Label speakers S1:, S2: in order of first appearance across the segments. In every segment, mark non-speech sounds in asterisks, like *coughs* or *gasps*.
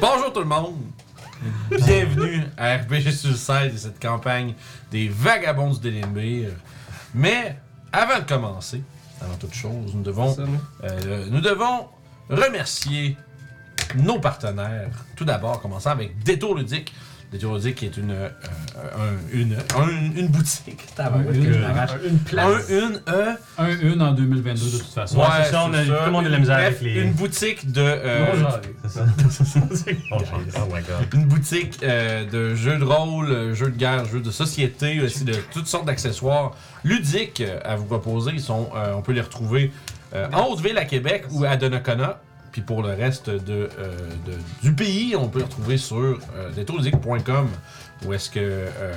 S1: Bonjour tout le monde! Bienvenue à RPG Suicide et cette campagne des vagabonds du Délimbir. Mais avant de commencer, avant toute chose, nous devons, euh, nous devons remercier nos partenaires. Tout d'abord, commençant avec Détour Ludique. Détour Ludique qui est une, euh, un- une, un- une boutique.
S2: Ah,
S1: Tabarouette, que je m'arrache.
S3: Une place.
S1: Un, une, E.
S3: Un, une en 2022, de toute façon.
S4: Ouais. c'est ça, on a- tout le monde a de la misère
S1: Bref,
S4: avec les-
S1: Une boutique de. euh,
S3: Non, j'arrive.
S4: C'est ça. *laughs* oh, my god.
S1: une boutique euh, de jeux de rôle, euh, jeux de guerre, jeux de société, aussi de toutes sortes d'accessoires ludiques euh, à vous proposer. Ils sont, euh, on peut les retrouver euh, en Haute-Ville à Québec ou à Donnacona. Puis pour le reste de, euh, de- du pays, on peut les retrouver sur euh, détourludique.com où est-ce que euh,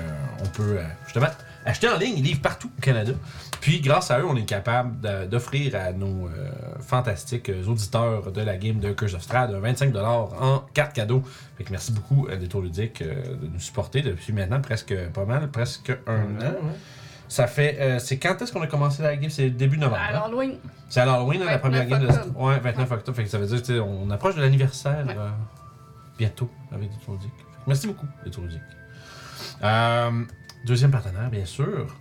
S1: on peut euh, justement acheter en ligne. Ils livrent partout au Canada. Puis grâce à eux, on est capable d'a- d'offrir à nos euh, fantastiques euh, auditeurs de la game de Curse of Strahd un 25$ en carte cadeau. Fait que merci beaucoup à Détour Ludique euh, de nous supporter depuis maintenant presque pas mal, presque un an. Ça fait. euh, c'est quand est-ce qu'on a commencé la game C'est début novembre. hein?
S5: Alors loin.
S1: C'est à l'Halloween, hein, la
S5: 29
S1: première game de
S5: octobre.
S1: Ouais, 29 octobre. Fait que ça veut dire, tu sais, on approche de l'anniversaire
S5: Ouais.
S1: euh, bientôt avec Détour Ludique. Fait que Merci beaucoup, Détour Ludique. Euh, deuxième partenaire, bien sûr,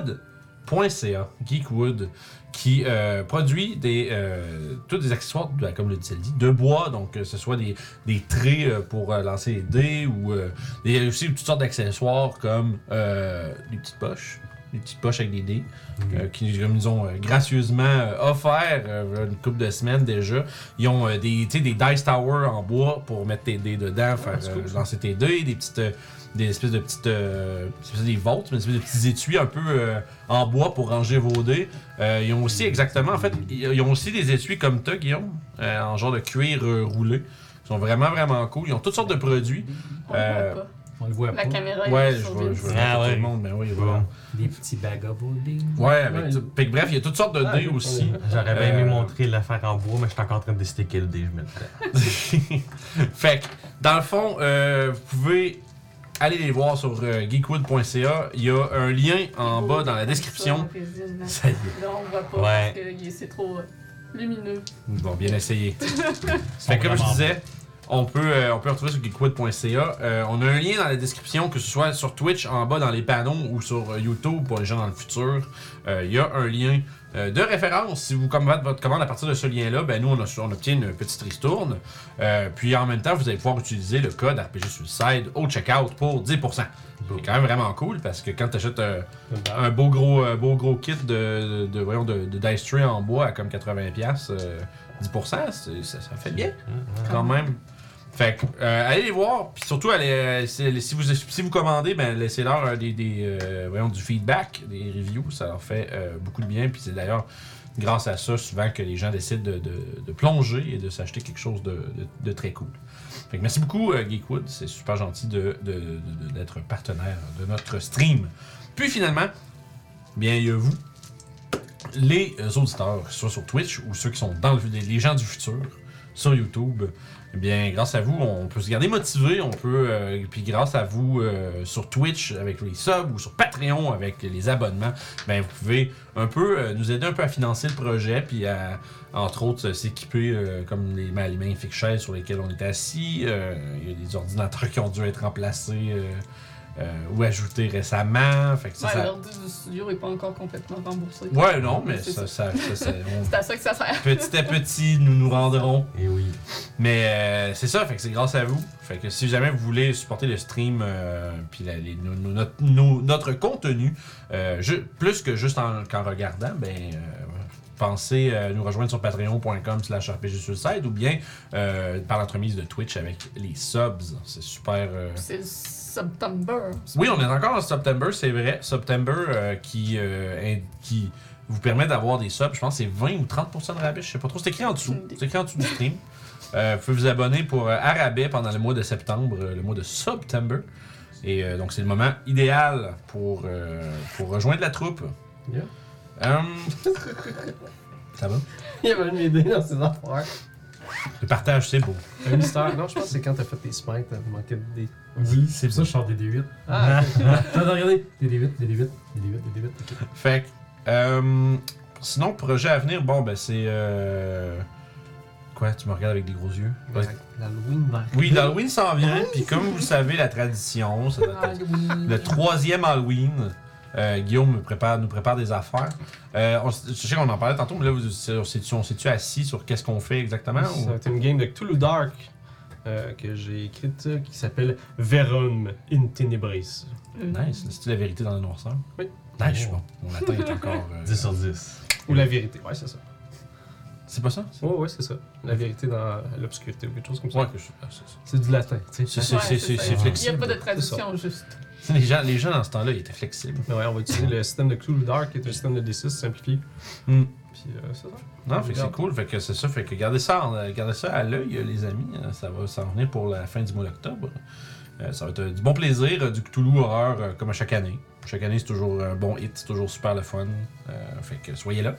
S1: Geekwood.ca. Geekwood qui euh, produit des, euh, tous des accessoires, de, comme le dit Sylvie, de bois, donc que ce soit des, des traits euh, pour euh, lancer les dés ou euh, il y a aussi toutes sortes d'accessoires comme euh, des petites poches, des petites poches avec des dés, euh, qui comme ils ont euh, gracieusement euh, offert euh, voilà une couple de semaines déjà. Ils ont euh, des, tu sais, des dice towers en bois pour mettre tes dés dedans, faire euh, lancer tes dés, des petites euh, des espèces de petites euh, c'est pas des volts, mais des espèces de petits étuis un peu euh, en bois pour ranger vos dés. Euh, ils ont aussi exactement en fait, ils ils ont aussi des étuis comme toi Guillaume, euh, en genre de cuir euh, roulé. Ils sont vraiment vraiment cool. Ils ont toutes sortes de produits.
S5: On
S1: Euh,
S5: voit
S3: On le voit
S5: pas. La
S3: pas.
S5: caméra
S1: Ouais,
S5: est
S1: je
S5: sur
S1: vois,
S5: Vince.
S1: je vois
S4: Ah
S1: pas
S4: ouais.
S1: tout le monde, mais oui, voilà.
S4: Bon.
S3: Des petits vagabondings.
S1: Ouais, avec
S3: Ouais,
S1: ça. Fait que bref, il y a toutes sortes de
S4: Ah,
S1: dés aussi.
S4: J'aurais bien aimé
S1: Euh,
S4: montrer l'affaire en bois, mais je suis encore en train de déstiquer le dé, je mets
S1: *laughs*
S4: le temps.
S1: fait que, dans le fond, euh, vous pouvez aller les voir sur euh, geekwood.ca. Il y a un lien en bas dans la description. Ça y est.
S5: Là, on voit pas
S4: Ouais.
S5: parce que il- c'est trop euh, lumineux.
S1: Bon, bien essayé. fait que comme je disais, on peut, euh, on peut retrouver sur geekwood.ca. Euh, on a un lien dans la description, que ce soit sur Twitch en bas dans les panneaux ou sur euh, YouTube pour les gens dans le futur. Euh, Il y a un lien euh, de référence. Si vous combattez votre commande à partir de ce lien-là, ben nous, on, a- on obtient une petite ristourne. Euh, puis en même temps, vous allez pouvoir utiliser le code RPG Suicide au checkout pour 10%. C'est quand même vraiment cool parce que quand tu achètes un beau gros, un beau gros kit de, de, de- voyons, de, de Dice Tray en bois à comme 80$, piastres, euh, 10%, c'est- ça, ça fait bien
S4: Hein,
S1: quand même. Fait que, euh, allez les voir, puis surtout, allez, euh, si, si vous, si vous commandez, ben, laissez-leur euh, des, des, euh, voyons, du feedback, des reviews, ça leur fait euh, beaucoup de bien, puis c'est d'ailleurs grâce à ça souvent que les gens décident de, de- de plonger et de s'acheter quelque chose de, de- de très cool. Fait que merci beaucoup euh, Geekwood, c'est super gentil de- de- de- de- d'être partenaire de notre stream. Puis finalement, bien il y a vous, les euh, auditeurs, que ce soit sur Twitch ou ceux qui sont dans le les gens du futur sur YouTube. Eh bien, grâce à vous, on peut se garder motivé, on peut, euh, et puis grâce à vous euh, sur Twitch avec les subs ou sur Patreon avec les abonnements, ben vous pouvez un peu euh, nous aider un peu à financer le projet, puis à, entre autres, euh, s'équiper euh, comme les, ma- les magnifiques chaises sur lesquelles on est assis. Euh, Il y a des ordinateurs *laughs* qui ont dû être remplacés euh, euh, ou ajoutés récemment. Fait que ça,
S5: Ouais,
S1: ça-
S5: l'ordi du studio est pas encore complètement remboursé.
S1: Ouais, non, mais
S5: C'est
S1: ça, ça, ça, ça- on-
S5: C'est à ça que ça sert.
S1: petit à petit, nous nous rendrons.
S4: Et oui.
S1: Mais euh, c'est ça, fait que c'est grâce à vous. Fait que si jamais vous voulez supporter le stream, euh, puis la- les- nos- nos- notre, nos- notre contenu, euh, ju- plus que juste en, qu'en regardant, ben euh, pensez euh, nous rejoindre sur patreon.com slash rpgsuicide ou bien euh, par l'entremise de Twitch avec les subs. C'est super... euh,
S5: C'est le September.
S1: oui, on est encore en September, c'est vrai. September euh, qui, euh, in- qui vous permet d'avoir des subs, je pense que c'est 20 ou 30% de rabais, je sais pas trop. C'est écrit en dessous. C'est écrit en dessous du stream. Euh, vous pouvez vous abonner pour euh, à rabais pendant le mois de septembre, euh, le mois de September. Et euh, donc c'est le moment idéal pour, euh, pour rejoindre la troupe.
S6: Yeah.
S1: Hum, ça va?
S6: *laughs* Il y avait une idée dans ses affaires.
S1: Le partage, c'est beau.
S6: Un mystère. Non, je pense que c'est quand t'as fait tes spikes, t'as manqué de dés.
S3: Oui, c'est pour ça que je sors des D8.
S2: *laughs*
S6: Ah,
S3: Attends, attends, regardez. Des D8, des D8, des D8, des D8. ok.
S1: Fait que, euh, sinon, projet à venir, bon, ben c'est. euh, Quoi, tu me regardes avec des gros yeux? Vas-y.
S6: L'Halloween vert.
S1: Oui, l'Halloween s'en vient, puis comme vous le savez, la tradition, ça doit être le troisième Halloween. euh, Guillaume me prépare, nous prépare des affaires. Euh, on, s- je sais qu'on en parlait tantôt, mais là, vous- c'est- on s'est-tu on s'est-tu assis sur qu'est-ce qu'on fait exactement?
S6: Ça va être une game de Cthulhu Dark euh, que j'ai écrite euh, qui s'appelle Verum in Tenebris.
S1: ou- Nice. C'est-tu la vérité dans la noirceur?
S6: Oui.
S1: Nice, je suis bon. Mon latin est encore... euh,
S4: 10 sur 10.
S6: Ou la vérité, ouais, c'est ça.
S1: C'est pas ça?
S6: Ouais, ouais, c'est ça. La vérité dans l'obscurité ou quelque chose comme ça.
S1: Ouais, que je- ah, c'est ça.
S6: C'est du latin, tu sais.
S1: C'est- c'est- c'est- c'est- c'est
S5: Il n'y a
S1: flexible.
S5: pas de traduction juste.
S1: Les gens, les gens, dans ce temps-là, ils étaient flexibles.
S6: Mais ouais, on va utiliser le système de Cthulhu Dark qui est un système de D6 simplifié.
S1: Hmm.
S6: Puis euh, c'est ça.
S1: Non, fait que c'est
S6: Regarde.
S1: cool. Fait que c'est ça. Fait que gardez ça, en- euh, gardez ça à l'œil, les amis. Euh, Ça va s'en venir pour la fin du mois d'octobre. Euh, ça va être euh, du bon plaisir, euh, du Cthulhu horreur euh, comme à chaque année. Chaque année, c'est toujours un bon hit, c'est toujours super le fun. Euh, fait que soyez là.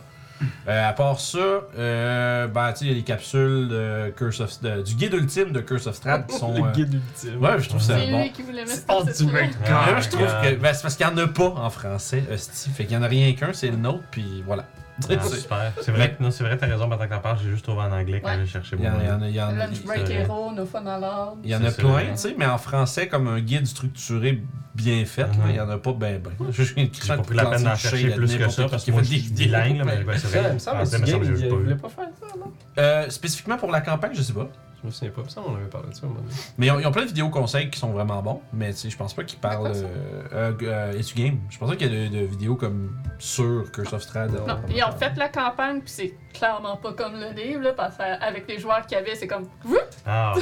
S1: Euh, à part ça, euh, ben, tu sais, il y a les capsules de Curse of, de- du guide ultime de Curse of Strahd qui sont.
S6: le
S1: euh,
S6: guide ultime.
S1: ouais, je trouve ça
S5: C'est
S1: bon. Ah,
S5: lui qui voulait mettre
S6: C'est pas
S5: cette
S6: du
S5: là
S6: mec.
S4: Ah,
S1: Mais moi, je trouve que. ben, c'est parce qu'il n'y en a pas en français, hostie. Fait qu'il n'y en a rien qu'un, c'est le nôtre, puis voilà. *laughs*
S4: Ah, super. C'est vrai, que- non, c'est vrai, t'as raison, pendant que t'en parles, j'ai juste trouvé en anglais quand
S5: Ouais.
S4: j'ai cherché
S1: Il y en a- il y en a- il y en a-
S5: Lunch Break
S4: c'est-
S5: Hero, No Fun Allowed.
S1: Il y en a
S4: C'est
S1: plein,
S4: vrai.
S1: tu sais, mais en français, comme un guide structuré bien fait, là,
S4: Mhm.
S1: il y en a pas ben ben. *laughs* Je suis une
S4: J'ai pas pris la peine d'en chercher plus que ça parce que moi je suis bilingue, là, mais ouais, c'est
S6: C'est vrai,
S4: vrai.
S6: il me semble,
S4: Français,
S6: c'est
S4: mais Ah, ça
S6: game,
S4: me
S6: il
S4: juge
S6: il voulait
S4: pas.
S6: pas faire ça, non?
S1: Euh, spécifiquement pour la campagne, je sais pas.
S6: Je me souviens pas, il me semble qu'on avait parlé de ça, moi.
S1: Mais ils ont, ils ont plein de vidéos conseils qui sont vraiment bons, mais tu sais, je pense pas qu'ils parlent.
S5: quoi, ça?
S1: euh, euh, euh, Etu Game. Je pense pas qu'il y a de, de vidéos comme sur Curse of Strahd.
S6: Non.
S5: Non, ils ont fait la campagne, puis c'est clairement pas comme le livre, là, parce qu'avec les joueurs qu'il y avait, c'est comme. Wouh!
S4: Ah,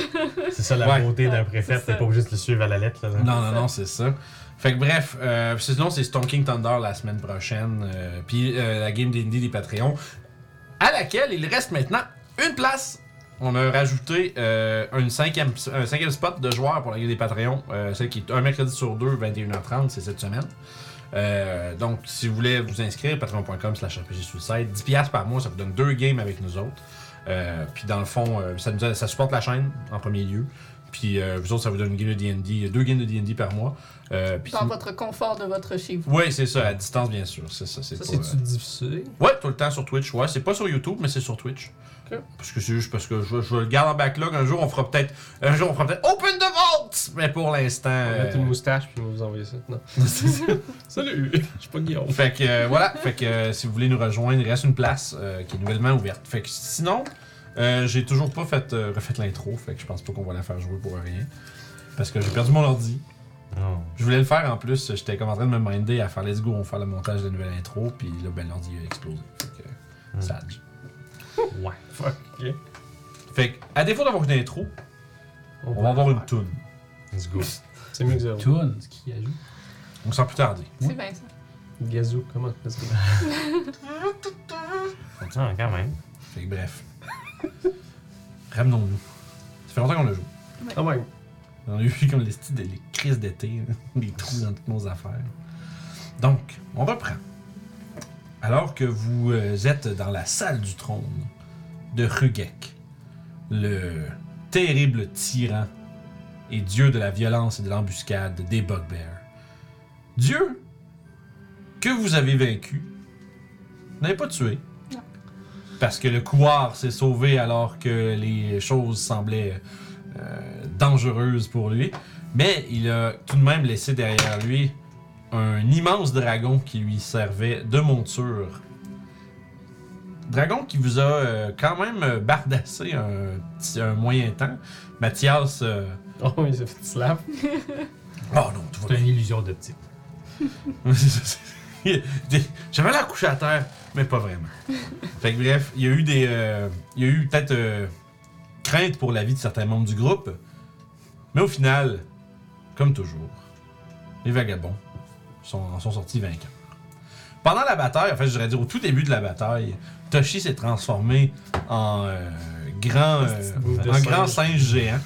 S4: c'est ça la
S1: Ouais.
S4: beauté d'un
S5: Ah, C'est
S4: préfet,
S5: ça.
S4: t'es pas obligé de le suivre à la lettre. Là,
S1: Non, non, non, c'est ça. Fait que bref, euh, sinon c'est Stonking Thunder la semaine prochaine, euh, puis euh, la game D&D des Patreons, à laquelle il reste maintenant une place. On a rajouté euh, une cinquième, un cinquième spot de joueurs pour la game des Patreons, euh, celle qui est un mercredi sur deux, 21h30, c'est cette semaine. Euh, donc, si vous voulez vous inscrire, patreon.com slash RPG Suicide, 10$ par mois, ça vous donne deux games avec nous autres. Euh, puis dans le fond, euh, ça, nous, aide- ça supporte la chaîne en premier lieu. Puis euh, vous autres, ça vous donne une game de D&D, euh, deux games de D&D par mois. Euh, puis
S5: Dans votre confort de votre chez vous.
S1: Ouais, c'est ça, à distance bien sûr. C'est ça, c'est
S6: Ça,
S1: pas,
S6: c'est-tu difficile?
S1: euh, Ouais, tout le temps sur Twitch. Ouais, c'est pas sur YouTube, mais c'est sur Twitch.
S6: Ok.
S1: Parce que c'est juste parce que je, je le garde en backlog. Un jour, on fera peut-être, un jour, on fera peut-être Open the Vault. Mais pour l'instant,
S6: On va
S1: euh,
S6: mettre une moustache puis on va vous envoyer ça. Non. Salut, je suis pas Guillaume.
S1: Fait que euh, voilà, fait que euh, si vous voulez nous rejoindre, il reste une place euh, qui est nouvellement ouverte. Fait que sinon, euh, j'ai toujours pas fait euh, refait l'intro, fait que je pense pas qu'on va la faire jouer pour rien. Parce que j'ai perdu mon ordi.
S4: Non.
S1: Je voulais le faire en plus, j'étais comme en train de me minder à faire let's go, on va faire le montage de la nouvelle intro, puis là ben l'ordi a explosé. Fait que
S4: Hmm.
S1: ça a dit.
S4: Ouais.
S6: Fuck, ok.
S1: Fait que, à défaut d'avoir une intro, on va avoir une tune.
S4: Let's
S1: *laughs*
S4: go.
S6: C'est mieux que zéro.
S3: Toon, ce qui ajoute.
S1: Donc sans plus tarder.
S5: C'est bien ça.
S6: Gazou, comment? Let's go.
S4: Ah, quand même.
S1: Fait que bref. *laughs* Ramenons-nous. Ça fait longtemps qu'on le joue.
S6: Quand même.
S1: On a eu comme les styles des crises d'été, hein, *laughs* des trous dans toutes nos affaires. Donc, on reprend. Alors que vous euh, êtes dans la salle du trône de Rugek, le terrible tyran et dieu de la violence et de l'embuscade des Bugbears. Dieu que vous avez vaincu, vous n'avez pas tué.
S5: Non.
S1: Parce que le couard s'est sauvé alors que les choses semblaient euh, dangereuse pour lui. Mais il a tout de même laissé derrière lui un immense dragon qui lui servait de monture. Dragon qui vous a euh, quand même euh, bardassé un, petit- un moyen temps. Mathias. euh,
S6: Oh, il s'est fait slap.
S1: Oh non, tout va
S3: C'est une illusion d'optique.
S1: *laughs* J'avais l'air couché à terre, mais pas vraiment. Fait que bref, il y a eu des. euh, il y a eu peut-être euh, crainte pour la vie de certains membres du groupe. Mais au final, comme toujours, les vagabonds sont, en sont sortis vainqueurs. Pendant la bataille, en fait, je dirais dire au tout début de la bataille, Toshi s'est transformé en euh, grand, euh,
S6: C'est une bouffe de
S1: en grand
S6: singe.
S1: singe géant.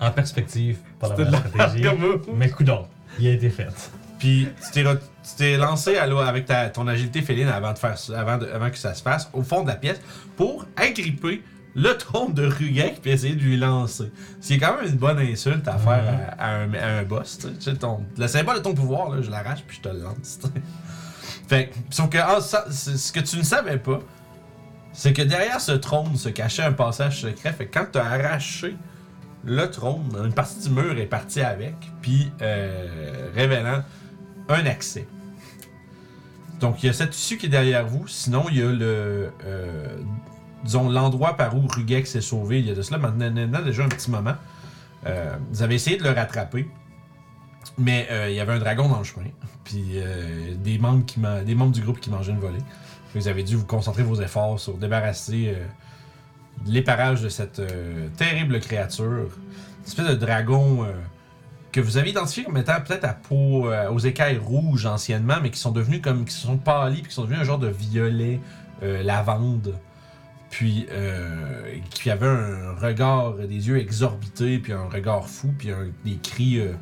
S4: En perspective, pas la
S6: C'était de
S4: bonne stratégie. Mais coudon, il a été fait.
S1: Puis tu t'es, re- tu t'es lancé à l'eau avec ta, ton agilité féline avant, de faire, ça- avant, de- avant que ça se fasse au fond de la pièce pour agripper le trône de Rugek puis essayer de lui lancer. C'est quand même une bonne insulte à faire à, à un, à un boss. tu sais. Tu sais, ton- le symbole de ton pouvoir, là, je l'arrache puis je te le lance. tu sais. fait, que- sauf que ah, ça, c'est- ce que tu ne savais pas, c'est que derrière ce trône se cachait un passage secret. Fait que quand t'as arraché le trône, une partie du mur est partie avec, puis euh, révélant un accès. Donc il y a cette issue qui est derrière vous. Sinon, il y a le. euh, disons, l'endroit par où Rugex s'est sauvé. Il y a de cela maintenant, maintenant déjà un petit moment. Euh, vous avez essayé de le rattraper, mais euh, il y avait un dragon dans le chemin, puis euh, des, membres qui man- des membres du groupe qui mangeaient une volée. Fait que Vous avez dû vous concentrer vos efforts sur débarrasser euh, les parages de cette euh, terrible créature. Une espèce de dragon euh, que vous avez identifié comme étant peut-être à peau, euh, aux écailles rouges anciennement, mais qui sont devenus comme. qui se sont pâlis, puis qui sont devenus un genre de violet euh, lavande. Puis, euh, qui avait un regard, des yeux exorbités, puis un regard fou, puis un- des cris, euh,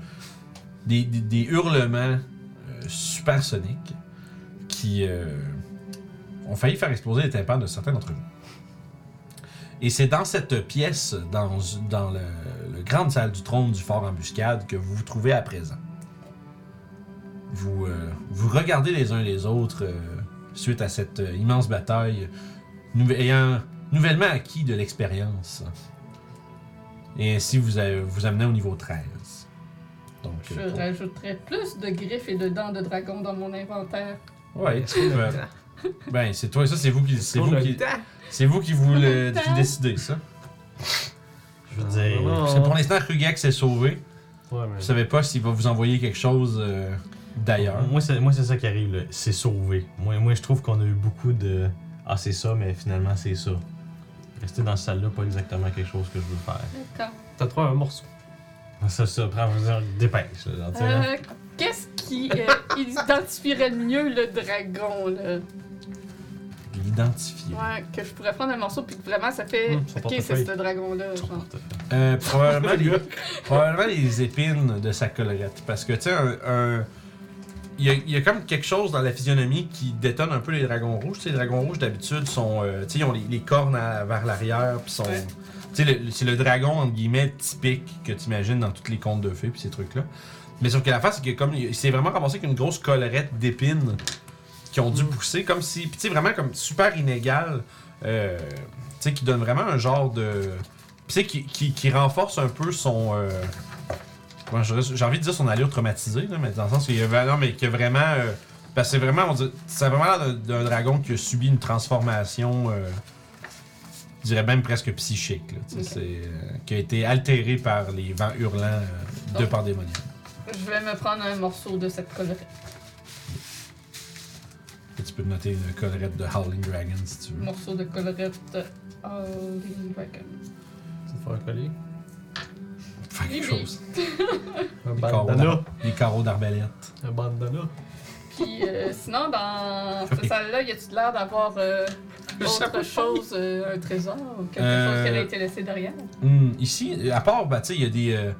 S1: des, des- des hurlements euh, supersoniques qui euh, ont failli faire exploser les tympans de certains d'entre vous. Et c'est dans cette pièce, dans, dans le, le grande salle du trône du fort Embuscade, que vous vous trouvez à présent. Vous, euh, vous regardez les uns les autres euh, suite à cette euh, immense bataille, nou- ayant nouvellement acquis de l'expérience. Et ainsi, vous a- vous amenez au niveau 13. Donc,
S5: Je
S1: euh,
S5: rajouterais plus de griffes et de dents de dragon dans mon inventaire.
S1: Ouais,
S6: Est-ce qu'on a le
S1: ben,
S6: temps?
S1: ben, c'est toi, ça, c'est vous qui,
S6: Est-ce
S1: c'est
S6: qu'on
S1: vous
S6: a le
S1: qui,
S6: temps?
S1: c'est vous qui vous le,
S5: Attends.
S1: qui décidez ça.
S4: Je veux dire.
S1: Parce que pour l'instant, Rugax est sauvé.
S6: Ouais, mais-
S1: Vous savez pas s'il va vous envoyer quelque chose euh, d'ailleurs.
S4: Moi, c'est moi, c'est ça qui arrive, là. C'est sauvé. Moi, moi, je trouve qu'on a eu beaucoup de. Ah, c'est ça, mais finalement, c'est ça. Rester dans cette salle-là, pas exactement quelque chose que je veux faire.
S5: D'accord.
S6: T'as trois un morceau.
S4: Ça, ça, prends, vas-y, dépêche, là, gentil, hein.
S5: Euh, Qu'est-ce qui euh, *laughs* identifierait le mieux le dragon, là?
S1: L'identifier.
S5: Ouais, que je pourrais prendre un morceau puis que vraiment ça fait.
S4: Hum, son
S5: ok, c'est
S4: portefeuille.
S5: ce dragon-là.
S4: Son
S5: genre.
S4: portefeuille.
S1: Euh, probablement, les, probablement les épines de sa collerette. Parce que, tu sais, un- un- Il y, a, il y a comme quelque chose dans la physionomie qui détonne un peu les dragons rouges. Tu sais, les dragons rouges, d'habitude, sont, euh, tu sais, ils ont les, les cornes à- vers l'arrière. puis sont-
S5: Ouais.
S1: tu sais, le- C'est le dragon, entre guillemets, typique que tu imagines dans toutes les contes de fées puis ces trucs-là. Mais sauf que la face, c'est que comme il s'est vraiment ramassé avec une grosse collerette d'épines qui ont dû pousser, comme si. Puis tu sais, vraiment comme super inégal. euh, tu sais, qui donne vraiment un genre de. Puis tu sais, qui, qui, qui renforce un peu son. euh, comment je dirais- J'ai envie de dire son allure traumatisée, là, mais dans le sens qu'il y a, non, mais qu'il y a vraiment. euh, parce que c'est vraiment. On dit, ça a vraiment l'air d'un- d'un dragon qui a subi une transformation. euh, je dirais même presque psychique, là, tu sais,
S5: Ok.
S1: c'est, euh, qui a été altéré par les vents hurlants euh, de
S5: Donc-
S1: par démoniaques.
S5: Je vais me prendre un morceau de cette collerette.
S1: Et tu peux noter une collerette de Howling Dragon si tu veux.
S5: Morceau de collerette. Oh, les dragons.
S6: Tu te fais un collier.
S1: Faire quelque
S5: Oui, oui.
S1: chose.
S6: Un
S1: Des carreaux
S6: bandana.
S1: d'ar- Des carreaux d'arbalète.
S6: Un bandana.
S5: Puis euh, sinon, dans cette salle-là, y a-tu de l'air d'avoir euh, autre chose, euh, un trésor ou quelque
S1: Euh,
S5: chose qu'elle a été laissée derrière?
S1: Hmm, ici, à part, bah, tu sais, il y a des. euh,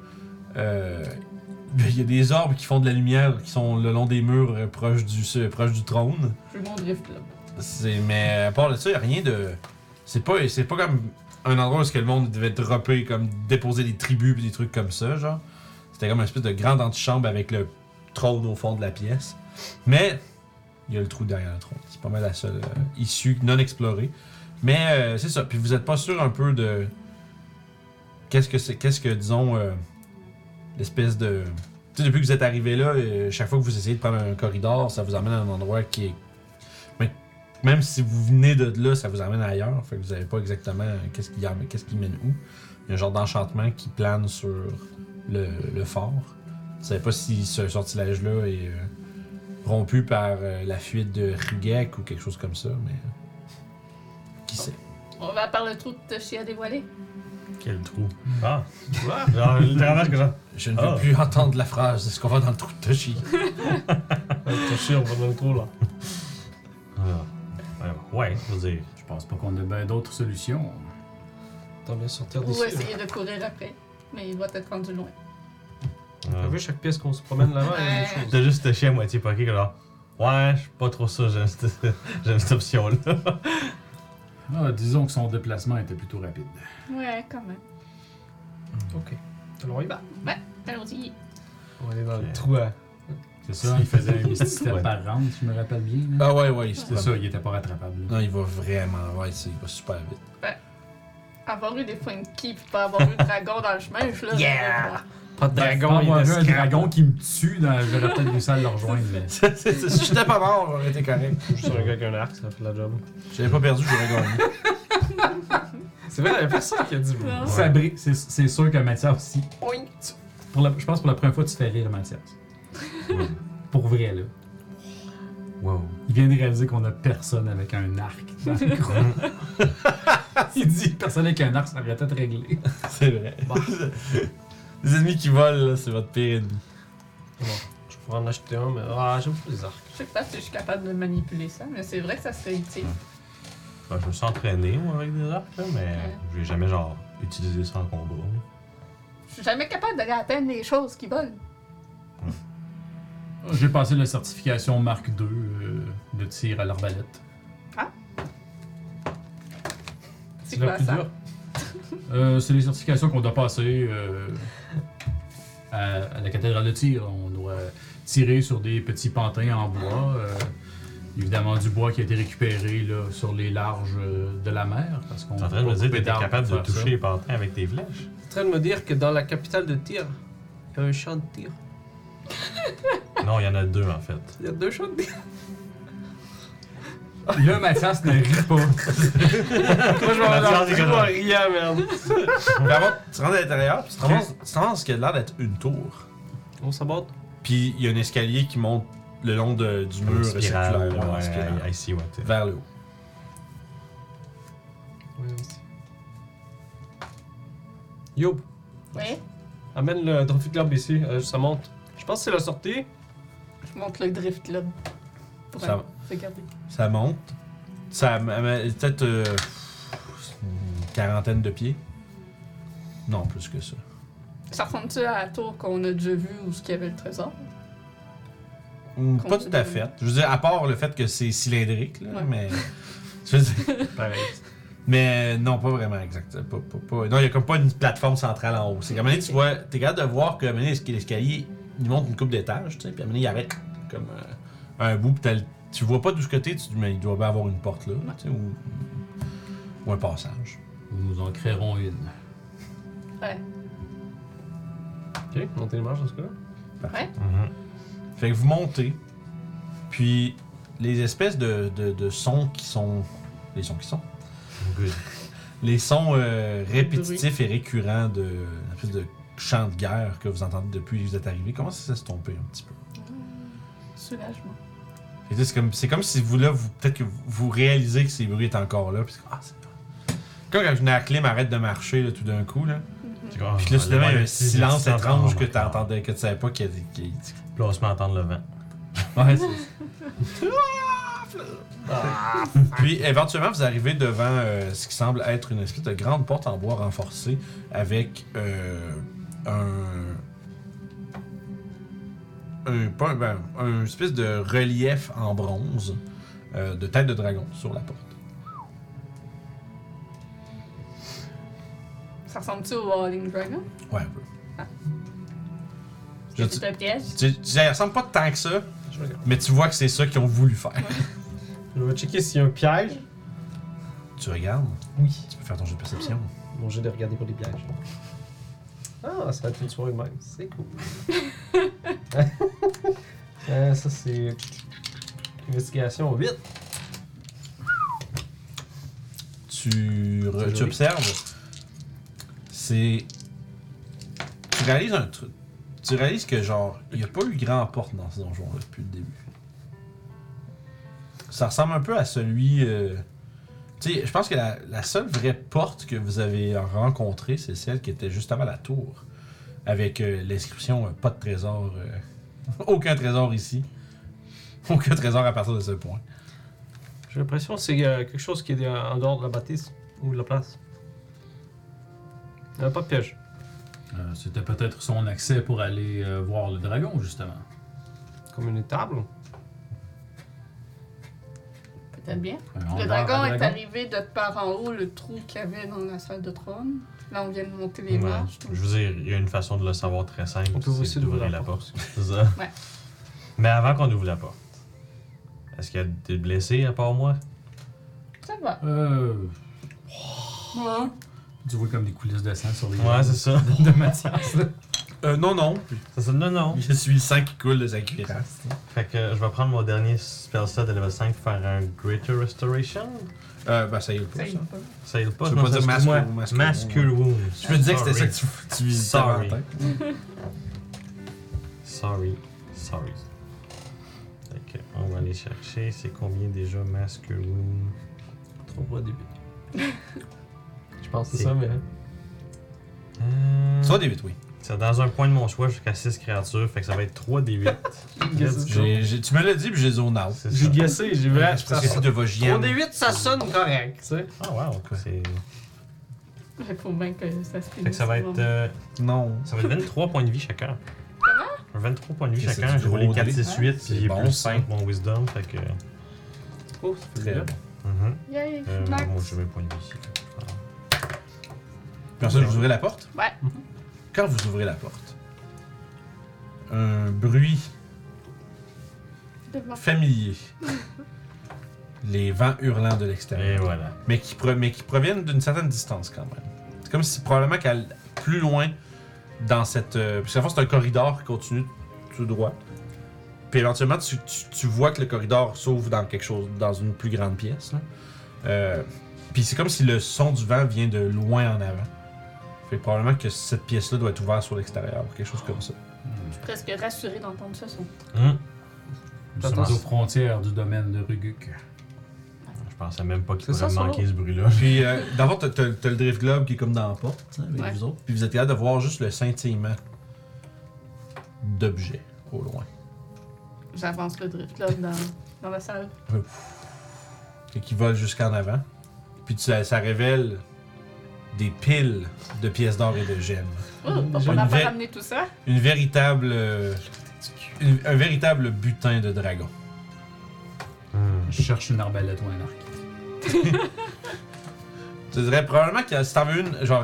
S1: euh, *laughs* il y a des orbes qui font de la lumière qui sont le long des murs euh, proches du, euh, proches du trône.
S5: Je veux mon drift là.
S1: C'est, mais à part de ça, il n'y a rien de. C'est pas, c'est pas comme un endroit où ce que le monde devait dropper, comme déposer des tribus et des trucs comme ça, genre. C'était comme une espèce de grande antichambre avec le trône au fond de la pièce. Mais il y a le trou derrière le trône. C'est pas mal la seule euh, issue non explorée. Mais euh, c'est ça. Puis vous êtes pas sûr un peu de. Qu'est-ce que c'est. Qu'est-ce que, disons. euh, L'espèce de. Tu sais, depuis que vous êtes arrivé là, euh, chaque fois que vous essayez de prendre un corridor, ça vous amène à un endroit qui est. Mais même si vous venez de là, ça vous amène ailleurs. Fait que vous savez pas exactement euh, qu'est-ce qui, am- qu'est-ce qui mène où. Il y a un genre d'enchantement qui plane sur le, le fort. Vous savez pas si ce sortilège-là est euh, rompu par euh, la fuite de Rugek ou quelque chose comme ça, mais. euh, qui sait?
S5: On va par le trou de chien dévoilé.
S4: Quel trou. Ah! Genre, littéralement, que genre.
S1: Je ne
S4: Ah.
S1: veux plus entendre la phrase. Est-ce qu'on va dans le trou de Toshi?
S6: Un touché, on va dans le trou là.
S4: Ah. Ouais, Ouais, je veux dire.
S2: Je pense pas qu'on a bien d'autres solutions.
S6: T'en bien
S1: Ah,
S6: sortir
S5: Ou
S6: d'ici.
S5: essayer de courir après. Mais il va être rendu loin.
S6: T'as
S4: euh,
S6: vu chaque pièce qu'on se promène là-bas, il y a une
S5: Ouais.
S6: chose.
S4: T'as juste touché à moitié poké, genre. Ouais, je suis pas trop ça, j'aime cette, *laughs* j'aime cette option-là.
S2: Ah, disons que son déplacement était plutôt rapide.
S5: Ouais, quand même.
S6: Ok. Alors on y va.
S5: Allons-y.
S6: On va aller dans
S4: Ok.
S6: le trou à
S2: C'est ça, il faisait un petit step
S4: Ouais.
S2: par round, si je me rappelle bien. là.
S1: Ah ouais, ouais, c'était
S2: C'est
S1: ça.
S2: ça, il était pas rattrapable. là.
S1: Non, il va vraiment, ouais, c'est- il va super vite. *laughs*
S5: Avoir eu des funky pis pas avoir eu de dragon dans le chemin, je suis là.
S1: Yeah!
S6: Pas de
S2: Dragon,
S6: dragon, il
S2: avoir
S6: reste
S2: vu un dragon qui me tue, dans... j'aurais peut-être réussi à le rejoindre. Mais...
S1: C'est- c'est- c'est- si j'étais pas mort, j'aurais été correct.
S6: Juste un gars avec un arc, ça fait la job.
S1: J'avais pas perdu, j'aurais gagné.
S6: C'est vrai, il y a personne qui a dit.
S5: Non.
S2: Fabri- c'est- c'est sûr que Mathias aussi.
S5: Oui.
S2: Pour la- je pense pour la première fois, tu fais rire Mathias.
S4: Ouais.
S2: Pour vrai, là.
S4: Wow.
S2: Il vient de réaliser qu'on a personne avec un arc dans le groupe. Il dit personne avec un arc, ça devrait être réglé.
S1: C'est vrai. *laughs* Les ennemis qui volent, là, c'est votre pire ennemi.
S6: Je pourrais en acheter un, mais ah, j'aime plus les arcs.
S5: Je sais pas si je suis capable de manipuler ça, mais c'est vrai que ça serait utile.
S4: Ben, je me suis entraîné, moi, avec des arcs, là, mais
S5: Ouais.
S4: je l'ai jamais, genre, utilisé ça en combat. là.
S5: Je suis jamais capable d'aller atteindre les choses qui volent.
S2: J'ai passé la certification Mark II euh, de tir à l'arbalète.
S5: C'est quoi ça?
S2: Euh, c'est les certifications qu'on doit passer euh, à, à la cathédrale de tir. On doit tirer sur des petits pantins en bois. euh, évidemment, du bois qui a été récupéré là, sur les larges euh, de la mer. Parce qu'on
S4: T'es en train
S2: peut pas
S4: de me dire que
S2: couper
S4: t'étais
S2: d'arbres
S4: capable de
S2: pour faire ça.
S4: toucher les pantins avec tes
S5: *laughs*
S4: flèches?
S6: T'es en train de me dire que dans la capitale de tir, il y a un champ de tir.
S4: Non, il y en a deux, en fait.
S6: Il y a deux champs de tir.
S2: *laughs* Là, Mathias ne rit pas.
S4: *laughs*
S6: *laughs* Moi, je
S4: La
S6: m'en
S4: science
S6: rends
S4: est comme
S6: plus
S4: ça.
S6: à rien, merde.
S1: Mais avant, tu rentres à l'intérieur, puis tu te ramasses- tu te ramasses ce qui a l'air d'être une tour.
S6: On s'aborde.
S1: Puis il y a un escalier qui monte le long de- du
S4: Une
S1: mur
S4: spirale,
S1: circulaire. ouais, en spirale,
S4: ouais, I, I see what it-
S1: vers le haut.
S6: Ouais, aussi. Yo,
S5: Oui.
S6: amène le Trophy Club ici, euh, ça monte. Je pense que c'est la sortie.
S5: Je monte le drift là. Pour
S1: Ça
S5: aller regarder.
S1: Ça monte. Ça m- m- peut-être euh, une quarantaine de pieds. Non, plus que ça.
S5: Ça ressemble-tu à la tour qu'on a déjà vue où il y avait le trésor?
S1: Ou Pas
S5: Continue.
S1: tout à fait. Je veux dire, à part le fait que c'est cylindrique, là,
S5: Ouais.
S1: mais. *laughs* Je veux dire,
S6: Pareil.
S1: mais non, pas vraiment exact. Pas- pas- pas- non, il n'y a comme pas une plateforme centrale en haut. C'est qu'à un moment donné, tu vois, t'es capable de voir que à un moment donné, l'escalier, il monte une coupe d'étages, tu sais, puis à un moment donné, il arrête comme euh, un bout, puis t'as le- tu vois pas d'où ce côté, tu te dis, mais il doit bien avoir une porte là, tu sais, ou, ou un passage.
S2: Nous en créerons une.
S5: Ouais.
S6: Ok, montez les marches dans ce cas-là.
S4: Mhm.
S1: Fait que vous montez, puis les espèces de, de- de sons qui sont. Les sons qui sont.
S4: Good. Oh,
S1: Les sons euh, répétitifs et récurrents de. Une espèce de chant de guerre que vous entendez depuis que vous êtes arrivé. Comment ça s'est tombé un petit peu?
S5: Soulagement.
S1: Fait que là, C'est comme, c'est comme si vous, là, vous, peut-être que vous- vous réalisez que ces bruits étaient encore là. Puis c'est comme, ah, c'est comme quand une acclime arrête de marcher là, tout d'un coup. Là.
S4: C'est comme,
S1: Puis là,
S4: ah,
S1: soudainement, il y a
S4: le
S1: un silence
S4: silence
S1: étrange
S4: en
S1: que tu
S4: encore.
S1: entendais, que tu savais pas qu'il y avait. qu'il-
S4: Puis là, on se met à entendre le vent.
S1: Ouais, c'est Puis éventuellement, vous arrivez devant euh, ce qui semble être une espèce de grande porte en bois renforcée avec euh, un. Un, pas- ben, un espèce de relief en bronze euh, de tête de dragon sur la porte.
S5: Ça ressemble-tu au Walling Dragon?
S1: Ouais, un peu. Je-
S5: C'est un piège?
S1: Tu, tu- ça ressemble pas tant que ça,
S6: Je vais, regarder.
S1: mais tu vois que c'est ça qu'ils ont voulu faire.
S6: Je vais checker s'il y a un piège.
S1: Tu regardes,
S6: Oui.
S1: tu peux faire ton jeu de perception.
S6: Mon jeu de regarder pour les pièges. Ah, ça va être une soirée de même. C'est cool. Euh, ça, c'est. Investigation 8.
S1: tu, re-
S6: C'est
S1: tu
S6: joli.
S1: observes, c'est. Tu réalises un truc. Tu réalises que, genre, il n'y a pas eu grand porte dans ce donjon-là depuis le début. Ça ressemble un peu à celui. euh, Tu sais, je pense que la, la seule vraie porte que vous avez rencontrée, c'est celle qui était juste avant la tour. Avec euh, l'inscription euh, Pas de trésor. euh, *laughs* aucun trésor ici. Aucun trésor à partir de ce point.
S6: J'ai l'impression que c'est euh, quelque chose qui est euh, en dehors de la bâtisse ou de la place. Il n'y a pas de piège.
S2: Euh, C'était peut-être son accès pour aller euh, voir le dragon, justement.
S6: Comme une table.
S5: Peut-être bien.
S2: Euh, on
S5: Le
S2: va
S5: dragon
S2: à
S5: est arrivé de par en haut, le trou qu'il y avait dans la salle de trône. Là, on vient de monter les
S4: Ouais.
S5: marches.
S4: Je veux dire, il y a une façon de le savoir très simple.
S6: On peut
S4: c'est
S6: aussi d'ouvrir la porte.
S4: C'est ça.
S5: Ouais.
S4: Mais avant qu'on ouvre la porte, est-ce qu'il y a des blessés à part moi?
S5: Ça va.
S2: Euh,
S5: Ouais.
S2: tu vois comme des coulisses de sang sur les *laughs*
S4: Ouais, c'est ça.
S2: de Mathias. là.
S1: Euh, non, *laughs* non.
S4: C'est ça. Non, non.
S1: Je suis le sang qui coule de sa cuirasse.
S4: Fait que euh, je vais prendre mon dernier spell slot de level 5 pour faire un Greater Restoration.
S1: Euh, bah, ça y est, pas
S5: Ça y est
S1: ça.
S5: pas.
S4: Ça aide pas.
S1: Tu veux
S4: non,
S1: pas
S4: ça,
S1: dire
S4: excuse-moi.
S1: masque ou- masque ou-
S4: Masque ou wounds.
S1: Je me disais que c'était ça
S4: Sorry.
S1: que tu, tu visitais en
S4: Sorry.
S1: tête.
S4: Sorry. Sorry. Fait que on va aller chercher. C'est combien déjà Masque ou wounds?
S6: 3 pour le début. Je pense que c'est
S4: C'est-
S6: ça, mais.
S4: Euh,
S1: Ça, des 8, oui.
S4: C'est dans un point de mon choix jusqu'à 6 créatures. Fait que ça va être 3 des 8.
S1: *laughs* J'ai- j'ai- Tu me l'as dit, puis j'ai zone out.
S4: C'est
S6: J'ai
S4: ça.
S6: guessé, j'ai vu.
S1: Ouais, c'est parce que c'est de Vosgienne.
S6: 3D8, ça sonne correct, tu sais.
S4: Ah, wow. C'est...
S5: Il faut bien que ça se finisse.
S4: Fait que ça va être. euh,
S1: Non.
S4: Ça va être 23 points de vie chacun. Comment? 23 points de vie
S1: Ok, c'est
S4: chacun.
S1: du
S4: J'ai roulé
S1: gros
S4: 4,
S1: dé.
S4: 6, 8,
S1: C'est
S4: puis j'ai
S1: bon,
S4: plus
S1: ça.
S4: 5 mon wisdom. Fait que. mhm.
S6: Oh, c'est
S1: Très bien.
S5: Yay,
S4: Euh,
S5: Max.
S4: moi, j'ai mes points de vie ici.
S1: Personne, vous ouvrez la porte?
S5: Ouais.
S1: *laughs* Quand vous ouvrez la porte, un bruit
S5: Devant. *laughs*
S1: familier. Les vents hurlants de l'extérieur.
S4: Et voilà.
S1: mais qui, pro- mais qui proviennent d'une certaine distance quand même. C'est comme si probablement qu'elle plus loin dans cette. euh, parce qu'à la fois, c'est un corridor qui continue tout droit. Puis éventuellement, tu, tu- tu vois que le corridor s'ouvre dans quelque chose, dans une plus grande pièce. là. Euh, puis c'est comme si le son du vent vient de loin en avant. Fait que probablement que cette pièce-là doit être ouverte sur l'extérieur, ou quelque chose comme ça.
S5: Je suis presque rassurée d'entendre ça. son-
S4: Hum.
S2: Nous sommes aux frontières du domaine de Ruguk.
S4: Je pensais même pas qu'il
S6: C'est ça,
S4: pourrait me
S6: son
S4: manquer
S6: nom.
S4: ce bruit-là.
S1: Puis euh, d'abord, t'as, t'as- t'as le drift globe qui est comme dans la porte, tu sais, avec
S5: Ouais.
S1: vous autres. Puis vous êtes capable de voir juste le scintillement d'objets au loin.
S5: J'avance le drift là dans, dans la salle.
S1: et qui vole jusqu'en avant. Puis tu- ça, ça révèle des piles de pièces d'or et de gemmes.
S5: Oh, pas
S1: J'ai
S5: on n'a
S1: une vraie-
S5: pas ramené tout ça.
S1: Une véritable. euh, une- un véritable butin de dragon. Euh,
S4: Hum.
S2: Je cherche une arbalète ou un arc.
S1: Je te dirais probablement que si t'en veux une, genre,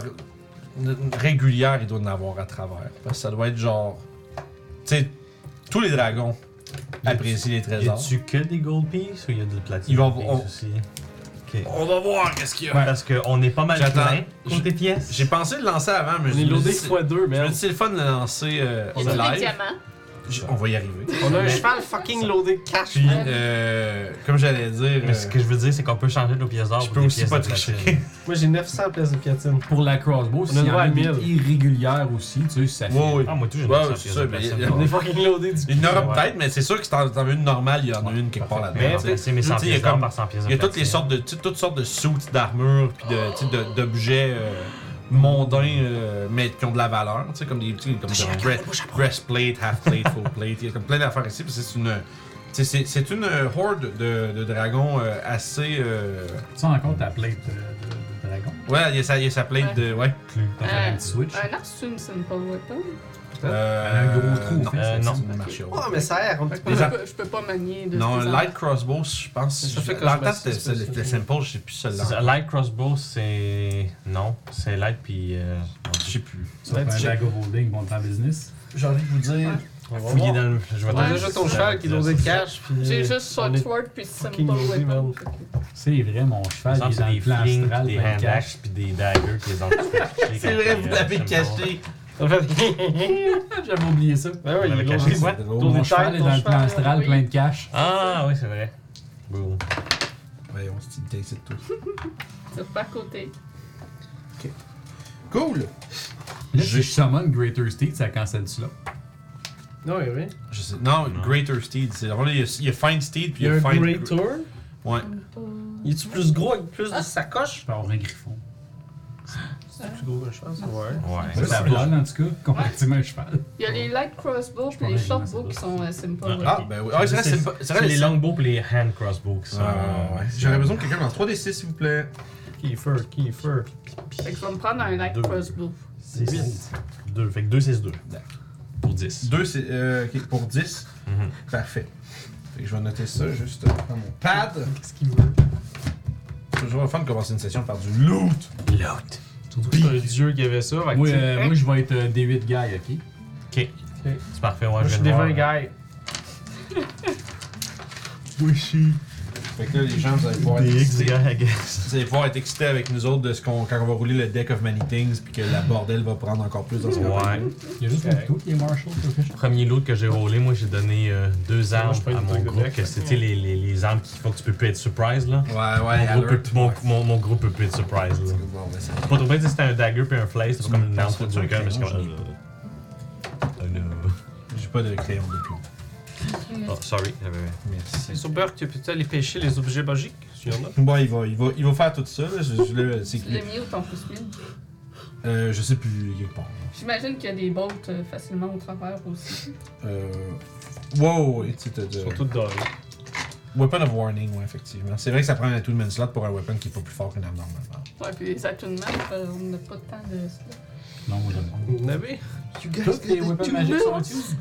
S1: une- une régulière, il doit en avoir à travers. Parce que ça doit être genre. Tu sais, tous les dragons apprécient les
S4: Y
S1: trésors.
S4: a-tu que des gold pieces ou y a du platine?
S1: Il va-
S4: piece
S1: on-
S4: aussi? Ok.
S1: On va voir qu'est-ce qu'il y a.
S4: Parce qu'on est pas mal
S1: J'attends.
S4: plein côté pièces.
S1: J'ai pensé le lancer avant, mais
S6: On
S1: je
S6: est
S1: me
S6: loadé
S1: dis, c'est-
S6: x 2,
S1: je me
S6: mais.
S1: dis, c'est le fun de le lancer euh,
S5: Y
S1: en
S5: a-tu des
S1: live.
S5: diamants?
S1: J- On va y arriver.
S6: On a un cheval fucking loadé cash.
S1: Puis, euh, comme j'allais dire, euh,
S4: Mais ce que je veux dire, c'est qu'on peut changer nos pièces d'or
S1: Je
S4: pour
S1: peux
S4: des
S1: aussi
S4: pièces
S1: pas
S4: de platine. Ben,
S1: tricher.
S6: Moi j'ai 900 pièces de platine.
S2: Pour la crossbow,
S6: a
S2: s'il y
S6: droit
S2: en
S6: à
S2: a des
S6: 1000.
S2: irrégulières aussi, tu sais, ça fait...
S1: Ouais, ouais.
S4: Ah, moi, tout, j'ai
S1: Ouais,
S4: 900
S1: ouais, c'est
S4: pièces
S1: ça,
S4: de
S1: mais
S4: platine.
S1: il y a-
S6: On est fucking loadé du
S1: Il y en aura
S4: Ouais.
S1: peut-être, mais c'est sûr que si t'en t'en veux une normale, il y en a une quelque part
S4: Mais
S1: là-dedans.
S4: c'est- c'est mes
S1: Tu sais,
S4: 100
S1: il y a
S4: pièces d'or
S1: comme-
S4: par 100 pièces de
S1: Il y a toutes les
S4: platine.
S1: sortes de tu- toutes sortes de suits d'armure puis de tu sais, de- d'objets euh, mondains euh, mais qui ont de la valeur, tu sais comme des petits comme des breast- breastplate, half plate, full plate, il y a comme plein d'affaires ici puis c'est une tu sais, c'est c'est une euh, horde de, de dragons euh, assez euh,
S2: Tu en compte ta plate de, de- de dragon.
S1: ouais, il y a sa il y a sa plate de ouais.
S2: T'as fait un petit switch.
S5: Un arc, c'est une simple weapon.
S1: Euh,
S2: Un gros trou,
S1: non,
S2: en fait,
S1: euh,
S2: ça,
S1: non,
S2: ça,
S1: ça
S2: ça.
S1: marche
S6: Oh,
S1: pas.
S6: mais ça erre, on
S5: Fait
S6: peut
S5: que
S1: Les
S5: moi,
S1: ar-
S5: je, peux, je peux pas manier de
S1: Non,
S5: ces
S1: light crossbow, je pense.
S6: Ça fait que
S1: dans
S6: je
S1: le
S6: me
S1: temps,
S6: suis
S1: c'était c'était- c'était
S6: spécialisé.
S1: simple, je sais plus
S4: C'est
S1: celle-là.
S4: ça, Light crossbow, c'est. Non, c'est light puis. euh,
S1: Je sais plus.
S2: Tu vas
S6: Ouais,
S2: faire un bag of holding, bon, en business.
S1: J'ai envie de vous dire.
S6: On va
S4: Fouiller
S6: voir.
S4: dans le. Je vais
S6: On
S4: t'en-
S6: a juste ton cheval qui est loadé cash. puis- euh,
S5: J'ai juste
S6: on
S5: short
S6: *laughs* est-
S5: sword puis simple
S6: fucking loadé,
S5: weapon.
S6: man.
S5: Fait que-
S2: C'est vrai, mon
S4: Il me
S2: cheval, il est
S4: semble que c'est
S2: dans le
S4: des
S2: plan
S4: flings,
S2: astral,
S4: des
S2: ben,
S4: hand
S2: cache.
S4: axe puis des daggers
S1: *laughs*
S4: que les autres
S1: C'est vrai, vous l'avez caché.
S6: En fait,
S2: *laughs* J'avais oublié ça.
S6: ben ouais,
S4: On
S6: il
S4: l'avait
S6: est
S4: caché,
S6: loadé
S4: quoi?
S6: quoi?
S1: C'est
S6: Tour
S1: drôle.
S6: des
S2: Mon cheval
S6: têtes,
S2: est
S6: ton
S2: dans le
S6: cheval,
S2: plan astral,
S5: oui.
S2: plein de cash.
S4: Ah, oui, c'est vrai. Boom.
S1: Voyons, c'est une tête de tout.
S5: C'est pas à côté.
S1: Cool!
S2: Là,
S1: J'ai-
S2: si je summon Greater Steed, ça cancelle-tu là?
S6: Non, oui, oui.
S1: Je sais. Non, Greater Steed. c'est- en fait, Il y, a- il y a Fine Steed puis il y a
S6: un
S1: Fine.
S6: Great Tour.
S1: Ouais.
S6: Il est-tu plus gros avec plus de sacoche
S2: Je peux avoir un griffon.
S6: C'est plus gros, je pense. Ouais.
S4: Ouais.
S2: Ça, ça vole, en tout cas, *laughs* comparativement à un cheval.
S5: Il y a les light crossbow puis
S2: Ouais,
S5: les
S2: j'ai
S5: short
S2: mis ça
S5: bow
S2: là.
S5: qui sont euh, simple
S4: Ah,
S5: weapon.
S1: Ah, ben oui. Ah, c'est vrai, c'est pas- c'est
S4: C'est
S1: vrai,
S4: les longbows pour les hand crossbows qui sont.
S1: Ah, ouais. J'aurais besoin de quelqu'un dans 3D6, s'il vous plaît.
S6: Kiefer, Kiefer.
S5: Fait que je vais me prendre un light
S4: Deux.
S5: crossbow.
S4: 6. 2. Fait que 2, 6, 2.
S1: D'accord.
S4: Pour 10.
S1: 2 c'est euh, ok, pour 10.
S4: Mhm.
S1: Parfait. Fait que je vais noter ça juste dans mon pad.
S6: Qu'est-ce qu'il veut?
S1: Toujours le fun de commencer une session par du loot.
S4: L'autre.
S6: Surtout que c'est un dieu qui avait ça. fait que
S2: Moi,
S6: tu sais,
S2: euh, moi, je vais être euh, D8 guy, ok?
S4: Ok. C'est parfait, ouais,
S6: Moi, je
S4: viens
S6: suis
S4: de
S6: des
S4: voir,
S6: 20 guys.
S4: Wishy.
S1: Fait que là, les gens, vous allez pouvoir être
S4: Des X,
S1: excités.
S4: I guess.
S1: Vous allez pouvoir être excités avec nous autres de ce qu'on quand on va rouler le deck of many things puis que la bordel va prendre encore plus dans son
S4: Ouais.
S3: Il y a juste
S6: Correct.
S3: un couteau qui est Marshall. qui est au
S4: Premier loot que j'ai roulé, moi j'ai donné euh, deux
S2: Moi,
S4: armes
S2: je prends
S4: à
S2: une
S4: mon
S2: truc de
S4: groupe.
S2: deck,
S4: que
S2: ouais.
S4: C'était les, les, les armes qui font que tu peux plus être surprise là.
S1: Ouais, ouais,
S4: mon, groupe,
S1: alert.
S4: peut- mon, mon, mon groupe peut plus être surprise là.
S1: Bon, ben, ça-
S4: Pas trop bête, c'était un dagger puis un flash, c'était pas
S1: Tu
S4: comme une
S1: me
S4: arme
S1: passes
S4: pour
S1: le
S4: tuer quelqu'un, mais c'est
S1: crayon,
S4: comme. Oh no.
S1: J'ai pas de crayon depuis.
S4: Oh, sorry. j'avais-
S6: C'est
S1: Merci.
S6: super que tu peux aller pêcher les objets magiques, s'il y en a.
S1: Bon, il va, il va, il va faire tout ça. Là. Je, je le- c'est-
S5: Tu l'as mis où ton plus mille?
S1: euh, je sais plus quelque part.
S5: J'imagine qu'il y a des bolts euh, facilement au travers aussi. *laughs*
S1: Euh... Wow, et tu te
S6: Ils sont tous dorés.
S1: Weapon of Warning, ouais, effectivement. C'est vrai que ça prend un two-man slot pour un weapon qui est pas plus fort qu'une arme normalement.
S5: Ouais, puis les attunements, euh, on n'a pas tant de
S2: Non, moi j'aime pas.
S6: Vous en avez
S3: Toutes les weapons magiques sont utilisées.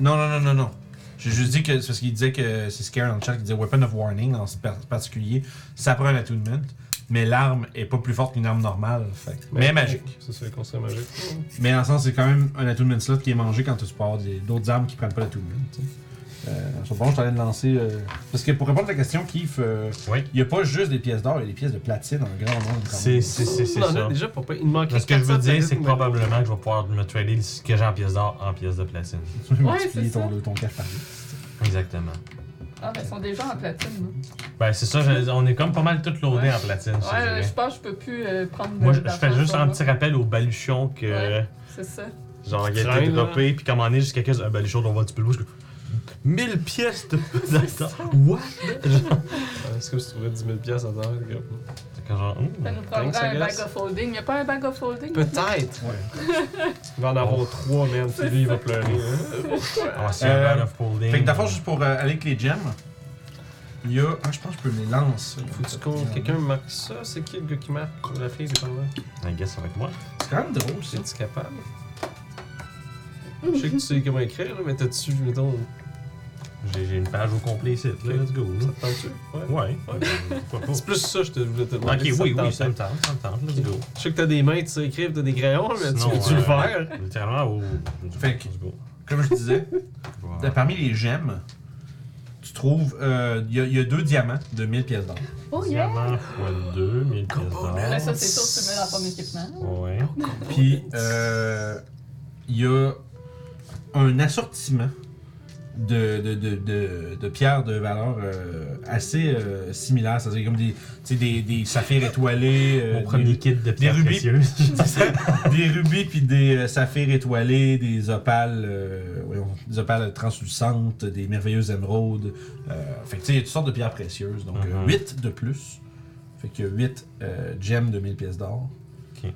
S1: Non, non, non, non, non. J'ai juste dit que c'est parce qu'il disait que c'est Scare dans le chat qui disait Weapon of Warning en par- particulier. Ça prend un attunement, mais l'arme est pas plus forte qu'une arme normale. Fait. que- Mais magique.
S6: Ça, c'est le conseil magique.
S1: Mais dans le sens, c'est quand même un attunement slot qui est mangé quand tu pars des- d'autres armes qui prennent pas l'attunement. tu sais. Euh, sur bon, je t'allais de lancer. euh, Parce que pour répondre à ta question, Keith, euh, il
S4: Oui.
S1: y a pas juste des pièces d'or, il y a des pièces de platine en grand nombre. quand
S4: C'est
S1: même. *laughs*
S4: c'est- c'est- c'est
S6: On en a
S4: ça.
S6: déjà pour pas. Il manquait
S4: Ce que je veux
S6: 400
S4: dire, c'est que
S6: mais-
S4: probablement que je vais pouvoir me trader ce que j'ai en pièces d'or en pièces de platine.
S1: Tu peux
S5: Ouais,
S1: multiplier
S5: c'est ça.
S1: ton, ton cash par deux.
S4: Exactement.
S5: Ah, ben, ils sont déjà en platine. hein.
S4: Ben c'est ça, je- on est comme pas mal tout loadé
S5: Ouais.
S4: en platine,
S5: hein.
S4: je te
S5: Ouais,
S4: dirais.
S5: je pense que je peux plus euh, prendre
S4: Moi, je, je
S5: d'argent
S4: fais
S5: à
S4: juste
S5: ça,
S4: un
S5: là.
S4: petit euh, rappel au baluchon que
S5: Ouais. C'est ça.
S4: genre il a été
S6: Traîne, là.
S4: droppé, puis comme on est jusqu'à quelqu'un, un baluchon dont on voit un petit peu le bout, je suis comme, 1000 pièces
S5: *laughs*
S4: de D'accord. What? Genre,
S6: Ouais, C'est comme si tu trouvais 10 000 piastres à terre. le gars.
S4: C'est comme genre, hmm.
S5: Ça nous prendrait
S6: Thanks, I
S5: un bag
S6: guess.
S5: of holding. Il n'y a pas un bag of holding?
S6: Peut-être.
S1: Ouais.
S6: *laughs* Il va en avoir 3, man. Puis lui, il va pleurer. hein.
S4: Ah, c'est
S1: Euh,
S4: un bad of holding.
S1: Fait que d'abord, juste pour euh, aller avec les gems, il y a. Ah, je pense que je peux me les lancer.
S6: Faut que tu comptes. Quelqu'un marque ça. C'est qui le gars qui marque Ou la fille, dépendant.
S4: I guess avec moi.
S1: C'est quand même drôle, ça.
S6: Es-tu capable
S4: *laughs*
S6: Je sais que tu sais comment écrire, là, mais t'as-tu, mettons,
S4: J'ai j'ai une page au complet ici. Là, let's go. là.
S6: ça te tente-tu Ouais.
S4: Ouais. Pourquoi *laughs* pas?
S6: C'est plus ça, je te voulais te demander.
S4: Ok,
S6: si ça
S4: oui,
S6: te
S4: oui,
S6: tente.
S4: ça me tente, ça me tente. Let's go.
S6: Je sais que t'as des mains, tu sais écrire, t'as des crayons,
S1: *laughs*
S6: mais
S4: Sinon,
S6: tu peux-tu le
S4: euh,
S6: faire
S4: Littéralement, au.
S1: Fait que-
S4: Let's go.
S1: Comme je disais,
S4: Voilà.
S1: euh, parmi les gemmes, tu trouves. euh, Il y a- il y, a deux diamants de 1000 pièces d'or.
S5: Oh yeah!
S4: Diamant x 2, 1000 pièces d'or.
S5: Là, ça, c'est sûr que tu le mets dans ton équipement.
S4: Ouais.
S1: Puis, euh, il y a un assortiment de, de, de, de, de pierres de valeur euh, assez euh, similaire. C'est-à-dire comme des, tu sais, des, des saphirs étoilés. euh,
S4: Mon
S1: des-
S4: premier kit de pierres
S1: rubis.
S4: précieuses.
S1: *laughs* des rubis puis des euh, saphirs étoilés, des opales, euh, voyons, des opales translucentes, des merveilleuses émeraudes. Euh, fait que tu sais, il y a toutes sortes de pierres précieuses. Donc
S4: Mhm.
S1: 8 de plus. Fait que 8 euh, gemmes de 1000 pièces d'or.
S4: Ok.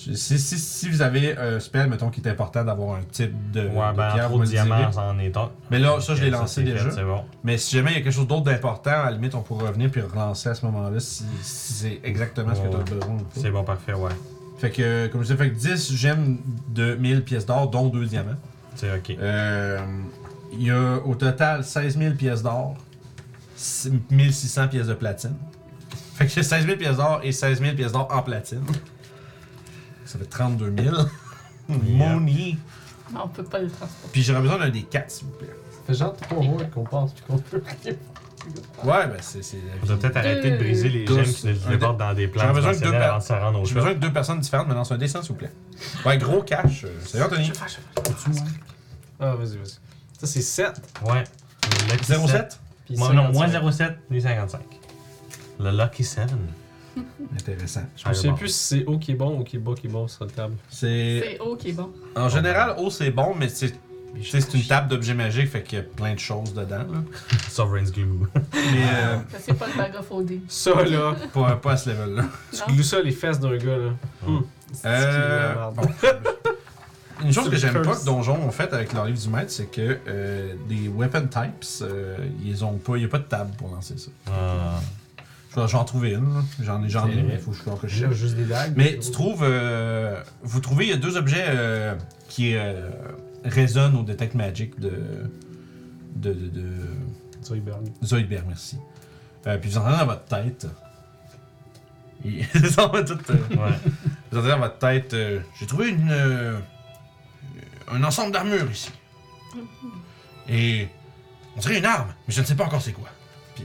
S1: Si, si, si vous avez un spell, mettons, qui est important d'avoir un type de,
S4: Ouais,
S1: de
S4: ben,
S1: pierre,
S4: trop
S1: vous
S4: de
S1: me le direz.
S4: diamants, ça en est un.
S1: Mais là, ça, je l'ai
S4: Ok,
S1: lancé
S4: c'est
S1: déjà.
S4: fait, C'est bon.
S1: Mais si jamais il y a quelque chose d'autre d'important, à la limite, on pourra revenir puis relancer à ce moment-là si, si c'est exactement ce que tu as
S4: Ouais.
S1: besoin. ou pas.
S4: C'est bon, parfait, ouais.
S1: Fait que, euh, comme je disais, fait que 10 gemmes de 1000 pièces d'or, dont 2 diamants.
S4: C'est ok.
S1: Euh, Il y a au total 16 000 pièces d'or, 1600 pièces de platine. Fait que j'ai 16 000 pièces d'or et 16 000 pièces d'or en platine. Ça fait 32 000. Money.
S5: Non, on peut pas le transporter.
S1: Puis j'aurais besoin d'un des 4, s'il vous plaît.
S6: Ça fait genre 3 mois qu'on pense, puis qu'on peut.
S1: Ouais, ben c'est c'est la
S4: On doit
S1: vie.
S4: peut-être arrêter de briser les
S1: Tous.
S4: gemmes qui nous
S1: Un
S4: débordent dans des plans
S1: J'aurais besoin de
S4: dimensionnels
S1: deux pa-
S4: avant de se rendre au
S1: J'ai
S4: shop.
S1: besoin de deux personnes différentes, mais lance un dessin, s'il vous plaît. Ouais, gros cash. Euh, Salut Anthony.
S2: hein.
S6: Ah, vas-y, vas-y. Ça, c'est 7.
S4: Ouais. Le Lucky
S1: 07
S6: Puis
S4: Moi, non, moins
S6: 55.
S4: 07, lui 55. Le Lucky 7.
S1: Intéressant.
S6: Je sais plus si c'est haut qui est bon ou qui est bas qui est bon sur le table.
S1: C'est.
S5: C'est haut qui est bon.
S1: En général, haut c'est bon, mais c'est tu sais, c'est une table d'objets magiques, fait qu'il y a plein de choses dedans. là.
S4: Sovereign's Glue. *laughs*
S1: Mais euh,
S5: Ça, c'est pas le bag of
S6: *laughs*
S5: holding.
S6: Ça, là,
S1: pas, pas à ce *laughs* level-là.
S6: tu
S5: Non.
S6: gloues ça les fesses d'un gars, là. Hum. Ah. C'est
S1: Euh,
S6: la merde.
S1: bon. *laughs* Une chose
S6: C'est
S1: que
S6: le
S1: j'aime pas
S6: curse.
S1: que Donjon ont fait avec leur livre du maître, c'est que euh, des weapon types, euh, ils ont pas, y a pas de table pour lancer ça.
S4: Ah.
S1: Je vais j'en trouver une, là. j'en ai, j'en ai,
S6: C'est-
S1: mais faut que je faut que je
S6: J'ai
S1: cherche.
S6: juste des dagues.
S1: Mais tu trouves, euh, vous trouvez, il y a deux objets euh, qui euh, résonnent au Detect Magic de, de, de, de
S6: Tu hibernes.
S1: Zoidberg, merci. Euh, puis vous entendez dans votre tête. Et- *laughs* ça va tout, euh,
S4: Ouais.
S1: vous entendez dans votre tête. euh, J'ai trouvé une, euh, un ensemble d'armures ici. Et On dirait une arme, mais je ne sais pas encore c'est quoi. Puis,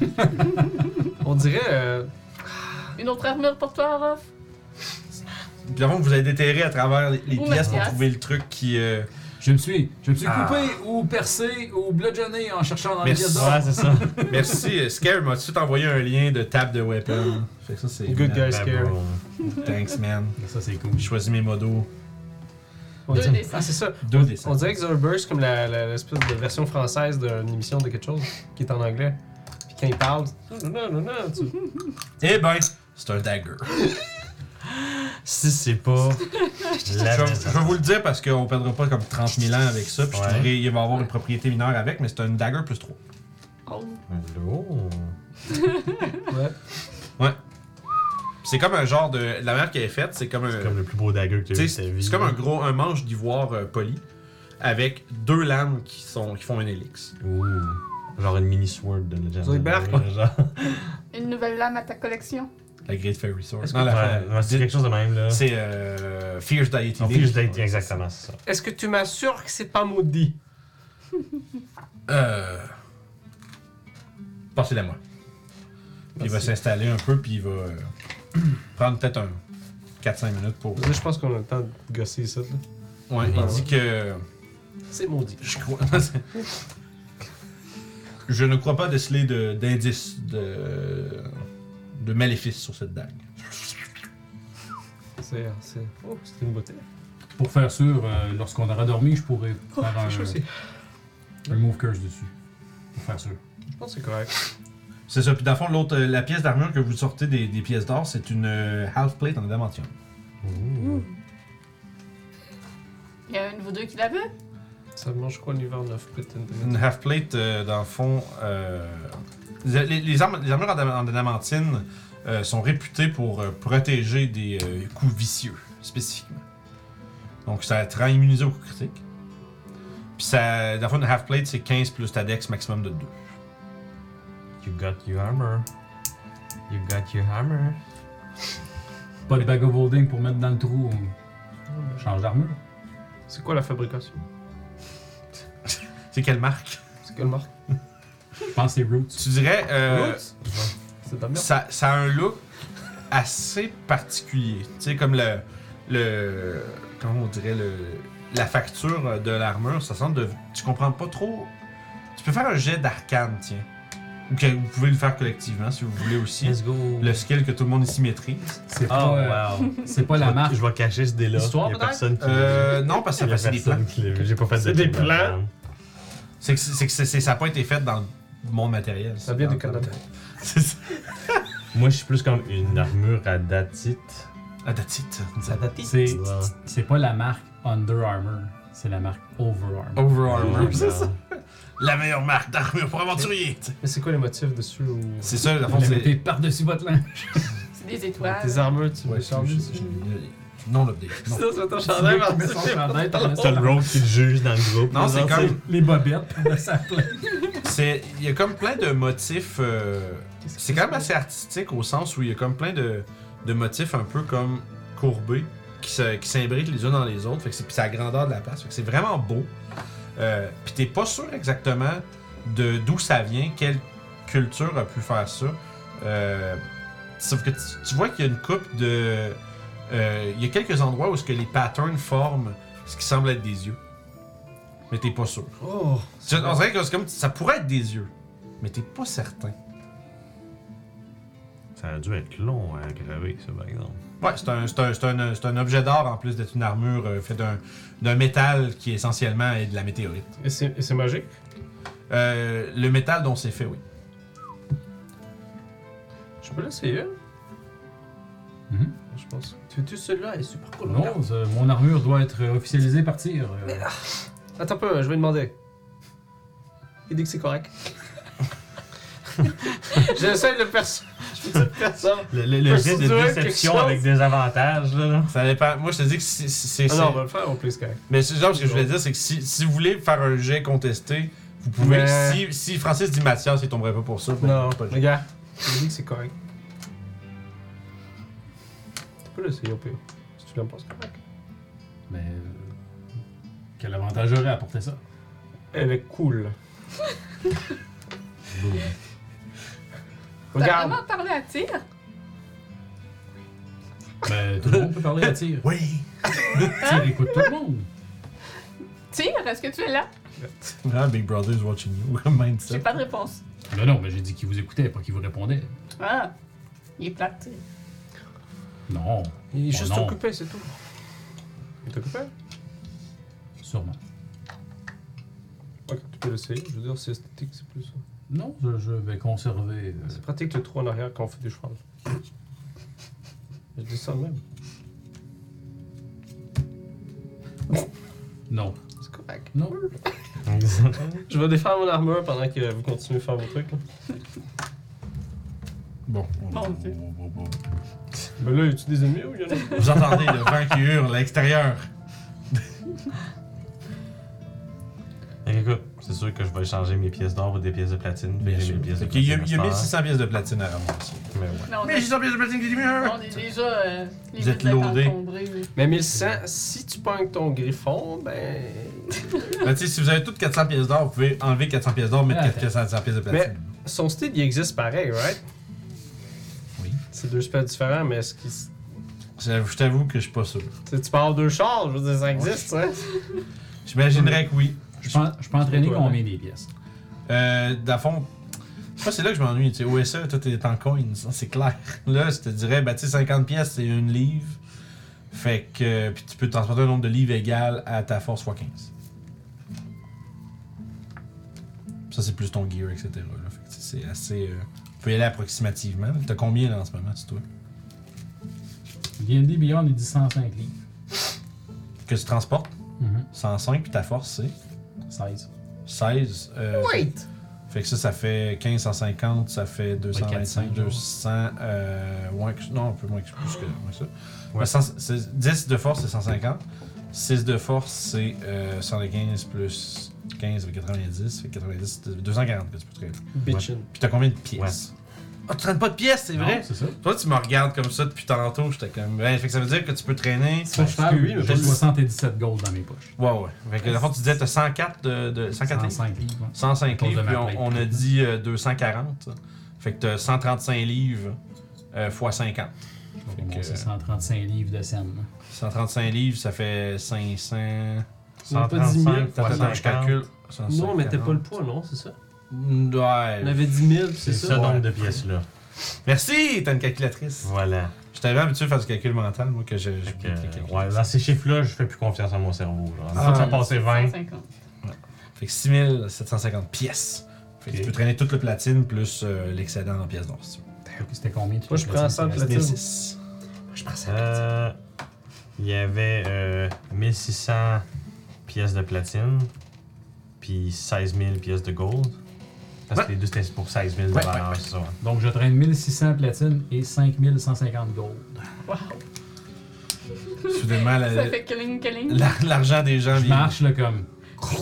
S1: euh,
S6: On dirait. euh,
S5: Une autre armure pour toi, Orof?
S1: puis avant, vous avez déterré à travers les, les
S5: Ou
S1: pièces pour
S5: Mathias.
S1: trouver le truc qui. euh,
S2: Je me suis, je me suis
S1: Ah.
S2: coupé ou percé ou bludgeonné en cherchant dans les
S1: Merci.
S2: pièces d'or.
S4: Ouais, c'est ça.
S1: Merci, euh, Scare m'a tout de suite envoyé un lien de table de weapon. Fait que ça, c'est.
S6: Good guy.
S1: Man,
S6: scare.
S4: bro.
S1: Thanks, man.
S2: Ça, c'est cool.
S1: J'ai choisi mes modos.
S6: on
S5: Deux
S6: dirait-
S5: des
S6: Ah, c'est ça.
S1: Deux des
S6: On dirait que Zerber, c'est comme la- la- l'espèce de version française d'une émission de quelque chose qui est en anglais. Puis quand il parle, non, non, non, non, tu- *laughs*
S1: Eh ben, c'est un dagger.
S4: Si c'est pas.
S1: *laughs*
S4: la-
S1: Je, je vais vous le dire parce qu'on perdra pas comme 30 000 ans avec ça. Puis je
S4: Ouais.
S1: trouverai, il va avoir une propriété mineure avec, mais c'est un dagger plus 3.
S5: Oh.
S4: Hello.
S6: Ouais.
S1: C'est comme un genre de. La manière qu'elle est faite, c'est comme un.
S4: C'est comme le plus beau dagger que
S1: Euh, tu
S4: tu as
S1: sais,
S4: eu de ta vie.
S1: C'est comme un gros un manche d'ivoire euh, poli avec deux lames qui, sont, qui font un élix.
S4: Ouh. Genre une mini sword de Legend.
S6: Zoidberg, quoi.
S4: Genre.
S5: Une nouvelle lame à ta collection.
S1: La Great Fairy Sword.
S6: Est-ce
S1: Non, la
S4: Ouais, ouais, c'est quelque chose de même, là.
S1: C'est euh, Fierce Deity.
S4: On fiche d'être exactement c'est ça.
S6: Est-ce que tu m'assures que c'est pas maudit
S1: Euh... Passez-la moi. Puis il va s'installer un peu, puis il va euh, *clears throat* prendre peut-être un 4-5 minutes pour.
S6: Là, Je pense qu'on a le temps de gosser ça. là.
S1: Ouais, il dit que.
S6: C'est maudit.
S1: Je crois. Je ne crois pas déceler de- d'indices de, de maléfice sur cette dague.
S6: C'est c'est- oh, c'est une beauté.
S2: Pour faire sûr, euh, lorsqu'on aura dormi, je pourrais
S6: Oh,
S2: faire
S6: c'est chaud aussi.
S2: un, un move curse dessus. Pour faire sûr.
S6: Je pense que c'est correct.
S1: C'est ça. Puis dans le fond, l'autre, euh, la pièce d'armure que vous sortez des, des pièces d'or, c'est une euh, half plate en adamantium.
S5: Il y a un de vous deux qui la veut?
S6: Ça mange je crois, l'hiver 9 prétendant.
S1: Une half plate, euh, dans le fond, euh, les, les- les armes- les armures en, adam- en adamantine euh, sont réputées pour euh, protéger des euh, coups vicieux, spécifiquement. Donc ça te rend immunisé aux coups critiques. Puis ça, dans le fond, une half plate, c'est 15 plus ta dex maximum de 2.
S4: You got your hammer. You got your hammer.
S2: Pas de bag of holding pour mettre dans le trou. On change d'armure.
S6: C'est quoi la fabrication
S1: C'est quelle marque
S6: C'est quelle marque
S2: Je pense que c'est Roots.
S1: Tu dirais. euh,
S6: C'est de la merde.
S1: ça, ça a un look assez particulier. Tu sais, comme le. le comment on dirait le, La facture de l'armure, ça semble de. Tu comprends pas trop. Tu peux faire un jet d'arcane, tiens. Ou que vous pouvez le faire collectivement si vous voulez aussi.
S4: go.
S1: Le skill que tout le monde ici maîtrise.
S2: C'est
S4: Oh,
S2: pas, euh,
S4: wow.
S2: c'est pas la marque.
S4: Je vais cacher ce dé-là.
S2: Histoire,
S4: Il y a
S2: peut-être?
S4: personne qui
S1: Euh, non, parce que
S4: Il
S1: ça
S4: y
S1: passait
S4: a
S1: des plans.
S4: personne qui l'a vu. J'ai pas fait
S6: C'est
S4: de
S6: des
S4: tir d'arcane.
S1: C'est que, c'est- c'est que c'est- c'est- ça n'a pas été fait dans le monde matériel.
S6: Ça vient du Canada.
S1: *laughs* C'est ça.
S4: Moi, je suis plus comme une armure à datite.
S1: Ah, that's it.
S2: C'est, c'est pas la marque Under Armour. C'est la marque Over Armour.
S1: Over armor.
S6: *laughs*
S4: Ouais,
S1: c'est ça. La meilleure marque d'armure pour aventurier. tu sais.
S6: Mais c'est quoi les motifs dessus ou...
S1: C'est ça, la
S2: Vous
S1: force.
S2: la
S1: c'est-
S2: mettez par-dessus votre linge.
S5: C'est des étoiles.
S6: Tes armures, tu
S1: Ouais,
S6: veux
S1: c'est
S6: changer
S1: je- je- je- Non, l'update. non.
S6: Sinon, c'est ton
S2: Tu *laughs* veux
S6: chandail
S2: qu'il mette son
S6: par-dessus.
S2: chandail par-dessus?
S4: T'as le rogue qui le juge dans le groupe.
S1: Non, c'est comme.
S2: *laughs* Les bobettes de sa plaie.
S1: c'est- Il y a comme plein de motifs. euh, C'est quand même assez artistique au sens où il y a comme plein de, de motifs un peu comme courbés qui se- qui s'imbriquent les uns dans les autres. Fait que c'est puis c'est la grandeur de la place. Fait que c'est vraiment beau. Euh, puis t'es pas sûr exactement de d'où ça vient, quelle culture a pu faire ça. Euh, sauf que tu, tu vois qu'il y a une coupe de. euh, Il y a quelques endroits où ce que les patterns forment ce qui semble être des yeux. Mais t'es pas sûr.
S6: Oh,
S1: Tu- on dirait que c'est comme, ça pourrait être des yeux, mais t'es pas certain.
S4: Ça a dû être long à graver, ça, par exemple.
S1: Ouais, c'est un, c'est un- c'est un- c'est un objet d'art en plus d'être une armure euh, faite d'un, d'un métal qui essentiellement est de la météorite.
S6: et c'est et c'est magique
S1: Euh, le métal dont c'est fait, oui.
S6: Je peux l'essayer
S2: Mhm.
S6: Je pense. Tu veux-tu celui-là? Il est super cool. regarde.
S2: Non, ça- mon armure doit être euh, officialisée par tir. Euh,
S6: Attends un peu, je vais demander. Il dit que c'est correct. J'essaie de le perso. Je peux-tu le perso.
S4: Le, le, le jet
S6: Peux-tu dire
S4: de déception
S6: quelque chose?
S4: avec des avantages, *laughs* là.
S1: Ça dépend. Moi, je te dis que c'est. c'est- c'est-
S6: Ah non, on va le faire au plus correct.
S1: Mais ben, c'est genre ce que je voulais dire, c'est que si, si vous voulez faire un jet contesté, vous pouvez.
S6: Mais-
S1: Si, si Francis dit Mathias, il tomberait pas pour ça. mais
S6: Non,
S1: pas de-
S6: regarde. Il dit que c'est correct. Tu peux l'essayer au pire. Si tu l'aimes pas, c'est correct.
S2: Mais euh, quel avantage j'aurais à porter ça?
S5: *laughs*
S6: Elle est cool.
S4: Boum.
S5: T'as
S6: Regarde.
S5: vraiment parlé à tir?
S2: Ben, tout le monde peut parler à tir.
S4: Oui!
S2: Tir écoute tout le monde.
S5: Tir, est-ce que tu es là?
S1: Ah, Big Brother is watching you. *laughs*
S5: J'ai
S1: Mindset.
S5: pas de réponse.
S2: Ben non, mais j'ai dit qu'il vous écoutait, pas qu'il vous répondait.
S5: Ah, il est plate, Tyr.
S2: Non,
S6: Il est
S2: Oh
S6: juste
S2: non.
S6: occupé, c'est tout. Il est occupé?
S2: sûrement.
S6: Ok, tu peux l'essayer. Je veux dire, c'est esthétique, c'est plus. euh,
S2: Non, je, je vais conserver. euh,
S6: C'est pratique de trou en arrière quand on fait du cheval. Je dis ça de même.
S2: Non,
S6: C'est correct.
S2: non.
S6: Je vais défaire mon armure pendant que vous continuez à faire vos trucs. là.
S1: Bon.
S5: Mon Dieu.
S6: Mais là, y a-tu des ennemis ou y en a?
S1: Vous entendez le vent qui hurle à l'extérieur.
S4: Fait que, écoute, c'est sûr que je vais échanger mes pièces d'or pour des pièces de platine.
S1: Bien
S4: J'ai
S1: sûr.
S4: mes pièces de
S1: Fait qu'il y a-
S4: platine
S1: Il y a
S4: à
S1: 1600 pièces de platine à ramasser.
S4: ce temps. Mais ouais.
S5: Non, on est,
S1: 1600 pièces de platine qui est
S5: on est déjà euh, les
S1: Vous êtes
S5: êtes
S1: loadés.
S5: encombrés. oui.
S6: Mais 1100, si tu pognes ton griffon, ben.
S1: Ben, tu sais, si vous avez toutes 400 pièces d'or, vous pouvez enlever 400 pièces d'or, mettre
S2: Ah,
S1: 400 pièces de platine.
S6: Son style, il existe pareil, right?
S1: Oui.
S6: C'est deux spells différents, mais est-ce qu'il. s-
S1: Je je t'avoue que je suis pas sûr.
S6: Tu sais, tu parles deux chars, je veux dire, ça existe, hein?
S1: J'imaginerais que oui.
S2: Je peux, je peux entraîner
S6: Toi, hein.
S2: combien des pièces?
S1: Euh, dans le fond, je sais pas, c'est là que je m'ennuie. Tu sais, OSA, tout est en coins, ça, c'est clair. Là, je te dirais, bah, tu sais, 50 pièces, c'est une livre. Fait que, euh, puis tu peux transporter un nombre de livres égal à ta force x 15. Ça, c'est plus ton gear, etc. là. Fait que, tu sais, c'est assez. euh, tu peux y aller approximativement. T'as combien là, en ce moment, c'est toi
S2: D&D Beyond est 105 livres.
S1: Que tu transportes Mm-hmm. 105, puis ta force, c'est
S2: 16.
S1: 16. euh,
S6: Wait!
S1: Fait que ça, ça fait 1550, ça fait 225,
S2: 400,
S1: 200, euh, moins que, non, un peu moins que, plus que, moins que ça. Mais cent- c'est- 10 de force, c'est 150. 6 de force, c'est euh, 115 plus 15, ça fait 90. Ça fait 90, c'est 240 que tu peux traîner.
S6: Bitchin.
S1: Puis t'as combien de pièces? Ah, tu traînes pas de pièces, c'est vrai?
S2: Non, C'est ça.
S1: Toi, tu me regardes comme ça depuis tantôt, j'étais comme, ben, fait que ça veut dire que tu peux traîner.
S2: Pas cher,
S6: oui, mais
S2: j'ai
S1: pas-
S2: 77 gold dans mes poches.
S1: Ouais, ouais. Fait que, la fois, tu disais, t'as 104 de, de 104 livres.
S2: 105 livres. hein.
S1: 105
S2: Cause de
S1: livres,
S2: ma
S1: puis on,
S2: plaie.
S1: on a dit euh, 240. Fait que t'as 135 livres euh, fois 50.
S2: Je vais
S1: Fait que-
S2: remonter 135 livres de scène. hein.
S1: 135 livres, ça fait 500.
S6: On pas 10 000.
S4: 135
S1: T'as
S4: fois
S1: fait un
S4: 50.
S1: calcul.
S6: Non, mais t'as pas le poids, non? C'est ça?
S1: Mm,
S6: On
S1: Ouais.
S6: avait 10 000, c'est
S4: C'est ce
S6: ça?
S1: ouais.
S4: nombre de pièces-là.
S1: Merci, t'as une calculatrice.
S4: Voilà.
S1: Je t'avais habitué à faire du calcul mental, moi, que je. je-
S4: Fait que, ouais, dans ces chiffres-là, je fais plus confiance à mon cerveau. Genre.
S1: Ah.
S4: Ah, ça passait 20.
S5: 150.
S1: Fait que 6750 pièces. Fait que
S2: Ok.
S1: tu peux traîner toute le platine plus euh, l'excédent en pièces d'or, si tu veux.
S2: C'était combien? tu
S6: Moi, je
S2: fais,
S6: prends
S2: Platine,
S6: ça en
S2: Sébastien?
S6: platine.
S1: 1006.
S4: Euh, Il y avait euh, 1600 pièces de platine, puis 16 000 pièces de gold. Parce que les deux c'était pour 16 000
S1: Ouais,
S4: dollars, c'est ça.
S2: Donc, je traîne 1600 platine et 5150 gold.
S1: Soudainement, la-
S5: Ça fait cling cling.
S1: Euh, la- l'argent des gens
S2: Je
S1: vient.
S2: marche là comme.
S4: Fait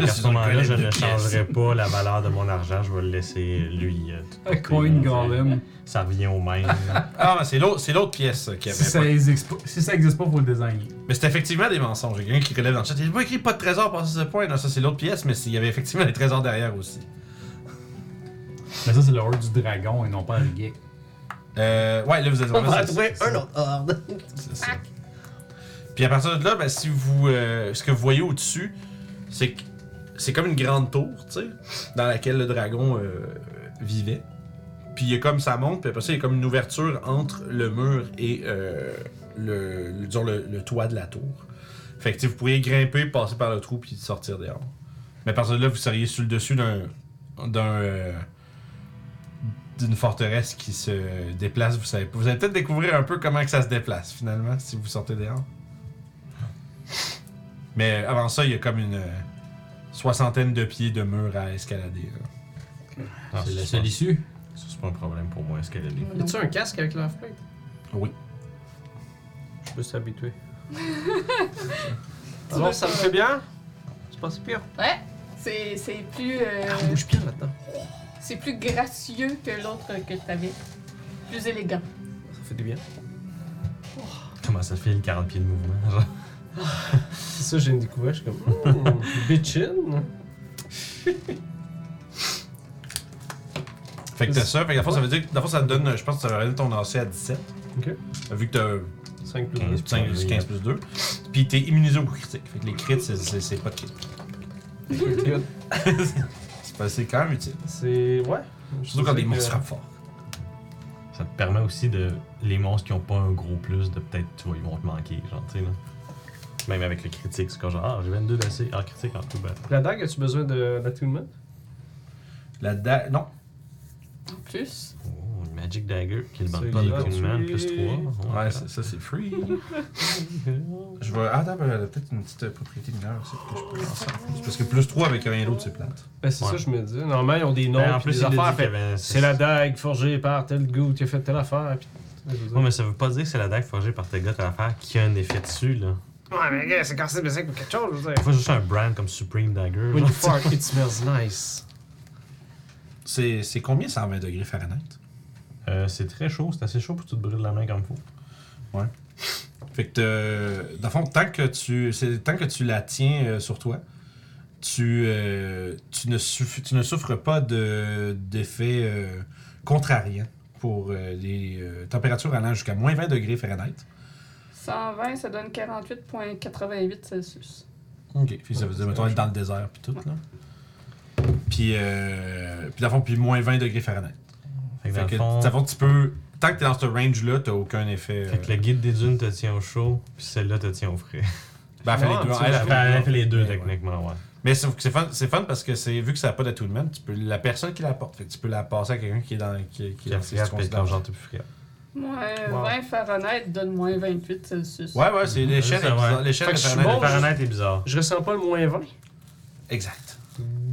S4: qu'à
S1: Juste
S4: ce
S1: une
S4: moment-là,
S1: colonne
S4: je
S1: de
S4: ne
S1: pièces.
S4: changerai pas la valeur de mon argent, je vais le laisser lui. euh, tout
S2: Un
S4: porter,
S2: coin
S4: là,
S2: golem.
S4: c'est- Ça revient au
S2: *laughs*
S4: même. là.
S1: Ah, mais c'est l'autre c'est l'autre pièce euh, qu'il y
S2: Si
S1: avait.
S2: ça
S1: pas.
S2: existe pas, si ça existe pas, faut le désigner.
S1: Mais c'est effectivement des mensonges. Il y a quelqu'un qui relève dans le chat. Il dit Moi, écrit pas de trésor pour ce point. Non, ça, c'est l'autre pièce, mais c'est- il y avait effectivement des trésors derrière aussi.
S2: Mais ça, c'est le horde du dragon et non pas le geek.
S1: Euh, ouais, là, vous êtes
S6: On va
S1: vraiment.
S6: trouver un autre horde.
S1: c'est ça. Puis à partir de là, ben, si vous, euh, ce que vous voyez au-dessus, c'est que c'est comme une grande tour, tu sais, dans laquelle le dragon euh, vivait. Puis il y a comme ça monte, puis après ça, il y a comme une ouverture entre le mur et euh, le, le- disons, le, le toit de la tour. Fait que tu sais, vous pourriez grimper, passer par le trou, puis sortir dehors. Mais à partir de là, vous seriez sur le dessus d'un. d'un. euh, d'une forteresse qui se déplace, vous savez pas. Vous allez peut-être découvrir un peu comment que ça se déplace, finalement, si vous sortez dehors. Mais avant ça, il y a comme une euh, soixantaine de pieds de mur à escalader. là.
S4: Non,
S2: C'est la
S4: ça,
S2: seule issue.
S4: ça, c'est pas un problème pour moi, escalader.
S5: Non.
S6: As-tu un casque avec la plate?
S1: Oui.
S6: Je peux *laughs* s'habituer.
S5: Tu veux
S6: Alors, ça me
S5: pas-
S6: fait bien? C'est pas si pire.
S5: Ouais, c'est c'est plus, euh,
S6: Ah, on bouge bien là-dedans.
S5: c'est plus gracieux que l'autre que t'avais. Plus élégant.
S6: Ça fait du bien.
S4: Comment ça fait le 40 pieds de mouvement? genre? *laughs*
S6: C'est ça, j'ai une découverte. Je suis comme, hmm, bitchin.
S1: Fait que t'as ça. Fait que la fois, ça veut dire que dans le fond, ça te donne. Je pense que ça va donner ton AC à 17.
S6: Ok.
S1: Vu que
S6: 5 plus 2.
S4: Quinze.
S1: t'as 15, 15 plus 2. Puis t'es immunisé aux coups critiques. Fait que les crits, c'est- c'est c'est pas de critiques. *laughs* C'est pas- C'est quand même utile.
S6: C'est. Ouais.
S1: Surtout quand
S6: C'est
S1: des
S6: que-
S1: monstres frappent fort.
S4: Ça te permet aussi de. Les monstres qui ont pas un gros plus, de peut-être, tu vois, ils vont te manquer, genre, tu sais, là. Même avec le critique, c'est comme genre, ah, j'ai 22 d'AC, ah, critique, ah, tout bête.
S6: La dague, as-tu besoin de- d'attunement
S1: La da... Non.
S5: En plus.
S4: Oh, une Magic Dagger qui ne
S6: C'est
S4: bande pas de
S6: gratuit.
S4: Command, plus 3.
S1: Ouais, ça, ça, c'est free. Je vais. Ah, attends, ben, elle a peut-être une petite euh, propriété mineure aussi que je peux lancer en plus. Parce que plus 3 avec rien d'autre, c'est plate.
S6: Ben, c'est
S4: Ouais.
S6: ça, je me dis. Normalement, ils ont des noms.
S4: Non, en
S6: puis
S4: plus,
S6: des
S4: il
S6: affaires.
S4: affaires,
S6: fait- C'est la dague forgée par tel goût qui a fait telle affaire. Puis...
S4: Non, mais ça veut pas dire que c'est la dague forgée par tes gars de l'affaire qui a un effet dessus, là.
S6: Ouais, mais gars, c'est quand c'est basique pour quelque chose, je veux
S4: Des fois, juste un brand comme Supreme Dagger.
S6: When
S4: genre.
S6: you fart, it smells nice.
S1: C'est c'est combien 120 degrés Fahrenheit?
S4: Euh, c'est très chaud, c'est assez chaud pour que tu te brûles la main comme faut.
S1: Fait que, euh, dans le fond, tant que tu, c'est- tant que tu la tiens euh, sur toi, tu, euh, tu, ne souff- tu ne souffres pas de- d'effets euh, contrariants pour euh, les euh, températures allant jusqu'à moins 20 degrés Fahrenheit.
S5: 120, ça donne 48,88 Celsius.
S1: OK. Fait que ça veut dire, mettons, être dans le désert, puis tout, là. Puis, euh, puis dans le fond, puis moins 20 degrés Fahrenheit.
S4: Fait que, dans
S1: Fait que,
S4: le fond,
S1: dans le fond, tu peux... Tant que t'es dans ce range-là, t'as aucun effet... euh,
S4: fait que le guide des dunes te tient au chaud, puis celle-là te tient au frais.
S1: Ben, elle fait les
S6: Ouais,
S1: deux.
S6: tu
S1: elle,
S6: vois,
S4: *laughs*
S1: elle
S4: Elle fait- elle fait les deux,
S1: Ouais, ouais.
S4: techniquement, ouais.
S1: Mais c'est c'est fun, c'est fun parce que c'est vu que ça n'a pas d'attunement, tu peux la personne qui la porte, fait que tu peux la passer à quelqu'un qui est dans qui, qui
S4: Qui a
S1: si tu
S4: friable, puis
S1: considères.
S4: comme genre, t'es plus friable.
S5: Moins
S6: Wow.
S5: 20 Fahrenheit donne moins 28 Celsius.
S1: Ouais ouais, c'est l'échelle
S4: Ouais, ça,
S1: est bizarre,
S4: ouais.
S1: l'échelle
S6: Fait
S1: de
S6: que je suis
S1: Fahrenheit-
S6: bon,
S4: Le Fahrenheit est bizarre.
S6: Je ressens pas le moins 20.
S1: Exact.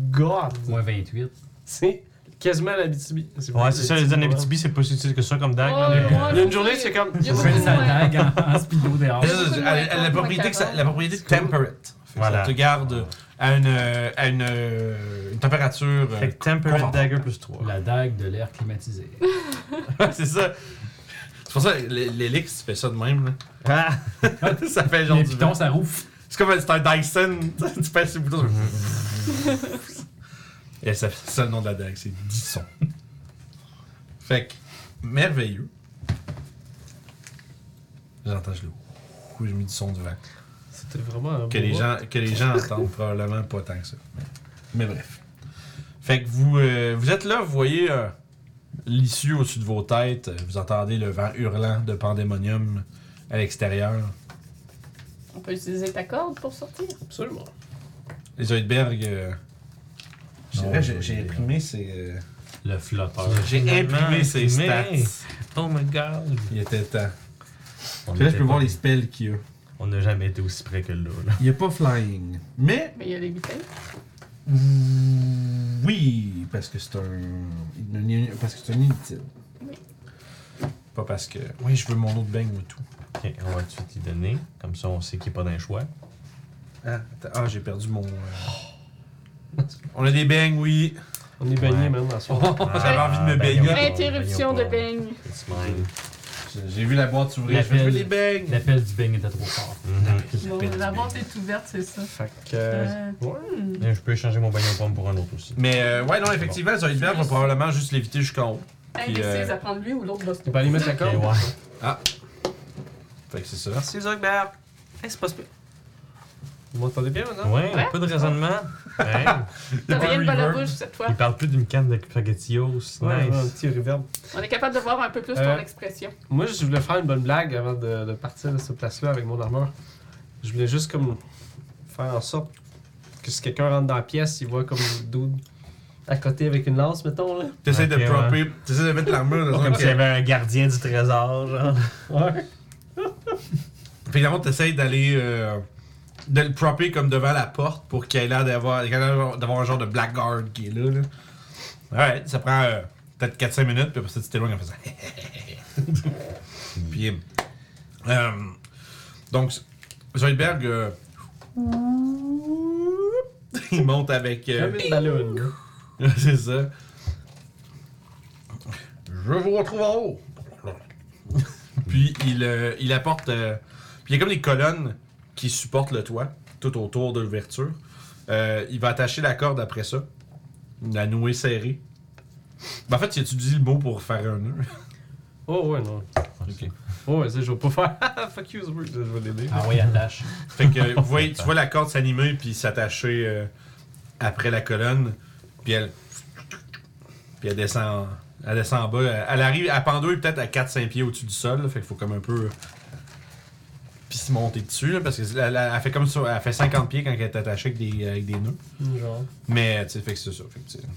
S6: God!
S2: Moins 28.
S6: C'est quasiment l'Abitibi.
S4: Ouais, c'est ça, les années BTB, c'est pas si utile que ça comme dague. là,
S5: Oh,
S4: mais-
S5: ouais.
S6: Il y a une journée, c'est comme.
S5: Il y a
S2: Fait sa
S5: Ouais.
S2: dague en, en speedo dehors.
S1: Mais
S5: c'est
S1: ça, c'est-
S5: moins
S1: elle- elle- la
S5: quatre,
S1: propriété que ça-
S5: moins
S1: la propriété
S6: C'est cool.
S1: temperate. Fait que
S4: Voilà.
S1: Ça te garde à une euh, à une, euh, une température euh,
S4: Fait que Temperate
S1: Confortable.
S4: Dagger plus 3.
S2: La dague de l'air climatisé.
S1: *laughs* c'est ça. C'est pour ça l'é- l'élix tu fais ça de même là.
S4: Ah!
S1: *laughs* ça fait genre
S2: Les
S1: du vent.
S2: pitons, ça rouffe.
S1: C'est comme un, c'est un Dyson, *laughs* tu passes le bouton. *laughs* Et ça, c'est ça le nom de la dague, c'est Dyson. *laughs* Fait que, merveilleux. J'entends, je le. Oui, j'ai mis du son devant.
S6: C'était vraiment un
S1: Que
S6: beau
S1: les,
S6: moment.
S1: gens, que les *laughs* gens entendent probablement pas tant que ça. Mais, mais bref. Fait que vous, euh, vous êtes là, vous voyez euh, l'issue au-dessus de vos têtes. euh, Vous entendez le vent hurlant de pandémonium à l'extérieur.
S5: On peut utiliser ta corde pour sortir.
S6: Absolument.
S1: Les Zoidberg. euh, c'est
S2: Non,
S1: vrai, j'ai- j'ai
S2: Zoidberg.
S1: imprimé ces. euh,
S2: Le flotteur.
S1: J'ai
S4: Finalement,
S1: imprimé ces stats.
S4: imprimé. Oh my god!
S1: Il était temps.
S4: On
S1: Puis là, je
S4: était
S1: peux voir
S4: pas-
S1: les spells qu'il y a.
S4: On n'a jamais été aussi près que là, là.
S1: Il n'y a pas flying. Mais. mm,
S5: Mais il y a les bouteilles.
S1: Oui, parce que c'est un. une- Parce que c'est un inutile. Pas parce que. Oui, je veux mon autre bang ou tout.
S4: Ok, on va tout de suite les donner. Comme ça, on sait qu'il n'y a pas d'un choix.
S1: Ah, attends, ah, j'ai perdu mon. euh, On a des bangs, oui.
S6: On est
S4: Ouais.
S6: baigné même à soir.
S1: J'avais
S4: Ah,
S1: envie
S4: ben,
S1: de me baigner.
S5: Interruption de
S4: baigner.
S5: beigne.
S4: It's mine.
S1: J'ai- J'ai vu la boîte s'ouvrir. Je fais, Je veux des bangs.
S2: L'appel du beigne était trop fort.
S4: Mhm.
S5: Bon,
S1: peine
S5: la
S1: du
S5: vente est ouverte, c'est ça.
S6: Fait que.
S5: Euh,
S6: Ouais.
S4: Et Je peux échanger mon baignon pomme pour un autre aussi.
S1: Mais euh, ouais, non, effectivement, Zoidberg va probablement juste l'éviter jusqu'en haut.
S5: Un
S1: Puis,
S5: des
S1: euh,
S5: six à prendre lui ou l'autre va se
S6: On va aller mettre la
S4: Ok,
S6: corde.
S4: ouais.
S1: Fait que c'est ça.
S6: Merci Zuckberg. Hey, c'est pas super. Vous m'entendez bien maintenant?
S4: Ouais, un peu de raisonnement. Ouais.
S5: T'as rien de
S1: Reverb.
S5: pas la bouche cette fois.
S4: Il parle plus d'une canne de spaghettios.
S6: Ouais, ouais, un
S4: nice.
S6: petit reverb.
S5: On est capable de voir un peu plus
S6: Euh,
S5: ton expression.
S6: Moi, je voulais faire une bonne blague avant de, de partir de cette place-là avec mon armure. Je voulais juste comme faire en sorte que si quelqu'un rentre dans la pièce, il voit comme le dude à côté avec une lance, mettons là.
S1: T'essayes
S4: Ok,
S1: de
S4: ouais.
S1: propper. T'essayes de mettre l'armure dans
S4: Pas
S1: un
S4: comme s'il y avait un gardien du trésor, genre.
S6: Ouais.
S1: Puis d'abord, t'essayes d'aller. euh, de le propper comme devant la porte pour qu'il ait l'air d'avoir qu'il ait l'air d'avoir un genre de blackguard qui est là. là. Ouais, ça prend euh, peut-être 4-5 minutes, puis après ça, tu t'éloignes en faisant. *laughs* puis. euh, donc, Zoidberg. euh, *laughs* il monte avec. euh,
S6: Comme une ballonne. là.
S1: *laughs* c'est ça. Je vous retrouve en haut. puis il, euh, il apporte. euh, puis il y a comme des colonnes qui supportent le toit tout autour de l'ouverture. Euh, il va attacher la corde après ça. La nouée serrée. Ben, en fait, tu utilises le mot pour faire un nœud.
S6: Oh ouais, non.
S1: Ok.
S6: Oh ouais, ça, je vais pas faire. *laughs* Fuck you, Zbrug. Je vais l'aider.
S2: Ah oui, attache.
S1: Fait que vous voyez, tu vois la corde s'animer puis s'attacher euh, après la colonne. Puis elle. Puis elle descend. Elle descend en bas. Elle- Elle arrive à pendouille peut-être à 4-5 pieds au-dessus du sol. là. fait qu'il faut comme un peu. euh, Puis se monter dessus. là, parce que elle, elle- elle fait comme ça. Elle fait 50 pieds quand elle est attachée avec des, avec des nœuds.
S6: Genre.
S1: Mais tu sais, fait que c'est ça. Fait que tu sais,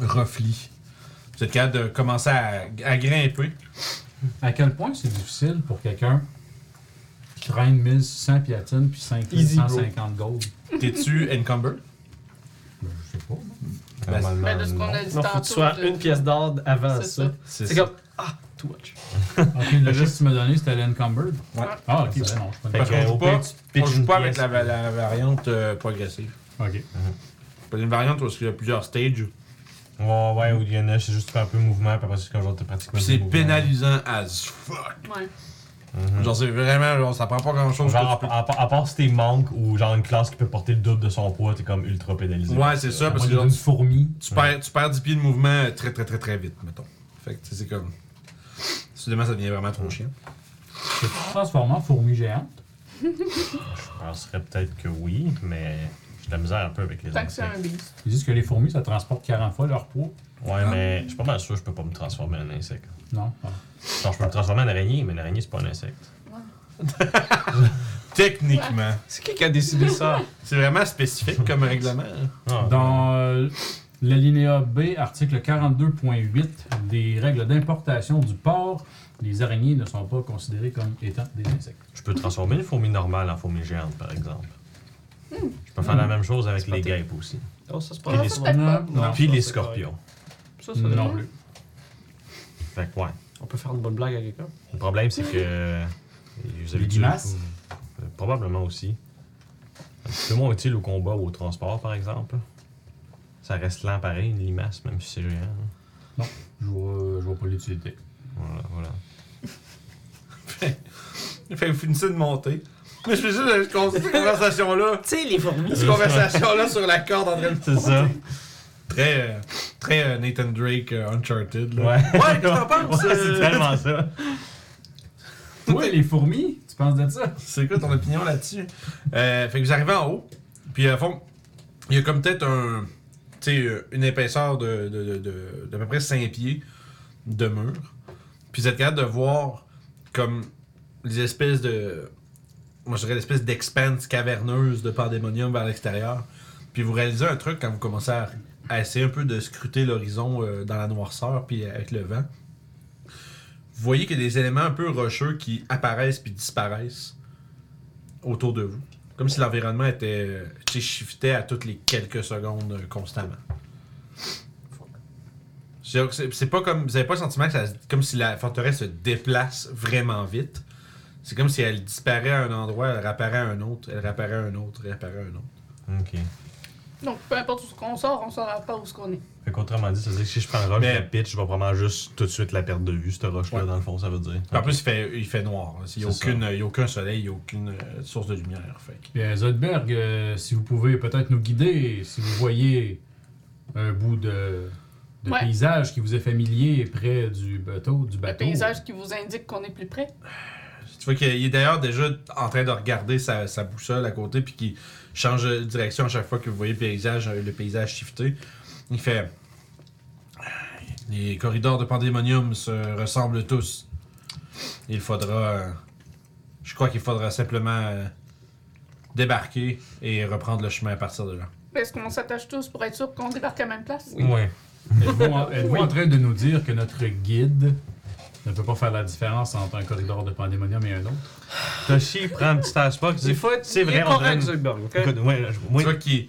S1: Roughly. Vous êtes capable de commencer à, à grimper.
S2: À quel point c'est difficile pour quelqu'un qui traîne 1600 piatines puis 5
S6: Easy, bro.
S2: 150 gold?
S6: *laughs*
S1: T'es-tu encumbered?
S2: Ben, je sais pas.
S4: Normalement,
S5: Ben, de ce qu'on
S4: non.
S5: a dit
S6: Non, faut que tu
S5: tantôt.
S6: sois
S5: de-
S6: une pièce d'or avant
S5: C'est
S6: ça.
S5: ça.
S6: C'est comme. Ah, too much.
S2: Ok, le geste que tu m'as donné, c'était l'encumbered.
S1: Ouais.
S2: Ah, ok, c'est bon, je connais.
S4: Fait
S1: Parce
S4: que,
S1: qu'on
S4: au
S1: joue pas,
S4: pire, tu
S1: on
S4: pitches
S1: joue
S4: une
S1: pas avec
S4: pièce,
S1: la, va- la variante euh, progressive.
S2: Ok.
S4: euh,
S1: C'est une variante où il y a plusieurs stages.
S4: Ouais, ouais, ou il y en a, c'est juste tu fais un peu de mouvement, puis après, c'est comme genre, t'as pratiquement.
S1: Puis
S4: du
S1: c'est
S4: mouvement.
S1: pénalisant as fuck.
S5: Ouais.
S4: Mhm.
S1: Genre, c'est vraiment, genre, ça prend pas grand chose.
S4: Genre, à, à- à part si t'es manque ou genre une classe qui peut porter le double de son poids, t'es comme ultra pénalisé.
S1: Ouais, c'est ça, parce que genre,
S2: une
S1: tu,
S2: fourmi.
S1: tu perds, tu perds 10 pieds de mouvement euh, très, très, très, très vite, mettons. Fait que, tu sais, c'est comme. Soudainement, ça devient vraiment trop chiant.
S2: Tu te transformes en fourmi géante.
S4: Je penserais peut-être que oui, mais j'ai de la misère un peu avec les
S5: Tant que c'est
S4: insectes.
S5: un beast.
S2: Ils disent que les fourmis, ça transporte 40 fois leur poids.
S4: Ouais, mais je suis pas mal sûr que je peux pas me transformer en insecte.
S2: Non. Ah.
S4: Genre, je peux me transformer en araignée, mais une araignée, c'est pas un insecte.
S1: Techniquement.
S6: C'est qui qui a décidé ça?
S1: *laughs* C'est vraiment spécifique comme règlement. hein.
S4: Ah,
S2: Dans euh, l'alinéa B, article 42.8 des règles d'importation du porc, les araignées ne sont pas considérées comme étant des insectes.
S4: Je peux transformer une fourmi normale en fourmi géante, par exemple. Je peux faire la même chose avec les guêpes aussi.
S6: Oh, ça, c'est
S4: Puis
S6: pas
S4: les-
S6: ça,
S5: peut-être pas.
S2: non.
S4: Puis
S6: ça,
S4: les
S6: c'est correct.
S4: scorpions.
S6: Ça, ça,
S2: Non
S6: non.
S2: plus.
S4: Fait que, ouais.
S6: On peut faire une bonne blague à quelqu'un.
S4: Le problème, c'est que. Vous
S2: Les
S4: dû-
S2: limaces?
S4: Euh, Probablement aussi. Un petit peu moins utile au combat ou au transport, par exemple. Ça reste lent pareil, une limace, même si c'est géant. hein.
S2: Je vois, je vois pas
S4: *laughs*
S2: l'utilité.
S4: Voilà, voilà.
S1: Fait que vous finissez de monter. Mais je fais juste euh, con- cette conversation-là. *laughs*
S6: Tu sais, les fourmis.
S1: Cette conversation-là sur la corde en train de
S4: C'est ça.
S1: Très, euh, très euh, Nathan Drake euh, Uncharted. Là.
S4: Ouais.
S1: Ouais, qu'est-ce que t'en penses?
S4: Ouais,
S1: euh?
S4: c'est tellement ça.
S2: Oui, les fourmis, tu penses de ça?
S1: C'est quoi ton opinion là-dessus? Euh, fait que vous arrivez en haut, puis à fond, il y a comme peut-être un, tu sais, euh, une épaisseur de, de, de- de- d'à peu près 5 pieds de mur. Puis vous êtes capable de voir comme les espèces de. Moi, je dirais l'espèce d'expanse caverneuse de pandémonium vers l'extérieur. Puis vous réalisez un truc quand vous commencez à, à essayer un peu de scruter l'horizon euh, dans la noirceur, puis avec le vent. Vous voyez qu'il y a des éléments un peu rocheux qui apparaissent puis disparaissent autour de vous. Comme si l'environnement était euh, tu sais, shiftait à toutes les quelques secondes euh, constamment. C'est c'est- c'est pas comme. Vous avez pas le sentiment que ça se- comme si la forteresse se déplace vraiment vite. C'est comme si elle disparaît à un endroit, elle réapparaît à un autre, elle réapparaît à un autre, elle réapparaît à un autre.
S4: Ok.
S5: Donc, peu importe où ce qu'on sort, on saura pas où ce qu'on est.
S4: Fait qu'autrement dit, ça veut dire que si je prends un roche,
S1: Mais-
S4: je la pitch, je vais probablement juste tout de suite la perte de vue, cette roche-là,
S1: Ouais.
S4: dans le fond, ça veut dire.
S1: Puis En plus, il fait, il fait noir. là. Il n'y a,
S4: C'est
S1: aucune- il y a aucun soleil, il n'y a aucune euh, source de lumière. Fait. que-
S2: Bien, Zodberg, euh, si vous pouvez peut-être nous guider, si vous voyez un bout de, de
S5: Ouais.
S2: paysage qui vous est familier près du bateau, du
S5: Le
S2: bateau.
S5: paysage qui vous indique qu'on est plus près.
S1: Tu vois qu'il est d'ailleurs déjà en train de regarder sa, sa boussole à côté, puis qu'il change de direction à chaque fois que vous voyez le paysage, euh, le paysage shifter. Il fait Les corridors de Pandémonium se ressemblent tous. Il faudra. euh, Je crois qu'il faudra simplement euh, débarquer et reprendre le chemin à partir de là.
S5: Est-ce qu'on s'attache tous pour être sûr qu'on débarque à la même place?
S4: Ouais.
S2: *laughs* Êtes-vous
S5: *laughs*
S2: en, êtes-vous en train de nous dire que notre guide ne peut pas faire la différence entre un corridor de pandémonium et un autre?
S4: Toshi prend un petit air spot,
S6: Des
S4: il dit
S6: fois,
S4: C'est vrai,
S6: il est
S4: on dirait
S6: correct,
S4: une-
S6: Zuckerberg, ok?
S4: Écoute, ouais, je- moi,
S1: Tu vois qu'il.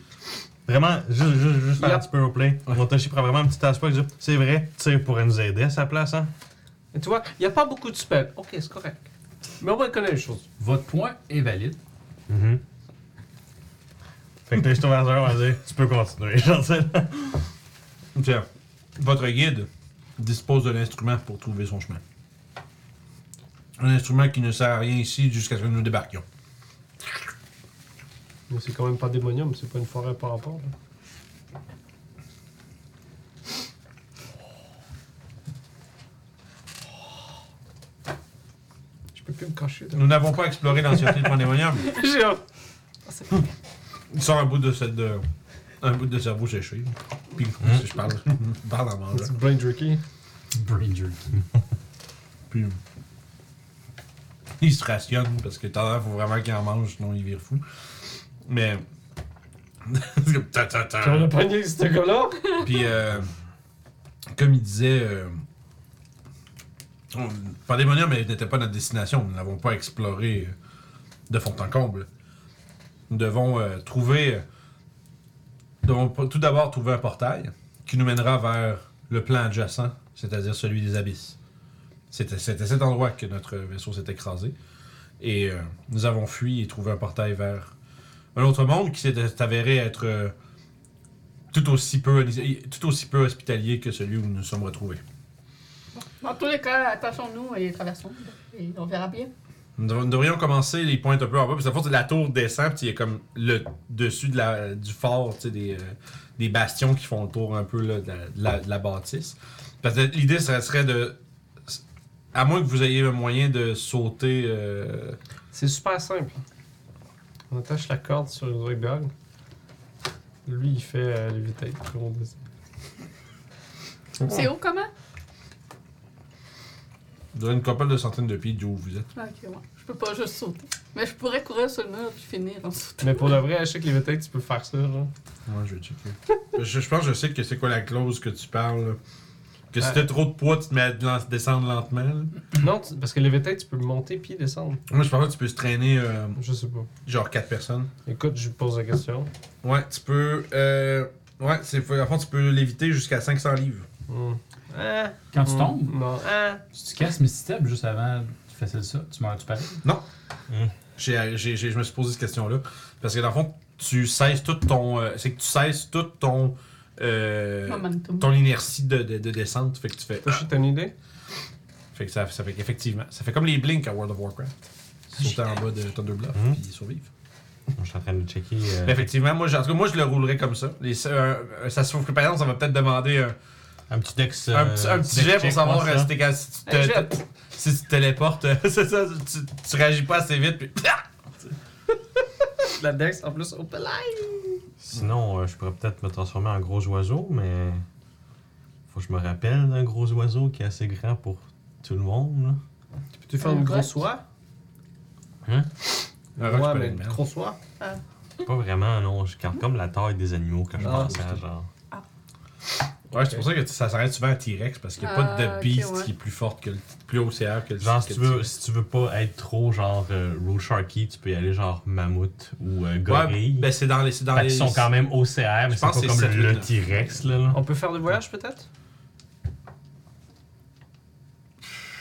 S4: Vraiment, juste, juste, juste faire
S6: Yep.
S4: un petit peu au play. Mon Toshi prend vraiment un petit aspect. il dit, C'est vrai, tire pourrait nous aider à sa place, hein?
S6: Et tu vois, il n'y a pas beaucoup de spells. Ok, c'est correct. Mais on va connaître les choses.
S2: Votre point est valide.
S4: Mhm. Fait que Toshi tourne vers Zoro, on va dire Tu peux continuer, *laughs* gentil.
S1: il fait, Votre guide dispose de l'instrument pour trouver son chemin. Un instrument qui ne sert à rien ici jusqu'à ce que nous débarquions.
S6: Mais c'est quand même pas démonium, c'est pas une forêt par rapport. là. pu me cacher. là.
S1: Nous n'avons pas exploré l'ancienneté de Pandemonium.
S6: J'ai hâte.
S1: Il sort un bout de, cette- de- un bout de cerveau séché. Puis je parle, *laughs* je parle en mangeant.
S6: C'est brain jerky.
S2: Brain jerk.
S1: Puis il se rationne parce que t'as l'air, faut vraiment qu'il en mange, sinon il vire fou. Mais. c'est comme ta, ta, ta.
S6: Puis on a pogné ce gars-là.
S1: Puis, euh, comme il disait, euh, on- Pandemonium elle, n'était pas notre destination. Nous n'avons pas exploré euh, de fond en comble. Nous devons euh, trouver. nous devons pr- tout d'abord trouver un portail qui nous mènera vers le plan adjacent, c'est-à-dire celui des abysses. C'était c'était cet endroit que notre vaisseau s'est écrasé. Et euh, nous avons fui et trouvé un portail vers un autre monde qui s'est avéré être. euh, tout aussi peu, tout aussi peu hospitalier que celui où nous nous sommes retrouvés.
S5: Dans tous les cas, attachons-nous et traversons. Et on verra bien.
S1: Nous dev- nous devrions commencer les pointes un peu en bas, parce que la fois, la tour descend, puis il y a comme le dessus de la, du fort, tu sais, des, euh, des bastions qui font le tour un peu là, de, la, de la- de la bâtisse. Parce que l'idée, ça serait de. À moins que vous ayez un moyen de sauter. euh,
S6: C'est super simple. On attache la corde sur le Zogdog. Lui, il fait euh, léviter. comme on dit.
S5: C'est haut comment?
S1: de une couple de centaines de pieds d'où vous êtes.
S5: Ok, ouais. Je peux pas juste sauter. Mais je pourrais courir sur le mur puis finir en sautant.
S6: Mais pour le vrai, je sais que léviter, tu peux faire ça. Genre.
S1: Moi, je vais checker. *laughs* je, je pense que je sais que c'est quoi la clause que tu parles. là. Que si
S6: Ouais.
S1: t'as trop de poids, tu te mets à lan- descendre lentement. là.
S6: Non, tu- parce que léviter, tu peux monter puis descendre.
S1: Moi, je pense que tu peux se traîner euh,
S6: Je sais pas.
S1: genre 4 personnes.
S6: Écoute, je pose la question.
S1: Ouais, tu peux. Euh, ouais, c'est, en fond, tu peux l'éviter jusqu'à 500 livres.
S6: Hmm. Ah,
S2: Quand tu
S5: Mm.
S6: hmm,
S2: tombes,
S6: Non. Ah.
S2: si tu casses mes steps juste avant, tu fais ça, tu meurs, tu parais.
S1: J'ai, j'ai- j'ai- je me suis posé cette question-là. Parce que dans le fond, tu cesses tout ton. euh, c'est que tu cesses tout ton. euh,
S5: Momentum.
S1: ton inertie de, de- de descente. Fait que tu fais.
S6: Toi, je t'ai une idée?
S1: Fait que ça, ça fait qu'effectivement. Ça fait comme les blinks à World of Warcraft. Sauter en bas de Thunder Bluff,
S4: Mhm.
S1: puis ils survivent.
S4: Je suis en train de checker. euh,
S1: Mais effectivement, moi, je- en tout cas, moi, je le roulerais comme ça. Les- euh, ça se trouve que par exemple, ça va peut-être demander un.
S4: un petit dex.
S1: un
S4: euh,
S1: petit, un petit
S4: dex
S1: jet pour
S4: check,
S1: savoir
S4: pense,
S1: euh,
S4: hein.
S1: si, t'es quand- si tu te,
S6: Un jet.
S1: te- si tu te téléportes, euh, *laughs* c'est ça, tu, tu réagis pas assez vite, puis
S6: La Dex, en plus, open line!
S4: Sinon, euh, je pourrais peut-être me transformer en gros oiseau, mais. Faut que je me rappelle d'un gros oiseau qui est assez grand pour tout le monde. là.
S6: Tu peux-tu faire une
S5: Un roc.
S6: grosse soie?
S4: Hein?
S1: Un roc, tu peux
S6: mais
S1: le
S6: une
S1: mettre.
S6: grosse soie?
S4: Pas vraiment, non. Je garde comme la taille des animaux quand je
S6: Ah,
S4: pense à genre.
S1: Ouais, c'est pour ça que ça s'arrête souvent à T-Rex, parce qu'il n'y a pas
S5: Ah,
S1: de
S5: ok,
S1: beast
S5: ouais.
S1: qui est plus forte que le plus OCR que le
S4: Genre,
S1: que
S4: si tu,
S1: le-
S4: veux, si tu veux pas être trop genre euh, Road Sharky, tu peux y aller genre mammouth ou euh,
S1: Ouais,
S4: gorille.
S1: ben c'est dans les. C'est dans
S4: Fait
S1: les...
S4: qu'ils sont quand même OCR, mais
S1: Je
S4: c'est
S1: pense
S4: pas
S1: que
S4: comme
S1: c'est sept, huit,
S4: le
S1: neuf.
S4: T-Rex, là. là.
S6: On peut faire des voyages, peut-être?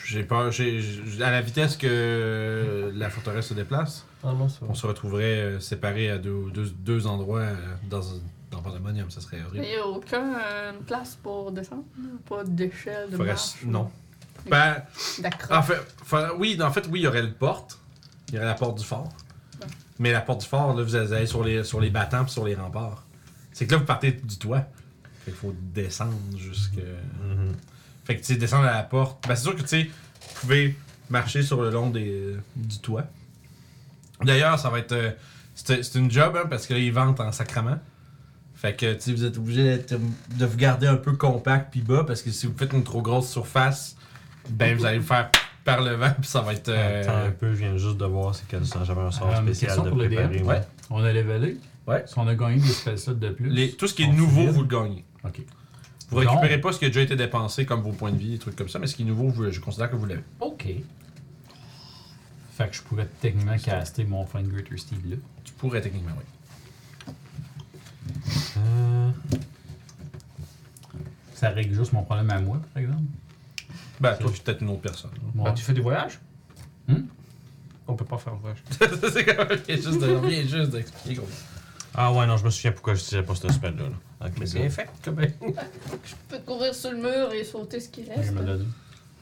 S1: J'ai peur. j'ai- j'ai- à la vitesse que la forteresse se déplace,
S6: Ah non, ça va.
S1: on se retrouverait euh, séparés à deux, deux, deux endroits euh, dans, dans Pandemonium. Ça serait
S5: Il
S1: horrible.
S5: n'y a aucune euh, place pour descendre. Pas d'échelle de
S1: Faudrait-
S5: marche.
S1: non.
S5: Oui.
S1: Ben, En
S5: D'accord.
S1: fait, fa- oui, en fait, oui, il y aurait le porte. Il y aurait la porte du fort.
S5: Ouais.
S1: Mais la porte du fort, là, vous allez sur les, sur les battants pis sur les remparts. C'est que là, vous partez du toit. Fait qu'il faut descendre jusque.
S4: Mhm.
S1: Fait que, tu sais, descendre à la porte. Ben, c'est sûr que, tu sais, vous pouvez marcher sur le long des, du toit. D'ailleurs, ça va être. euh, c'est c'est une job, hein, parce que là, ils vendent en sacrament. Fait que, tu sais, vous êtes obligé d'être- de vous garder un peu compact puis bas, parce que si vous faites une trop grosse surface, ben, vous allez vous faire par le vent, *laughs* puis ça va être. euh,
S4: Attends un peu, je viens juste de voir c'est quel sens. J'avais un sort
S2: Euh,
S4: spécial
S2: question
S4: de
S2: pour le DM?
S4: préparer.
S1: Ouais.
S2: On a levelé.
S1: Ouais.
S2: Si on a gagné des spell slots de plus.
S1: les- tout ce qui est
S2: on
S1: nouveau,
S2: subit.
S1: vous le gagnez.
S2: Ok.
S1: Vous
S2: Donc-
S1: récupérez pas ce qui a déjà été dépensé, comme vos points de vie, des trucs comme ça, mais ce qui est nouveau, vous- je considère que vous l'avez.
S2: Ok. Fait que je pourrais techniquement caster mon Find Greater Steed là.
S1: Tu pourrais techniquement, oui.
S4: Euh,
S2: Ça règle juste mon problème à moi, par exemple.
S1: Ben, toi, puis peut-être une autre personne.
S2: Bon.
S6: Ah, tu fais des voyages? Hein?
S2: Hmm?
S6: On peut pas faire un voyage.
S1: c'est quand même viens juste de- viens juste d'expliquer gros.
S4: Ah ouais, non, je me souviens pourquoi je disais pas ce spell-là. là. Ok,
S6: C'est bien fait, quand même.
S1: Ah.
S5: Je peux courir sur le mur et sauter ce qui
S2: Je vais
S5: reste.
S2: me donner.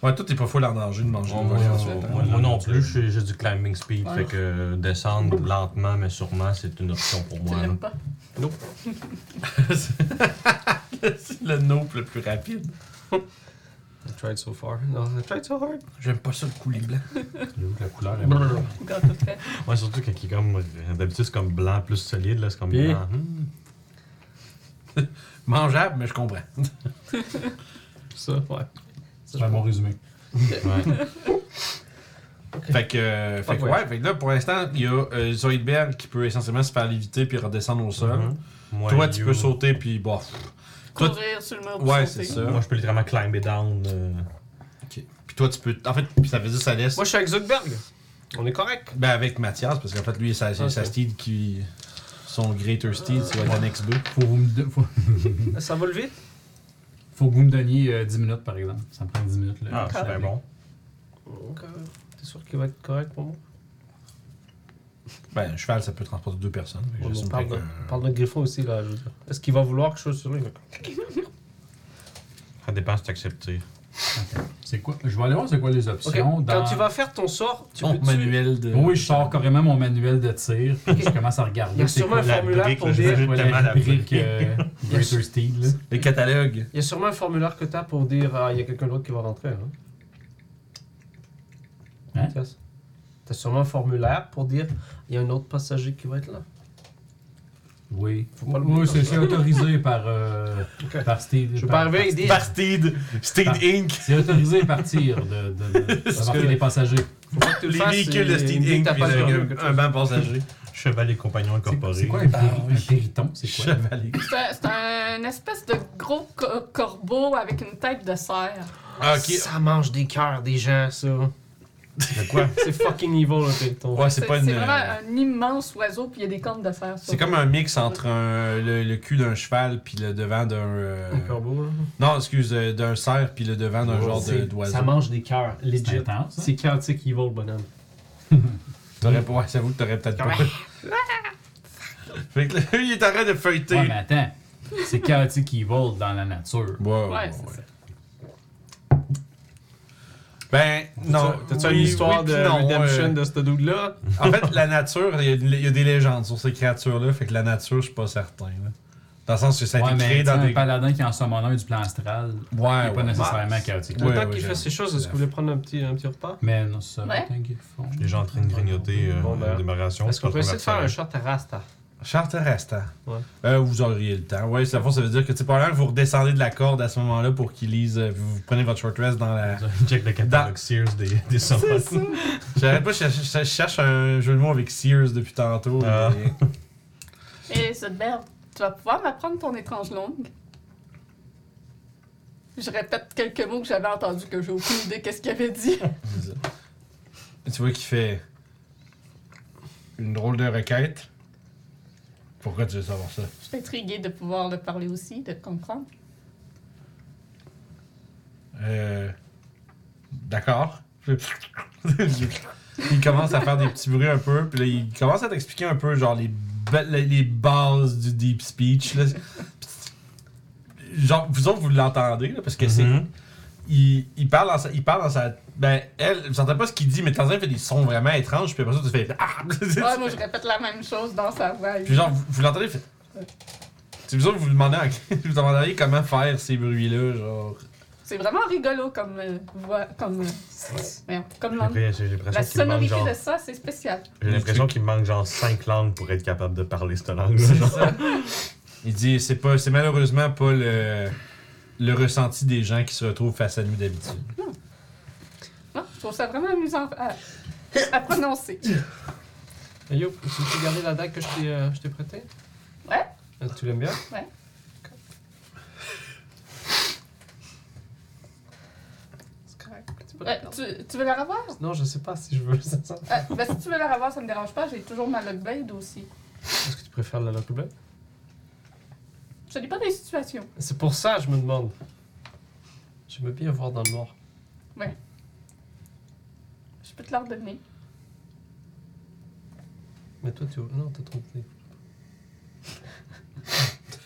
S1: Ouais, toi, t'es pas full en danger de manger
S4: Moi,
S1: une voyage sur le temps.
S4: moi- moi non plus, j'ai j'ai du climbing speed,
S5: Ouais.
S4: fait que euh, descendre lentement mais sûrement, c'est une option pour
S5: Tu
S4: moi. là.
S5: *laughs* l'aimes pas.
S1: *laughs* c'est le nope le plus rapide.
S6: I tried so far. Non, I tried so hard.
S1: J'aime pas ça le coulis blanc.
S2: J'avoue que la couleur est
S6: Brrr.
S5: Got the fait.
S4: Ouais, surtout quand il est comme. euh, D'habitude, c'est comme blanc plus solide, là. C'est comme
S6: Puis-
S4: blanc.
S1: *laughs*
S4: hmm.
S1: Mangeable, mais je comprends.
S6: Ça, ouais.
S2: C'est un bon résumé.
S4: Ouais.
S1: Fait que, euh, fait que
S6: Ouais.
S1: ouais, fait que là, pour l'instant, il y a euh, Zoidberg qui peut essentiellement se faire léviter puis redescendre au sol.
S4: Mhm. Moi,
S1: Toi, tu
S4: you-
S1: peux sauter puis bof. Toi,
S5: Courir sur le mur pour
S1: Ouais, c'est
S5: sauter.
S1: ça.
S4: Moi, je peux littéralement climber down. euh,
S1: Puis toi, tu peux. En fait, puis ça veut dire ça laisse.
S6: Moi, je suis avec Zuckberg. On est correct.
S1: Ben, avec Mathias, parce qu'en fait, lui, sa,
S6: Ok.
S1: sa steed qui. Son Greater Steed, ça va être annexe 2.
S2: Faut, vous me don- faut,
S6: Ça va le vite.
S2: faut que vous me donniez euh, 10 minutes, par exemple. Ça me prend 10 minutes. Là,
S4: Ah, c'est bien bon.
S6: Ok. T'es sûr qu'il va être correct pour moi?
S1: Ben, un cheval, ça peut transporter deux personnes. Fait que
S6: On
S1: j'assume
S6: parle,
S1: que-
S6: de, parle de griffon aussi, là. je veux dire. Est-ce qu'il va vouloir quelque chose sur lui?
S4: Ça dépend si tu acceptes. tu sais.
S2: C'est quoi? Je vais aller voir c'est quoi les
S6: Ok.
S2: options. dans-
S6: Quand tu vas faire ton sort, tu
S1: Ton
S6: peux.
S1: manuel de.
S2: Oui, je sors carrément mon manuel de tir. Puis je commence à regarder.
S6: Il y a
S2: c'est
S6: sûrement
S2: quoi
S6: un
S4: la
S6: formulaire
S4: brique,
S6: pour
S4: là, je
S6: dire.
S4: vais
S2: Ouais,
S4: Justement, la
S2: la brique
S4: brique.
S2: euh,
S6: *laughs*
S2: Greater Steel. là.
S1: Les catalogues.
S6: Il y a sûrement un formulaire que t'as pour dire Ah, il y a quelqu'un d'autre qui va rentrer. Hein?
S2: Hein?
S6: Mathias. T'as sûrement un formulaire pour dire il y a un autre passager qui va être là.
S2: Oui.
S6: Faut pas l'oublier,
S2: oui,
S6: comme
S2: c'est c'est autorisé par, euh,
S6: Ok.
S2: par Steel.
S6: Je vais pas
S2: par-
S6: arriver avec des.
S1: Par Steed. Steed
S2: Ah.
S1: Inc.
S2: C'est autorisé par tir de, de,
S1: *laughs*
S2: de- d'embarquer les passagers.
S6: Faut pas que tu le
S1: Les
S6: fasses,
S1: véhicules de
S6: et-
S1: Steed
S6: dès que
S1: Inc.
S6: t'as
S1: puis
S6: pas le permis ou
S1: avec
S6: quelque
S1: un- un banc
S6: *laughs*
S1: passager.
S4: Cheval et compagnon incorporé.
S2: C'est quoi un, péri-
S1: Ah oui.
S2: un périton? C'est quoi?
S1: Chevalier.
S5: C'est un- C'est un espèce de gros co- corbeau avec une tête de cerf.
S1: Ah,
S6: chose.
S1: ok.
S6: Ça mange des cœurs des gens, ça.
S4: De
S1: *laughs*
S4: quoi
S6: C'est fucking evil, le Péloton.
S1: Ouais, c'est pas une. euh,
S5: vraiment euh, un immense oiseau, puis il y a des cornes de fer. sur
S1: C'est comme
S5: lui.
S1: un mix entre un- le, le cul d'un cheval puis le devant d'un. euh,
S6: Un corbeau, là.
S1: Non, excuse, euh, d'un cerf puis le devant d'un genre de-
S6: C'est- Ça
S1: d'oiseau.
S6: mange des cœurs,
S2: C'est
S6: legit.
S2: intense. ça?
S6: C'est hein? chaotique evil, bonhomme.
S1: T'aurais pas. Ouais, j'avoue que t'aurais peut-être pas. *laughs* fait que là, il est en train de feuilleter.
S2: Ouais, mais attends. C'est chaotique evil dans la nature.
S1: Ouais, ouais,
S5: Ouais,
S1: ouais.
S5: c'est ça.
S1: Ben, non.
S6: T'as-tu une
S1: oui,
S6: histoire
S1: oui,
S6: de
S1: puis non,
S6: redemption
S1: euh,
S6: de ce dude-là?
S1: En fait, la nature, il y a- il y, a des légendes sur ces créatures-là, fait que la nature, je suis pas certain. là. Dans le sens que ça a
S2: Ouais,
S1: été créé
S2: mais
S1: dans
S2: dans
S1: des. Ah
S2: un paladin qui en summon un du plan astral, il
S1: Ouais,
S2: n'est pas
S1: ouais.
S2: nécessairement chaotique.
S6: Le
S1: Ouais,
S6: temps
S1: ouais,
S6: qu'il
S1: j'avoue.
S6: fait ces choses, est-ce que vous voulez prendre un petit, un petit repas?
S2: Mais non, ça va
S5: Ouais.
S2: être un griffon.
S4: Les gens en train de grignoter euh,
S6: Bon, ben,
S4: en démarration.
S6: Est-ce
S4: c'est
S6: qu'on peut
S4: pas
S6: essayer de faire un
S4: conversable.
S6: shot à Rasta?
S1: Charte restant.
S6: Ouais.
S1: Euh, vous auriez le temps. Ouais, ça, ça veut dire que c'est pas que vous redescendez de la corde à ce moment-là pour qu'il lise. euh, Vous, vous prenez votre short rest dans la.
S4: *laughs* Check le catalogue Sears des, des sommets.
S1: J'arrête pas, je cherche, je cherche un jeu de mots avec Sears depuis tantôt.
S4: Ah.
S1: mais- *laughs*
S5: Et cette merde, Eh, tu vas pouvoir m'apprendre ton étrange langue? Je répète quelques mots que j'avais entendus que j'ai aucune idée qu'est-ce qu'il avait *laughs* dit.
S1: Et Tu vois qu'il fait une drôle de requête. Pourquoi tu veux savoir ça?
S5: Je suis intriguée de pouvoir le parler aussi, de comprendre.
S1: Euh, D'accord. *laughs* il commence à faire des petits bruits un peu, puis là, il commence à t'expliquer un peu genre les, ba- les- les bases du deep speech. là. Genre, vous autres, vous l'entendez, là, parce que c'est
S4: Mhm.
S1: il, il parle dans sa, il parle dans sa, ben elle, vous entendez pas ce qu'il dit, mais de temps en temps, il fait des sons vraiment étranges, puis après ça, tu fais ah!
S5: Ah, moi, je répète la même chose dans sa voix.
S1: puis genre, vous, vous l'entendez, il fait. C'est bizarre que vous vous demandez, *laughs* en- vous demanderiez comment faire ces bruits-là, genre.
S5: C'est vraiment rigolo comme euh, voix, comme... euh, merde, comme
S4: J'ai
S5: langue.
S4: l'impression- J'ai l'impression
S5: La
S4: qu'il manque
S5: sonorité
S4: genre-
S5: de ça, c'est spécial.
S4: j'ai l'impression qu'il manque genre 5 langues pour être capable de parler cette langue-là. genre.
S1: Il dit, c'est pas, c'est malheureusement pas le, le ressenti des gens qui se retrouvent face à nous d'habitude.
S5: Non, je trouve ça vraiment amusant à,
S4: *laughs*
S5: à prononcer.
S6: Hey yo, tu peux garder la dague que je t'ai, euh, je t'ai prêtée?
S5: Ouais.
S6: Euh, Tu l'aimes bien?
S5: Ouais.
S6: C'est correct. Tu peux-
S5: Ouais, Euh, tu, tu veux la revoir?
S6: Non, je sais pas si je veux. *laughs* c'est ça.
S5: Ah, ben, si tu veux la revoir, ça me dérange pas. J'ai toujours ma Lockblade aussi.
S6: Est-ce que tu préfères la loque bleue?
S5: Ça dépend des situations.
S6: C'est pour ça que je me demande. J'aime bien voir dans le noir.
S5: Je peux te la redonner.
S6: Mais toi, tu. Non, t'as trompé.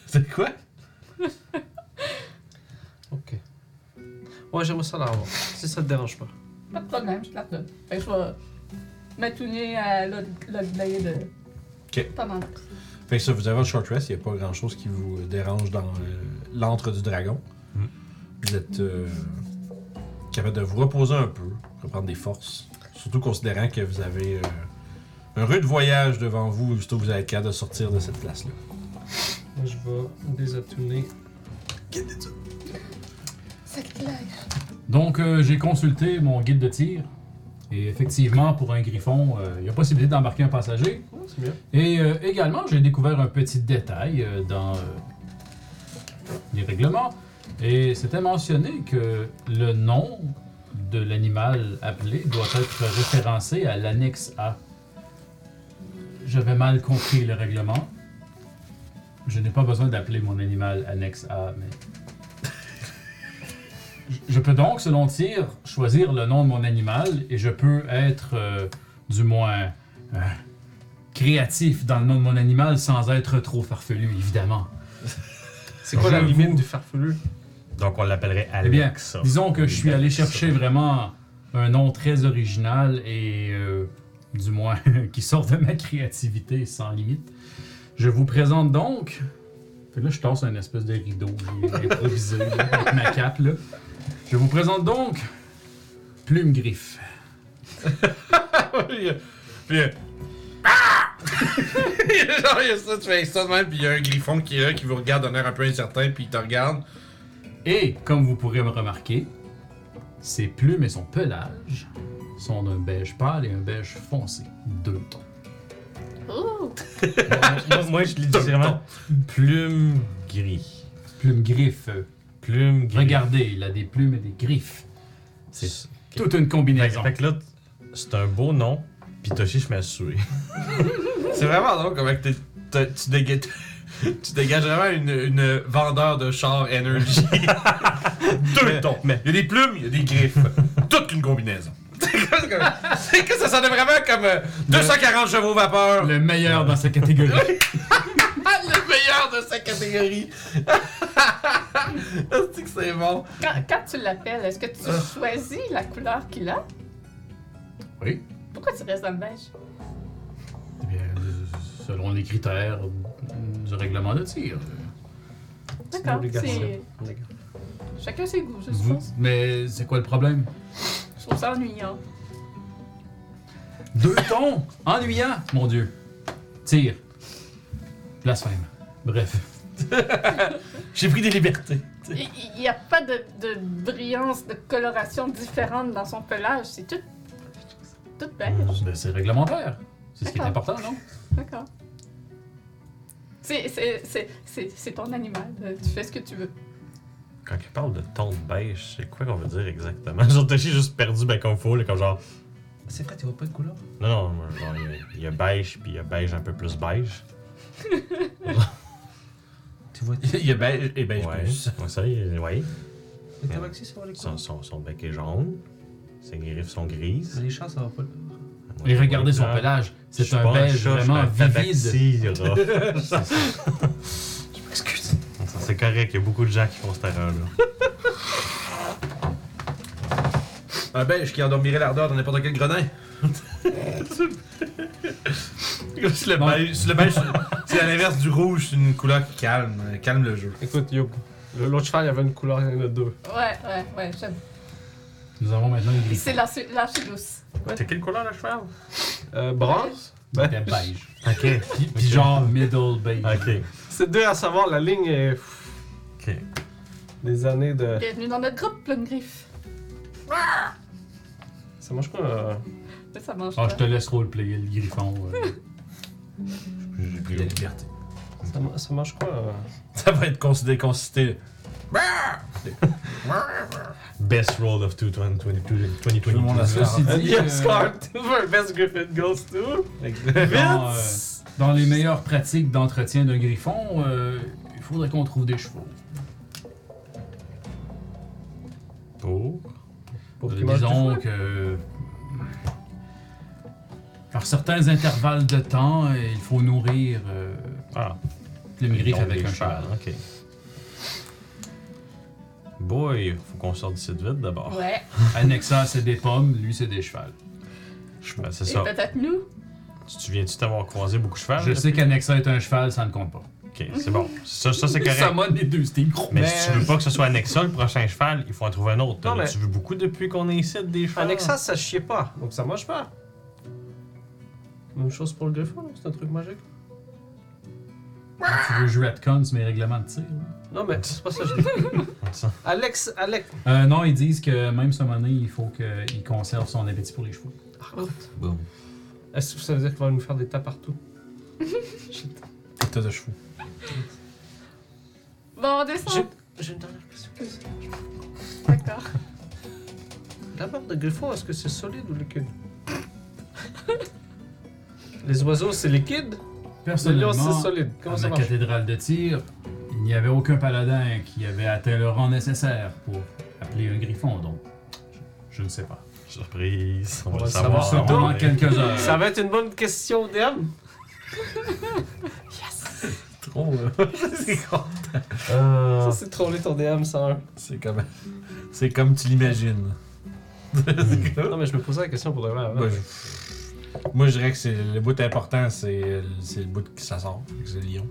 S1: C'est quoi?
S6: Ok. Ouais, j'aimerais ça la revoir. Si ça te dérange pas.
S5: Pas de problème, je te la redonne. Fait que je vais m'attuner à Lock- Lockblade
S1: Ok.
S5: Pas pendant
S1: Fait que ça, vous avez un short rest, il n'y a pas grand chose qui vous dérange dans euh, l'antre du dragon.
S4: Mm.
S1: Vous êtes. euh, capable de vous reposer un peu, reprendre des forces. Surtout considérant que vous avez euh, un rude voyage devant vous, aussitôt que vous allez être capable de sortir de cette place-là.
S6: Moi, je vais désattuner.
S5: Sacrilège.
S2: Donc, euh, j'ai consulté mon guide de tir. Et effectivement, pour un griffon, euh, il y a possibilité d'embarquer un passager.
S6: Ouais, c'est mieux.
S2: Et euh, également, j'ai découvert un petit détail euh, dans euh, les règlements. Et c'était mentionné que le nom de l'animal appelé doit être référencé à l'annexe A. J'avais mal compris le règlement. Je n'ai pas besoin d'appeler mon animal annexe A, mais. *laughs* Je- Je peux donc, selon tir, choisir le nom de mon animal et je peux être, euh, du moins, euh, créatif dans le nom de mon animal sans être trop farfelu, évidemment.
S6: C'est quoi la
S2: J'avoue.
S6: limite du farfelu?
S4: Donc on l'appellerait
S2: Eh bien,
S4: Alexa.
S2: Disons que je suis allé chercher vraiment un nom très original et euh, du moins *laughs* qui sort de ma créativité sans limite. Je vous présente donc. Fait que là, je tasse un espèce de rideau j'ai improvisé là, avec ma cape. Là. Je vous présente donc Plume Griffe.
S1: Puis, euh, puis, euh, Ah! *laughs* Genre, il y a ça, tu fais ça de même, puis il y a un griffon qui est là, qui vous regarde d'un air un peu incertain, puis il te regarde.
S2: Et comme vous pourrez me remarquer, ses plumes et son pelage sont d'un beige pâle et un beige foncé. Deux tons.
S5: Oh!
S4: moi, moi, je lis vraiment plume gris.
S2: Plume griffe. euh,
S4: Plume gris.
S2: Regardez, il a des plumes et des griffes.
S4: C'est
S2: Toute une
S4: Fait,
S2: combinaison.
S4: fait que là, c'est un beau nom, pis Toshi, je me suis.
S1: C'est vraiment drôle comment que t'es- t'as- tu, déga- *laughs* tu dégages vraiment une, une vendeur de char energy. *laughs* Deux tons.
S4: mais-
S1: Il y a des plumes, il y a des *laughs* griffes. Toute une combinaison. C'est comme- c'est que ça sonnait vraiment comme euh, 240 chevaux vapeur.
S2: Le meilleur dans sa catégorie.
S4: *laughs*
S1: Ah, le meilleur de sa catégorie. *laughs* c'est que c'est bon.
S5: Quand, quand tu l'appelles, est-ce que tu choisis la couleur qu'il a?
S2: Oui.
S5: Pourquoi tu restes dans le beige?
S2: Eh bien, euh, selon les critères du règlement de tir.
S5: D'accord.
S6: obligation.
S5: C'est chacun ses goûts, je
S2: Vous-
S5: pense.
S2: mais c'est quoi le problème?
S5: Je trouve ça ennuyant.
S2: Deux tons! Ennuyant! Mon Dieu. Tir. Blasphème. Bref.
S4: J'ai pris des libertés.
S5: Il n'y a pas de, de brillance, de coloration différente dans son pelage. C'est tout, tout beige.
S2: Ben, c'est réglementaire. C'est ce qui est
S5: D'accord.
S2: important, non?
S5: D'accord. C'est- c'est- C'est c'est- c'est ton animal. Euh, Tu fais ce que tu veux.
S4: Quand il parle de ton de beige, c'est quoi qu'on veut dire exactement? *laughs* Genre, Toshi est juste perdu, ben comme faut, là, comme genre.
S6: Ah, C'est vrai, tu vois pas de couleur?
S4: Non, non, moi, genre, il y a- il y, a beige, pis il y a beige un peu plus beige.
S6: Tu vois,
S1: Il y a ben, eh beige et beige
S4: Ouais,
S1: plus.
S4: ouais, ça, il- ouais.
S6: les tabaxis, ça va les
S4: Son,
S6: couleurs.
S4: son, son bec est jaune, ses griffes sont grises.
S6: Les chats, ça va pas.
S2: Et regardez son pelage.
S4: Je
S2: C'est
S4: suis
S2: un
S4: pas
S2: beige
S4: chat, je suis
S2: vraiment
S4: un
S2: vivide.
S4: tabaxi, Raph.
S2: *laughs*
S4: Je m'excuse. Ça, C'est correct, il y a beaucoup de gens qui font cette erreur-là.
S1: Un beige qui endormirait l'ardeur dans n'importe quel grenin. si le
S2: Bon.
S1: beige, si le beige, c'est à l'inverse du rouge, c'est une couleur qui calme, euh, calme le jeu.
S6: Écoute, yo, le- l'autre cheval, il y avait une couleur, il y en a deux.
S5: Ouais, ouais, ouais, j'aime.
S2: Nous avons maintenant une
S5: Puis
S2: griffe.
S5: c'est lâché lâché douce.
S4: T'as quelle couleur le cheval?
S6: Euh, bronze? Ben,
S2: C'était
S4: *laughs*
S2: beige.
S4: Ok.
S2: Puis, puis genre middle beige.
S4: Ok.
S6: *laughs* C'est deux à savoir, la ligne est. pff,
S4: Ok.
S6: Des années de.
S5: Bienvenue dans notre groupe, pleine griffe.
S6: Ça mange quoi, euh,
S5: Là, ça mange
S2: Ah,
S5: pas.
S2: je te laisse roleplayer le griffon. euh.
S4: J'ai pris
S1: La liberté.
S6: ça, ma- ça mange quoi? euh?
S1: Ça va être considéré, considéré.
S4: *laughs* Best roll of 2022.
S1: Tout le monde a
S4: 2022.
S2: Ceci
S6: Euh,
S2: dit,
S6: yes,
S2: euh,
S6: Carl, tu veux un best Griffin Ghost, too?
S2: dans, euh, dans les meilleures pratiques d'entretien d'un griffon, euh, il faudrait qu'on trouve des chevaux.
S4: Pour.
S6: Pour
S2: Euh,
S6: qu'il mange du
S2: disons
S6: foin.
S2: que. euh, Par certains intervalles de temps, euh, il faut nourrir euh,
S4: Ah.
S2: le griffe
S4: Donc,
S2: avec
S4: des
S2: un cheval.
S4: chevals, Ok. Boy, faut qu'on sorte d'ici de vite d'abord.
S5: Ouais.
S2: Annexa, c'est des pommes, lui, c'est des chevals.
S4: Je- ben, c'est
S5: Et
S4: ça.
S5: peut-être nous.
S2: Ah,
S4: Tu te viens-tu t'avoir croisé beaucoup de cheval?
S2: Je sais qu'Annexa est un cheval, ça ne compte pas.
S4: Ok, c'est bon. Ça, ça c'est correct.
S2: Ça monte les deux, c'était gros.
S4: Mais
S6: Mais-
S4: si tu veux pas que ce soit Nexa, le prochain cheval, il faut en trouver un autre.
S6: Non,
S4: T'en
S6: mais-
S4: as-tu vu beaucoup depuis qu'on est ici des chevaux?
S6: Alexa, ça chiait pas, donc ça mange pas. Même chose pour le griffon, c'est un truc magique.
S2: Tu veux jouer à con, c'est mes règlements de tir.
S6: Non, mais c'est pas ça que je dis. *laughs* Alex, Alex.
S2: Euh, non, ils disent que même summoner, il faut qu'il conserve son appétit pour les chevaux.
S4: Boom.
S6: Est-ce que ça veut dire qu'il va nous faire des tas partout
S1: T'as de chevaux.
S5: Bon, on
S6: J'ai
S5: descend.
S6: j'ai une dernière question.
S5: D'accord.
S6: La mort de griffon, est-ce que c'est solide ou liquide *laughs* Les oiseaux, c'est liquide Les lions, c'est
S2: Personnellement,
S6: solide. Comment
S2: à
S6: ça
S2: la
S6: marche
S2: cathédrale de tir, il n'y avait aucun paladin qui avait atteint le rang nécessaire pour appeler un griffon, donc je, je ne sais pas.
S4: Surprise. On, va
S6: va
S4: le
S6: le
S4: savoir.
S6: savoir
S2: Surtout dans
S4: Ouais.
S2: quelques heures.
S6: Ça va être une bonne question, DM.
S1: Trop, euh. *laughs* là.
S6: Ça, c'est troller ton DM, ça.
S1: C'est comme. C'est comme tu l'imagines. *laughs* C'est comme-
S6: Non, mais je me posais la question pour de vrai. avant.
S1: Moi, je... Moi, je dirais que c'est le bout important, c'est c'est le bout qui ça sort, fait que c'est le lion.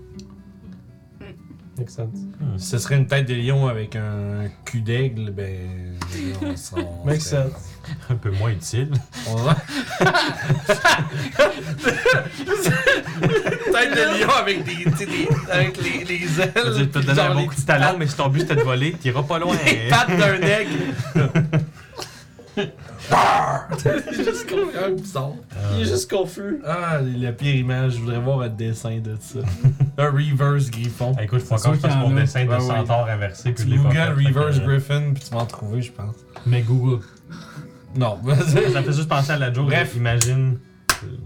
S6: Makes sense.
S1: Si ce serait une tête de lion avec un cul d'aigle, ben. On s'en-
S6: Makes sense.
S4: Un peu moins utile.
S1: On- *laughs* tête de lion avec des. tu sais, des- avec les, les ailes.
S4: Je veux dire, t'as
S1: puis
S4: donné un
S1: genre
S4: bon
S1: les
S4: coup de talent, mais si ton but c'était de voler, t'iras pas loin.
S1: petites pattes d'un aigle. *laughs*
S6: Il est juste
S1: C'est
S6: confus.
S1: bizarre.
S6: Il est juste confus.
S1: Ah, la pire image, je voudrais voir un dessin de ça. un reverse griffon.
S4: Ah, écoute, faut
S2: C'est sûr
S4: encore que je fasse
S2: qu'il y en
S4: mon
S2: a.
S4: dessin de
S1: Ouais, ouais.
S4: centaure inversé. puis
S1: Tu
S4: je l'ai pas
S1: Google
S4: fait, fait que,
S1: reverse
S4: euh,
S1: griffin, puis tu vas en trouver, je pense.
S2: Mais Google.
S1: Non, *laughs* vas-y.
S4: euh, Ça me fait juste penser à la joke.
S1: Bref.
S4: Bref. Imagine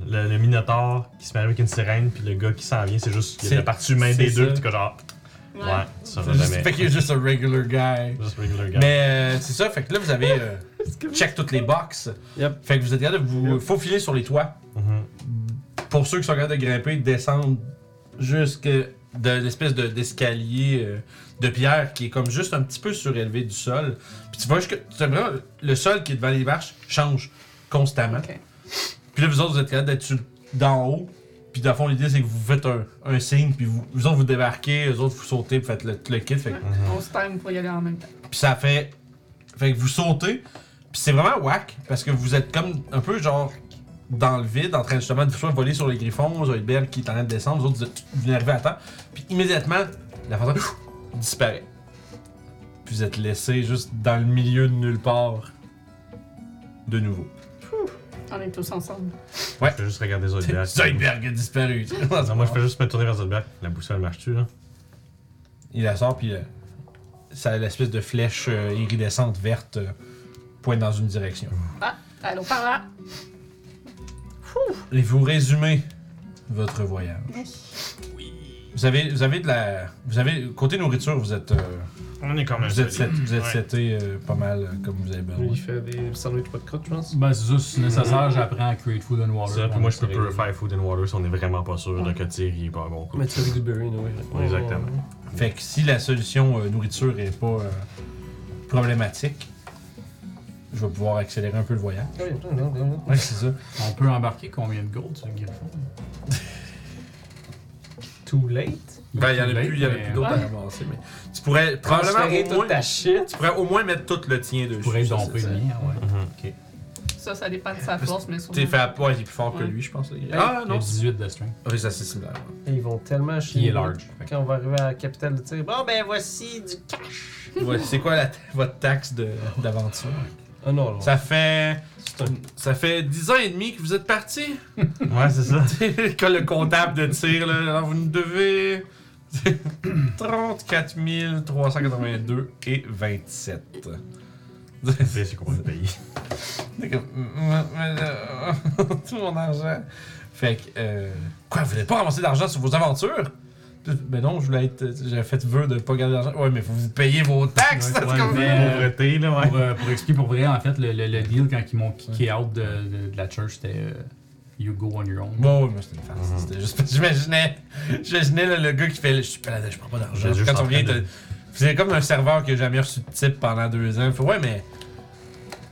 S4: le, le Minotaur qui se marie avec une sirène, puis le gars qui s'en vient, c'est juste. Il y
S1: C'est-
S4: a la partie humaine des
S1: c'est
S4: deux,
S1: ça.
S4: puis t'es genre. Ouais, tu sauras
S1: Juste-
S4: jamais.
S1: fait qu'il est juste un regular guy.
S4: Juste regular guy.
S1: Mais euh, c'est ça, fait que là vous avez
S6: *laughs*
S1: euh, check toutes les boxes.
S6: Yep.
S1: Fait que vous êtes capable de vous faufiler sur les toits.
S4: Mhm.
S1: Pour ceux qui sont capables de grimper, descendre jusque de l'espèce de- d'escalier euh, de pierre qui est comme juste un petit peu surélevé du sol. Puis tu vois jusque tu sais vraiment, le sol qui est devant les marches change constamment.
S5: Ok.
S1: Puis là, vous autres, vous êtes capable d'être sur- d'en haut. Puis, dans le fond, l'idée, c'est que vous faites un, un signe, puis vous, vous autres, vous débarquez, eux autres, vous sautez, puis faites le, le kit. Fait, que-
S5: On se time pour y aller en même temps.
S1: Puis ça fait... Fait que vous sautez, puis c'est vraiment whack, parce que vous êtes comme un peu, genre, dans le vide, en train justement de soit voler sur les griffons, Zoidberg qui est en train de descendre, vous autres, vous, êtes- vous venez arriver à temps. Puis immédiatement, la fantôme pff, *coughs* disparaît. Puis vous êtes laissé juste dans le milieu de nulle part. De nouveau.
S5: On est tous ensemble.
S4: Je vais juste regarder Zodiac.
S1: Zoidberg a disparu.
S4: *laughs* Non, moi je fais juste me tourner vers Zodiac. La boussole marche-tu là?
S1: Il la sort, puis euh, ça a l'espèce de flèche euh, iridescente verte euh, pointe dans une direction.
S5: Allons par là.
S1: Et vous résumez votre voyage. Vous avez, vous avez de la. Vous avez. Côté nourriture, vous êtes. euh,
S4: On est quand même.
S1: vous êtes, set-
S4: solide.
S1: vous êtes
S4: Ouais.
S1: seté euh, pas mal euh, comme vous avez besoin.
S6: Lui, il fait des sandwichs pas de croûte, je pense.
S2: Ben, c'est juste
S1: Mhm.
S2: nécessaire, j'apprends à create food and water.
S4: C'est ça, puis moi je peux
S2: On est réglé.
S4: purify food and water si on est vraiment pas sûr de que tir il est pas un bon coup.
S6: Mais tu as du berry, oui.
S4: Exactement.
S6: Ah
S1: Fait que si la solution euh, nourriture est pas euh, problématique, je vais pouvoir accélérer un peu le voyage. Ouais, c'est ça.
S2: On peut embarquer combien de gold sur le griffon
S6: Too late.
S1: Ben, il y en a
S2: Mais- euh,
S1: plus, il y en a plus d'autres à
S5: Ouais.
S1: ramasser, mais. Tu pourrais
S6: Transférer
S1: probablement au
S6: toute
S1: moins.
S6: ta shit.
S1: Tu pourrais au moins mettre tout le tien dessus.
S2: Je pourrais
S1: ça,
S2: domper
S1: c'est-
S2: le mien, ouais.
S4: Mhm.
S5: Ça, ça dépend de sa force, mais
S1: T'es
S5: sûrement.
S1: fait à poids, il est plus fort que
S5: Ouais.
S1: lui, je pense. le gars.
S6: Ouais.
S1: Ah
S2: Il y
S1: non!
S2: a
S1: Ah,
S2: 18 de strength.
S1: Oui, c'est assez similaire.
S6: Et ils vont tellement chier.
S2: Qui est large. Fait que-
S6: Quand on va arriver à la capitale de tir, bon ben voici du cash.
S1: Ouais, c'est quoi la ta- votre taxe de- d'aventure?
S6: Ah non, non.
S1: Ça fait.
S6: c'est un-
S1: Ça fait 10 ans et demi que vous êtes partis.
S4: Ouais, c'est ça.
S1: Quand le comptable de tir, là, alors vous nous devez. 34 382 et 27.
S4: *laughs* C'est c'est combien de pays?
S1: C'est comme, Mm, mm, euh, *laughs* Tout mon argent. Fait que. euh, quoi, vous voulez pas ramasser d'argent sur vos aventures? Ben non, je voulais être. J'avais fait vœu de pas garder d'argent. Ouais, mais faut vous payer vos taxes! *laughs*
S4: Ouais,
S1: c'est comme-
S2: mais-
S4: Pauvreté là, ouais.
S2: pour, euh, pour expliquer pour vrai, en fait, le, le- le deal quand ils m'ont kické out de, de- de la church, c'était euh, You go on your own.
S1: Bon, oui, moi c'était une farce.
S4: Mhm.
S1: C'était juste parce que j'imaginais, j'imaginais là, le gars qui fait le- Je suis paladin, je prends pas d'argent.
S4: J'ai
S1: Puis
S4: juste
S1: Quand
S4: en
S1: on vient,
S4: train de-
S1: t'as- c'est comme un serveur qui a jamais reçu de type pendant deux ans. Fait, ouais, mais.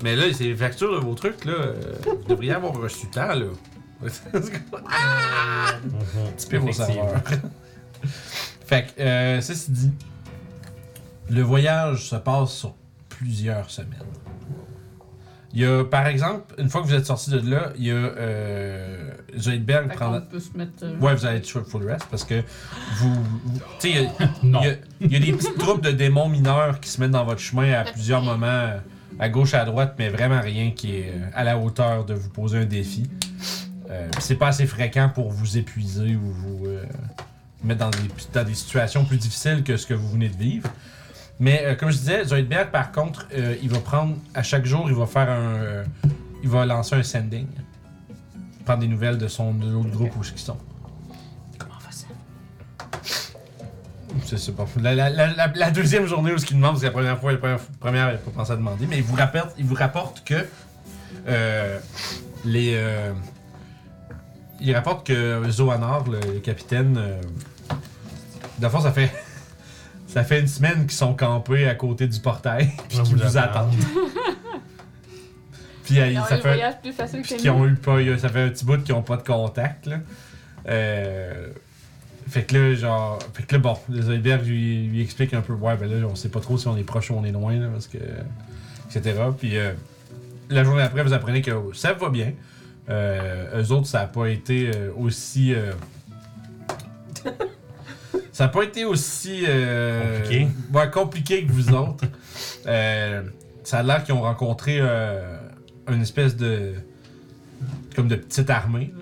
S1: Mais là, c'est les factures de vos trucs, là. euh, vous devriez avoir reçu tant, là. *laughs* C'est comme-
S4: Mhm.
S1: Typique au serveur. *laughs* Fait que, euh, ceci dit, le voyage se passe sur plusieurs semaines. Il y a, par exemple, une fois que vous êtes sorti de là, il y a euh, Zoidberg
S5: Fait
S1: prend
S5: qu'on
S1: la-
S5: peut se mettre. euh,
S1: Ouais, vous allez être sure full rest parce que vous. vous- tu sais, il y a-
S2: Non.
S1: il y a- il y, a des petites troupes de démons mineurs qui se mettent dans votre chemin à plusieurs moments, euh, à gauche, à droite, mais vraiment rien qui est euh, à la hauteur de vous poser un défi. Euh, puis c'est pas assez fréquent pour vous épuiser ou vous euh, mettre dans des, dans des situations plus difficiles que ce que vous venez de vivre. Mais euh, comme je disais, Zoidberg, par contre, euh, il va prendre, à chaque jour, il va faire un. euh, il va lancer un sending. Prendre des nouvelles de son de l'autre groupe où ils sont.
S5: Comment on fait ça?
S1: C'est c'est bon. La, la- la- la- la deuxième journée où ce qu'il demande, c'est la première fois, la première, première il a pas pensé à demander, mais il vous rapporte, il vous rapporte que euh, les. euh, il rapporte que Zoanar, le, le capitaine, euh, dans le fond, ça fait. *laughs* Ça fait une semaine qu'ils sont campés à côté du portail, *laughs* puis
S4: On
S1: qu'ils
S4: vous
S1: vous
S4: attend.
S1: attendent. puis euh,
S5: Ils ont eu
S1: ça
S5: le
S1: fait
S5: voyage plus facile
S1: puis
S5: que
S1: qui
S5: nous.
S1: ont eu pas, il y a- ça fait un petit bout qu'ils ont pas de contact là. Euh, fait que là, genre, fait que là, bon, les icebergs lui, lui explique un peu, ouais, ben là, on sait pas trop si on est proche ou on est loin, là, parce que, etc. Puis euh, la journée après, vous apprenez que ça va bien. Euh, eux autres, ça a pas été euh, aussi. euh, ça a pas été aussi. euh,
S4: Compliqué.
S1: ouais, compliqué que vous autres. Euh, ça a l'air qu'ils ont rencontré euh, une espèce de. comme de petite armée. là.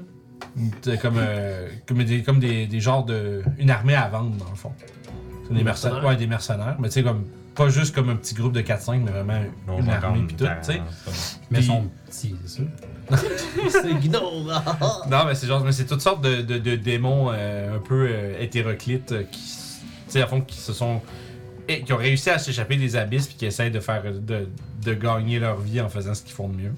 S1: Une petite- Comme, euh, comme, des, comme des, des genres de. une armée à vendre, dans le fond. C'est Des,
S6: Des
S1: mercenaires.
S6: mercenaires.
S1: Ouais, des mercenaires. Mais tu sais, comme. pas juste comme un petit groupe de 4-5, mais vraiment
S4: On
S1: une
S4: va encore
S1: armée, pis tout,
S4: dans-
S1: tu sais.
S2: Mais
S1: Puis-
S2: ils sont petits, c'est sûr.
S6: C'est gnome, là.
S1: Non, mais c'est genre, mais c'est toutes sortes de, de- de démons euh, un peu euh, hétéroclites euh, qui, s- tu sais, à fond, qui se sont, et, qui ont réussi à s'échapper des abysses puis qui essayent de faire, de, de gagner leur vie en faisant ce qu'ils font de mieux.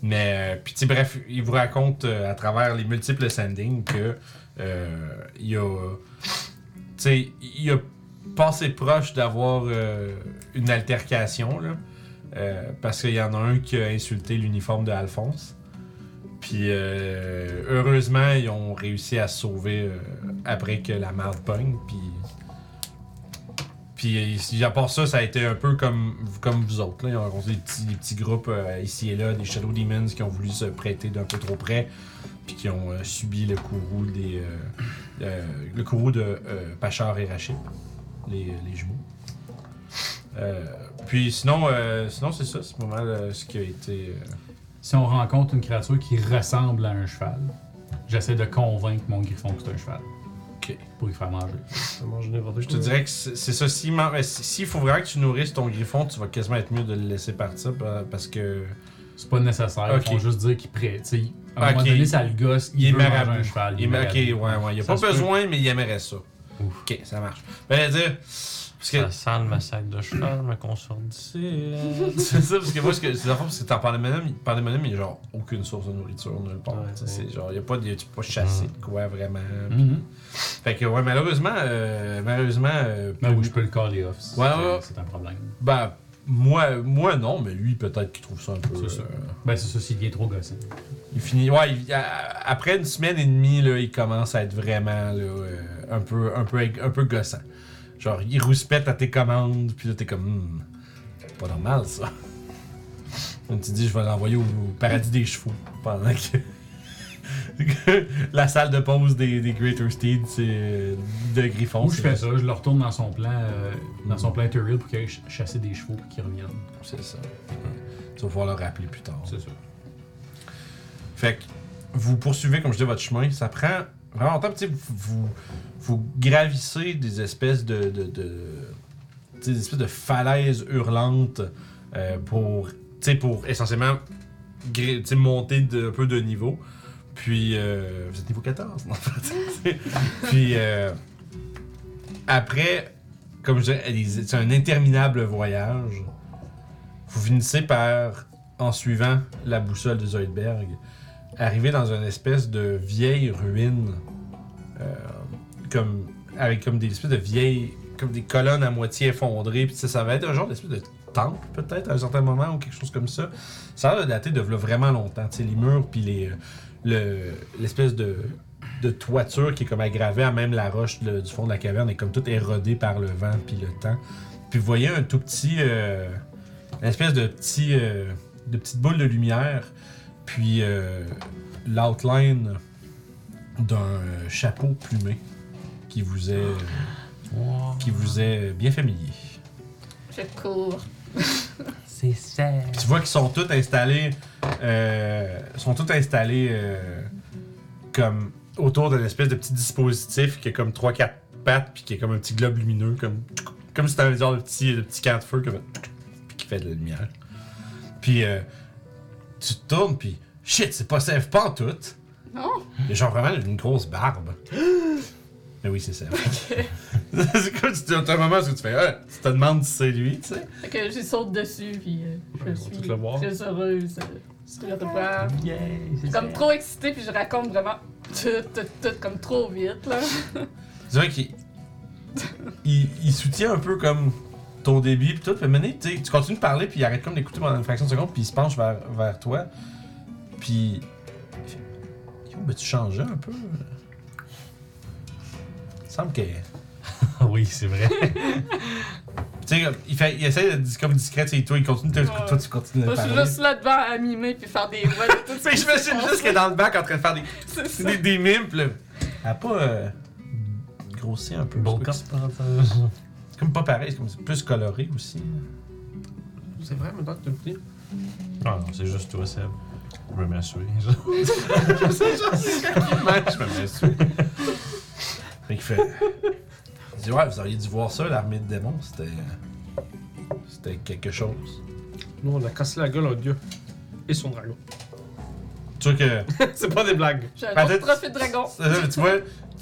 S1: Mais, euh, puis tu sais, bref, ils vous racontent euh, à travers les multiples sendings que euh, il y a, euh, tu sais, il a passé proche d'avoir euh, une altercation là, euh, parce qu'il y en a un qui a insulté l'uniforme de Alphonse. Puis euh, heureusement, ils ont réussi à se sauver euh, après que la merde pogne. Puis, puis euh, à part ça, ça a été un peu comme, comme vous autres. Là. Ils ont rencontré des petits, des petits groupes euh, ici et là, des Shadow Demons qui ont voulu se prêter d'un peu trop près, puis qui ont euh, subi le courroux des, euh, euh, le courroux de euh, Pachar et Rachid, les, les jumeaux. Euh, puis sinon, euh, sinon c'est ça, c'est pas mal euh, ce qui a été. euh,
S2: Si on rencontre une créature qui ressemble à un cheval, j'essaie de convaincre mon griffon que c'est un cheval.
S1: Ok.
S2: Pour y faire manger.
S6: Ça mange n'importe quoi.
S1: Je te dirais que c'est c'est ça. S'il man- euh, si- s'il faut vraiment que tu nourrisses ton griffon, tu vas quasiment être mieux de le laisser partir pa- parce que.
S2: C'est pas nécessaire.
S1: Ok.
S2: Ils font juste dire qu'il prête. tu sais, À un
S1: Ok.
S2: moment donné, ça le gosse. Il,
S1: Il est
S2: veut manger
S1: marabout.
S2: un cheval.
S1: Il ma- ok, ouais, ouais. Il a
S2: Ça
S1: pas
S2: se peut.
S1: besoin, mais il aimerait ça.
S4: Ouf.
S1: Ok, ça marche. Ben, dire. Parce *laughs* que.
S4: Ça sent le massacre de cheval, mais qu'on sort d'ici. euh.
S1: c'est ça, parce que moi, ce que- c'est la fois, parce que t'en parlais même, il parlait même, il n'y a genre aucune source de nourriture nulle part.
S6: Ouais,
S1: tu sais,
S6: ouais.
S1: C'est genre, il n'y a pas de. Tu peux pas chasser
S2: Mm.
S1: de quoi vraiment.
S2: Mhm.
S1: Fait que, ouais, malheureusement, euh, malheureusement. euh,
S2: Ben oui, je peux le caller off. si
S1: Ouais,
S2: c'est-
S1: ouais.
S2: C'est un problème.
S1: Ben, moi, moi, non, mais lui, peut-être qu'il trouve ça un peu.
S2: C'est ça.
S1: euh,
S2: Ben c'est ça, s'il devient trop gossé.
S1: Il finit. Ouais, il- à- après une semaine et demie, là, il commence à être vraiment là, euh, un, peu, un, peu, un peu gossant. Genre, il rouspète à tes commandes, puis là, t'es comme. Hmm, c'est pas normal, ça. Donc, tu dis, je vais l'envoyer au, au paradis des chevaux pendant que. que *laughs* la salle de pause des, des Greater Steeds, c'est. euh, de Griffon.
S2: Ou je
S1: c'est-
S2: fais ça, je le retourne dans son plan, euh,
S1: Mhm.
S2: dans son plan intérieur pour qu'il aille ch- chasser des chevaux qui reviennent.
S1: C'est ça. Tu vas pouvoir le rappeler plus tard.
S2: C'est ça.
S1: Fait que vous poursuivez, comme je dis, votre chemin. Ça prend vraiment longtemps. Puis, tu sais, Vous, vous, vous gravissez des espèces de, de, de- tu sais, des espèces de falaises hurlantes euh, pour, tu sais, pour essentiellement gré- tu sais, monter de, un peu de niveau. Puis, euh, vous êtes niveau 14, non? *laughs* Puis, euh, après, comme je disais, des- c'est un interminable voyage. Vous finissez par, en suivant la boussole de Zoidberg, arriver dans une espèce de vieille ruine, euh, comme, avec comme des espèces de vieilles, comme des colonnes à moitié effondrées. Puis ça, ça va être un genre d'espèce de temple, peut-être, à un certain moment, ou quelque chose comme ça. Ça a l'air de dater de v'là vraiment longtemps. Tu sais, les murs, puis les, le- euh, l'espèce de de toiture qui est comme aggravée à même la roche le- du fond de la caverne et comme tout érodé par le vent puis le temps. Puis vous voyez un tout petit, euh, une espèce de petit, euh, de petite boule de lumière, puis euh, l'outline d'un euh, chapeau plumé qui vous est, qui vous est bien familier.
S5: Je cours.
S6: C'est ça.
S1: Tu vois qu'ils sont tous installés. euh, sont tous installés euh, comme autour d'une espèce de petit dispositif qui a comme 3-4 pattes puis qui est comme un petit globe lumineux, comme, comme si t'avais genre de petit, de petit camp de feu comme, puis qui fait de la lumière. Puis euh, tu te tournes puis shit, c'est pas Sèvres pas en tout.
S5: Non?
S1: Mais genre vraiment une grosse barbe. Mais oui, c'est Sèvres. *laughs* c'est comme tu as un moment où tu fais Ah, tu te demandes si c'est lui, tu sais.
S5: Fait que j'y saute dessus, puis euh, je
S6: Ouais, on
S5: suis
S6: va tout le voir.
S5: très heureuse euh, de le revoir.
S6: Yeah,
S5: Comme trop excitée, puis je raconte vraiment tout, tout, tout, comme trop vite, là.
S1: C'est vrai qu'il il, il soutient un peu comme ton débit puis tout. Puis maintenant, tu sais, tu continues de parler puis il arrête comme d'écouter pendant une fraction de seconde puis il se penche vers, vers toi. Puis il fait, yo, ben tu changeais un peu. Il semble que
S4: Ah *laughs* oui, c'est vrai.
S1: *laughs* tu sais, comme, il fait, il essaie d'être dis- comme discret, tu sais, toi il continue, de- toi tu continues de
S5: Moi, je suis
S1: parler.
S5: juste là devant à mimer, puis faire des voix de
S1: *laughs*
S5: tout
S1: Tu sais, j'imagine juste qu'elle est dans le bac en train de faire des,
S5: *laughs* C'est ça.
S1: des, des mimes, pis là, elle a pas euh, grossi un peu.
S4: Bon
S1: c'est
S4: corps,
S1: pas- C'est comme pas pareil, c'est comme c'est plus coloré aussi.
S6: C'est vrai, maintenant que tu le dis.
S4: Ah non, c'est juste toi, Seb. Je me m'assurer.
S1: je me mets dessus. Fait qu'il fait. *laughs* Il dit, ouais, vous auriez dû voir ça, l'armée de démons, c'était. C'était quelque chose.
S6: Nous, on a cassé la gueule au dieu. Et son dragon.
S1: Tu vois que.
S6: *laughs* c'est pas des blagues.
S5: J'ai un
S1: Peut-être-
S5: autre trophée de
S1: *laughs*
S5: dragon.
S1: tu vois.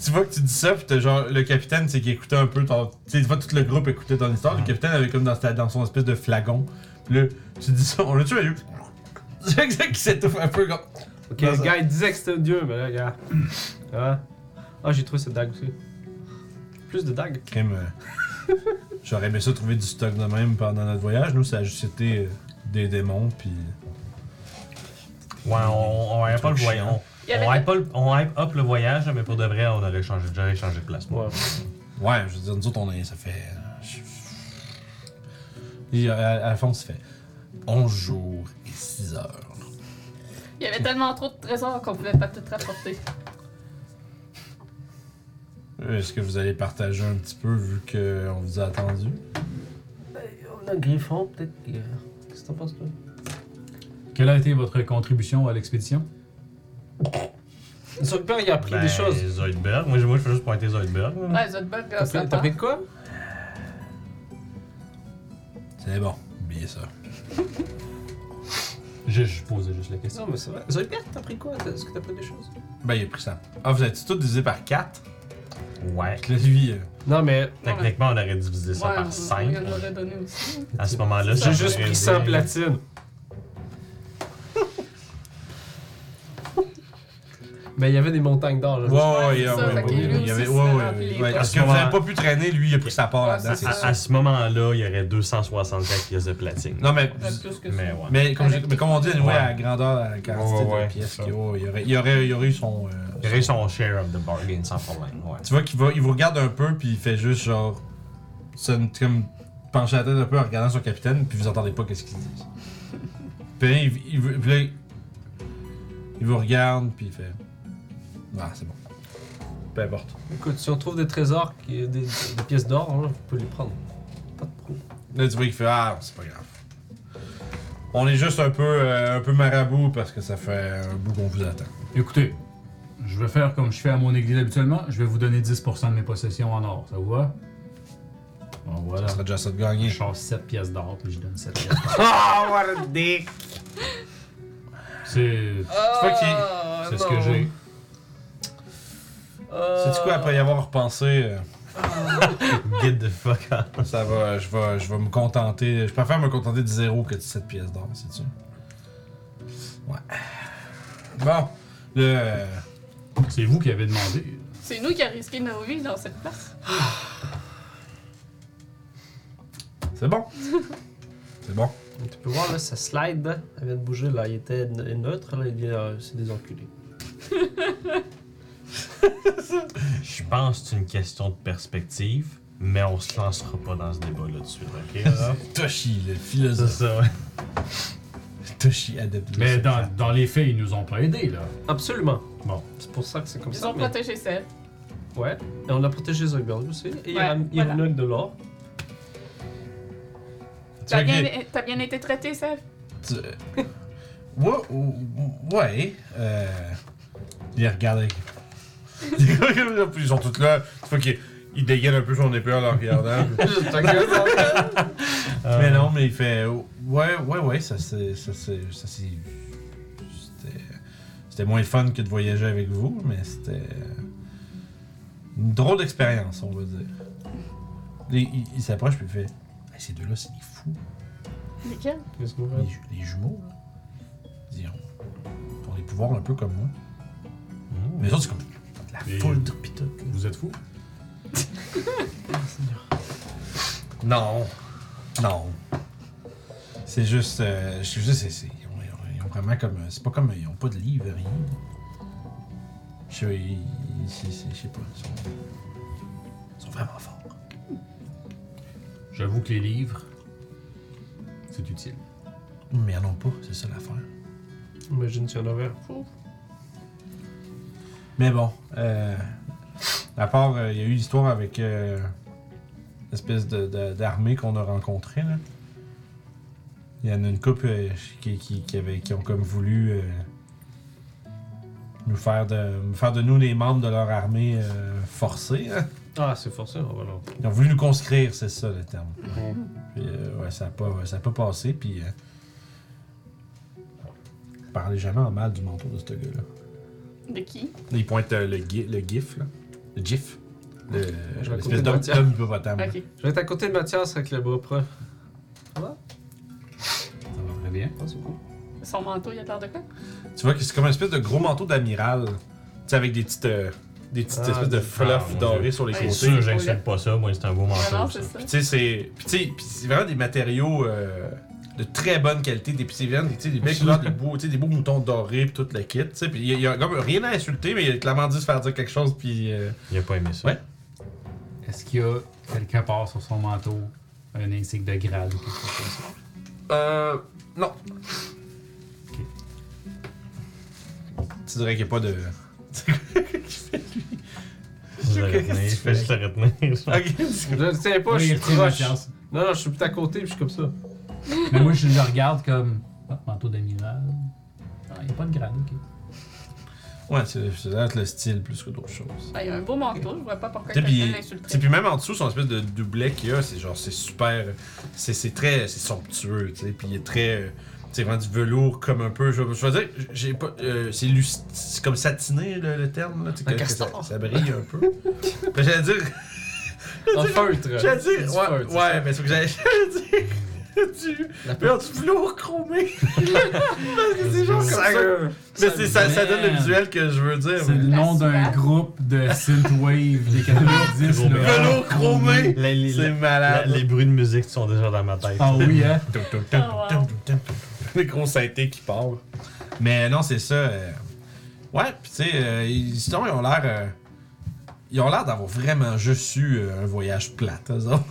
S1: Tu vois que tu dis ça, pis t'as genre, le capitaine, c'est qui écoutait un peu ton. Tu sais, tu vois, tout le groupe écoutait ton histoire, le capitaine avait comme dans, sa- dans son espèce de flagon. Pis là, tu dis ça, on l'a tué, lui. *laughs* C'est exact qu'il s'étouffe un peu comme.
S6: Ok,
S1: Non,
S6: le
S1: ça-
S6: gars, il disait que c'était un dieu, mais là, *clears throat* gars. Ah, ah j'ai trouvé cette dague aussi. Plus de dagues.
S1: Crime, euh, J'aurais aimé ça trouver du stock de même pendant notre voyage. Nous, ça a juste été euh, des démons, puis.
S4: Ouais, on, on hype pas le voyant.
S5: Il y
S4: On
S5: avait
S4: hype, pas le- on hype up le voyage, mais pour de vrai, on aurait changé, j'aurais changé de place. moi.
S6: Ouais.
S1: Ouais, je veux dire, nous autres, on est. Ça fait. euh, Et, euh, Alphonse fait 11 jours et 6 heures.
S5: Il y avait tellement trop de trésors qu'on pouvait pas tout rapporter.
S1: Est-ce que vous allez partager un petit peu vu qu'on vous a attendu?
S6: On a griffon, peut-être. Qu'est-ce que t'en penses, toi
S2: Quelle a été votre contribution à l'expédition?
S6: Son père, Bah, il a appris
S4: Ben,
S6: des choses.
S4: Zoidberg. Moi, je- moi, je fais juste pointer Zoidberg. là.
S5: Ouais, Zodberg,
S6: T'as
S5: ça
S6: pris- t'as
S5: part.
S6: pris de quoi
S1: C'est bon, oubliez ça.
S2: Je, je posais juste la question.
S6: Non, mais c'est vrai. Zoidberg, t'as pris quoi T'as- Est-ce que t'as pris des choses
S1: Ben, il a pris ça. Ah, vous êtes tous divisés par 4?
S4: Ouais.
S1: Là, lui. euh,
S6: Non, mais
S4: Techniquement, on aurait divisé ça
S5: Ouais,
S4: par
S5: on
S4: 5.
S5: lui en aurait donné aussi.
S4: À ce moment-là,
S6: j'ai
S4: ça
S6: juste
S4: aurait
S6: pris
S4: été-
S6: ça en *laughs* platine. Mais il y avait des montagnes d'or. là.
S1: Ouais, ouais,
S5: c'est
S1: ouais,
S5: ça,
S1: ouais,
S5: fait que
S1: ouais,
S5: lui
S1: il y avait-
S5: aussi,
S1: ouais,
S5: c'est
S1: ouais,
S5: rempli.
S1: ouais.
S5: À
S1: Parce
S4: ce
S1: que vous
S4: moment-
S1: n'avez pas pu traîner, lui, il a pris sa part
S5: Ouais,
S1: là-dedans,
S5: c'est
S1: c'est
S5: ça.
S1: sûr.
S4: À, à ce moment-là, il y aurait 265 pièces de platine.
S1: Non, mais
S5: Peut-être plus que ça.
S4: Mais ouais.
S1: Mais comme,
S5: Avec
S1: j'ai- mais comme on dit, anyway,
S4: Ouais.
S1: à la grandeur, à la quantité
S4: Ouais, ouais,
S1: de pièces
S4: ça.
S1: qu'il y a, il y aurait, il y aurait, il y aurait eu son, euh,
S4: Il y aurait son share of the bargain sans problème. Ouais.
S1: Tu vois qu'il va, il vous regarde un peu, puis il fait juste genre. sonne comme pencher la tête un peu en regardant son capitaine, puis vous entendez pas qu'est-ce qu'il dit. puis là, il, il, vous- puis là, il vous regarde, puis il fait. Ah, c'est bon. Peu importe.
S6: Écoute, si on trouve des trésors, qui- des, des pièces d'or, hein, on peut les prendre. Pas de problème.
S1: Là, tu vois qu'il fait Ah, c'est pas grave. On est juste un peu, euh, un peu marabout parce que ça fait un bout qu'on vous attend.
S2: Écoutez, je vais faire comme je fais à mon église habituellement. Je vais vous donner 10% de mes possessions en or. Ça vous va? Bon, voilà.
S1: Ça serait déjà ça de
S2: Je
S1: gagner.
S2: chasse 7 pièces d'or, puis je donne 7 pièces d'or.
S6: Oh, what a dick!
S2: C'est
S1: vois qu'il-
S5: Ah,
S2: c'est ce
S5: non.
S2: que j'ai.
S1: C'est quoi après y avoir repensé? euh,
S4: Get the fuck out.
S1: Ça va, je vais, je vais me contenter. Je préfère me contenter de zéro que de 7 pièces d'or, c'est-tu? Ouais. Bon, le. euh,
S2: C'est vous qui avez demandé.
S5: C'est nous qui a risqué nos vies dans cette place.
S1: C'est bon. C'est bon.
S6: Tu peux voir, là, ça slide, hein. elle vient de bouger, là. Il était n- neutre, là, il est, euh, c'est des enculés.
S4: Je pense que c'est une question de perspective, mais on se lancera pas dans ce débat-là dessus ok? *laughs* Raph?
S1: Toshi, le
S4: c'est
S1: philosophe.
S4: ça, ouais.
S1: Toshi adepte.
S2: Mais dans, dans les faits, ils nous ont pas aidés, là.
S6: Absolument.
S2: Bon.
S6: C'est pour ça que c'est comme
S5: Ils
S6: ça.
S5: ont
S6: mais-
S5: protégé Seb.
S6: Ouais. Et on a protégé Zogbird aussi. Et il,
S5: Ouais,
S6: a, il
S5: voilà.
S6: ramenait de l'or.
S5: T'as bien, t'as bien été traité, Seb?
S1: Tu- euh, Ouais, ouais. Euh... Il regarde. Ils sont tous là. Tu vois qu'il il dégaine un peu son épée en la regardant.
S6: *laughs* Bah,
S1: mais non, mais il fait. Ouais, ouais, ouais, ça c'est. Ça c'est. ça c'est- c'était- C'était moins le fun que de voyager avec vous, mais c'était. Une drôle d'expérience, on va dire. Et il il s'approche puis il fait. Hey, ces deux-là, c'est des fous.
S5: Nickel.
S6: Qu'est-ce qu'on
S1: Les, ju- les jumeaux, là. Ils ont, ils ont des pouvoirs un peu comme moi.
S4: Mmh.
S1: Mais les autres, c'est comme de
S2: Les-
S1: la foudre pis tout.
S2: Vous êtes fous?
S1: Non. Non. C'est juste. euh, je suis juste. c'est- c'est- ils, ont, ils ont- ils ont vraiment comme. euh, C'est pas comme. Ils ont pas de livre, rien. Je sais ils- ils- c'est- c'est- je sais pas. Ils sont, ils sont vraiment forts.
S2: J'avoue que les livres, c'est utile.
S1: Mais ils en ont pas, c'est ça l'affaire.
S6: Imagine s'il y en avait. Ouf.
S1: Mais bon, euh, à part, euh, il y a eu l'histoire avec euh, l'espèce de- de- d'armée qu'on a rencontrée. Là. Il y en a une couple euh, qui, qui, qui, avait- qui ont comme voulu euh, nous faire de, faire de nous les membres de leur armée euh, forcée. là.
S6: Ah, c'est forcé, on va leur.
S1: Ils ont voulu nous conscrire, c'est ça le terme. Puis, euh, ouais, ça n'a pas, ça a pas passé, puis... euh, parlez jamais en mal du manteau de ce gars-là.
S4: Ah,
S5: De qui?
S1: Il pointe euh, le, gui- le gif, là. Le gif. Le-
S6: Je vais
S1: L'espèce
S6: couper
S1: d'homme
S6: le
S1: d'homme hippopotame. là.
S5: Ok.
S6: Je vais être à côté de Mathias avec le bras propre. Ça va?
S2: Ça va très bien.
S6: Ah, c'est cool.
S5: Son manteau, il a l'air de quoi?
S1: Tu vois que c'est comme une espèce de gros manteau d'amiral. Tu sais, avec des petites, euh, des petites
S6: Ah,
S1: espèces de
S6: des-
S1: fluff
S4: ah, mon
S1: doré
S4: Dieu.
S1: sur les
S5: Ouais,
S1: côtés.
S4: C'est
S1: Puis
S4: sûr, j'accepte pas ça, moi, c'est un beau
S5: Ah non,
S4: manteau.
S5: c'est
S4: ça.
S5: ça.
S1: tu sais, c'est. Puis tu sais, puis c'est vraiment des matériaux euh, de très bonne qualité. Des petits viandes, tu sais, des
S6: *laughs*
S1: belles couleurs, des beaux, tu sais, des beaux moutons dorés, puis toute la kit. Tu sais, puis il y a- il y a comme rien à insulter, mais il a clairement dû se faire dire quelque chose, puis. euh,
S4: Il a pas aimé ça.
S1: Ouais.
S2: Est-ce qu'il y a quelque part sur son manteau un insigne de grade ou quelque chose comme ça?
S1: Euh. Non. Tu dirais qu'il n'y a pas
S6: *laughs*
S1: de.
S4: Je le
S1: Qu'est-ce que
S4: retenais,
S1: tu
S4: je fais juste le retenir.
S1: Ok,
S6: Je le tiens pas,
S2: Oui,
S6: je
S2: il
S6: suis
S2: retient
S6: proche.
S2: Mathias.
S6: Non, non, je suis plus à côté, puis je suis comme ça.
S2: Mais moi, je le regarde comme. Ah, manteau d'amiral. Ah, il n'y a pas de grade, ok.
S1: Ouais, c'est ça doit être le style plus que d'autres choses.
S5: Ah, il a un beau manteau, je vois pas pourquoi
S1: Tu sais,
S5: quelqu'un
S1: puis- tu sais,
S5: l'insulterait.
S1: puis même en dessous, son espèce de doublet qu'il a, c'est genre, c'est super. C'est c'est très. C'est somptueux, tu sais. Puis il est très. euh, Tu sais, vraiment du velours comme un peu. Je, je veux dire, j'ai pas. euh, c'est lus- c'est comme satiné le, le terme, là. Tu sais, que- que ça,
S6: castor.
S1: ça brille un peu. Mais j'allais dire.
S6: Un feutre.
S1: J'allais
S6: C'est du
S1: dire. Ouais,
S6: feutre.
S1: ouais, mais c'est ce que j'allais *laughs* j'allais dire. du-
S6: La
S1: Mais on du velours chromé! *laughs* Parce que c'est genre comme ça.
S6: Sérieux?
S1: Mais c'est- ça, ça donne le
S2: Man.
S1: visuel que je veux dire.
S2: C'est le
S1: mais-
S2: nom d'un
S5: Festival.
S2: groupe de synthwave des 90.
S4: Gros
S2: là.
S1: Velours chromé!
S4: Les, *laughs* les-
S1: C'est
S4: la-
S1: malade.
S4: les bruits de musique sont déjà dans ma tête.
S2: Ah oui, hein?
S5: Ah, wow.
S1: Les gros synthés qui parlent. Mais non, c'est ça. euh, Ouais, pis tu sais, euh, ils, sinon, ils ont l'air. euh, Ils ont l'air d'avoir vraiment juste eu euh, un voyage plate, eux autres.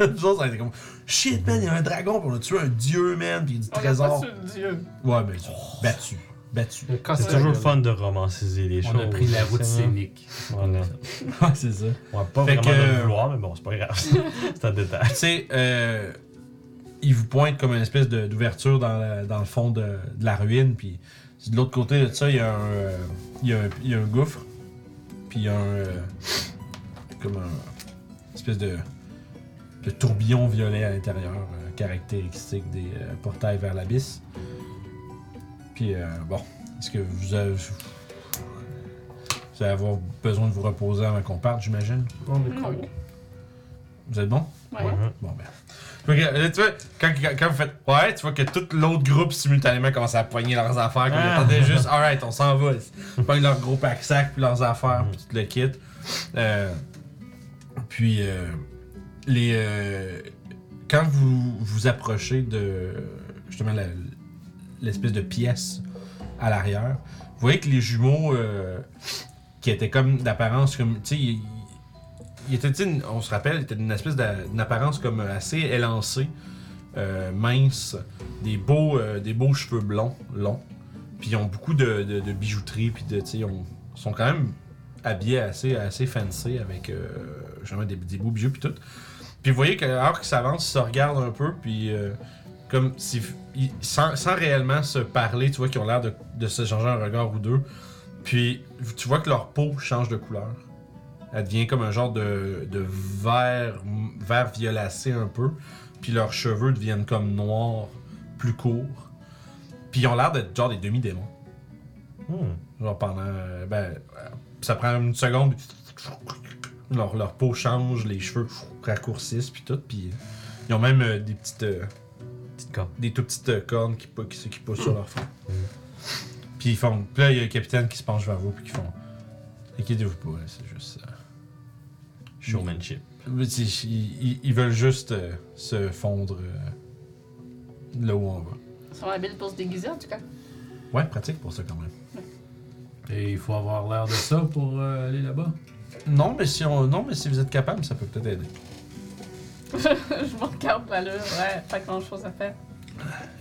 S1: Eux autres, ça a été comme shit, man, il y a un dragon, pis on a tué un dieu, man, pis il y a du
S5: On l'a pas
S1: trésor.
S5: su le dieu.
S1: Ouais, mais ils sont battus. Battus.
S6: Le casse
S4: C'est toujours le fun de romanciser les choses.
S2: On a pris la route
S4: c'est
S2: scénique.
S4: Voilà.
S1: Ouais, c'est ça.
S4: On va pas
S1: Fait
S4: vraiment
S1: que-
S4: le vouloir, mais bon, c'est pas *laughs* grave. c'est un détail.
S1: tu sais, euh, il vous pointe comme une espèce de- d'ouverture dans, la- dans le fond de, de la ruine. Puis de l'autre côté de ça, il y a un, euh, il y a un, il y a un gouffre. Puis il y a un. euh, comme un. espèce de. de tourbillon violet à l'intérieur, euh, caractéristique des euh, portails vers l'abysse. Puis euh, bon, est-ce que vous avez. Vous allez avoir besoin de vous reposer avant qu'on parte, j'imagine.
S6: On est
S5: Non.
S6: cool.
S1: Vous êtes bon?
S5: Ouais.
S4: Mhm.
S1: Bon ben. Tu vois, que- là, tu vois, quand, quand- quand vous faites ouais, tu vois que tout l'autre groupe simultanément commence à poigner leurs affaires. Comme
S4: Ah.
S1: Ils attendaient juste, alright, on s'en va. Ils pognent leur gros pack-sac, puis leurs affaires, puis tout le kit. Euh, puis, euh, les, euh, quand vous vous approchez de justement la- l'espèce de pièce à l'arrière, vous voyez que les jumeaux, euh, qui était comme d'apparence comme. Tu sais, il, il était, tu sais, on se rappelle, il était d'une espèce d'a- d'une apparence comme assez élancée, euh, mince, des beaux, euh, des beaux cheveux blonds, longs. Puis ils ont beaucoup de, de- de bijouterie, puis de, tu sais, ils ont- ils sont quand même habillés assez, assez fancy avec euh, justement des, des beaux bijoux, puis tout. Puis vous voyez que, alors qu'ils s'avancent, ils se regardent un peu, puis. euh, comme si, ils- sans, sans réellement se parler, tu vois qu'ils ont l'air de, de se changer un regard ou deux. Puis tu vois que leur peau change de couleur. Elle devient comme un genre de, de vert, vert violacé un peu. Puis leurs cheveux deviennent comme noirs, plus courts. Puis ils ont l'air d'être genre des demi-démons.
S4: Hmm.
S1: Genre pendant. euh, ben, euh, ça prend une seconde. puis Leur, leur peau change, les cheveux raccourcissent, puis tout. Puis euh, ils ont même euh, des petites. euh,
S4: Petite corde.
S1: des tout petites euh, cornes qui, pou- qui, qui poussent sur leur front. Puis ils font. Puis là, il y a le capitaine qui se penche vers vous, puis qui font. Inquiétez-vous pas, là, c'est juste. euh,
S4: Showmanship.
S1: mais tu sais, Ils, ils- ils veulent juste euh, se fondre euh, là où on va.
S5: Ils sont habiles pour se déguiser, en tout cas. *laughs*
S1: Ouais, pratique pour ça quand même.
S2: Et il faut avoir l'air de ça pour euh, aller là-bas.
S1: Non, mais si on, non, mais si vous êtes capable, ça peut peut-être aider.
S5: Je me regarde là, là. Ouais, pas grand chose à faire.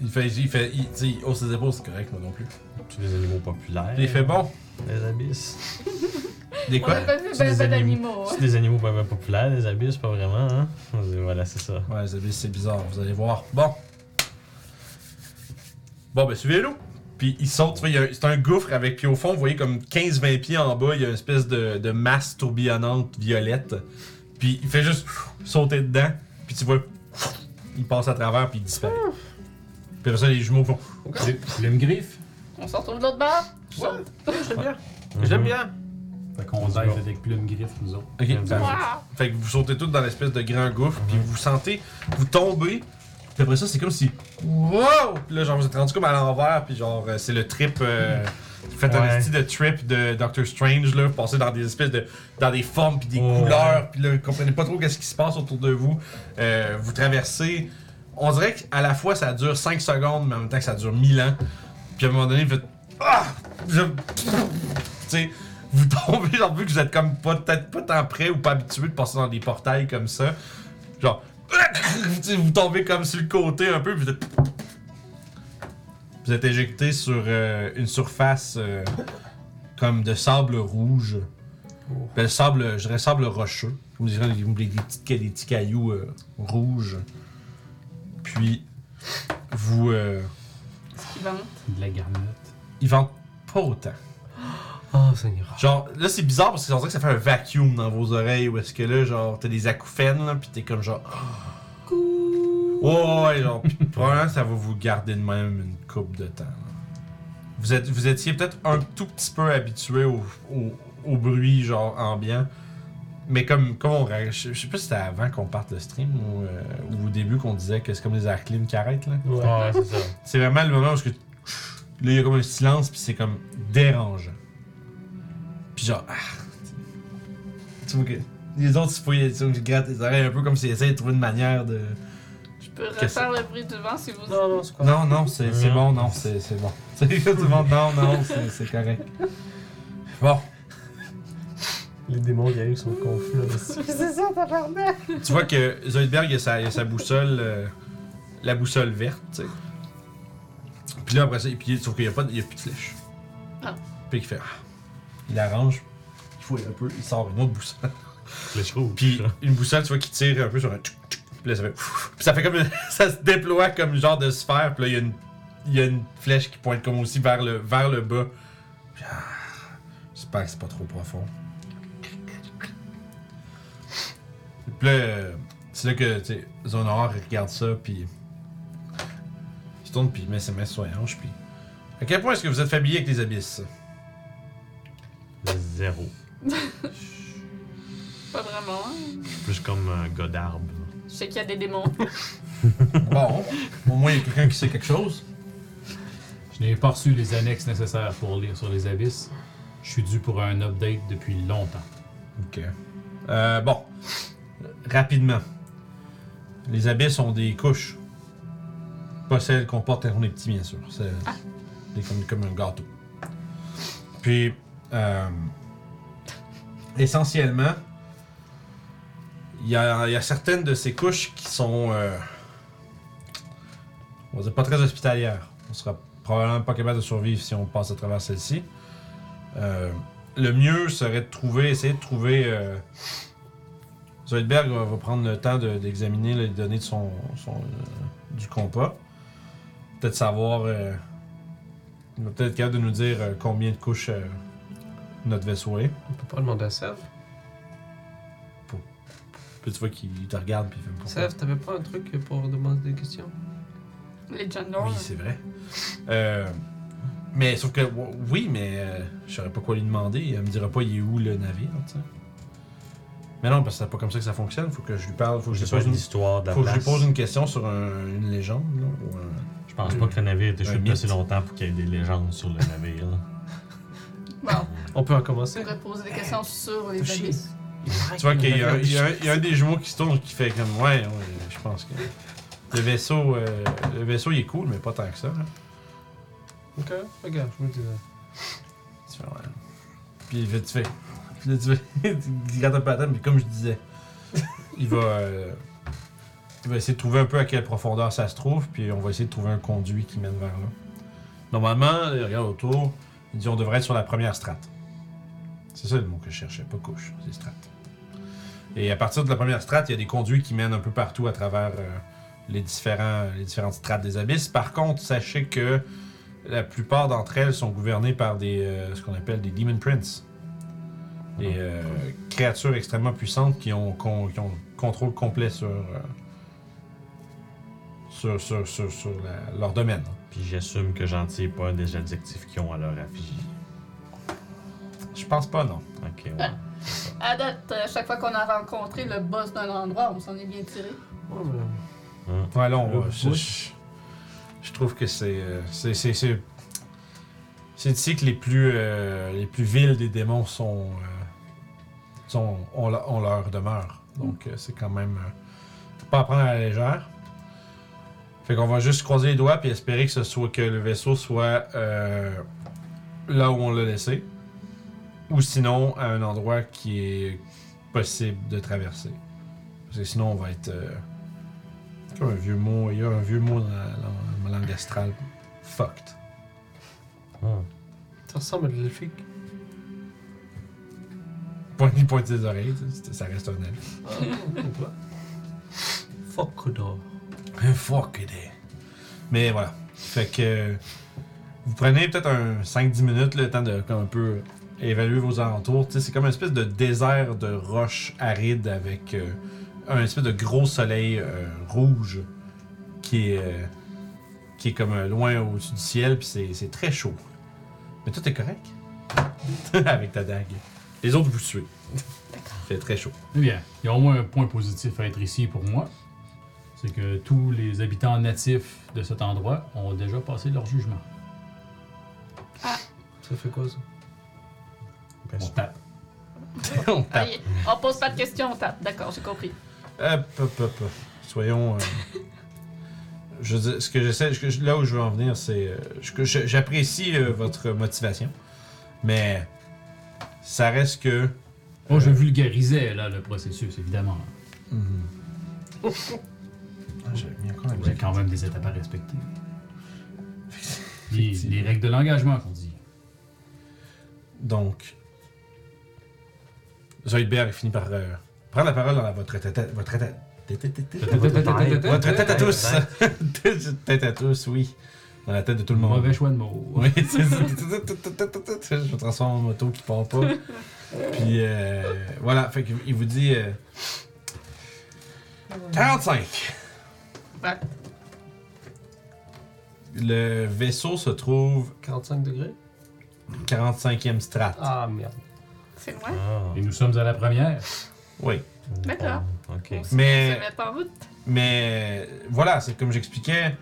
S1: Il fait, il fait, il, tu sais, il hausse les épaules, c'est correct, moi non plus.
S4: Tu des animaux populaires.
S1: Puis il fait bon,
S4: Les abysses.
S1: des
S5: On
S1: quoi
S5: a pas vu
S4: C'est
S5: ben
S4: des
S5: ben
S4: animaux. hein.
S5: d'animaux.
S4: C'est des animaux pas populaires, les abysses, pas vraiment, hein? Voilà, c'est ça.
S1: Ouais, les abysses, c'est bizarre, vous allez voir. Bon. Bon, ben suivez-nous. Puis il saute, tu vois, il y a un- c'est un gouffre avec, puis au fond, vous voyez comme 15-20 pieds en bas, il y a une espèce de, de masse tourbillonnante violette. Puis il fait juste sauter dedans, puis tu vois, il passe à travers, puis il disparaît. Puis après ça, les jumeaux font.
S2: Tu voulais me griffe?
S5: On se retourne de l'autre bord.
S6: Ouais, j'aime bien. J'aime bien.
S2: Fait qu'on dive avec plume griffe, nous autres.
S1: Ok,
S2: Plume
S1: ça
S2: griffe.
S5: Ouah!
S1: Fait que vous sautez tous dans l'espèce de grand gouffre, puis vous sentez, vous tombez, puis après ça, c'est comme si. Wow! Puis là, genre, vous êtes rendu comme à l'envers, puis genre, euh, c'est le trip. euh, Faites un
S4: Ouais.
S1: style de trip de Doctor Strange, là, vous passez dans des espèces de. dans des formes, puis des
S4: Ouais.
S1: couleurs, puis là, vous comprenez pas trop qu'est-ce qui se passe autour de vous. Euh, vous traversez. On dirait qu'à la fois, ça dure 5 secondes, mais en même temps que ça dure 1000 ans. Puis à un moment donné, vous faites. Ah! Je- Tu sais, vous tombez, genre, *laughs* vu que vous êtes comme pas- peut-être pas tant prêt ou pas habitué de passer dans des portails comme ça. Genre. *coughs* tu sais, vous tombez comme sur le côté un peu, puis vous êtes. Vous êtes éjecté sur euh, une surface euh, comme de sable rouge. Ben, le sable, je dirais sable rocheux. Vous direz des, des, petits, des petits cailloux euh, rouges. Puis, vous. Euh,
S5: Esquivante.
S2: De la garnotte.
S1: ils vendent pas autant.
S6: Oh, Seigneur.
S1: Genre, là, c'est bizarre parce que on dirait que ça fait un vacuum dans vos oreilles où est-ce que là, genre, t'as des acouphènes, là, pis t'es comme genre. *gasps* Ouais, ouais, ouais, genre, pis probablement ça va vous garder de même une coupe de temps. là. Vous, êtes, vous étiez peut-être un tout petit peu habitué au, au- au bruit, genre, ambiant. Mais comme, comme on. ra- Je, je sais pas si c'était avant qu'on parte le stream ou, euh, ou au début qu'on disait que c'est comme les acclims qui arrêtent, là.
S6: Ouais.
S4: Ouais, c'est ça.
S1: C'est vraiment le moment où ce que- là, il y a comme un silence, puis c'est comme dérangeant. Puis genre, ah, tu- tu vois que les autres, ils fouillent, ils ils grattent les oreilles un peu comme s'ils essayaient de trouver une manière de.
S5: Je peux
S1: Qu'est-ce-
S5: refaire le bruit du vent si vous. *laughs*
S6: Non, non, c'est quoi?
S1: Non, non, c'est c'est bon, non, c'est c'est bon. *laughs* C'est tout le monde, non, non, c'est c'est correct. Bon,
S6: Les démons, il y a eu, sont confus. là.
S5: C'est ça, t'as perdu.
S1: tu vois que Zoidberg, il a sa, il a sa boussole, euh, la boussole verte, tu sais. Puis là, après ça, puis, sauf qu'il n'y a, pas de- il y a plus de flèche.
S5: Ah.
S1: Puis il fait, ah. il arrange, il fouille un peu, il sort une autre boussole.
S4: Flèche rouge.
S1: Puis une boussole, tu vois, qui tire un peu sur un. tchouk, tchouk. Puis là, ça fait. Puis ça fait comme. une- *laughs* ça se déploie comme genre de sphère. Puis là, il y a une, il y a une flèche qui pointe comme aussi vers le, vers le bas. Puis, ah, J'espère que c'est pas trop profond. Puis là, euh, c'est là que, tu sais, Zonor regarde ça, puis. Il se tourne, puis il met ses mains sur les hanches, puis. À quel point est-ce que vous êtes familier avec les abysses
S4: Zéro.
S5: Pas vraiment. hein.
S4: Je suis plus comme un gars d'arbre.
S5: Je sais qu'il y a des démons.
S1: Bon, au moins, il y a quelqu'un qui sait quelque chose.
S2: Je n'ai pas reçu les annexes nécessaires pour lire sur les abysses. Je suis dû pour un update depuis longtemps.
S1: Ok. Euh, bon. Rapidement. Les abysses ont des couches. Pas celles qu'on porte quand on est petit, bien sûr. C'est c'est comme, comme un gâteau. Puis, euh, essentiellement, il y a, il y a certaines de ces couches qui sont, euh, on va dire, pas très hospitalières. On sera probablement pas capable de survivre si on passe à travers celle-ci. Euh, le mieux serait de trouver, essayer de trouver. Euh, Zoidberg va, va prendre le temps de- d'examiner les données de son, son, euh, du compas. Peut-être savoir. euh, il va peut-être être capable de nous dire euh, combien de couches euh, notre vaisseau est.
S6: On peut pas demander à Sev.
S1: Puis tu vois qu'il te regarde puis il fait pourquoi.
S6: Sev, t'avais pas un truc pour demander des questions
S5: Les
S1: Oui, c'est vrai. Euh, mais sauf que, w- oui, mais euh, je saurais pas quoi lui demander. Elle me dira pas il est où le navire, tu sais. Mais non, parce que c'est pas comme ça que ça fonctionne. Faut que je lui parle, faut que je
S4: J'ai
S1: lui
S4: pas
S1: pose
S4: une
S1: une,
S4: histoire de la
S1: faut que je
S4: place.
S1: lui pose une question sur un- une légende. là, ou un-
S4: Je pense pas que le navire était
S1: Un
S4: chaud depuis assez
S1: mythe.
S4: longtemps pour qu'il y ait des légendes sur le navire. là.
S5: Bon,
S6: On peut en
S5: tu
S6: commencer.
S5: pourrais poser des questions sur les
S6: Touché.
S5: abysses.
S1: Tu vois qu'il y, a- il y a un- il y a un des jumeaux qui se tourne qui fait comme ouais, ouais, je pense que le vaisseau, euh, le vaisseau il est cool, mais pas tant que ça. là.
S6: Ok, regarde, je euh, vous le disais.
S1: Tu fais, ouais. Puis vite fait. Puis *laughs* là, tu fais. *laughs* tu grattes un peu la tête, mais comme je disais, il va. euh, il va essayer de trouver un peu à quelle profondeur ça se trouve, puis on va essayer de trouver un conduit qui mène vers là. Normalement, il regarde autour, il dit on devrait être sur la première strate. C'est ça le mot que je cherchais, pas couche, c'est strate. Et à partir de la première strate, il y a des conduits qui mènent un peu partout à travers euh, les, différents, les différentes strates des abysses. Par contre, sachez que la plupart d'entre elles sont gouvernées par des, euh, ce qu'on appelle des Demon Prince. Des euh, créatures extrêmement puissantes qui ont, con- qui ont contrôle complet sur, euh, sur, sur, sur, sur la- leur domaine.
S4: Puis j'assume que j'en tire pas des adjectifs qu'ils ont à leur effigie.
S1: Je pense pas, non.
S4: Ok, ouais.
S5: Ah. À date, à chaque fois qu'on a rencontré le boss d'un endroit, on s'en est bien tiré.
S6: Ouais, oh, mais- euh,
S4: Hein?
S1: Ouais, là, on
S3: Le
S1: va. Je,
S3: push.
S1: je- je trouve que c'est. euh, c'est- c'est- c'est- C'est ici que les plus, euh, les plus vils des démons sont. euh, sont ont, le- ont leur demeure. Donc, euh, c'est quand même. euh, pas à prendre à la légère. Fait qu'on va juste croiser les doigts puis espérer que, ce soit, que le vaisseau soit euh, là où on l'a laissé. Ou sinon, à un endroit qui est possible de traverser. Parce que sinon, on va être. euh, comme un vieux mot, il y a un vieux mot dans la, dans la langue astrale. Fucked.
S5: Ah.
S4: Hum.
S6: Ça ressemble à de l'elfique.
S1: Pointe, il pointe des oreilles, tu sais, ça reste un elfe.
S6: *laughs* Ah, on voit. Fuck Kodor.
S1: Un fuck it. eh. Mais voilà. Fait que vous prenez peut-être un 5-10 minutes là, le temps de comme un peu évaluer vos alentours. Tu sais, c'est comme une espèce de désert de roches arides avec euh, un espèce de gros soleil euh, rouge qui est, euh, qui est comme euh, loin au-dessus du ciel, puis c'est, c'est très chaud. Mais tout est correct. *laughs* avec ta dague. Les autres vous suivent. C'est très chaud.
S2: Eh bien, il y a au moins un point positif à être ici pour moi. C'est que tous les habitants natifs de cet endroit ont déjà passé leur jugement.
S6: Ça fait quoi ça?
S4: Ben,
S2: On tape.
S1: On tape.
S5: Ah, y- on pose pas de questions, on tape. D'accord, j'ai compris.
S1: Hop, hop, hop, hop. Soyons. euh, je veux dire, ce que j'essaie, ce que je- là où je veux en venir, c'est euh, je- que je- j'apprécie euh, votre motivation, mais ça reste que
S2: Oh, je vulgarisais là le processus, évidemment.
S1: Ah, j'ai mis encore un
S2: Vous avez quand même des étapes à respecter. Les, les règles de l'engagement qu'on dit.
S1: Donc, Zoidberg finit par euh, prendre la parole dans la- votre tête, votre tête, *laughs* votre tête à tous, tête à tous, oui, dans la tête de tout le monde.
S2: Mauvais choix de mots.
S1: Oui, c'est ça. Je me transforme en moto qui part pas. Puis euh, voilà, fait qu'il vous dit euh, 45.
S5: Ouais.
S1: Le vaisseau se trouve
S6: 45 degrés?
S1: 45e strat.
S6: Ah merde.
S5: C'est loin.
S4: Ah.
S2: Et nous sommes à la première.
S1: Oui.
S5: D'accord.
S4: Ok.
S5: On se-
S1: Mais-
S5: on se met en route.
S1: Mais voilà, c'est comme j'expliquais,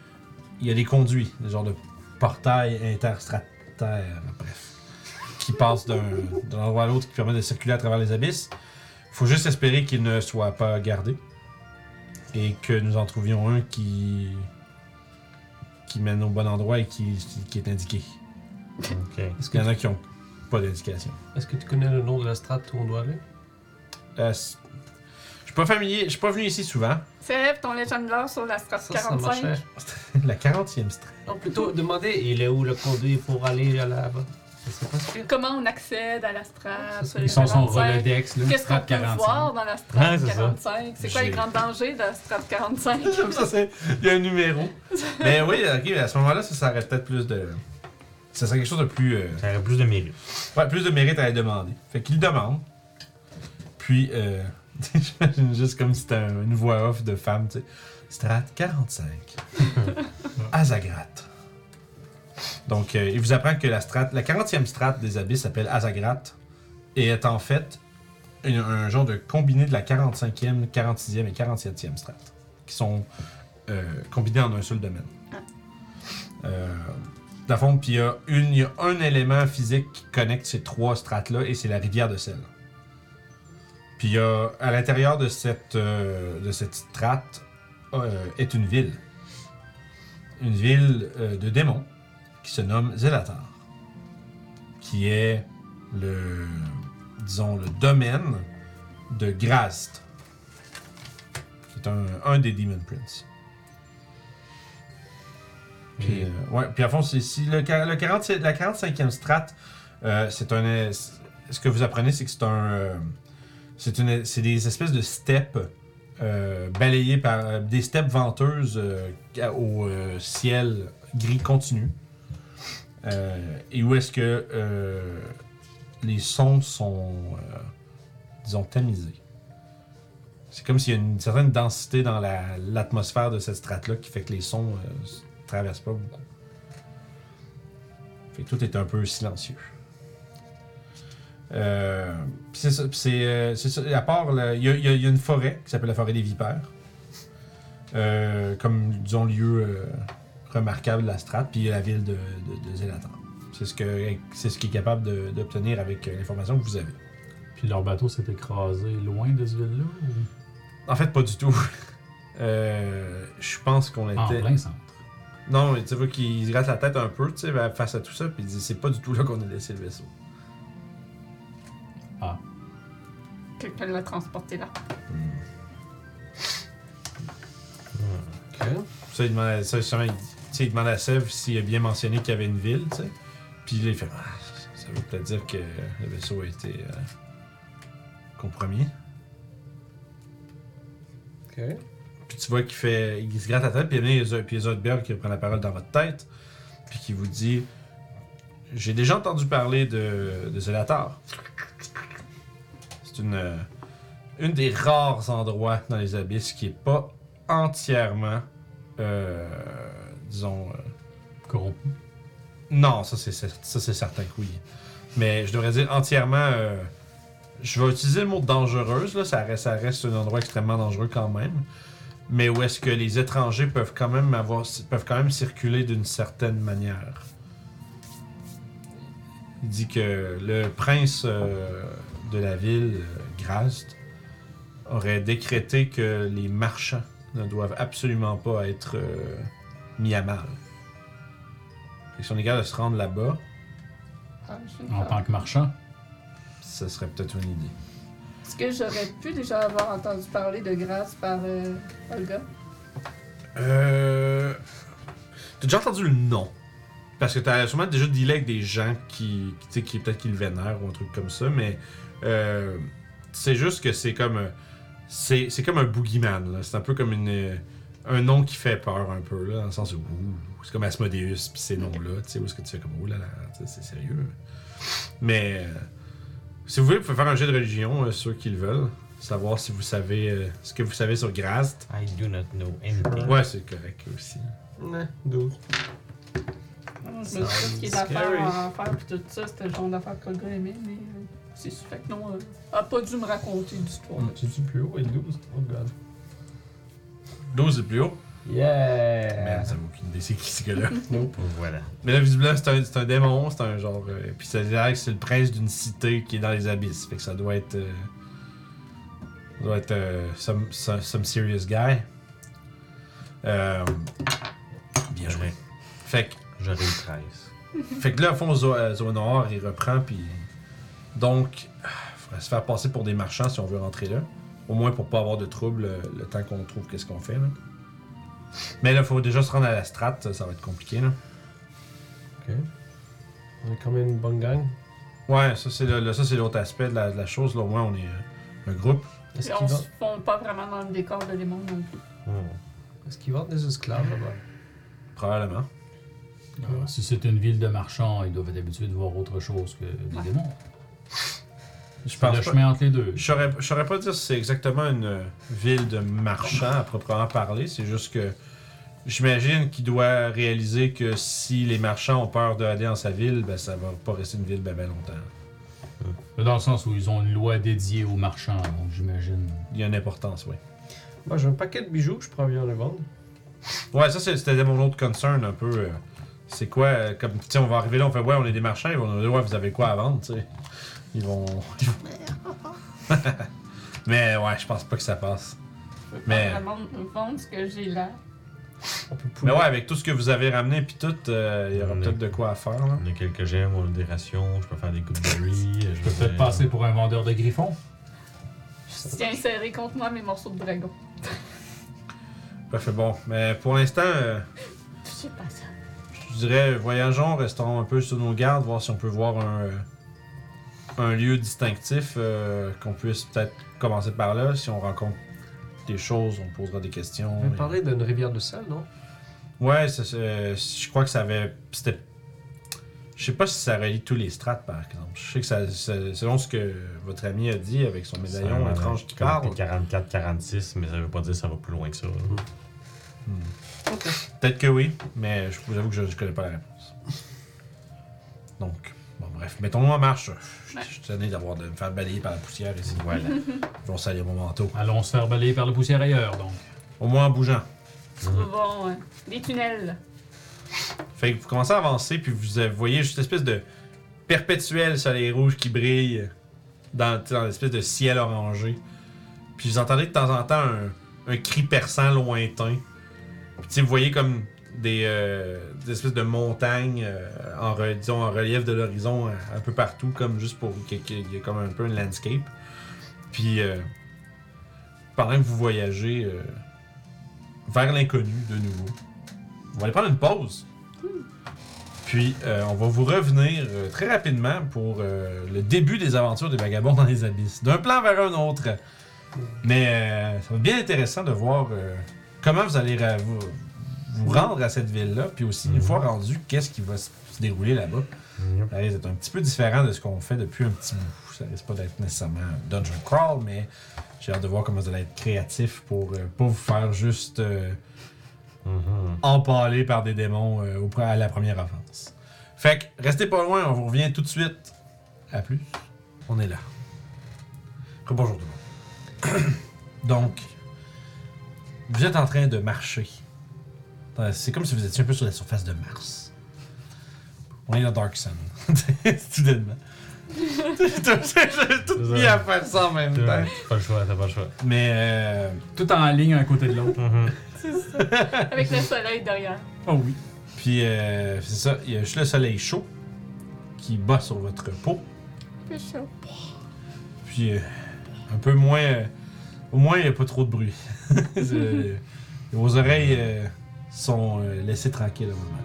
S1: il y a des conduits, des genres de portails interstrataires, bref, qui passent d'un d'un endroit à l'autre qui permettent de circuler à travers les abysses. faut juste espérer qu'ils ne soient pas gardés et que nous en trouvions un qui qui mène au bon endroit et qui, qui est indiqué.
S4: Ok.
S1: Parce qu'il y en a qui ont Pas d'indication.
S6: Est-ce que tu connais le nom de la strate où on doit aller?
S1: Euh, c- je suis pas familier, je suis pas venu ici souvent. *laughs*
S5: Sève ton légendaire sur la strate
S6: Ça, ça
S5: 45.
S6: marchait.
S1: La 40e strate.
S6: Non, plutôt demander, il est où le conduit pour aller là-bas? Ça, C'est pas sûr.
S5: Comment on accède à la strate? sur les
S2: Ils sont son
S5: 45?
S2: Rolodex, là.
S5: Qu'est-ce qu'on
S2: Strat
S5: peut
S2: 45.
S5: voir dans la
S4: Ouais,
S5: strate
S4: c'est ça.
S5: 45? C'est quoi les
S1: J'ai-
S5: grands dangers de la strate 45?
S1: *laughs* Comme ça, c'est. Il y a un numéro. Mais oui, ok, à ce moment-là, ça, ça aurait peut-être plus de. Ça serait quelque chose de plus. euh,
S4: Ça aurait plus de mérite.
S1: Ouais, plus de mérite à aller demander. Fait qu'il le demande. Puis, euh, *laughs* j'imagine juste comme si c'était un- une voix off de femme, tu sais. Strat 45. Azagrat. Donc, euh, il vous apprend que la strate, la 40e strate des abysses s'appelle Azagrat et est en fait une- un genre de combiné de la 45e, 46e et 47e strate qui sont euh, combinés en un seul domaine. Euh, dans le fond, puis il y, a une- il y a un élément physique qui connecte ces trois strates-là, et c'est la rivière de sel. Puis il y a, à l'intérieur de cette, euh, de cette strate euh, est une ville. Une ville euh, de démons qui se nomme Zelatar. Qui est le, disons, le domaine de Grast. Qui est un, un des Demon Prince. Puis, euh, ouais, puis à fond, c'est si le, quar- le 40 la 45e strate, euh, c'est un. euh, c- Ce que vous apprenez, c'est que c'est un. euh, c'est une- c'est des espèces de steppes euh, balayées par. euh, des steppes venteuses euh, ca- au euh, ciel gris continu. Euh, et où est-ce que euh, les sons sont. euh, disons, tamisés. C'est comme s'il y a une certaine densité dans la- l'atmosphère de cette strate-là qui fait que les sons euh, s- traversent pas beaucoup. Fait que tout est un peu silencieux. Euh, puis c'est ça, puis c'est, euh, c'est ça, à part, le- il y, a- il y a- il y a une forêt qui s'appelle la forêt des vipères, Euh, comme, disons, lieu euh, remarquable de la strate, puis il y a la ville de, de, de Zélatan. C'est ce, que, c'est ce qui est capable de- d'obtenir avec euh, l'information que vous avez.
S2: Puis leur bateau s'est écrasé loin de ce ville-là. ou-
S1: En fait, pas du tout. *laughs* Euh, je pense qu'on
S2: En
S1: était.
S2: plein centre.
S1: non, mais tu vois qu'il se gratte la tête un peu, tu sais, ben, face à tout ça, puis il dit c'est pas du tout là qu'on a laissé le vaisseau.
S5: Quelqu'un l'a transporté là.
S6: Ok.
S1: Ça, il demande à, ça, justement, il, tu sais, il demande à Sev s'il a bien mentionné qu'il y avait une ville, tu sais. Puis là, il fait Ah, ça veut peut-être dire que le vaisseau a été euh, compromis.
S6: Ok.
S1: Puis tu vois qu'il fait, il se gratte la tête, puis il y a les, puis les autres berges qui prend la parole dans votre tête, puis qui vous dit J'ai déjà entendu parler de, de Zelatar. C'est une, euh, une des rares endroits dans les abysses qui est pas entièrement, euh, disons, euh,
S2: Corrompu.
S1: non, ça c'est cer- ça, c'est certain que oui. Mais je devrais dire entièrement. euh, je vais utiliser le mot dangereuse, là, ça reste, ça reste un endroit extrêmement dangereux quand même. Mais où est-ce que les étrangers peuvent quand même avoir peuvent quand même circuler d'une certaine manière. Il dit que le prince euh, de la ville, euh, Grast, aurait décrété que les marchands ne doivent absolument pas être euh, mis à mal. Et si on est capable de se rendre là-bas,
S5: Ah, je sais
S2: En
S5: pas.
S2: tant que marchand.
S1: ça serait peut-être une idée.
S5: Est-ce que j'aurais pu déjà avoir entendu parler de grâce par euh, Olga?
S1: Euh. T'as déjà entendu le nom? Parce que t'as sûrement déjà dealé avec des gens qui. qui, tu sais, qui peut-être qu'ils le vénèrent ou un truc comme ça, mais. Euh. C'est juste que c'est comme. euh, C'est, c'est comme un boogeyman, là. C'est un peu comme une. euh, Un nom qui fait peur un peu, là, dans le sens où. ouh, c'est comme Asmodeus, pis ces noms-là, tu sais, où est-ce que tu fais comme. Oh là là, tu sais, c'est sérieux. Mais. euh, si vous voulez, vous pouvez faire un jeu de religion, euh, ceux qui le veulent. Savoir si vous savez. euh, ce que vous savez sur Grast.
S4: I do not know anything.
S1: Ouais, c'est correct aussi.
S6: Ouais, d'où?
S5: Je me suis dit qu'il y a d'affaires à faire puis tout ça, c'était le genre d'affaires qu'Olga aimait, mais euh, c'est sûr que non, elle a pas dû me raconter d'histoire.
S6: J'ai dit plus haut et 12. Oh god.
S1: 12 et plus haut.
S6: Yeah!
S1: Merde, ça vaut aucune idée, c'est qui ce gars-là. *laughs*
S4: Voilà.
S1: Mais là, visiblement, c'est un, c'est un démon, c'est un genre. euh, puis ça dirait que c'est le prince d'une cité qui est dans les abysses. Fait que ça doit être. euh, ça doit être. euh, some, some- some serious guy. Euh,
S4: Bien joué.
S1: fait que
S4: J'aurais eu 13.
S1: Fait que là, au fond, Zo- euh, Zoanor, il reprend, puis. Donc, il faudrait se faire passer pour des marchands si on veut rentrer là. Au moins pour pas avoir de troubles euh, le temps qu'on trouve qu'est-ce qu'on fait, là. Mais là, faut déjà se rendre à la strate, ça, ça va être compliqué, là.
S6: On est quand même une bonne gang.
S1: Ouais, ça, c'est le- le- ça, c'est l'autre aspect de la, de la chose, là. Au moins, on est euh, un groupe.
S6: Est-ce
S5: Et
S6: qu'ils
S5: on
S6: vendent
S5: se fond pas vraiment dans le décor de l'aimant non plus.
S6: est-ce qu'ils vendent des esclaves là-bas?
S1: Probablement.
S2: Ah, Si c'est une ville de marchands, ils doivent être habitués de voir autre chose que des
S5: Ouais.
S2: démons.
S1: Je
S2: Pas
S1: pense
S2: de
S1: pas-
S2: chemin entre les deux.
S1: Je saurais- je saurais pas dire si c'est exactement une euh, ville de marchands à proprement parler. C'est juste que j'imagine qu'il doit réaliser que si les marchands ont peur d'aller dans sa ville, ben ça va pas rester une ville ben, ben longtemps.
S2: Dans le sens où ils ont une loi dédiée aux marchands, donc j'imagine.
S1: Il y a une importance, oui.
S6: Moi, j'ai un paquet de bijoux que je pourrais bien les vendre.
S1: Ouais, ça c'est- c'était mon autre concern un peu. euh, c'est quoi, euh, comme, tu sais, on va arriver là, on fait, ouais, on est des marchands, ils vont nous dire, ouais, vous avez quoi à vendre, tu sais. Ils vont. ils vont- *laughs* Mais ouais, je pense pas que ça passe.
S5: Je peux
S1: Mais-
S5: pas vraiment vendre ce que j'ai là.
S6: On peut
S1: Mais
S6: pouler.
S1: ouais, avec tout ce que vous avez ramené, puis tout, euh, il y aura
S4: Mm.
S1: peut-être de quoi à faire, là.
S4: On a quelques gemmes, on a des rations, je peux faire des coups de berry.
S2: Je peux peut-être passer pour un vendeur de griffons.
S5: Tiens, serré contre moi mes morceaux de dragon.
S1: Parfait, bon. Mais pour l'instant, euh,
S5: Je sais pas ça.
S1: je dirais, voyageons, restons un peu sur nos gardes, voir si on peut voir un, euh, un lieu distinctif, euh, qu'on puisse peut-être commencer par là. Si on rencontre des choses, on posera des questions.
S6: On avait
S1: Et-
S6: parlé d'une rivière de sel, non?
S1: Ouais, ça, c'est- euh, je crois que ça avait. C'était. Je sais pas si ça relie tous les strates, par exemple. Je sais que ça, ça- selon ce que votre ami a dit avec son médaillon étrange qui parle,
S4: 44-46, mais ça veut pas dire que ça va plus loin que ça. là.
S1: Peut-être que oui, mais je vous avoue que je ne connais pas la réponse. Donc, bon, bref, mettons-nous en marche. Je je suis tanné d'avoir de me faire balayer par la poussière ici. *laughs* Voilà. Ils vont salir mon manteau.
S2: Allons se faire balayer par la poussière ailleurs, donc.
S1: Au moins en bougeant.
S5: Trouvons euh, des tunnels.
S1: Fait que vous commencez à avancer, puis vous euh, voyez juste une espèce de perpétuel soleil rouge qui brille dans, tu sais, dans l'espèce de ciel orangé. Puis vous entendez de temps en temps un, un cri perçant lointain. Puis tu sais, vous voyez comme des, euh, des espèces de montagnes euh, en, re- disons, en relief de l'horizon euh, un, un peu partout, comme juste pour qu'il qu'il- il y ait comme un peu une landscape. Puis euh, pendant que vous voyagez euh, vers l'inconnu de nouveau, on va aller prendre une pause. Puis, euh, on va vous revenir euh, très rapidement pour euh, le début des aventures des vagabonds dans les abysses. D'un plan vers un autre. Mais euh, ça va être bien intéressant de voir euh, comment vous allez ra- vous, vous rendre à cette ville-là. Puis aussi, une
S4: Mhm.
S1: fois rendu, qu'est-ce qui va se se dérouler là-bas. Ça risque d'être un petit peu différent de ce qu'on fait depuis un petit bout. Ça risque pas d'être nécessairement un dungeon crawl, mais j'ai hâte de voir comment vous allez être créatif pour euh, pas vous faire juste... euh,
S4: Mhm.
S1: empalé par des démons euh, au pre- à la première avance. Fait que, restez pas loin, on vous revient tout de suite. À plus. On est là. Bonjour tout le monde. *coughs* Donc, vous êtes en train de marcher. Dans- C'est comme si vous étiez un peu sur la surface de Mars. On est dans Dark Sun. *laughs* Soudainement. J'ai tout mis à faire ça en même temps.
S4: T'as Euh, pas le choix, t'as pas le choix.
S1: Mais, euh,
S2: Tout en ligne un côté de l'autre.
S5: Avec le soleil derrière.
S1: Ah
S2: Oh oui.
S1: puis euh, c'est ça, il y a juste le soleil chaud qui bat sur votre peau.
S5: *laughs* C'est chaud.
S1: Puis euh, un peu moins. euh, au moins, il n'y a pas trop de bruit. *laughs* C'est, euh, vos oreilles euh, sont euh, laissées tranquilles au moment.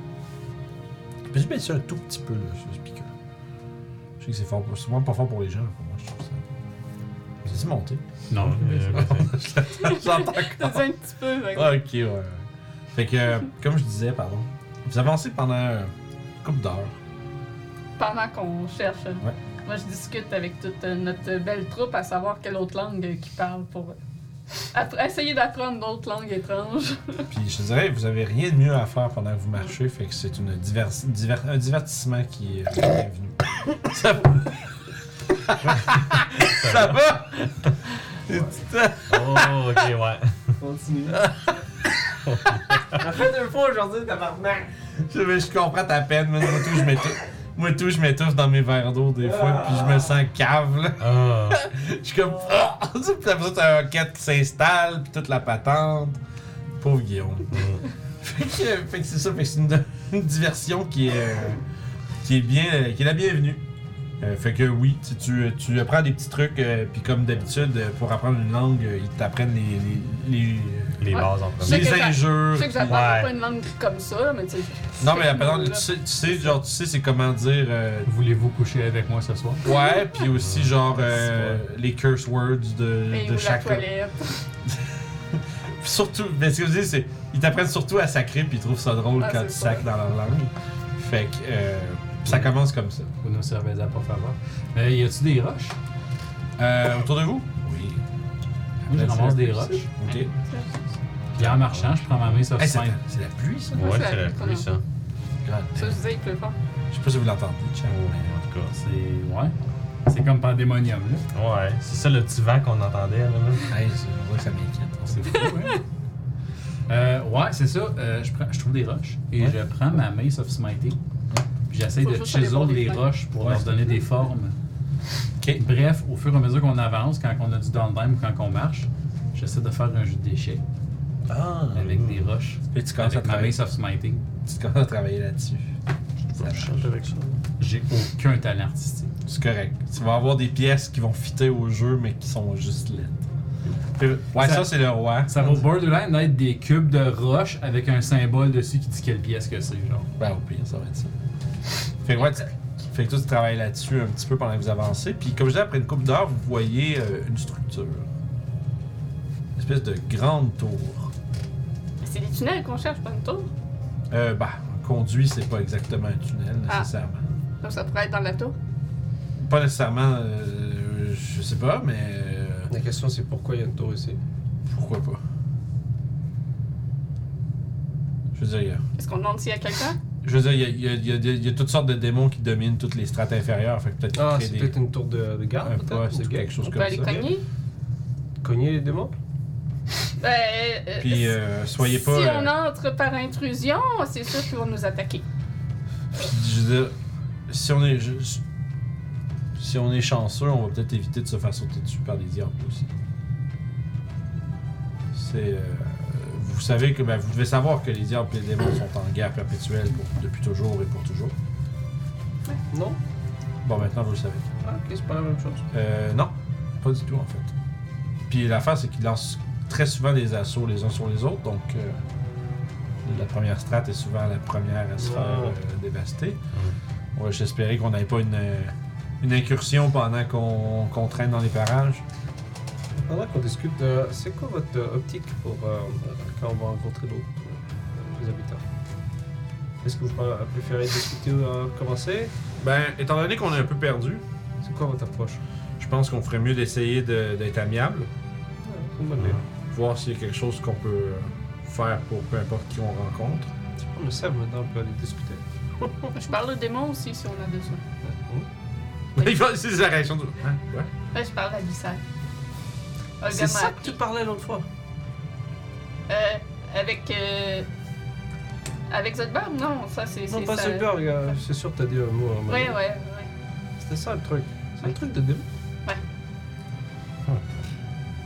S1: Puis je baisse un tout petit peu, là, ce speaker. Je sais que c'est fort, pour- souvent pas fort pour les gens, là, pour moi, je trouve ça. J'ai monté.
S2: Non.
S1: Ah
S4: Euh,
S1: J'entends
S5: T'as
S1: encore.
S5: dit un petit peu, mec.
S1: Ah, Ok, ouais. Fait que, euh, comme je disais, pardon, vous avancez pendant euh, une couple d'heures.
S5: Pendant qu'on cherche, moi je discute avec toute euh, notre belle troupe à savoir quelle autre langue euh, qu'ils parlent pour euh, appre- essayer d'apprendre d'autres langues étranges.
S1: Puis je te dirais, vous avez rien de mieux à faire pendant que vous marchez, fait que c'est une divers- diver- un divertissement qui est bienvenu. Ça va? Ça va?
S4: Oh, ok, ouais.
S6: Continue. Ça fait deux fois aujourd'hui, tabarnak!
S1: Je, mais je comprends ta peine, mais moi tout, je m'étouffe. Moi tout, je m'étouffe dans mes verres d'eau des fois, puis je me sens cave, là.
S4: Ah.
S1: Je suis comme... Ah! *laughs* Puis après ça, t'as un quête qui s'installe, puis toute la patente. Pauvre Guillaume.
S4: Mhm.
S1: *laughs* Fait que, fait que c'est ça, fait que c'est une, une diversion qui est, euh, qui est bien, euh, qui est la bienvenue. Euh, fait que oui, tu, tu, euh, tu apprends des petits trucs, euh, puis comme d'habitude, euh, pour apprendre une langue, euh, ils t'apprennent les, les, les,
S4: Les
S5: Ouais.
S4: bases en premier.
S1: les
S5: C'est que j'a-
S1: injures.
S5: Je sais que j'apprends
S4: Ouais.
S5: pas une langue comme ça, mais tu sais.
S1: Non, mais pendant, tu, sais, tu sais, genre, tu sais, c'est comment dire. euh,
S2: Voulez-vous coucher avec moi ce soir?
S1: ouais, puis aussi, genre, euh, les curse words
S5: Et
S1: de, de
S5: où la
S1: chaque.
S5: toilette.
S1: Surtout, mais ce que je dis, c'est. Ils t'apprennent surtout à sacrer, puis ils trouvent ça drôle
S5: Ah,
S1: quand
S5: c'est
S1: tu
S5: ça.
S1: sacres dans leur langue. Fait que. euh, ça commence comme ça.
S2: Vous nous servez à pas faveur. Mais y a-tu des roches?
S1: Euh, autour de vous? Oui.
S2: Moi, je
S1: Ben,
S2: ramasse
S1: c'est
S2: des
S1: plus
S2: roches.
S1: Ok.
S2: Puis en marchant, je prends ma main sur
S1: Hey, c'est
S2: cinq.
S1: c'est la pluie, ça?
S5: Ouais,
S4: Ouais,
S5: c'est
S4: c'est
S5: la
S4: la
S5: pluie,
S4: pluie, ça.
S5: Ça, je disais, il pleut pas.
S1: Je sais pas si vous l'entendez,
S4: Oh,
S1: chat.
S4: en tout cas.
S2: C'est. Ouais. C'est comme Pandémonium, là.
S4: Ouais, c'est ça le petit vent qu'on entendait, là. là.
S1: Hey, c'est vrai que ça m'inquiète.
S2: C'est fou,
S1: *laughs*
S2: hein? Euh, ouais, c'est ça. Euh, je, prends- je trouve des roches et
S1: Ouais.
S2: je prends ma main sauf smitey. Puis j'essaie
S5: Faut
S2: de
S5: juste aller
S2: chisel
S5: voir les
S2: les
S5: feuilles.
S2: roches pour
S1: Ouais.
S2: leur donner des formes.
S1: Ok.
S2: Bref, au fur et à mesure qu'on avance, quand on a du downtime ou quand on marche, j'essaie de faire un jeu de déchets
S1: Ah!
S2: avec des roches.
S1: Puis tu commences, à
S2: Avec ma main
S1: travailler,
S2: sauf smiting.
S1: tu commences à travailler là-dessus. Ça marche.
S6: avec ça.
S2: J'ai aucun talent artistique.
S1: C'est correct. Tu vas avoir des pièces qui vont fitter au jeu, mais qui sont juste laides. Puis- Ouais, ça,
S2: Ça-
S1: c'est le roi.
S6: Ah,
S2: Ça va au borderline d'être des cubes de roches avec un symbole dessus qui dit quelle pièce que c'est, genre.
S1: Ben, au pire, ça va être ça. Fait que, ouais, tu- fait que toi, tu travailles là-dessus un petit peu pendant que vous avancez. Puis, comme je disais, après une couple d'heures, vous voyez euh, une structure. Une espèce de grande tour.
S5: C'est des tunnels qu'on cherche, pas une tour.
S1: Euh, bah, un conduit, c'est pas exactement un tunnel,
S5: Ah.
S1: nécessairement.
S5: Donc, ça pourrait être dans la tour.
S1: Pas nécessairement, euh, je sais pas, mais euh,
S6: La question, c'est pourquoi il y a une tour ici
S1: pourquoi pas. Je veux dire, il y a-
S5: Est-ce qu'on demande s'il y a quelqu'un?
S1: je veux dire, il y a- il y a, il y a des- il y a toutes sortes de démons qui dominent toutes les strates inférieures, fait que peut-être
S6: Ah,
S1: qu'ils
S6: c'est
S1: créent
S6: peut-être une tour de, de garde,
S1: un
S6: peut-être
S1: poste
S6: de
S1: ou
S6: gag.
S1: quelque chose
S5: On
S1: comme
S5: peut aller
S1: ça.
S5: cogner?
S6: Cogner les démons
S5: Ben, euh,
S1: Puis
S5: euh,
S1: euh, soyez pas.
S5: Si
S1: euh,
S5: on entre par intrusion, c'est sûr qu'ils vont nous attaquer.
S1: puis je veux dire, si on est, je- je- si on est chanceux, on va peut-être éviter de se faire sauter dessus par des diables aussi. C'est, euh, vous savez que, ben, vous devez savoir que les diables et les démons sont en guerre perpétuelle pour- depuis toujours et pour toujours.
S6: Non
S1: Bon, maintenant, vous le savez.
S6: Ah, ok, c'est pas la même chose.
S1: Euh, non, pas du tout, en fait. Puis l'affaire, c'est qu'ils lancent très souvent des assauts les uns sur les autres, donc euh, la première strate est souvent la première à se
S6: Ouais.
S1: faire euh, dévaster. Ouais, J'espérais qu'on n'avait pas une, euh, une incursion pendant qu'on qu'on traîne dans les parages.
S6: Pendant qu'on discute, euh, c'est quoi votre euh, optique pour euh, quand on va rencontrer d'autres euh, les habitants Est-ce que vous pr- préférez discuter ou euh, commencer
S1: Ben, étant donné qu'on est un peu perdu,
S6: C'est quoi votre approche
S1: je pense qu'on ferait mieux d'essayer de- d'être amiable,
S6: C'est une bonne idée.
S1: voir s'il y a quelque chose qu'on peut euh, faire pour peu importe qui on rencontre.
S6: Si on le sait, maintenant on peut aller discuter.
S5: Je parle aux démons aussi, si on a besoin. Oui.
S1: *laughs* Il va- c'est la réaction du. Hein? Quoi?
S5: Là, je parle à Bissal.
S6: C'est ça que tu parlais l'autre fois
S5: Euh, avec. euh, avec Zodberg? Non, ça c'est.
S6: Non,
S5: c'est
S6: pas
S5: ça.
S6: Zuckerberg, euh, c'est sûr que t'as dit un mot. un moment.
S5: Ouais, ouais, ouais.
S6: C'était ça le truc. C'est le truc de démon.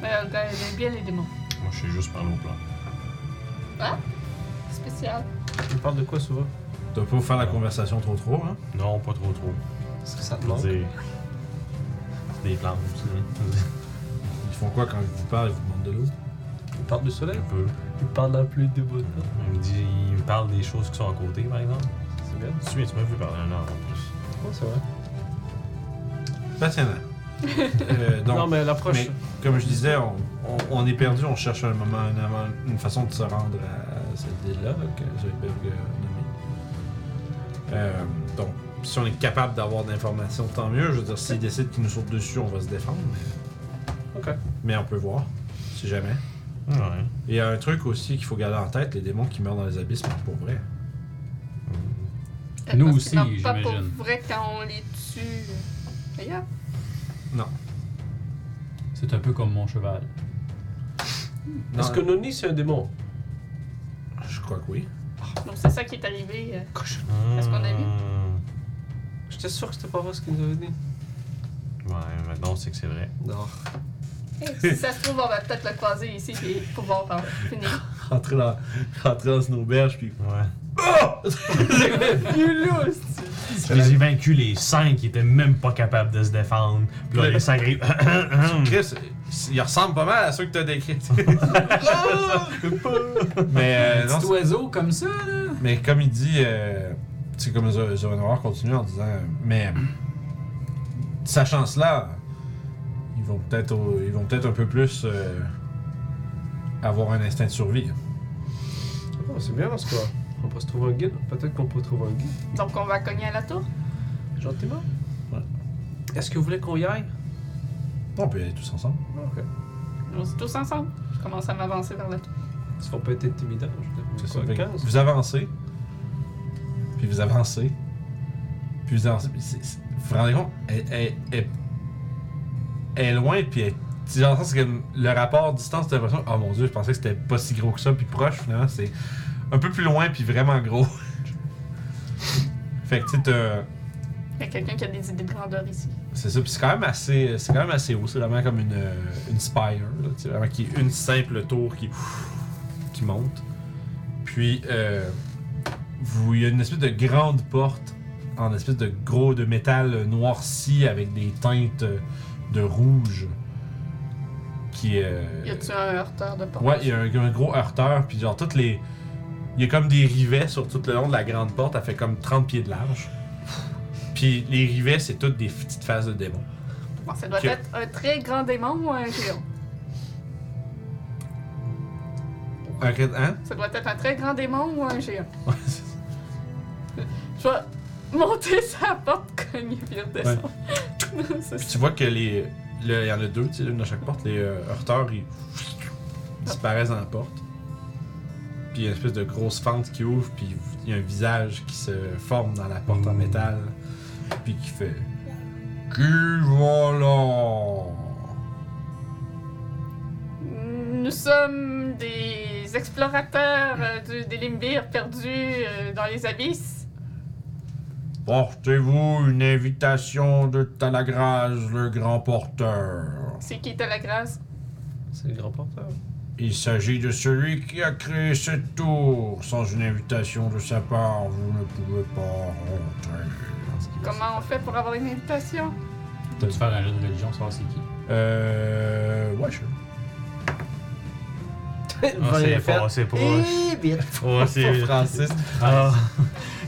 S5: Mais euh, gars, il aime bien les démons.
S4: Moi, je sais juste parler au plan.
S5: Spécial.
S6: On parle de quoi souvent
S1: T'as pas faire la conversation trop trop, hein?
S4: Non, pas trop trop.
S6: Parce que ça te
S4: Je veux
S6: manque.
S4: dire. c'est Des plantes aussi.
S1: Ils font quoi quand ils vous parlent? Ils vous demandent de l'eau?
S6: Il parle du soleil,
S4: Un peu.
S6: il parle de la pluie de beau temps.
S4: Il me dit. Il me parle des choses qui sont à côté, par exemple.
S6: C'est bien.
S4: Tu tu m'as vu parler un an en plus.
S6: Ouais, c'est vrai.
S1: *laughs* Passionnant. Euh, donc,
S6: non, mais l'approche.
S1: mais- comme je disais, on, on- on est perdu, on cherche un moment, un avant- une, façon de se rendre à cette ville-là que Zoidberg a nommée. Euh, donc, si on est capable d'avoir d'informations, tant mieux. Je veux dire, s'ils décident qu'ils nous sautent dessus, on va se défendre.
S6: Ok.
S1: Mais on peut voir, si jamais.
S4: Ouais.
S1: Et il y a un truc aussi qu'il faut garder en tête, les démons qui meurent dans les abysses meurent pour vrai.
S5: Euh,
S2: Nous
S5: parce
S2: aussi,
S5: qu'ils meurent Pas pour
S2: j'imagine.
S5: vrai quand on les tue. Regarde.
S2: C'est un peu comme mon cheval.
S1: Non,
S6: Est-ce que Noni, c'est un démon
S1: Je crois que oui.
S5: Donc c'est ça qui est arrivé. euh. Est-ce qu'on a
S4: vu?
S5: vu?
S6: J'étais sûr que c'était pas vrai ce qu'il nous avait dit.
S4: Ouais, maintenant, on sait que c'est vrai.
S6: Non.
S5: euh. si ça se trouve, on va peut-être le croiser ici et pouvoir en finir.
S1: Rentrer dans, rentrer dans une auberge, puis
S4: Ouais.
S5: Il est là, aussi.
S4: Je les ai vaincus, les cinq, qui étaient même pas capables de se défendre. Puis là,
S1: Ouais.
S4: les cinq arrivent.
S1: Ah, Chris, il ressemble pas mal à ceux que t'as décrits. mais euh, non,
S2: Petit oiseau comme ça, là.
S1: Mais comme il dit, euh, tu sais, comme Zo- Zoanor continue en disant, euh, mais sachant cela, ils vont peut-être, au- ils vont peut-être un peu plus euh, avoir un instinct de survie.
S6: Oh, c'est bien, en ce cas. On peut se trouver un guide. Peut-être qu'on peut trouver un guide.
S5: Donc on va cogner à la tour.
S6: Gentiment.
S1: Ouais.
S6: Est-ce que vous voulez qu'on y aille?
S1: On peut y aller tous ensemble.
S6: Ok.
S5: On est tous ensemble. Je commence à m'avancer vers la tour.
S6: Est-ce qu'on peut être intimidant? Je
S1: C'est
S6: sais
S1: ça.
S6: pas,
S1: Fait que
S6: 15?
S1: vous avancez, puis vous avancez, puis vous avancez. puis c'est- c'est- vous vous rendez compte, elle, elle- elle- elle est loin, puis elle. C'est dans le sens que le rapport distance, t'as l'impression, oh mon dieu, je pensais que c'était pas si gros que ça, puis proche, finalement, c'est un peu plus loin, puis vraiment gros. *laughs* fait que tu sais, t'as-
S5: Il y a quelqu'un qui a des idées de grandeur ici.
S1: c'est ça, puis c'est quand même assez, c'est quand même assez haut, c'est vraiment comme une, euh, une spire, là, tu sais, vraiment qui une simple tour qui qui monte. Puis euh, vous, il y a une espèce de grande porte en espèce de gros de métal noirci avec des teintes de rouge qui euh,
S5: Y a-tu un heurteur de porte?
S1: Ouais, il y a un, un gros heurteur, puis genre toutes les. Il y a comme des rivets sur tout le long de la grande porte, elle fait comme 30 pieds de large. Puis les rivets, c'est toutes des petites faces de démons.
S5: Bon, ça doit
S1: que-
S5: être un très grand démon ou un géant.
S1: Un crit- hein? *laughs*
S5: Ça doit être un très grand démon ou un géant.
S1: Ouais, c'est-
S5: Je vais monter *laughs* sa porte, cogner, puis redescendre. *laughs* C'est ça.
S1: tu vois que les. le- Il y en a deux, tu sais, l'une de chaque porte. Les euh, heurteurs, ils disparaissent dans la porte. Puis il y a une espèce de grosse fente qui ouvre, puis il y a un visage qui se forme dans la porte en métal, puis qui fait. Qui va là?
S5: Nous sommes des explorateurs euh, du- des Limbirs perdus euh, dans les abysses.
S1: Portez-vous une invitation de Talagraz, le grand porteur.
S5: C'est qui était la grâce?
S6: C'est le grand porteur.
S1: Il s'agit de celui qui a créé cette tour. Sans une invitation de sa part, vous ne pouvez pas rentrer.
S5: Comment on fait pour avoir une invitation?
S2: T'as-tu faire un jeu de religion, savoir c'est qui?
S1: Euh. Ouais, sure.
S6: *laughs*
S4: Oh, c'est pas, c'est pas.
S6: Eh bien.
S4: Oh, c'est.
S1: Francis,
S4: Ah,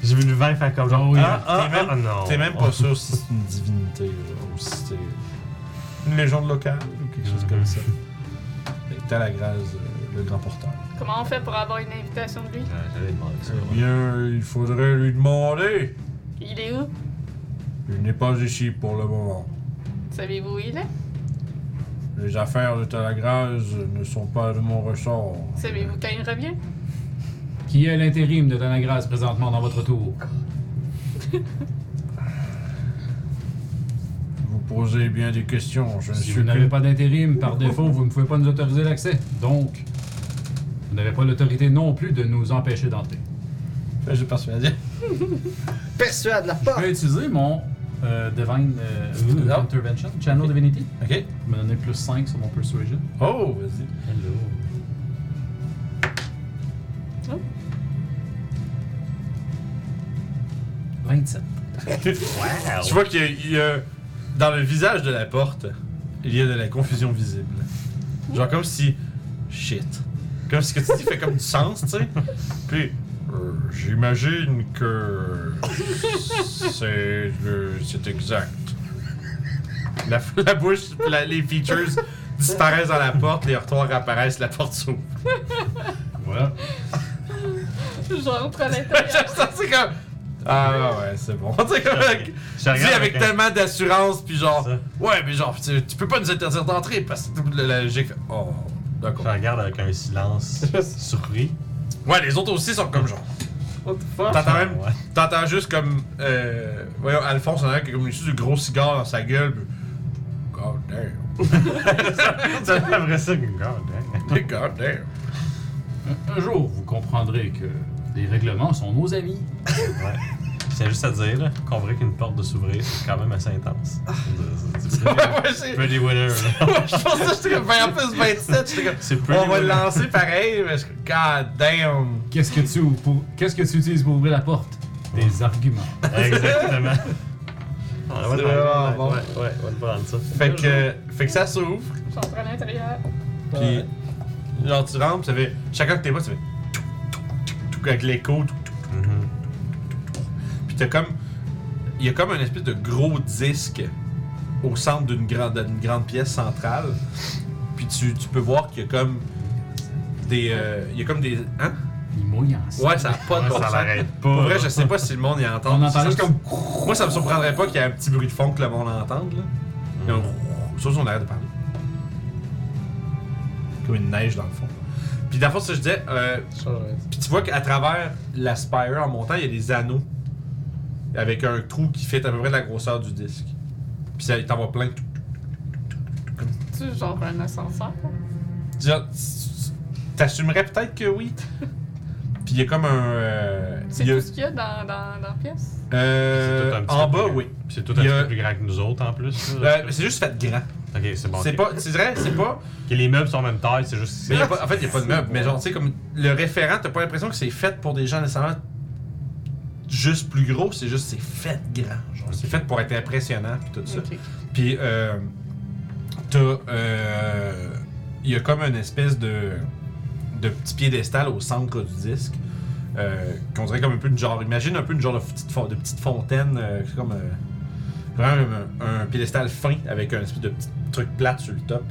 S4: J'ai vu le vin faire comme genre.
S2: oui.
S4: Ah, ah,
S1: T'es même-
S4: ah, non.
S1: t'es même pas sûr si c'est une divinité là, ou si c'est une légende locale ou quelque chose comme
S2: *laughs*
S1: ça. Fait que Talagraz, euh, le grand porteur.
S5: Comment on fait pour avoir une invitation de lui?
S4: Ah, J'avais demandé ça.
S1: Eh bien, il faudrait lui demander.
S5: Il est où?
S1: Il n'est pas ici pour le moment.
S5: Savez-vous où il est?
S1: Les affaires de Talagraz ne sont pas de mon ressort.
S5: Savez-vous quand il revient?
S2: Qui est l'intérim de Tanagrasse présentement dans votre tour?
S1: Vous posez bien des questions. Je ne
S2: Si
S1: suis
S2: vous n'avez
S1: que...
S2: pas d'intérim, par défaut, vous ne pouvez pas nous autoriser l'accès. Donc, vous n'avez pas l'autorité non plus de nous empêcher d'entrer.
S1: J'ai persuadé.
S6: Persuade la
S2: Je
S6: porte!
S2: peux utiliser mon euh, Divine euh,
S1: Non.
S2: Intervention, Channel Divinity.
S1: Ok.
S2: Je me donner plus 5 sur mon Persuasion.
S1: Oh, vas-y.
S2: Hello.
S5: Oh.
S2: 27.
S4: Wow.
S1: Tu vois qu'il y a- il y a- Dans le visage de la porte, il y a de la confusion visible. Genre comme si. Shit. Comme si ce que tu dis fait comme du sens, tu sais. Puis. euh, J'imagine que. C'est. le- C'est exact. La, la bouche, la- les features disparaissent dans la porte, les retoirs apparaissent, la porte s'ouvre.
S2: Voilà.
S5: Je rentre
S1: *laughs*
S5: à l'intérieur.
S1: c'est comme. Ah ouais, c'est bon. *laughs* C'est comme.
S4: Je
S1: Dis
S4: regarde
S1: avec
S4: un-
S1: tellement d'assurance, puis genre,
S4: Ça.
S1: ouais, mais genre, tu, tu peux pas nous interdire d'entrer parce que le- le- j'ai fait. Oh,
S4: Je
S1: d'accord.
S4: regarde avec
S1: *laughs*
S4: un silence surpris. *laughs*
S1: Ouais, les autres aussi sont comme genre.
S6: What the fuck?
S1: T'entends même,
S4: Ouais.
S1: t'entends juste comme, euh, voyons, Alphonse, en a qui a comme une espèce de gros cigare dans sa gueule. puis, God damn.
S4: Après ça, god damn.
S1: God
S4: *laughs*
S1: damn.
S2: Un, un jour, vous comprendrez que les règlements sont nos amis.
S4: Ouais. Je tiens juste à dire là, qu'on verrait qu'une porte de s'ouvrir, c'est quand même assez intense.
S1: Ah.
S4: C'est- c'est-
S1: Ouais, *laughs* ouais,
S4: C'est
S1: c'est.
S4: pretty winner, là.
S1: Je pensais que j'étais comme, ben, en plus 27, j'étais comme,
S4: C'est pretty
S1: on va le
S4: winner.
S1: lancer pareil, mais je- God damn.
S2: Qu'est-ce que tu ouvres pour- Qu'est-ce que tu utilises pour ouvrir la porte Des arguments.
S4: *laughs* Exactement. Ah,
S1: *laughs* C'est vraiment bon.
S4: ouais, ouais, on va le prendre ça.
S1: Fait que, fait que ça s'ouvre,
S5: J'entre à l'intérieur.
S1: puis genre tu rentres, pis ça fait. Chacun de tes pas, ça fait. tou, tou, tou, tou, Avec l'écho, tou, tou.
S4: Mhm.
S1: puis t'as comme. Il y a comme un espèce de gros disque au centre d'une grande, d'une grande pièce centrale, puis tu, tu peux voir qu'il y a comme. Des. euh, il y a comme des. Hein?
S2: Ils mouillent en sang.
S1: Ouais, ça a pas de bon
S4: Ouais, ça
S1: sens.
S4: l'arrête pas.
S1: Pour vrai, je sais pas si le monde y entend.
S2: On en
S1: C'est
S2: parlait
S1: juste
S2: tout-
S1: comme- Moi, ça me surprendrait pas qu'il y ait un petit bruit de fond que le monde entende. Là. Il y a un... Sauf si on arrête de parler. Comme une neige dans le fond. Puis dans le fond, ça, je disais. euh,
S6: Je changerais ça.
S1: puis tu vois qu'à travers la spire en montant, il y a des anneaux. Avec un trou qui fait à peu près la grosseur du disque. Puis ça t'en va plein. Tout-
S5: Tu genre un ascenseur.
S1: Genre, ah, T'assumerais peut-être que oui. *laughs* Puis il y a comme un. euh,
S5: C'est
S1: il y a-
S5: tout ce qu'il y a dans, dans, dans la pièce.
S1: euh,
S4: C'est tout un petit
S1: en
S4: peu
S1: bas,
S4: plus-
S1: oui.
S4: C'est tout un
S1: Il y
S4: petit
S1: a-
S4: peu plus grand que nous autres en plus. là.
S1: Euh, c'est juste fait grand.
S4: ok, c'est bon.
S1: C'est
S4: ok.
S1: pas, c'est vrai, c'est pas.
S4: Que les meubles sont en même taille, c'est juste.
S1: mais y a pas- en fait, il n'y a pas de meuble. Mais genre, tu sais, comme le référent, t'as pas l'impression que c'est fait pour des gens nécessairement juste plus gros, c'est juste c'est fait grand. Genre, c'est fait pour être impressionnant puis tout ça.
S5: Ok.
S1: Puis, euh, t'as. euh, Il y a comme une espèce de, de petit piédestal au centre du disque. euh, qu'on dirait comme un peu une genre. Imagine un peu une genre de petite, fo- de petite fontaine. euh, c'est comme. euh, vraiment un, un piédestal fin avec un espèce de petit truc plate sur le top.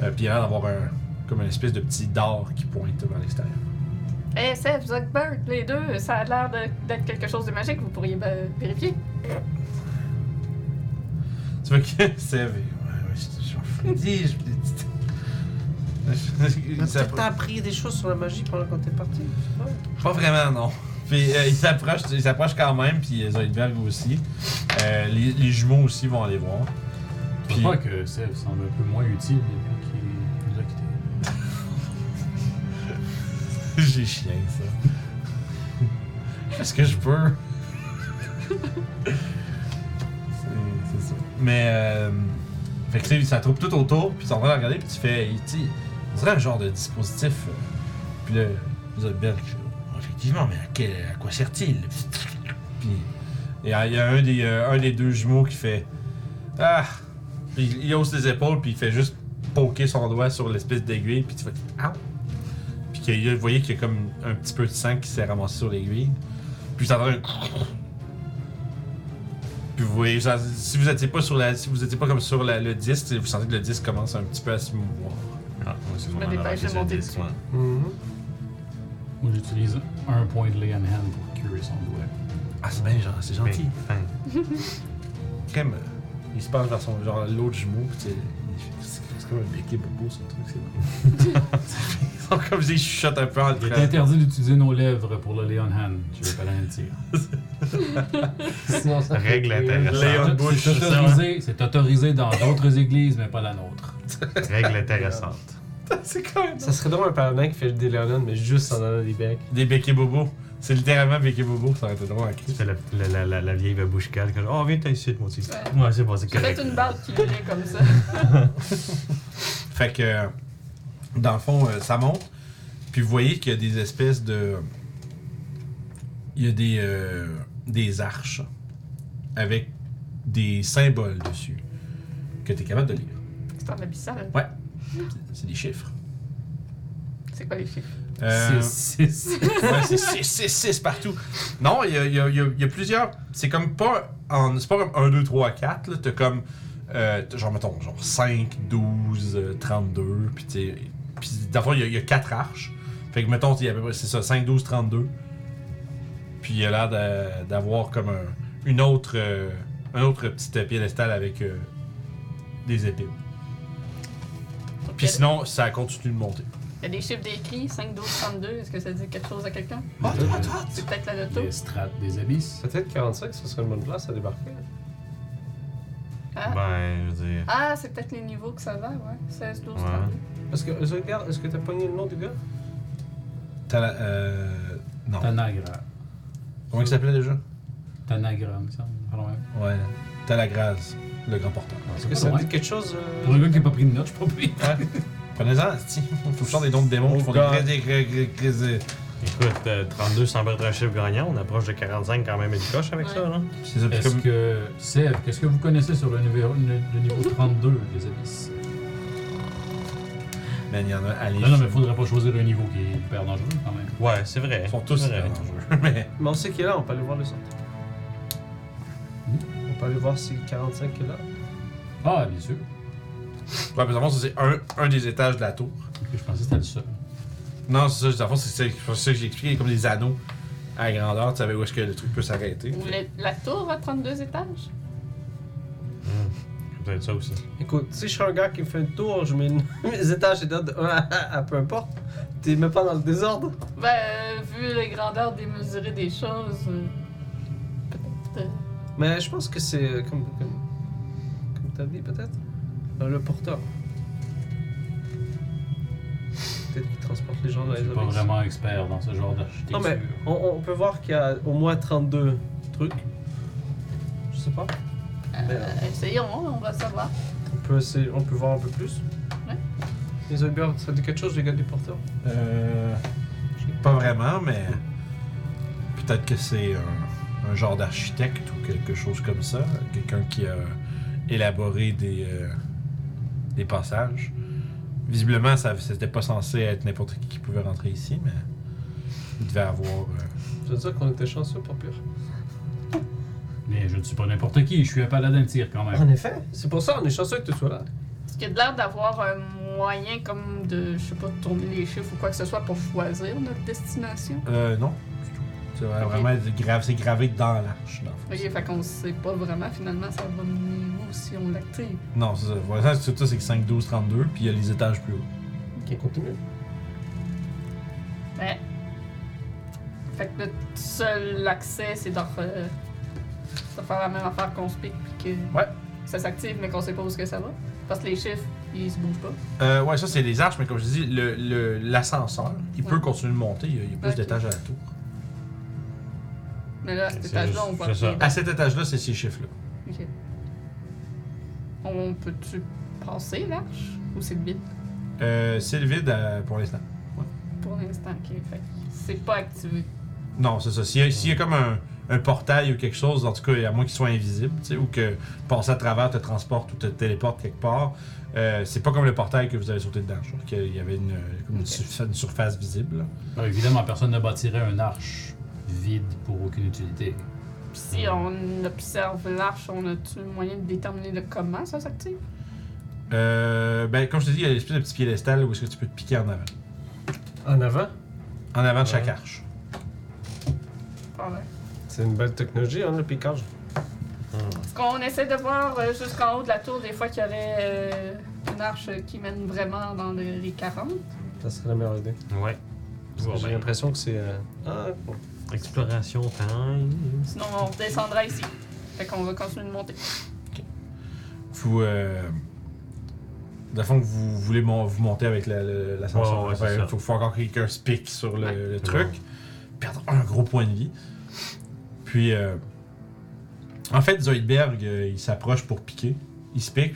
S1: Euh, puis il y a l'air d'avoir un. Comme une espèce de petit dard qui pointe vers l'extérieur.
S5: Hey, Eh, Seth, Zuckberg, les deux, ça a l'air de- d'être quelque chose de magique, vous pourriez ben, vérifier.
S1: Tu vois que *laughs* c'est. Ouais, ouais, je je m'en fous. Dis, je- Ça-
S6: Peut-être t'as appris des choses sur la magie pendant qu'on t'es parti.
S1: Pas vraiment, non. Puis euh, ils s'approchent ils s'approchent quand même, puis euh, Zoidberg aussi. Euh, les, les jumeaux aussi vont aller voir.
S2: Je
S1: Puis,
S2: crois que Sev semble un peu moins utile depuis qu'il nous a
S1: *laughs*
S2: quittés.
S1: j'ai chien, ça. Est-ce que je peux? C'est- c'est ça. Mais, euh, fait que tu sais, ça trouve tout autour, puis ils sont en train de regarder, puis tu fais, tu sais, on dirait un genre de dispositif. euh. puis là, Zoidberg, effectivement, mais à, quel- à quoi sert-il? Puis, et il y a un des, euh, un des deux jumeaux qui fait, ah! Puis il hausse les épaules, puis il fait juste poker son doigt sur l'espèce d'aiguille, puis tu fais, ah, Ow! Puis que, là, vous voyez qu'il y a comme un petit peu de sang qui s'est ramassé sur l'aiguille. Puis vous entendez un. Puis vous voyez, ça- si vous étiez pas sur la, si vous étiez pas comme sur la- le disque, vous sentez que le disque commence un petit peu à se mouvoir.
S4: Ah, moi, c'est mon
S5: me
S4: endroit
S5: dépêche
S4: qui
S5: de
S4: se
S5: monter
S4: déteste,
S5: dessus.
S4: ouais.
S6: Mhm.
S2: Moi, j'utilise un point de lay on hand pour curer son doigt.
S1: Ah, c'est bien, genre, c'est gentil.
S4: Ben, fin.
S1: Crème, euh, il se penche vers son, genre, l'autre jumeau, pis tu sais, il fait- c'est c'est comme un béquet bobo, ce truc, c'est bon. *laughs* Ils sont comme des chuchotes un peu entre
S2: Il est
S1: elles.
S2: interdit d'utiliser nos lèvres pour le lay on hand. Je vais pas rien dire.
S6: Sinon, ça
S4: Règle intéressante.
S1: *laughs* Léon Bush,
S2: C'est
S1: ça,
S2: autorisé, c'est autorisé dans d'autres églises, mais pas la nôtre.
S4: Règle intéressante.
S1: *laughs* C'est quand même.
S6: Ça serait drôle un paladin qui fait des Léonines, mais juste en donnant des becs.
S1: Des béquets bobo. C'est littéralement béquets bobo, ça aurait été drôle à Christ.
S4: Tu fais la, la, la, la, la vieille babouchcale. que genre, Oh, viens, t'as ici, moi aussi.
S5: Ouais.
S4: Ouais, c'est bon, c'est
S5: J'ai
S4: correct.
S5: fait une barre qui vient
S1: *laughs*
S5: comme ça.
S1: Fait que, euh, dans le fond, euh, ça monte. Puis vous voyez qu'il y a des espèces de. Il y a des, euh, des arches avec des symboles dessus que tu es capable de lire.
S5: C'est un abyssal.
S1: Ouais. C'est des chiffres.
S5: C'est quoi les chiffres?
S1: Euh,
S2: C'est- c'est-
S1: Ouais, c'est 6, 6, 6 partout. Non, il y a, il y a- il y a- il y a plusieurs. C'est comme pas. en- C'est pas comme 1, 2, 3, 4. là. T'as comme. euh, t'as genre, mettons, genre 5, 12, euh, 32. Puis t'sais. Puis d'abord, il y a- il y, a 4 arches. Fait que, mettons, il y a à peu près- c'est ça, 5, 12, 32. Puis il y a l'air d'a- d'avoir comme un, une autre. euh, un autre petit euh, piédestal avec euh, des épées. Puis sinon, ça continue de monter.
S5: Il y a des chiffres décrits, 5, 12, 32. Est-ce que ça dit quelque chose à quelqu'un?
S1: Oh,
S5: C'est peut-être la loto.
S2: Des strates, des abysses.
S6: Peut-être 45, ce serait une bonne place à débarquer.
S5: Ah,
S4: Ben, je veux dire.
S5: Ah, c'est peut-être les niveaux que ça va, ouais. 16, 12,
S4: Ouais.
S5: 32.
S6: Est-ce que, je regarde, est-ce que t'as pogné le nom du gars
S1: T'as la- euh, non.
S2: Tanagra.
S1: Comment il s'appelait déjà
S2: Tanagra, me semble. Ah, Pas loin.
S1: Ouais. T'as la grâce, le grand porteur.
S2: Ouais,
S6: Est-ce
S2: c'est
S6: que
S2: pas
S6: ça
S2: loin.
S6: dit quelque chose
S2: Pour
S6: euh,
S2: un gars qui n'a pas pris de notes, je suis pas pris.
S1: *laughs* Prenez-en, Asti. Faut que je sorte des noms de démons qui
S6: Oh
S1: font
S6: God.
S1: des. des- des- des- des-
S4: Écoute, euh, 32 semble être un chiffre gagnant. On approche de 45 quand même et une coche avec
S5: Ouais.
S4: ça, hein. non?
S1: C'est ça, puis
S2: Est-ce
S1: comme-
S2: que. Seb, qu'est-ce que vous connaissez sur le niveau, le- le niveau 32 des abysses
S1: Man, il y en a. Allez.
S2: Non, non, mais faudrait pas choisir un niveau qui est hyper dangereux quand même.
S4: Ouais, c'est vrai.
S1: Ils sont tous
S4: C'est vrai.
S1: hyper dangereux. *laughs* Mais.
S6: Mais on sait qu'il est là, on peut aller voir le centre. On peut aller voir si 45 est là.
S2: Ah, bien sûr.
S1: Ouais, mais avant, c'est un, un des étages de la tour.
S2: Ok, je pensais que c'était le seul.
S1: Non, c'est ça, dans le fond, c'est c'est- c'est ça que j'ai expliqué. Comme des anneaux à grandeur, tu savais où est-ce que le truc peut s'arrêter.
S5: Ou le- la tour à 32 étages?
S4: Hmm. Peut-être ça aussi.
S6: Écoute, si je suis un gars qui me fait une tour, je mets une- *laughs* mes étages et de 1 à, à peu importe. T'es même pas dans le désordre.
S5: Ben, euh, vu les grandeurs démesurées des choses, euh, peut-être. euh,
S6: Mais je pense que c'est euh, comme, comme, comme t'as dit peut-être. euh, le porteur. Peut-être qu'il transporte les gens dans
S2: Je
S6: les
S2: suis pas
S6: abysses.
S2: vraiment expert dans ce genre d'architecture.
S6: Non mais on, on peut voir qu'il y a au moins 32 trucs. Je sais pas. Mais, euh,
S5: essayons, hein, on va savoir.
S6: on, peut essayer- on peut voir un peu plus.
S5: Ouais.
S6: Les Oilbirds, ça dit quelque chose les gars du porteur
S1: Euh. Pas vraiment, mais. Peut-être que c'est un, un genre d'architecte ou quelque chose comme ça. Quelqu'un qui a élaboré des. euh, des passages. Visiblement, ça c'était pas censé être n'importe qui qui pouvait rentrer ici, mais. Il devait avoir. euh,
S6: Je veux dire qu'on était chanceux pour pire.
S2: Mais je ne suis pas n'importe qui, je suis un paladin de tir quand
S6: *laughs*
S2: même.
S6: En effet, c'est pour ça on est chanceux que tu sois là.
S5: Parce qu'il y a de l'air d'avoir un moyen comme de, je sais pas, de tourner les chiffres ou quoi que ce soit pour choisir notre destination.
S1: Euh, non. du tout. C'est vrai-
S5: Ok.
S1: vraiment être grave, c'est gravé dans l'arche, dans le fond.
S5: Ok, fait qu'on sait pas vraiment finalement ça va mener où si on l'active.
S1: Non, c'est ça. Voilà, c'est tout ça, c'est que 5, 12, 32, puis il y a les étages plus hauts.
S6: Ok, continue.
S5: Ouais. Fait que le seul accès, c'est de, refaire- de faire la même affaire qu'on speak puis que
S1: Ouais.
S5: ça s'active mais qu'on sait pas où est-ce que ça va. Parce que les chiffres, ils se bougent pas.
S1: Euh, ouais, ça, c'est les arches, mais comme je dis, le- le- l'ascenseur, il peut
S5: Ouais.
S1: continuer de monter, il y a, il y a plus
S5: Ok.
S1: d'étages à la tour.
S5: Mais là, cet
S4: C'est
S5: étage-là,
S4: juste-
S5: on voit
S4: c'est ça.
S5: rien.
S1: À cet étage-là, c'est ces chiffres-là.
S5: Ok. On peut-tu passer l'arche ou c'est le vide
S1: Euh, c'est le vide euh, pour l'instant.
S5: pour l'instant? Ok, fait que c'est pas activé.
S1: Non, c'est ça. S'il y, a- s'il y a comme un, un portail ou quelque chose, en tout cas, à moins qu'il soit invisible, tu sais, ou que passer à travers te transporte ou te téléporte quelque part, euh, c'est pas comme le portail que vous avez sauté dedans. Je trouve qu'il y avait une, comme une
S5: Ok.
S1: surfa- une surface visible. là.
S2: Alors, évidemment, personne ne bâtirait un arche vide pour aucune utilité.
S5: Puis si on observe l'arche, on a-tu moyen de déterminer le comment ça s'active?
S1: Euh, ben, comme je te dis, il y a l'espèce de petit piédestal où est-ce que tu peux te piquer en avant.
S6: En avant
S1: En avant de chaque
S4: Ouais.
S1: arche.
S5: Ah ouais.
S6: C'est une belle technologie, hein, le piquage.
S5: Est-ce qu'on essaie de voir euh, jusqu'en haut de la tour des fois qu'il y aurait euh, une arche qui mène vraiment dans le- les 40?
S6: Ça serait la meilleure idée.
S4: Ouais.
S6: Parce que
S4: Bon,
S6: J'ai
S4: ben,
S6: l'impression que c'est. euh, Ah, bon.
S1: *laughs*
S4: exploration time.
S5: Sinon, on redescendra ici. Fait qu'on va continuer de monter.
S1: Vous. Euh, dans le fond, vous voulez mon- vous monter avec la- la- l'ascenseur.
S4: Ouais, ouais,
S1: Enfin,
S4: c'est ça.
S1: faut, faut encore que quelqu'un se pique sur le,
S5: Ouais.
S1: le truc. Perdre un gros point de vie. Puis. euh, en fait, Zoidberg, euh, il s'approche pour piquer. Il se pique.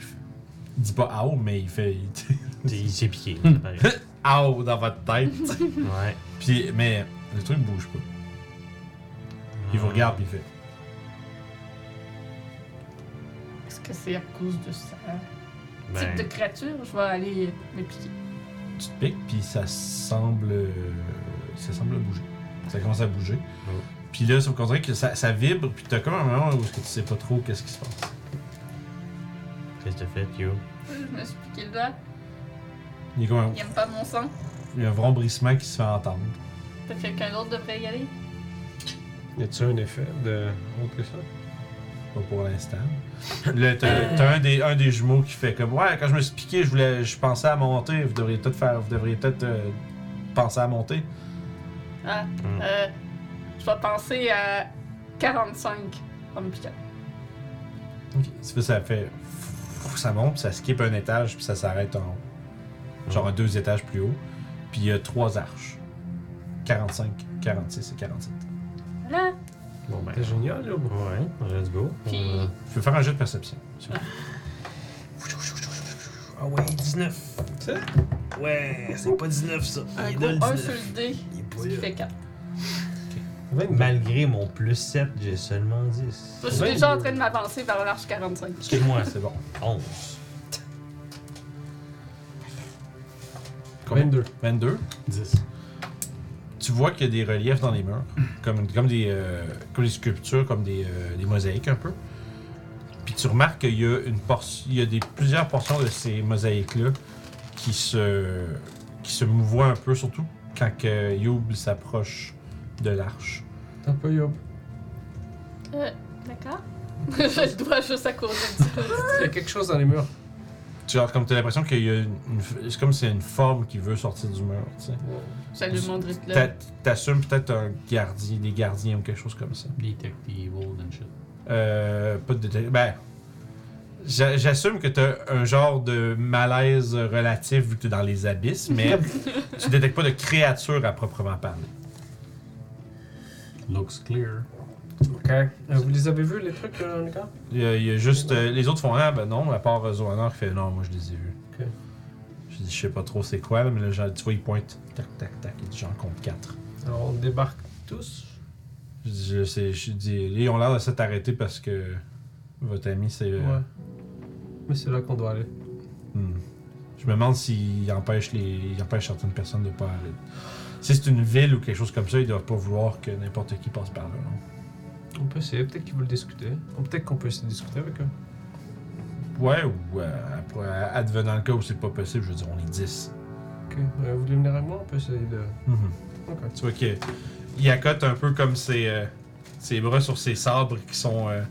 S1: Il dit pas ow, mais il fait. il dit *laughs*
S4: Il s'est piqué.
S2: Hmm.
S4: pareil.
S1: ow dans votre tête.
S4: *laughs* ouais.
S1: Puis, mais le truc bouge pas. Il
S4: Hmm.
S1: vous regarde, puis il fait.
S5: Est-ce que c'est à cause de ça?
S4: Ben,
S5: Type de créature, je vais aller me piquer.
S1: tu te piques, puis ça semble. euh, ça semble bouger. Ça commence à bouger.
S4: Oh.
S1: Puis là, ça me dirait que ça, ça vibre, puis t'as comme un moment où est-ce que tu sais pas trop qu'est-ce qui se passe.
S4: Qu'est-ce que t'as fait, yo?
S5: Je me suis piqué le doigt.
S1: Il y a comme un,
S5: Il aime pas mon sang.
S1: il y a un vrombrissement qui se fait entendre.
S5: Peut-être quelqu'un d'autre devrait y aller.
S6: Y a-tu un effet de. autre que ça
S1: Pas pour l'instant. Là, t'as t'as un, des, un des jumeaux qui fait comme Ouais, quand je me suis piqué, je voulais. je pensais à monter, vous devriez peut-être faire. Vous devriez peut-être euh, penser à monter.
S5: Ah,
S4: Hmm.
S5: euh, je vais penser à 45 en me piquant.
S1: Ça fait, ça fait. Ça monte, puis ça skip un étage, puis ça s'arrête en haut. Genre
S4: Ouais.
S1: à deux étages plus haut. Puis il y a trois arches. 45, 46 et 47.
S5: Voilà.
S4: Bon, ben.
S6: C'est génial, là.
S4: Ouais, let's go.
S5: Puis-
S4: On, euh,
S1: Tu peux faire un jeu de perception.
S4: Ah ouais, 19.
S6: Ça?
S4: Ah Ouais, c'est pas 19 ça.
S5: Un
S4: Il est
S5: gros
S4: dans le
S5: 1 sur
S4: 19.
S5: le dé.
S4: Il est
S5: Ce qui fait 4.
S6: 22.
S4: Malgré mon plus 7, j'ai seulement 10.
S5: Je suis déjà en train de m'avancer vers l'arche 45.
S4: Excuse-moi, c'est bon. 11.
S6: 22.
S1: 22.
S2: 10.
S1: Tu vois qu'il y a des reliefs dans les murs, comme, comme, des, euh, comme des sculptures, comme des, euh, des mosaïques un peu. Puis tu remarques qu'il y a, une portion, il y a des, plusieurs portions de ces mosaïques-là qui se, qui se mouvoient un peu, surtout quand que Youb s'approche de l'arche.
S6: T'as pas eu.
S5: Euh, d'accord. *laughs* J'ai le doigt juste à côté de ça.
S6: Il y a quelque chose dans les murs.
S1: Tu as comme t'as l'impression qu'il y a une, une- c'est comme s'il y a une forme qui veut sortir du mur. Tu sais.
S5: J'allais lui montrer de
S1: T'a-
S5: là.
S1: T'assumes peut-être un gardien, des gardiens ou quelque chose comme ça.
S2: Detect evil and shit.
S1: Euh, pas de détail. Ben, j'a- j'assume que t'as un genre de malaise relatif vu que t'es dans les abysses, mais tu détectes pas de créature à proprement parler.
S2: Looks clear.
S6: Ok. Euh, vous les avez vus, les trucs, euh, dans le camp
S1: Il y a, il y a juste. euh, les autres font Ah, ben non, à part euh, Zoanor qui fait Non, moi je les ai vus.
S6: Ok.
S1: Je dis, je sais pas trop c'est quoi, là, mais là, genre, tu vois, il pointe. Tac, tac, tac. Il dit, j'en compte 4.
S6: Alors, on débarque tous.
S1: Je dis, je sais, je dis, ils ont l'air de s'être arrêtés parce que votre ami, c'est. euh,
S6: Ouais. Mais c'est là qu'on doit aller.
S1: Hmm. Je me demande s'il empêche, les... il empêche certaines personnes de pas arrêter. Si c'est une ville ou quelque chose comme ça, ils doivent pas vouloir que n'importe qui passe par là. non?
S6: On peut essayer, peut-être qu'ils veulent discuter. Ou Peut-être qu'on peut essayer de discuter avec eux.
S1: Ouais, ou euh, après, advenant le cas où c'est pas possible, je veux dire, on est 10.
S6: Ok. Euh, vous voulez venir avec moi On peut essayer de. Ok.
S1: Tu vois qu'il accote un peu comme ses, euh, ses bras sur ses sabres qui sont euh,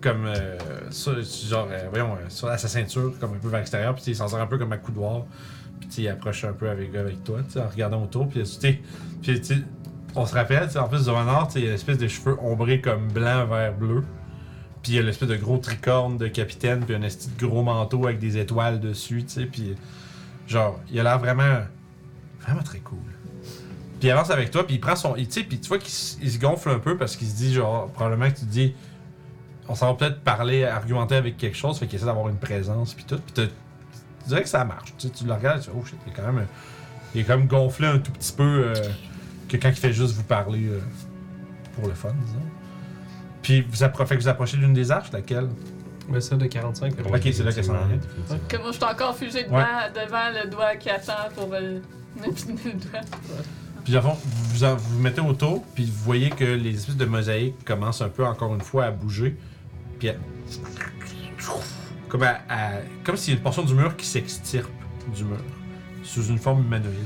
S1: comme. euh, sur- genre, euh, voyons, euh, sur à sa ceinture, comme un peu vers l'extérieur, puis il s'en sert un peu comme un coudoir, puis tu approche un peu avec, avec toi, tu sais, en regardant autour, puis tu sais, puis tu sais, on se rappelle, tu sais, en plus, Zoranor, tu sais, il y a l'espèce de cheveux ombrés comme blanc, vert, bleu. Puis il y a l'espèce de gros tricorne de capitaine, puis un esti de gros manteau avec des étoiles dessus, tu sais. Puis genre, il a l'air vraiment, vraiment très cool. Puis il avance avec toi, puis il prend son. il- Tu sais, puis tu vois qu'il s- il se gonfle un peu parce qu'il se dit, genre, probablement que tu te dis, on s'en va peut-être parler, argumenter avec quelque chose, fait qu'il essaie d'avoir une présence, puis tout. Puis t'as- tu dirais que ça marche. Tu sais, tu le regardes, tu fais, oh shit, il est quand même. Il est quand même gonflé un tout petit peu euh, que quand il fait juste vous parler euh, pour le fun, disons. Puis vous appro- fait que vous approchez d'une des arches, laquelle
S6: Mais celle Ben, de euh, 45.
S1: Ok, c'est là qu'elle s'en allait.
S5: Que moi, je suis encore figé devant, devant le doigt qui attend pour euh, *laughs* me piner le doigt.
S1: Puis à fond, vous en- vous vous mettez autour, puis vous voyez que les espèces de mosaïques commencent un peu encore une fois à bouger, puis à- comme à- à- comme s'il y a une portion du mur qui s'extirpe du mur sous une forme humanoïde.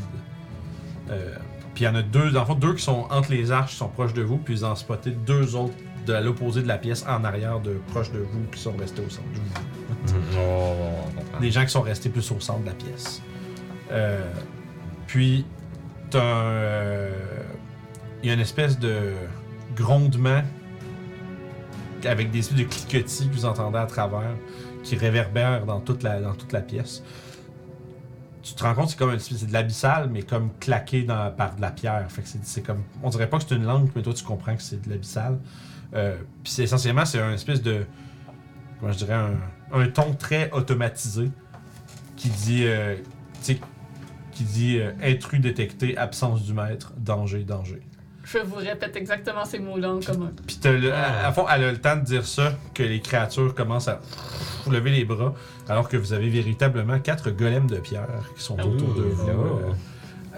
S1: Euh, puis il y en a deux, dans le fond, deux qui sont entre les arches, qui sont proches de vous, puis ils en spoté deux autres de à l'opposé de la pièce, en arrière, de proches de vous, qui sont restés au centre. Des gens qui sont restés plus au centre de la pièce. Euh, puis, t'as un, euh, Il y a une espèce de grondement avec des espèces de cliquetis que vous entendez à travers qui réverbèrent dans toute la, dans toute la pièce. Tu te rends compte, c'est comme une espèce- c'est de l'abyssal, mais comme claqué dans- par de la pierre. Fait que c'est, c'est comme, on dirait pas que c'est une langue, mais toi tu comprends que c'est de l'abyssal. Euh, Puis c'est essentiellement, c'est un espèce de, comment je dirais, un, un ton très automatisé qui dit, euh, tu sais, qui dit euh, intrus détecté, absence du maître, danger, danger.
S5: Je vous répète exactement ces mots-là en commun.
S1: Puis t'as le- à, à fond, elle a le temps de dire ça que les créatures commencent à lever les bras, alors que vous avez véritablement quatre golems de pierre qui sont autour de vous, euh,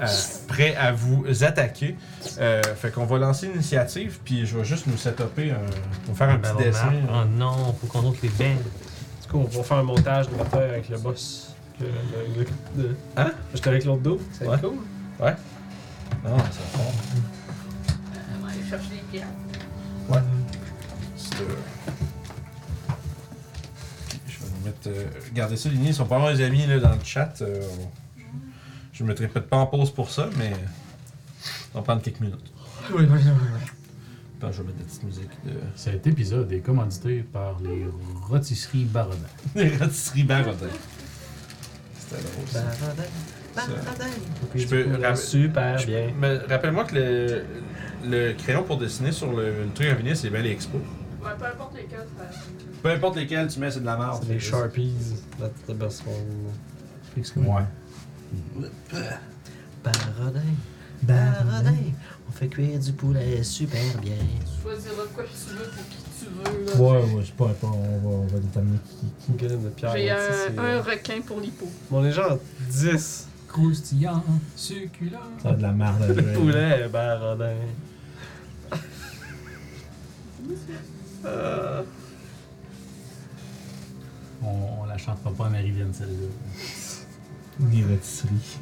S1: euh, prêts à vous attaquer. Euh, fait qu'on va lancer l'initiative, puis je vais juste nous setuper, un, on va faire un petit dessin.
S4: Oh non, faut qu'on monte les belles.
S6: Du coup, on va faire un montage de matin avec le boss. Le, le- le- de-
S1: Hein?
S6: J'étais avec l'autre dos. C'est
S1: Ouais.
S6: cool.
S1: Ah, ça fond.
S5: On va aller chercher les pierres.
S1: C'est, euh, Je vais nous mettre. euh, Gardez ça, les liens. Ils sont pas mes amis là, dans le chat. euh, on- Je ne mettrai peut-être pas en pause pour ça, mais on va prendre quelques minutes.
S6: Oui, oui, oui.
S1: Attends, je vais mettre des petites musiques de. *laughs*
S2: Cet épisode est commandité par les rôtisseries Barodin.
S1: Des rôtisseries Barodin. C'était drôle. ça.
S6: Ben,
S1: Ça. Je peux rap-
S6: Super
S1: Je-
S6: bien.
S1: mais Rappelle-moi que le, le crayon pour dessiner sur le, le truc à venir, c'est bien les expos.
S5: Ouais, peu importe les euh, cas, ça.
S1: Peu importe lesquels tu mets, c'est de la merde.
S6: C'est des Sharpies. That's the best one.
S1: Ouais.
S6: Paradin.
S7: Baradin, on fait cuire du poulet super bien.
S5: Tu choisiras quoi que tu veux pour qui tu veux. là.
S8: Ouais, ouais, c'est pas important. On va, on va déterminer qui.
S6: Une galette de pierre.
S5: J'ai euh,
S6: là, tu sais,
S5: un,
S6: c'est- euh,
S5: un requin pour l'hippo.
S6: Bon, on est genre 10.
S3: Croustillant, succulent.
S8: Ça a de la merde à
S6: Le
S8: jouer.
S6: *laughs* poulet est baradin.
S2: On, on la chantera pas à Marie-Vienne, celle-là.
S8: Ni rôtisserie.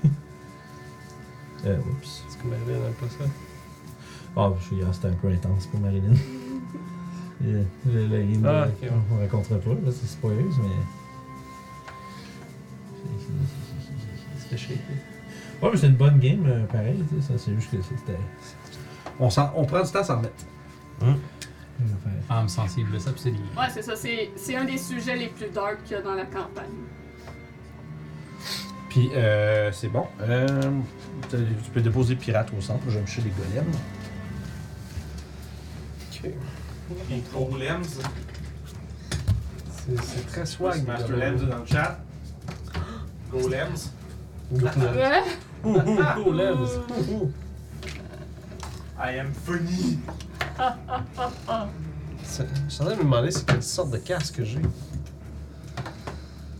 S8: *laughs* euh, oups.
S6: Est-ce que Marilyn aime pas ça?
S8: Ah, je suis ah, c'était un peu intense pour Marilyn. *laughs* Euh, le- le- il me-
S6: Ah, ok, ouais.
S8: On ne racontera pas, là, c'est spoilers, mais.
S6: Ça fait chier.
S8: Ouais, mais c'est une bonne game, euh, pareil, tu sais, ça, c'est juste que c'était.
S3: On, s'en- on prend du temps à s'en remettre.
S8: une affaire.
S2: Femme sensible, ça, pis c'est lié.
S5: Ouais, c'est ça. C'est c'est un des sujets les plus dark qu'il y a dans la campagne.
S3: Puis, euh, c'est bon. Euh, t'as- tu peux déposer pirate au centre. Je vais me chier des golems.
S6: Ok.
S1: Les gros Lems,
S6: C'est- C'est très swag,
S1: Master
S6: Marilyn.
S1: Lems dans le chat. Go Lems.
S6: Golems.
S5: Ouais.
S6: Golems. Ouh, ouh.
S1: I am funny.
S6: C'est- Je suis en train de me demander c'est quelle sorte de casque que j'ai.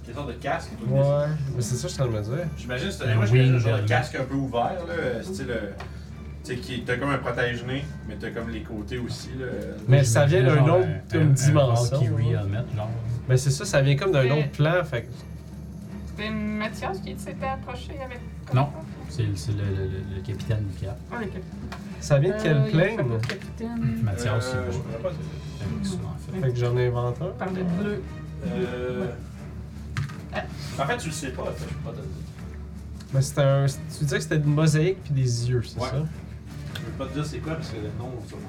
S1: Quelle sorte de casque et tout le
S6: Ouais, mais c'est ça que je suis en train de me dire.
S1: J'imagine, c'est
S2: Un
S1: moi, j'imagine un
S2: wing
S1: genre de
S2: helmet.
S1: casque un peu ouvert, là, euh, style. euh, Tu sais, qui- t'as comme un protège-nez, mais t'as comme les côtés aussi, là. euh,
S6: Mais ça vient
S2: J'imagine,
S6: d'un
S2: genre,
S6: autre
S2: un-
S6: comme
S2: un-
S6: dimension. hein.
S2: Un Valkyrie
S6: là.
S2: helmet, genre.
S6: Mais c'est ça, ça vient comme d'un
S5: Mais-
S6: autre plan, fait que
S5: C'est Mathias qui s'était approché avec.
S2: Non. C'est c'est le, le- le- le capitaine du cap.
S5: Ah, ok.
S6: ça vient de quelle Mm.
S5: Euh, il a fait
S6: plane?
S5: notre capitaine.
S2: Mathias,
S1: euh, je
S2: c'est
S1: pourrais pas te-
S6: Fait que j'en ai inventé un.
S5: Par le bleu.
S1: Euh... En fait, tu le sais pas, fait que je peux pas te le dire.
S6: Mais c'était un. Tu disais que c'était une mosaïque puis des yeux, c'est
S1: Ouais.
S6: ça?
S1: Je peux pas te dire c'est quoi parce que le nom, ça va.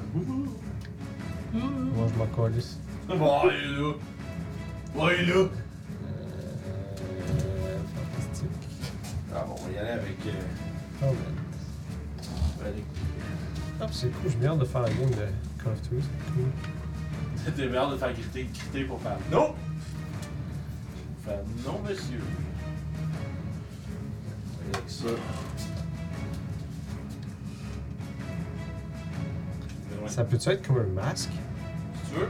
S6: Moi, je m'en calisse.
S1: *laughs* Bon, il est là. Ouais, il est là.
S6: Euh, fantastique.
S1: Ah bon, on va y aller avec. Euh,
S6: Oh, man.
S1: avec...
S6: Ah, c'est cool, j'ai bien hâte de faire la game de Call of Duty. c'est cool.
S1: T'es meilleur de faire criter, criter pour faire non! Faire non, monsieur. Avec ça. Ouais,
S6: Ça peut-tu être comme un masque?
S1: si tu veux.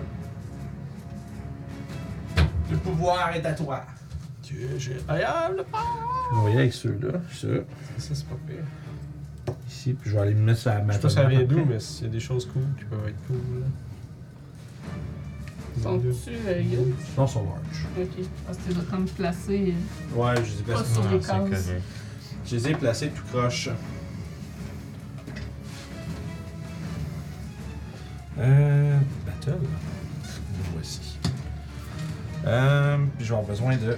S1: Le pouvoir est à toi.
S6: Dieu, j'ai. Aïe, le pas!
S3: Je vais envoyer avec ceux-là. Ceux
S6: Ça, c'est pas pire.
S3: ici, puis je vais aller me mettre sur la
S6: Je
S3: map.
S6: sais pas ça vient d'où, mais s'il y a des choses cool qui peuvent être cool. là.
S5: Sont-tu euh, gris?
S3: Non, sur large.
S5: Ok. Parce que tu dois comme placer.
S3: Ouais, je les ai
S5: Pas
S3: placés.
S5: sur les
S4: Non, c'est
S5: cases.
S4: correct.
S3: Je les ai placés tout croche. Euh. Battle. Le voici. Euh. Puis je vais avoir besoin de.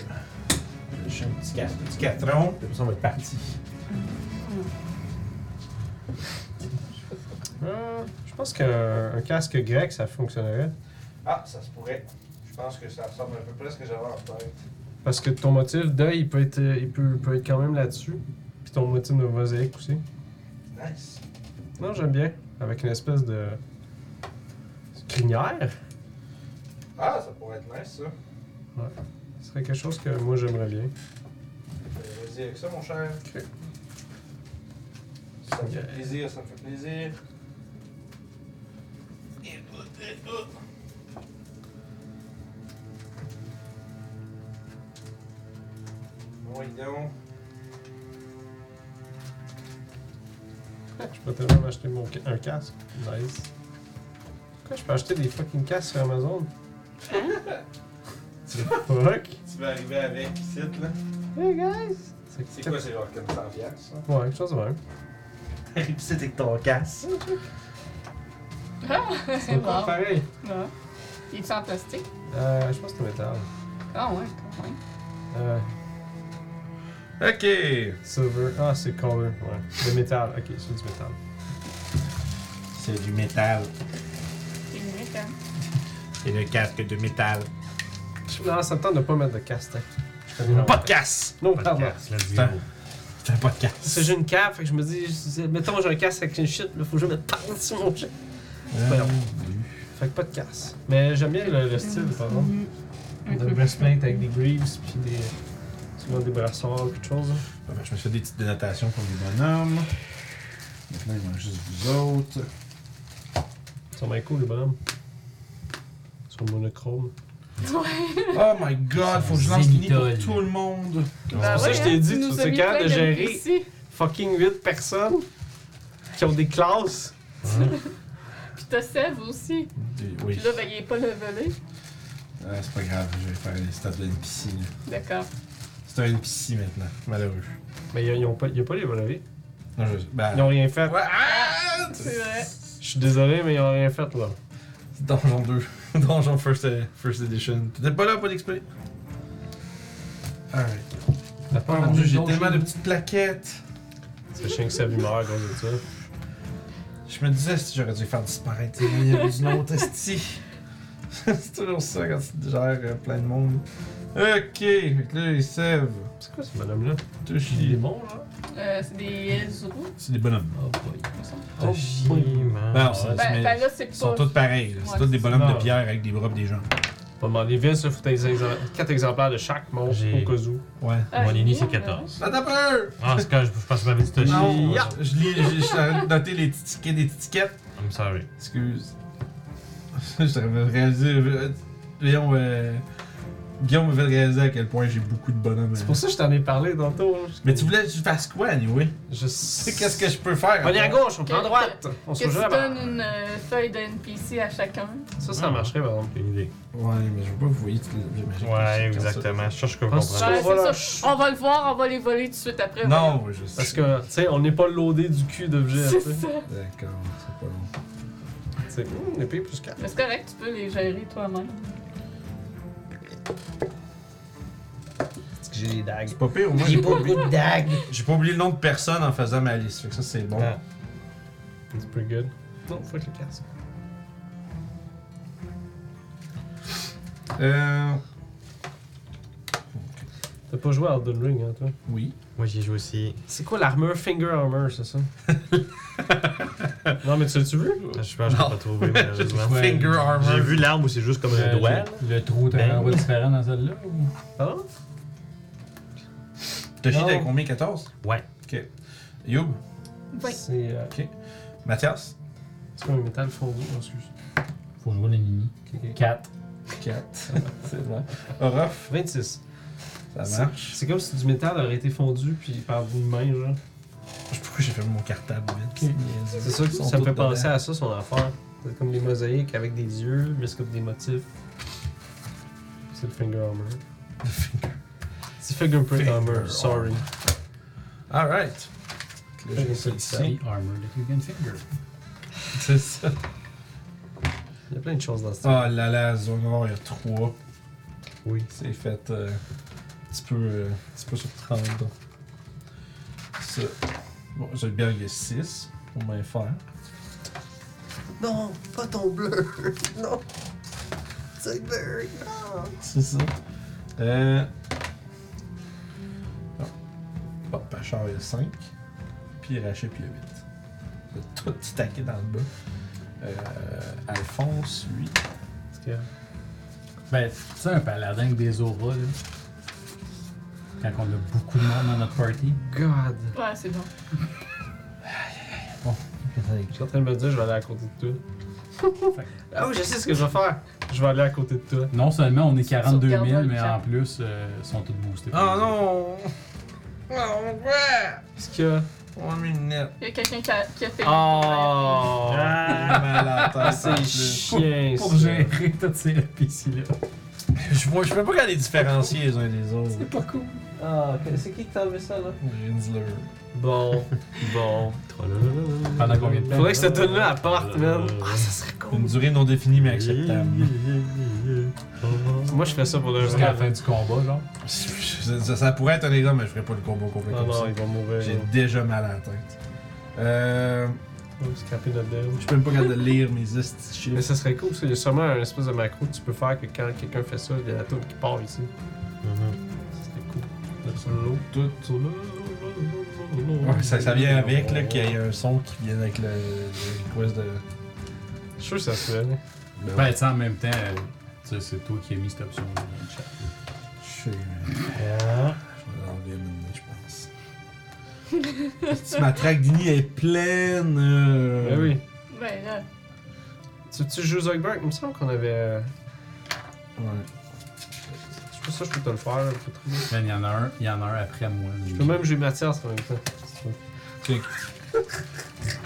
S3: J'ai un petit, cas- petit catron. Puis ça, on va être parti.
S6: Euh, je pense qu'un un casque grec, ça fonctionnerait.
S1: Ah, ça se pourrait. Je pense que ça ressemble un peu près à ce que j'avais en tête.
S6: Parce que ton motif d'œil, il peut être, il peut, peut être quand même là-dessus. Puis ton motif de mosaïque aussi.
S1: Nice.
S6: Non, j'aime bien. Avec une espèce de. crinière.
S1: Ah, ça pourrait être nice, ça.
S6: Ce serait quelque chose que moi j'aimerais bien.
S1: Euh, Vas-y avec ça, mon cher.
S6: Ok.
S1: Ça me fait
S6: Yeah.
S1: plaisir, ça me fait plaisir. Et oh, et oh. Bon, dis donc.
S6: Je peux tellement m'acheter mon ca- un casque. Nice. Pourquoi je peux acheter des fucking casques sur Amazon? *laughs* Fuck!
S1: Tu vas arriver avec ici, là.
S6: Hey guys!
S1: C'est quoi, c'est genre comme 100 piastres, ça?
S6: Ouais, quelque chose de même.
S8: Ripsite avec ton casse.
S6: C'est pas
S5: Wow.
S6: pareil.
S5: *laughs* Ouais. Il est en plastique.
S6: Euh, je pense que c'est métal.
S5: Ah ouais, quand même.
S6: Euh,
S3: Ok!
S6: silver. Ah, c'est color. Ouais. Le métal. Ok, c'est du métal.
S8: C'est du métal.
S5: C'est unique, hein.
S8: C'est le casque de métal.
S6: Non, ça me tente de pas mettre de casque. hein. Je connais vraiment pas.
S8: casse!
S6: Non,
S4: Pas de
S6: pardon.
S4: casse, let's go.
S8: Putain. C'est un podcast.
S6: Parce que j'ai une cape, fait que je me dis, je- mettons j'ai un casque avec une shit, mais faut que je mette par sur mon shit.
S8: Euh,
S6: Fait que pas de casse. Mais j'aime bien le, le style, par exemple. Le breastplate avec des greaves, puis des. Souvent des brassards, quelque chose. hein.
S3: Je me suis fait des petites dénotations pour les bonhommes.
S1: Maintenant, il manque juste vous autres.
S6: Ils sont bien cool, les bonhommes. Ils sont monochromes.
S1: Oh my god, faut que je lance le nid pour
S2: Zénithol.
S1: tout le monde.
S6: C'est pour ça que je
S5: ouais,
S6: t'ai
S5: hein,
S6: dit,
S5: tu
S6: tu
S5: nous as
S6: sais
S5: mis
S6: quand
S5: plein
S6: de
S5: de
S6: gérer.
S5: ici.
S6: Fucking 8 personnes qui ont des classes.
S5: Puis t'as Sève aussi.
S1: Oui.
S5: Puis là, ben, il est pas levelé.
S1: Ah, c'est pas grave, je vais faire les stats de NPC. là.
S5: D'accord.
S1: C'est un NPC maintenant, malheureux.
S6: Mais ils n'ont pas, ils ont pas les volés.
S1: Non, je...
S6: Ils
S1: Ben...
S6: n'ont rien fait.
S1: Ouais, ah!
S5: C'est vrai.
S6: Je suis désolé, mais ils n'ont rien fait, là.
S1: C'est Donjon 2. *laughs* Donjon First, euh, first Edition. T'étais pas là, pas d'XP? Alright.
S6: T'as
S2: Ah,
S1: Oh mon dieu, j'ai tellement de petites plaquettes.
S6: C'est chien que ça meurt à cause de ça.
S1: Je me disais si j'aurais dû faire disparaître une ou d'une autre esti. *laughs* C'est toujours ça quand tu gères euh, plein de monde. Ok, fait que là, ils sèvent.
S6: C'est quoi ce bonhomme-là?
S1: Toshi.
S6: bon, là.
S5: Euh, c'est des Zuru.
S1: C'est des bonhommes.
S6: Oh boy.
S4: Oh,
S6: Ah,
S1: Ben, on s'en- mais
S5: Ben, ben là, c'est pas.
S1: Ils sont tous pareils. là. C'est tous des bonhommes de pierre avec des bras pis des jambes.
S6: On va demander vite, ça, faut 4 exemplaires de chaque monstre
S4: J'ai-
S6: au cas où.
S1: Ouais.
S5: Ah,
S4: Mon ennemi,
S5: génial,
S4: c'est 14.
S1: Attends un peu!
S4: Ah, c'est quand je, je pense que je m'avais dit Toshi.
S1: Non! Je lis, je- je suis en train de noter les petits tickets des petites tickets.
S4: I'm sorry.
S1: Excuse. *laughs* je t'avais réalisé. euh, Voyons, euh, Guillaume m'a fait réaliser à quel point j'ai beaucoup de bonhommes.
S6: C'est pour ça que je t'en ai parlé tantôt. hein.
S1: Mais tu voulais que je fasse quoi, anyway?
S6: Je
S1: Tu
S6: sais
S1: sais, qu'est-ce que je peux faire?
S6: On est à gauche, on prend à
S5: Que-
S6: droite. On
S5: Que
S6: se
S5: tu
S6: rejoint là-bas.
S5: donnes une euh, feuille de NPC à chacun. Ben,
S6: Ça, ça marcherait, par exemple.
S4: J'ai une idée.
S1: Ouais, mais je veux pas que vous voyez toutes les objets magiques.
S4: Ouais,
S1: Comme ça.
S4: exactement. Je cherche que vous
S6: Pense-
S4: comprenez.
S5: Ouais,
S6: Ben, voilà.
S5: c'est ça. On va le voir, on va les voler tout de suite après.
S1: Non, ouais, je sais.
S6: Parce que, tu sais, on n'est pas loadé du cul d'objets.
S5: C'est
S6: tu sais.
S5: ça.
S1: D'accord, c'est pas long.
S6: Tu sais, hum, une épée plus 4.
S5: Mais c'est correct, tu peux les gérer toi-même.
S7: Parce que j'ai des dagues.
S1: C'est pas pire, au moins,
S6: *laughs*
S7: J'ai
S1: j'ai pas,
S7: beaucoup
S1: oublié...
S7: de dagues.
S1: j'ai pas oublié le nom de personne en faisant ma liste. Fait que ça, c'est bon.
S4: Ah.
S6: It's pretty good. Non, fuck le casque.
S1: Euh.
S6: T'as pas joué à Elden Ring, hein, toi?
S1: Oui.
S4: Moi, j'y joue aussi.
S6: C'est quoi l'armure Finger Armor, c'est ça? *laughs* non, mais tu l'as-tu vu?
S4: Je pense que je l'ai pas trouvé, malheureusement.
S1: Finger armor.
S4: J'ai vu l'arme où c'est juste comme un
S2: Euh,
S4: doigt.
S2: le- Le trou, t'as
S4: Ben.
S2: un endroit différent dans celle-là ou.
S6: Pardon?
S1: Toshi,
S6: Non.
S1: t'avais combien 14
S4: Ouais.
S1: Ok. Youb,
S5: Oui.
S6: C'est euh,
S1: Mathias
S6: c'est comme un métal fondu, oh, excuse.
S2: Faut jouer l'ennemi.
S6: Ok, ok.
S2: 4.
S1: 4. c'est bon. *laughs* Orof,
S6: 26.
S1: ça
S6: C'est-
S1: marche.
S6: C'est comme si du métal aurait été fondu puis par une main, genre.
S1: Je sais pas pourquoi j'ai fait mon cartable, man. niaiseux.
S6: C'est ça que
S1: Ils sont
S6: ça me
S1: tous
S6: fait penser
S1: dedans.
S6: à ça, son affaire. C'est comme des mosaïques avec des yeux, mais c'est comme des motifs. C'est le Finger Armor. C'est Fingerprint
S1: Finger
S6: Armor,
S1: armor.
S6: sorry.
S1: Alright. Là, j'ai ça ici.
S2: Study armor that you can finger.
S1: *laughs* C'est ça.
S6: Il y a plein de choses dans ça.
S1: Oh là là, zone noire, il y a 3.
S6: Oui.
S1: C'est fait euh, un petit peu, euh, un petit peu sur 30. donc. Ça. Bon, j'ai bien il y a 6 pour bien faire.
S7: Non, pas ton bleu. *laughs* Non. C'est bleu. Non.
S1: C'est ça. Euh. ah. Bon. Bon, Pachard, il y a 5. Puis Rachid, puis il y a 8. Il a tout stacké dans le bas. Euh, Alphonse, lui.
S6: Parce que-
S2: Ben, c'est un paladin avec des auras, là. Quand on a beaucoup de monde dans notre party.
S6: God!
S5: Ouais, c'est bon.
S6: Je suis en train de me dire, je vais aller à côté de
S7: *laughs*
S6: toi. ah oui, je sais ce que je vais faire. Je vais aller à côté de toi.
S2: Non seulement on est 42 000,
S5: Sauvegarde-moi,
S2: mais
S5: Jean.
S2: en plus, euh, ils sont tous boostés.
S1: Oh non! Oh ouais!
S6: Est-ce que.
S1: On a mis une net.
S5: Il y a quelqu'un qui a, qui a fait.
S6: Ah. Oh!
S1: Mal à la tête,
S6: Ah,
S1: en
S6: c'est
S1: plus.
S6: chien,
S2: Pour
S6: ça.
S2: gérer toutes ces NPC-là.
S1: Je, vois- je peux pas qu'à les différencier les uns des autres.
S2: pas cool.
S6: Ah, que- c'est qui qui t'a enlevé ça, là?
S1: J'ai une dealer.
S6: Bon, *laughs* bon.
S2: Pendant combien de temps?
S6: Faudrait que cette tonne là apporte, man.
S4: Euh,
S6: Ah, ça serait
S1: Une
S6: cool.
S1: durée non définie mais acceptable.
S6: Moi, je ferais ça pour le
S2: Jusqu'à la fin du combat, genre.
S1: ça, ça- ça pourrait être un exemple, mais je ferais pas le combo complet
S6: Ah
S1: comme
S6: Non, non, il
S1: ça.
S6: va mourir.
S1: J'ai déjà mal à la tête. Euh,
S6: On va scraper notre deal.
S1: je peux même pas capable de lire mes esti chiffres.
S6: Mais ça serait cool, parce qu'il y a sûrement un espèce de macro que tu peux faire que quand quelqu'un fait ça, il y a la toune qui part ici. Ça serait cool. Le solo.
S1: Tout. Ouais, ça, ça vient avec là, qu'il y ait un son qui vient avec le, le request de.
S6: Je suis sûr que ça se fait, là.
S1: Ben,
S2: Ben, tu sais, en même temps, euh, tu sais, c'est toi qui as mis cette option dans le chat.
S4: Ah.
S1: Je sais, mais je vais l'enlever maintenant, je pense.
S5: *laughs*
S1: Si ma traque d'Ini est pleine. euh,
S6: Ben oui.
S5: Ben là,
S6: Tu, tu joues Zuckberg? Il me semble qu'on avait. euh,
S1: Ouais.
S6: Je sais pas ça, je peux te le faire. là, faut trouver.
S2: Man, Ben, il y en a un, il y en a un après moi.
S6: Je peux même jouer Mathias en même temps. si tu veux.
S9: Qui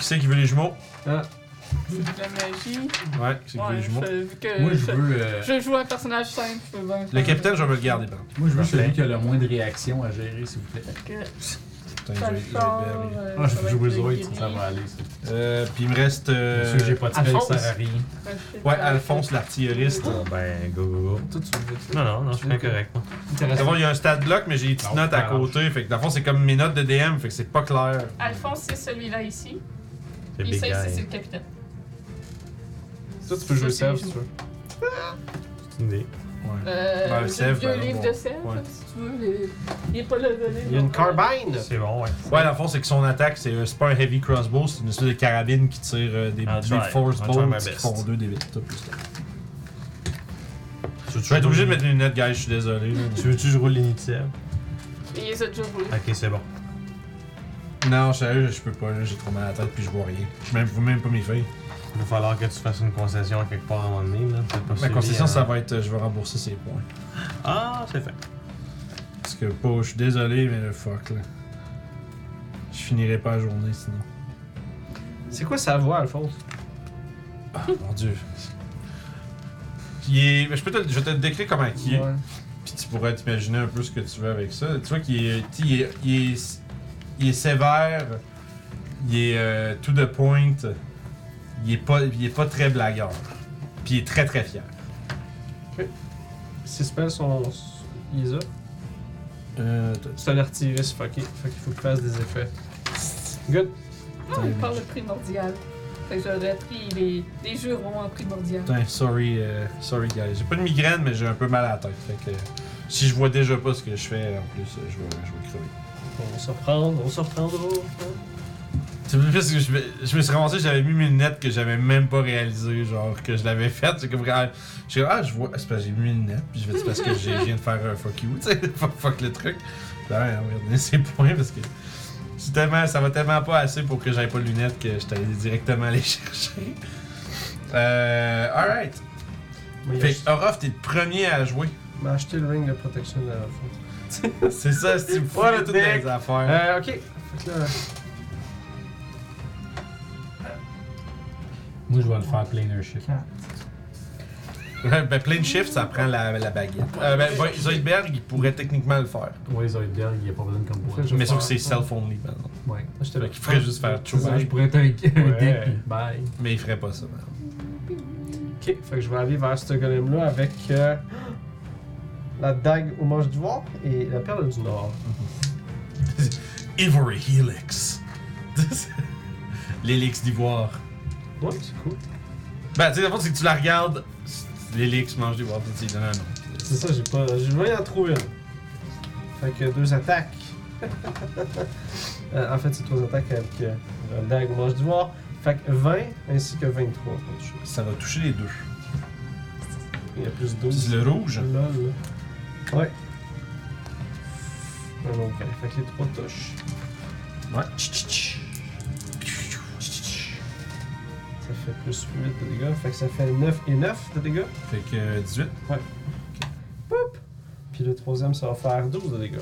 S9: c'est qui veut les jumeaux
S6: Ah,
S5: c'est de la magie.
S9: Ouais, qui c'est qui veut
S5: Ouais,
S9: les
S5: je,
S9: jumeaux
S5: vu que
S2: Moi, je
S5: je,
S2: veux. euh,
S5: je joue un personnage simple, je peux bien
S9: Le
S5: faire-
S9: capitaine, je vais me le garder, par contre.
S2: moi, je veux
S9: Parfait.
S2: celui qui a le moins de réactions à gérer, s'il vous plaît.
S5: Fait que
S1: Putain,
S5: ça
S1: il
S5: le
S1: est- il est
S5: sort,
S1: belle,
S5: euh,
S2: Ah, je
S5: ça va
S2: veux jouer
S5: être le
S2: Zoé, ça
S5: guerrier.
S2: va aller. ça.
S1: il est- Euh, puis il me reste. euh,
S2: Ceux que j'ai pas tiré, ça
S6: Alphonse?
S2: sert à rien.
S5: Ben,
S1: Ouais, Alphonse l'artilleriste.
S5: Oh.
S4: Bon, ben, go, go, go.
S6: toi, tu le veux.
S4: Non, non, non, je suis bien correct. moi.
S6: Intéressant.
S1: D'abord, il y a un stat block, mais j'ai des petites
S2: Non,
S1: notes à
S2: pas grave.
S1: côté. Fait que dans le fond, c'est comme mes notes de DM, fait que c'est pas clair.
S5: Alphonse, c'est celui-là ici.
S4: C'est
S5: Et
S4: big
S5: ça ici, c'est
S4: guy.
S5: le capitaine.
S6: Toi, tu peux jouer Sèvres si tu veux.
S4: C'est une idée.
S5: Euh,
S1: Ben, le
S5: j'ai
S1: Sèvres,
S5: vieux
S1: ben,
S5: livre
S1: bon.
S5: de Sèvres,
S1: Ouais.
S5: si tu veux. les- Il est pas levelé.
S6: Il y a une
S5: donc,
S6: carbine!
S4: C'est bon, ouais.
S1: Ouais, dans le fond, c'est que son attaque, c'est euh, c'est pas un heavy crossbow, c'est une espèce de carabine qui tire euh, des,
S4: I'll
S1: des
S4: try.
S1: force
S4: I'll try my
S1: bolts qui
S4: best.
S1: font 2 des 8 plus tard. Je
S4: Tu
S1: vais être obligé de mettre les lunettes, guys, je suis désolé. là.
S4: Tu veux-tu que je roule l'initiative?
S5: euh, Il les a déjà roulés.
S4: Ok, c'est bon.
S1: *laughs* Non, sérieux, je peux pas, là, j'ai trop mal à la tête puis je vois rien. Je même, je vois même pas mes feuilles.
S4: Il va falloir que tu fasses une concession à quelque part à un moment donné. Là. T'as pas
S1: Ma
S4: suivi,
S1: concession,
S4: hein.
S1: ça va être euh, je vais rembourser ses points.
S4: Ah, c'est fait.
S1: Parce que, pas, je suis désolé, mais le fuck, là. Je finirai pas la journée sinon.
S6: C'est quoi sa voix, Alphonse?
S1: Ah, mon dieu. Il est- mais Je, peux te, le- je vais te le décrire comment il est.
S6: Ouais.
S1: Puis tu pourrais t'imaginer un peu ce que tu veux avec ça. Tu vois qu'il est, tu sais, il est, il est, il est sévère, il est euh, tout de pointe, il est, pas, il est pas très blagueur, puis il est très très fier.
S6: Ses spells sont. Il les a.
S1: Euh,
S6: C'est un artilleriste, fucké. Fait qu'il faut qu'il fasse des effets. Good.
S5: Ah, il parle de primordial. Fait que j'aurais pris les, les jurons en primordial.
S1: putain, sorry, euh, sorry guys. J'ai pas de migraine, mais j'ai un peu mal à la tête. Fait que si je vois déjà pas ce que je fais, en plus, euh, je vais, je vais crever.
S6: On va se reprendre, on va se reprendre. on va se reprendre.
S1: C'est parce que je me, je me suis ramassé, j'avais mis mes lunettes que j'avais même pas réalisé, genre que je l'avais faite. J'ai comme, ah, j'ai comme, ah, je vois, c'est parce que j'ai mis mes lunettes, puis je vais c'est parce que j'ai- je viens de faire un fuck you, tu sais, *laughs* fuck, fuck le truc. Là, on va donner ses points parce que c'est tellement, ça va tellement pas assez pour que j'aille pas de lunettes que je t'allais directement les *laughs* chercher. Euh, alright.
S6: Moi, il a
S1: Fait que Orof, t'es le premier à jouer.
S6: ach- m'a acheté le ring de protection de Alphonse.
S1: C'est ça, si tu me fous
S6: What a
S1: toutes les
S6: dick.
S1: affaires.
S6: Euh, ok. Fait que là.
S2: Moi, je vais le faire planer shift.
S1: ben, plein de shifts, ça prend la, la baguette. Euh, ben, Zoidberg, il pourrait techniquement le faire.
S2: Ouais, Zoidberg, il n'y a pas besoin de combo.
S6: Fait que je vais
S1: Mais sauf que
S6: faire-
S1: c'est self-only, par exemple.
S2: Ouais.
S6: Je te
S1: Fait qu'il ferait juste faire
S2: C'est ça, je
S1: Chubby,
S2: pourrais être un, un
S6: Ouais.
S2: deck, puis bye.
S1: mais il ferait pas ça, man.
S6: Ok, fait que je vais aller vers ce golem-là avec euh, la dague au manche d'ivoire et la perle du nord.
S1: Ivory Helix. *laughs* L'hélix d'ivoire.
S6: Ouais, c'est cool.
S1: Ben, tu sais, la fois, c'est que tu la regardes, l'hélix mange d'ivoire, puis tu lui donnes un nom.
S6: C'est ça, j'ai pas. Je vais en trouver une. Fait que deux attaques. *laughs* Euh, en fait, c'est trois attaques avec euh, la dague au manche d'ivoire. Fait que 20 ainsi que 23.
S1: Ça va toucher les deux.
S6: Il y a plus de
S1: C'est
S6: 12.
S1: le rouge.
S6: Lol. Ouais. Un autre gars. Fait que les trois touches.
S1: Ouais.
S6: Ça fait plus 8 de dégâts. Fait que ça fait 9 et 9 de dégâts.
S1: Fait que euh, 18.
S6: Puis le troisième, ça va faire 12 de dégâts.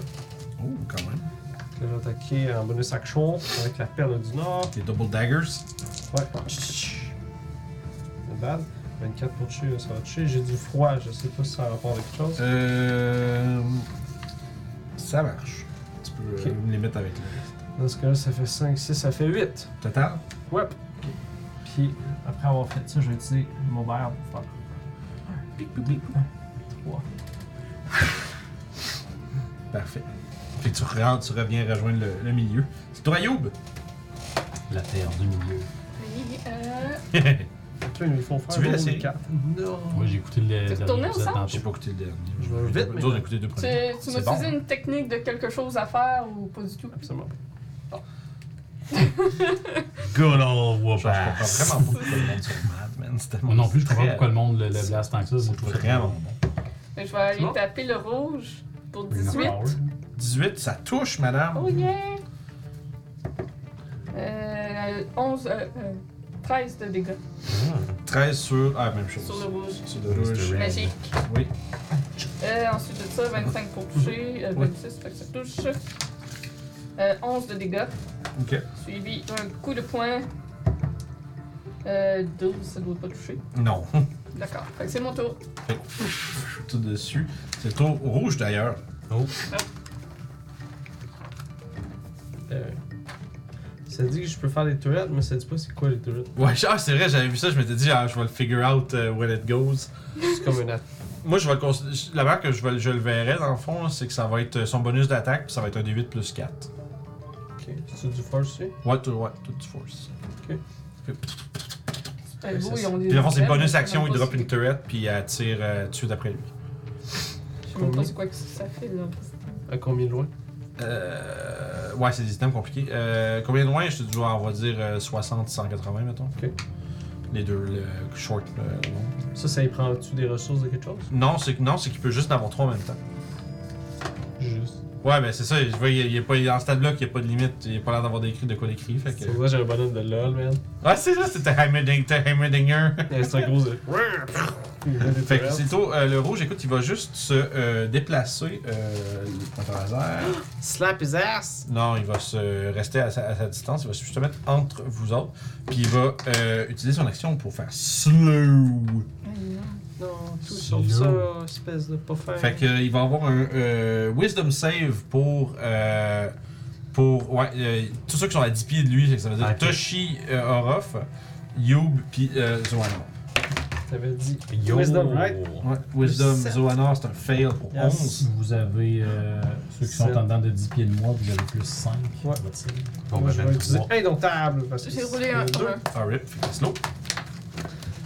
S1: Oh, quand même.
S6: Là, je vais attaquer en bonus action avec la perle du nord.
S1: Les double daggers.
S6: Ouais. Not bad. 24 pour tuer, ça va toucher. J'ai du froid, je sais pas si ça a rapport avec quelque chose.
S1: Euh. Ça marche. Tu peux euh,
S6: Ok.
S1: me les mettre avec le reste.
S6: Dans ce cas-là, ça fait 5, 6, ça fait 8.
S1: Total?
S6: Ouais. Puis après avoir fait ça, je vais utiliser mon verre pour faire. 3.
S1: Parfait. Fait que tu rentres, tu reviens rejoindre le, le milieu. C'est toi, Youb!
S2: La terre du milieu.
S5: Oui, euh,
S6: Fait que là, ils nous font faire
S1: Tu veux la
S6: un
S1: série?
S6: 4. Non.
S2: Moi, j'ai écouté le dernier
S5: retourné
S2: épisode
S5: ensemble?
S1: J'ai
S2: tantôt.
S1: pas écouté le dernier.
S6: Je vais vite, mais-
S1: Nous autres, on a écouté les deux
S5: tu,
S1: premiers.
S5: tu
S1: C'est
S5: m'as
S1: bon.
S5: utilisé une technique de quelque chose à faire ou pas du tout?
S6: Absolument.
S4: Good old
S1: Je comprends
S4: whoopass.
S1: vraiment pas pourquoi le monde sont mad, man. C'était
S2: Moi non plus, je comprends pas pourquoi le monde le, le blast tant que ça. c'est
S1: C'est vraiment bon.
S5: Mais je vais aller
S6: bon?
S5: taper le rouge pour
S2: Green
S5: 18.
S2: Hour.
S1: 18, ça touche, madame.
S5: Oh yeah! euh, 11, euh, euh, 13 de dégâts
S1: 13 sur. Ah, même chose.
S5: sur le rouge.
S1: Sur le rouge.
S5: Magique.
S1: Oui.
S5: Euh, ensuite de ça, 25 pour toucher, euh, 26, fait que ça touche. Euh, 11 de dégâts,
S1: Ok.
S5: suivi d'un coup de poing. Euh, 12, ça doit pas toucher.
S1: Non. *laughs*
S5: D'accord, fait que c'est mon tour.
S1: Tout dessus. C'est le tour rouge d'ailleurs.
S6: Euh, Ça dit que je peux faire les tourettes, mais ça dit pas c'est quoi les tourettes.
S1: Ouais, ah, c'est vrai, j'avais vu ça, je m'étais dit, ah, je vais le figure out euh, when it goes.
S6: C'est comme une attaque.
S1: Moi, je vais le cons- La manière que je, vais, je le verrai, dans le fond, c'est que ça va être euh, son bonus d'attaque, puis ça va être un D8 plus 4.
S6: Ok. C'est du force, tu sais?
S1: Ouais, tout, ouais, tout du force.
S5: Super beau, ils ont des.
S1: Puis, dans le fond, c'est
S5: ailes,
S1: bonus
S5: mais
S1: action, il
S5: je sais même
S1: drop
S5: pas
S1: une turret, puis elle tire euh, dessus d'après lui.
S5: c'est- Je sais même pas c'est quoi que ça fait là.
S6: À combien de loin?
S1: Euh, ouais, c'est des items compliqués. Euh, combien de loin Je te dis, on va dire euh, 60, 180, mettons.
S6: Ok.
S1: Les deux, le short, le long.
S6: Ça, ça y prend-tu des ressources de quelque chose?
S1: Non, c'est non, c'est qu'il peut juste en avoir trois en même temps.
S6: Juste.
S1: Ouais, ben c'est ça, je vois, il y a, il y a pas, dans ce stade-là qu'il n'y a pas de limite, il n'y a pas l'air d'avoir d'écrit de quoi d'écrit, fait que...
S6: C'est vrai, j'ai un bonhomme de LOL, man.
S1: Ouais, c'est ça, c'était Heimerdinger. Heimerdinger.
S6: *laughs* Et C'est un gros.
S1: fait que c'est tôt, euh, le rouge, écoute, il va juste se euh, déplacer, euh, le pointeur laser.
S6: Slap his ass!
S1: Non, il va se rester à sa, à sa distance, il va juste se mettre entre vous autres, puis il va euh, utiliser son action pour faire slow.
S6: Non, tout sauf ça, espèce de pas fin.
S1: Fait que euh, il va avoir un euh, wisdom save pour euh, pour ouais euh, tous ceux qui sont à 10 pieds de lui, ça veut dire
S4: Ok.
S1: Toshi euh, Orof, Youb puis euh, Zoanor.
S6: T'avais dit.
S4: Yo!
S6: Wisdom, right?
S1: Ouais, wisdom
S6: Sept.
S1: Zoanor, c'est un fail pour
S6: Yes.
S1: 11.
S2: Vous avez euh, ceux qui sont
S6: Sept.
S2: en dedans de 10 pieds de moi, vous avez plus 5.
S6: Ouais.
S4: Bon,
S6: Moi,
S4: ben,
S6: je vais utiliser
S4: 23.
S6: indomptable. parce que
S5: J'ai
S6: c'est
S5: roulé un 1.
S6: deux.
S1: Ah rip, fait que c'est slow.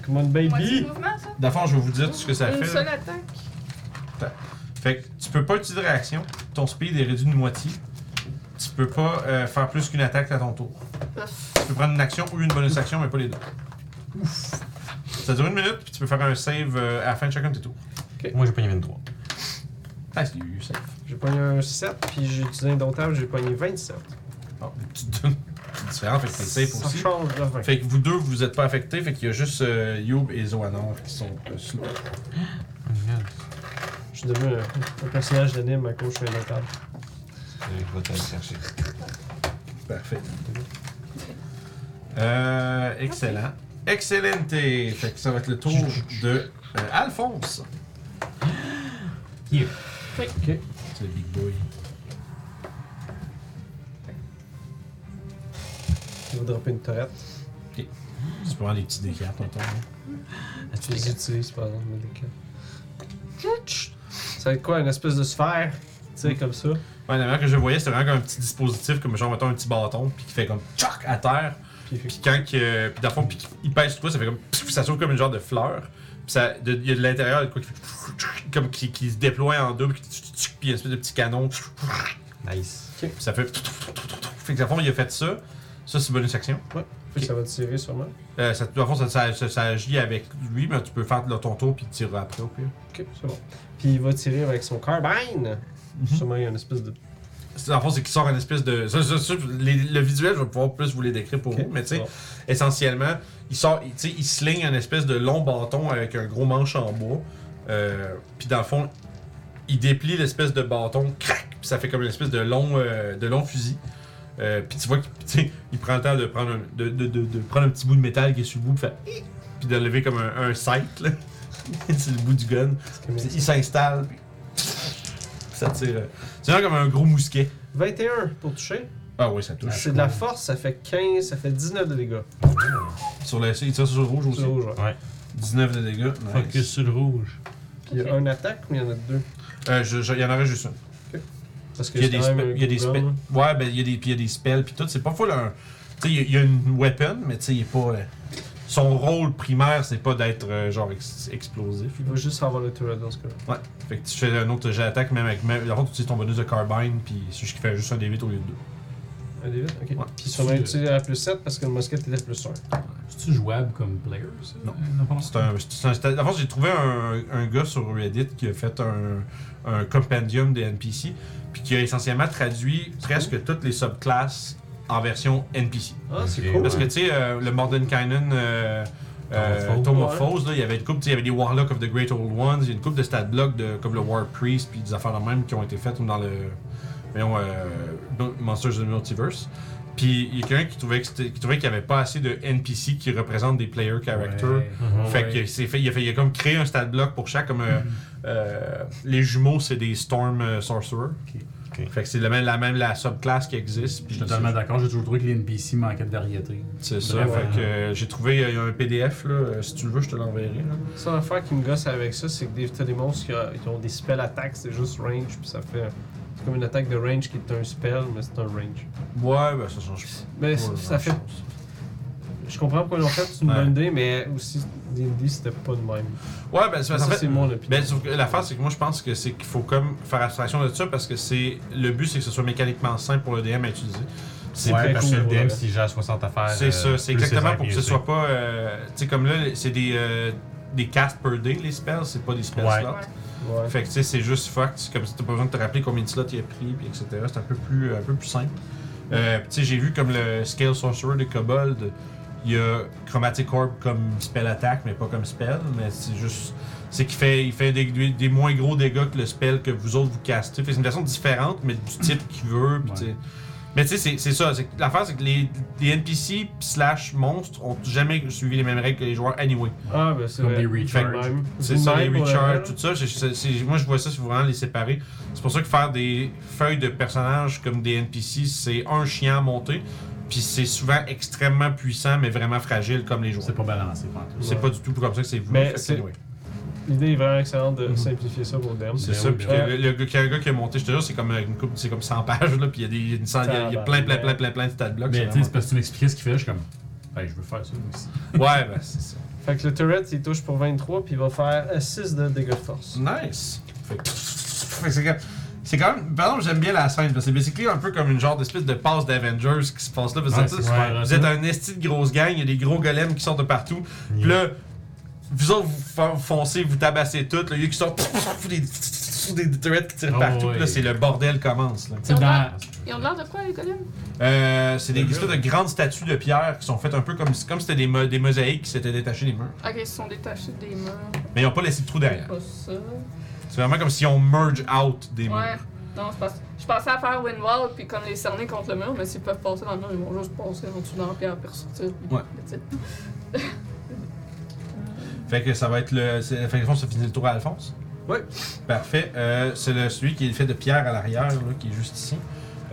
S6: Come on,
S5: Moitié
S6: baby!
S5: de mouvement ça
S1: D'abord, je vais vous dire tout ce que ça
S5: Une
S1: fait.
S5: seule
S1: là.
S5: attaque.
S1: Fait que tu peux pas utiliser de réaction, ton speed est réduit de moitié. Tu peux pas euh, faire plus qu'une attaque à ton tour. Tu peux prendre une action ou une bonus action, mais pas les deux. Ça dure une minute, puis tu peux faire un save euh, à la fin de chacun de tes tours.
S4: Moi, j'ai pogné 23.
S6: Ah,
S1: Nice, du save.
S6: J'ai pogné un 7, puis j'ai utilisé indomptable, j'ai pogné 27.
S1: Bon, tu te donnes c'est différent, fait que t'es safe
S6: Ça
S1: aussi.
S6: change la 20.
S1: Fait que vous deux, vous êtes pas affectés, fait qu'il y a juste euh, Youb et Zoanor qui sont euh, slow.
S6: Je suis devenu un, un personnage d'anime à cause de indomptable.
S4: Je vais t'aller chercher.
S1: Parfait. Euh, excellent. Excellente! Fait que ça va être le tour de euh, Alphonse.
S2: Yeah.
S1: Ok. C'est le big boy.
S6: Il va dropper une torrette.
S1: C'est vraiment des petits décats, t'entends.
S6: Je Ah, les utilise, par exemple, mais lesquels. Ça va être quoi, une espèce de sphère? Tu sais, comme ça.
S1: Ouais, la manière que je le voyais, c'était vraiment comme un petit dispositif, comme genre, mettons, un petit bâton, puis qui fait comme tchac à terre.
S6: Puis il fait
S1: Puis quand que, euh, puis dans le fond, puis il pèse sur toi, ça fait comme. pfff, Ça s'ouvre comme une genre de fleur. Puis ça, de- il y a de l'intérieur, de quoi qui fait. pfff, tchou, Comme qui, qui se déploie en double, qui- tchou, tchou, tchou, puis il y a une espèce de petit canon. tchou, tchou,
S4: Nice.
S1: Puis ça fait. tchou, tchou, tchou, tchou, tchou. Fait que dans le fond, il a fait ça. Ça, c'est bonus action.
S6: Fait que ça va tirer sûrement.
S1: Euh, ça, dans le fond, ça, ça, ça- ça agit avec lui, mais tu peux faire là, ton tour, puis tirer après au pire.
S6: Ok, c'est bon. Mhm. Puis il va tirer avec son carbine. Sûrement, il y a une espèce de.
S1: C'est- Dans le fond, c'est qu'il sort une espèce de. ça- ça- ça, les- le visuel, je vais pouvoir plus vous les décrire pour vous, mais tu sais. essentiellement, il sort, il, tu sais, il slingue un espèce de long bâton avec un gros manche en bois. Euh, puis dans le fond, il déplie l'espèce de bâton, crac, puis ça fait comme une espèce de long, euh, de long fusil. Euh, puis tu vois qu'il tu sais, il prend le temps de prendre, un, de, de- de- de prendre un petit bout de métal qui est sur le bout, puis faire Hi puis de lever comme un, un sight, là. *laughs* C'est le bout du gun.
S6: c'est comme-
S1: Puis il s'installe, puis ça tire. euh, C'est vraiment comme un gros mousquet.
S6: 21 pour toucher.
S1: Ah oui, ça touche.
S6: C'est de la force, ça fait 15, ça fait 19 de dégâts.
S1: Sur le, il tire sur le rouge aussi.
S6: C'est rouge, ouais.
S1: 19 de dégâts. nice.
S4: Focus sur le rouge.
S6: Puis Il y
S5: Ok.
S6: a un attaque ou il y en a deux
S1: Euh, je- je- il y en aurait juste une.
S6: Parce que
S1: Il y a
S6: c'est
S1: des,
S6: quand même
S1: spe-
S6: un
S1: il y a des spe-
S6: gros gun, là.
S1: Ouais, ben il y a des, puis il y a des spells, puis tout. C'est pas full un. Tu sais, il y a- il y a une weapon, mais tu sais, il est pas. euh, Son rôle primaire, c'est pas d'être euh, genre ex- explosif.
S6: Il va juste avoir le turret dans ce cas-là.
S1: Fait que tu fais un autre jet d'attaque, même avec. Même, par contre, tu utilises ton bonus de carbine, puis c'est juste qui fait juste un D8 au lieu de deux.
S6: Un des huit, ok.
S1: Ouais.
S6: Puis sûrement, il tire à plus 7 parce que le mosquet était à plus 1.
S2: C'est-tu jouable comme player, ça?
S1: Non.
S2: Non.
S1: C'est un. c'est un- c'est- en fait, j'ai trouvé un, un gars sur Reddit qui a fait un, un compendium des NPC, puis qui a essentiellement traduit presque toutes les subclasses en version NPC.
S6: Ah, c'est
S4: Ok,
S6: cool.
S1: Parce que, tu sais, euh, le Mordenkainen, euh, euh,
S4: Tom of Foes.
S1: Tome of Foes, là, il y avait une coupe, tu sais, il y avait des Warlocks of the Great Old Ones, il y a une coupe de stat blocks de, comme le War Priest, puis des affaires de même qui ont été faites dans le. Voyons, euh, Monsters of the Multiverse. Puis il y a quelqu'un qui trouvait que c'était- qui trouvait qu'il n'y avait pas assez de NPC qui représentent des player characters.
S2: Ouais.
S1: Fait que c'est fait, il a fait, il a comme créé un stat block pour chaque comme euh, euh, les jumeaux c'est des storm euh, sorcerers.
S4: Ok.
S1: Fait que c'est la même la même la subclasse qui existe.
S2: Je
S1: puis
S2: suis totalement d'accord, j'ai toujours trouvé que les NPC manquaient de variété.
S1: C'est ça.
S2: Bref,
S1: fait
S2: ouais.
S1: que euh, j'ai trouvé il y a un PDF là, euh, si tu le veux je te l'enverrai. là.
S6: Ça, l'affaire qui me gosse avec ça, c'est que des, t'as des monstres qui, a- qui ont des spells attaques, c'est juste range, puis ça fait. C'est comme une attaque de range qui est un spell, mais c'est un range.
S1: Ouais ben ça change.
S6: Mais
S1: pas
S6: c-
S1: grand
S6: ça fait.
S1: chose.
S6: Je comprends pourquoi ils l'ont fait, c'est une
S1: Ouais.
S6: bonne idée, mais aussi, D&D, c'était pas de même.
S1: Ouais ben c'est parce
S6: Ça,
S1: que ça fait-
S6: c'est mon opinion.
S1: Ben, sauf que l'affaire, c'est que moi, je pense que c'est qu'il faut comme faire abstraction de ça parce que c'est le but, c'est que ce soit mécaniquement simple pour le DM à utiliser. C'est
S4: Ouais,
S6: très
S4: parce
S6: cool,
S4: que le DM,
S6: ouais.
S4: s'il gère 60 affaires.
S1: C'est
S4: euh,
S1: ça, c'est
S4: plus
S1: exactement
S4: ses
S1: pour que ce
S4: aires
S1: soit pas. euh, tu sais, comme là, c'est des, euh, des casts per day, les spells, c'est pas des spells
S4: Ouais.
S1: slots.
S6: Ouais.
S1: Fait que tu sais, c'est juste fucked. C'est comme si t'as pas besoin de te rappeler combien de slots il a pris, puis etc. C'est un peu plus, un peu plus simple. Euh, puis tu sais, j'ai vu comme le Scale Sorcerer de Kobold, il y a Chromatic Orb comme spell attack, mais pas comme spell, mais c'est juste. C'est qu'il fait, il fait des, des- des moins gros dégâts que le spell que vous autres vous castez. Fait que c'est une version différente, mais du type qu'il veut. puis tu sais.
S2: Ouais.
S1: Mais tu sais, c'est- c'est ça. c'est que L'affaire, c'est que les, les NPC slash monstres ont jamais suivi les mêmes règles que les joueurs anyway.
S6: Ah, ben c'est
S2: Comme
S6: vrai.
S2: des recharges.
S6: Vu de même.
S1: C'est
S6: Vu de
S1: ça, les
S6: même, pour le
S1: recharges,
S6: vrai,
S1: tout ça. c'est- c'est- c'est- moi, je vois ça, c'est vraiment les séparer. C'est pour ça que faire des feuilles de personnages comme des NPC, c'est un chien à monter. Puis c'est souvent extrêmement puissant, mais vraiment fragile comme les joueurs.
S2: C'est pas balancé, pas en tout.
S1: C'est pas du tout comme ça que c'est voulu.
S6: Mais
S1: fait que
S6: c'est-
S1: anyway.
S6: L'idée est vraiment excellente de
S1: Mhm.
S6: simplifier ça pour le DM.
S1: C'est
S2: Ben
S1: ça.
S2: oui,
S1: Puis
S6: ben
S1: que le, le gars- qu'il y a un gars qui a monté, je te jure, c'est comme, euh, une coupe, c'est comme 100 pages. Là, puis il y a, des, il y a une cent- il y a- il y a plein, plein, plein, plein, plein de stat blocks.
S2: Mais
S1: c'est
S2: tu sais,
S1: vraiment-
S2: c'est parce que tu m'expliquais ce qu'il fait, je suis comme. Ben, je veux faire ça aussi.
S1: Ouais, ben c'est ça.
S6: Fait que le turret, il touche pour 23, puis il va faire euh, 6 de dégâts de force.
S1: Nice. Fait que- *laughs* fait que c'est comme- C'est quand même. Par exemple, j'aime bien la scène parce que c'est basically un peu comme une genre d'espèce de passe d'Avengers qui se passe là. Parce que
S2: Ouais,
S1: tu
S2: c'est
S1: sais,
S2: super,
S1: vous
S2: ça.
S1: êtes un esti de grosse gang, il y a des gros golems qui sortent de partout.
S4: Yeah.
S1: Puis là, vous autres, vous fon- foncez, vous tabassez tout. là, Il y a qui sortent *laughs* des, des, des turrets qui tirent
S2: Ah,
S1: partout.
S2: ouais.
S1: Puis là, c'est le bordel commence. là.
S2: Tu sais, dans.
S5: Ils ont de l'air de quoi, les golems?
S1: Euh, c'est des espèces de grandes statues de pierre qui sont faites un peu comme comme c'était des, mo- des mosaïques qui s'étaient détachées des murs.
S5: Ok, Ah, ils se sont détachés des murs.
S1: Mais ils n'ont pas laissé de trou derrière.
S5: Pas ça.
S1: C'est vraiment comme si on merge out des murs.
S5: Ouais. Non, c'est parce- je pensais à faire Windwall, puis comme les cerner contre le mur, mais s'ils peuvent passer dans le mur, ils vont juste passer en dessous de la pierre puis ressortir.
S1: Ouais.
S5: That's it.
S1: Fait que ça va être le. c'est- Fait que Alphonse, ça finit le tour à Alphonse.
S6: Oui.
S1: Parfait. Euh, c'est le- celui qui est fait de pierre à l'arrière, là, qui est juste ici.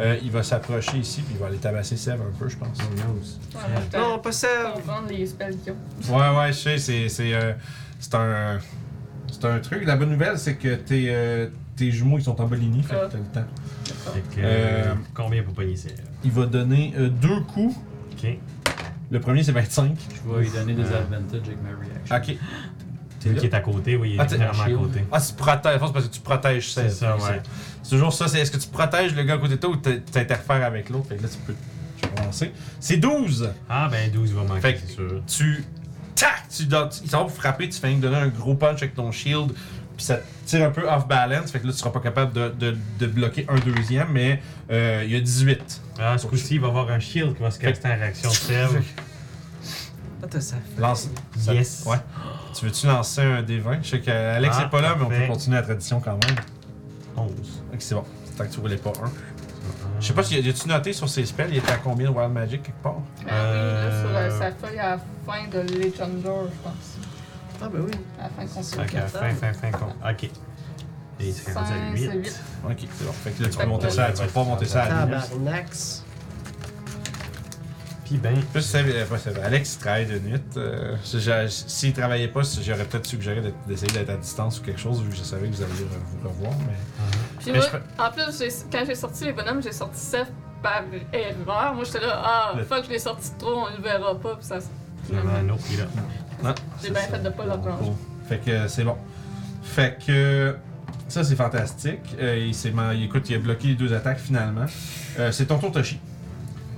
S1: Euh, il va s'approcher ici, puis il va aller tabasser Sèvres un peu, je pense.
S5: Ouais, je te-
S6: Non, pas ça!
S5: comprendre les spells qu'ils ont.
S1: Ouais, ouais, je sais, c'est. C'est euh, c'est un. C'est un truc. La bonne nouvelle, c'est que tes, euh, tes jumeaux, ils sont en Bolini, fait que t'as le temps.
S4: Fait que,
S1: Euh,
S4: euh, Combien pour pogner ça?
S1: Il va donner euh, deux coups.
S4: Ok.
S1: Le premier, c'est 25.
S2: Je vais lui donner des advantages avec ma reaction.
S1: Ok.
S4: Celui qui est à côté, oui, il
S1: Ah,
S4: est
S1: t'es-
S4: vraiment à
S2: shield.
S4: côté.
S1: Ah, tu protèges, Alphonse, parce que tu protèges
S4: C'est
S1: Sèvres.
S4: ça, ouais.
S1: C'est toujours ça, c'est est-ce que tu protèges le gars à côté de toi ou t'in- t'interfères avec l'autre? Fait que là, tu peux, tu peux lancer. C'est 12!
S4: Ah, ben 12 va
S1: Fait
S4: manquer,
S1: que-
S4: c'est sûr.
S1: Tu. Tac! Tu donnes, il s'en va pour frapper, tu fais rien que donner un gros punch avec ton shield, puis ça te tire un peu off balance, fait que là, tu seras pas capable de, de- de bloquer un deuxième, mais euh, il y a 18.
S4: Ah, ce coup-ci, il va avoir un shield qui va se
S1: Fait que-
S4: caster en réaction Sèvres.
S1: *laughs*
S6: Attends, ça
S1: Lance. ça-
S4: Yes.
S1: Ouais. Tu veux-tu lancer un D20? Je sais qu'Alex
S4: Ah,
S1: est pas là, mais on peut
S4: parfait.
S1: continuer la tradition quand même.
S4: 11.
S1: Ok, c'est bon. Tant que tu voulais pas un.
S4: Ah.
S1: Je sais pas si y a-tu noté sur ses spells, il était à combien de Wild Magic quelque part?
S5: Ah oui, là, sur la-
S4: Euh.
S5: sa feuille à la fin de Legendor, je pense.
S6: Ah, ben oui.
S5: À la fin qu'on se
S4: Fait que fin, fin, fin, con. Ok. Et il serait rendu à
S5: Cinq, c'est
S4: 8.
S5: huit.
S1: Ok, c'est bon. Fait que là, tu
S5: Fait
S1: peux
S5: que
S1: monter
S5: là,
S1: ça, tu
S4: il va
S1: peux
S4: être
S1: pas monter ça
S4: Ah,
S1: à
S4: ben
S1: 10.
S6: Tabarnax.
S4: Puis ben,
S1: Plus c'est euh, pas c'est- Alex il travaille de nuit. euh, si j'a- S'il travaillait pas, si- j'aurais peut-être suggéré d'être- d'essayer d'être à distance ou quelque chose, vu que je savais que vous alliez re- vous revoir. Mais...
S5: Puis
S1: Mais
S5: moi,
S1: je fais-
S5: en plus, j'ai- quand j'ai sorti les bonhommes, j'ai sorti Seth par erreur. Moi, j'étais là, ah,
S1: Le-
S5: fuck, je l'ai sorti trop, on le verra pas. Puis ça,
S4: finalement, un autre, il est là.
S5: j'ai bien fait de pas le prendre.
S1: Cool. Fait que euh, c'est bon. Fait que euh, ça, c'est fantastique. Euh, il s'est man- il- écoute, il a bloqué les deux attaques finalement. Euh, c'est ton tour, Toshi.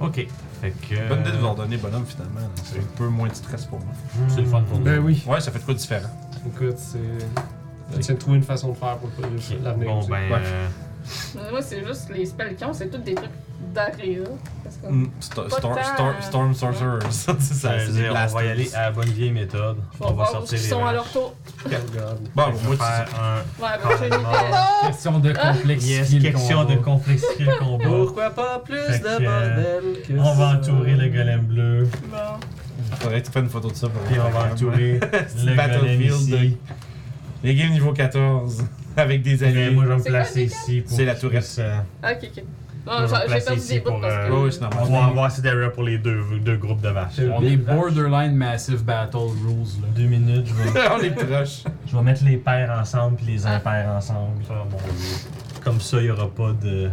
S4: Ok. Fait que.
S1: Euh, Bonne idée de vous redonner bonhomme finalement. là. C'est un peu moins de stress pour moi.
S4: Hmm.
S2: C'est le fun pour nous.
S6: Ben oui.
S1: Ouais, ça fait de quoi de différent.
S6: Écoute, c'est. Tu de trouver une façon de faire pour le- l'avenir.
S4: Bon,
S6: aussi.
S4: ben.
S1: Ouais.
S4: euh,
S5: Mais Moi, c'est juste les spells qu'ils ont, c'est tous des trucs d'area. Parce que ça.
S1: Mm, Sto-
S5: Pas
S1: Stor-
S5: tant,
S1: Stor-
S5: euh,
S1: Storm Sorcerer, ça, c'est ça,
S4: Je
S1: c'est
S4: veux
S1: des
S4: dire, on va y
S1: blasters.
S4: aller à la bonne vieille méthode.
S5: Je vais
S4: On va
S5: voir où
S4: sortir
S5: ils
S4: les
S5: sont à leur
S4: vaches.
S5: tour.
S6: Oh God.
S1: Bon, moi,
S4: Je vais
S1: tu-
S4: faire un...
S5: Ouais, ben j'ai une idée.
S4: Ah,
S2: Question de complexifier
S4: Yes,
S2: le
S4: question
S2: combat.
S4: de complexifier
S1: *laughs*
S4: le combat.
S6: Pourquoi pas plus
S4: Fait
S6: de
S4: que, euh,
S6: bordel que
S4: On va
S6: ça?
S4: entourer le golem bleu,
S5: *laughs* Bon.
S1: faudrait que tu prennes une photo de ça pour
S4: puis on va entourer le golem
S1: Battlefield
S4: ici.
S1: Les games niveau 14, *laughs* avec des
S4: Et
S1: alliés.
S4: moi, je vais me
S5: C'est quoi,
S4: placer ici pour...
S1: C'est la tourette.
S4: ça.
S5: Ah, Ok, ok.
S4: Je
S5: Bon,
S4: vais me
S5: j'ai j'ai
S4: placer
S5: perdu des
S4: ici
S5: bouts
S4: pour...
S5: parce
S4: euh,
S5: que.
S1: Oh, Oui, c'est normal.
S4: On va avoir assez d'area pour les deux deux groupes de vaches.
S2: On est borderline massive battle rules là.
S4: Deux minutes, je vais,
S1: *laughs* on est proche.
S4: je vais mettre les paires ensemble puis les impairs ensemble. Comme ça, il n'y aura pas de.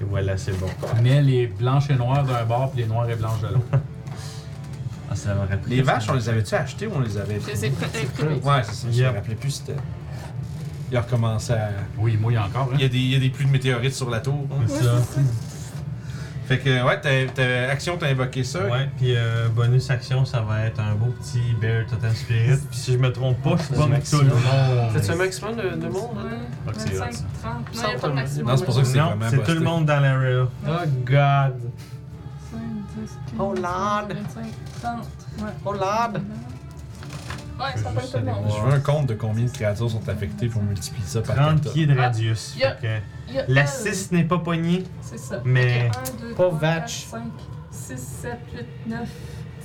S4: Et voilà, c'est bon.
S2: Mais les blanches et noires d'un bord puis les noires et blanches de
S1: *laughs*
S2: l'autre.
S4: Ah, ça m'aurait pris
S1: Les
S4: ça.
S1: vaches, on les avait-tu achetées ou on les avait
S5: Je les ai pr- imprimés.
S1: Ouais, c'est ça. Je
S4: Yep.
S1: me rappelais plus si c'était. Il a recommencé à.
S2: Oui, moi il y a encore. Hein?
S1: Il y a, des, il y a des pluies de météorites sur la tour. hein.
S4: C'est ça.
S1: Fait que, ouais, t'as, t'as- Action, t'as invoqué ça.
S4: Ouais, puis euh, bonus action, ça va être un beau petit Bear Totem Spirit. Puis si je me trompe pas, je suis pas tout le monde.
S6: C'est-tu un maximum de, de monde? hein. là?
S2: Fuck, c'est hot,
S5: 25,
S2: ça.
S5: 30. Non, il n'y a pas de maximum.
S1: Non, c'est pour ça que c'est
S4: Non,
S1: vraiment
S4: c'est tout
S1: busté.
S4: le monde dans l'area.
S6: Oh
S5: 5,
S6: God.
S5: 10, 15,
S6: Oh, lard.
S5: 25, 30. Ouais.
S6: Oh Lord.
S5: Ouais,
S4: Je
S5: ça
S4: peux
S5: peut
S4: juste
S5: tout le
S4: aller
S5: monde.
S1: Je veux un compte de combien de créatures sont affectées pour multiplier ça par
S4: 30
S1: quota.
S4: pieds de radius.
S5: Ah,
S4: Fait que
S5: Il y a
S4: la
S5: elle.
S4: 6 n'est pas poignée.
S5: C'est ça.
S4: Mais-
S5: 1, 2,
S6: Pas
S5: 3, 4,
S6: Vatch.
S5: 5, 6, 7, 8, 9,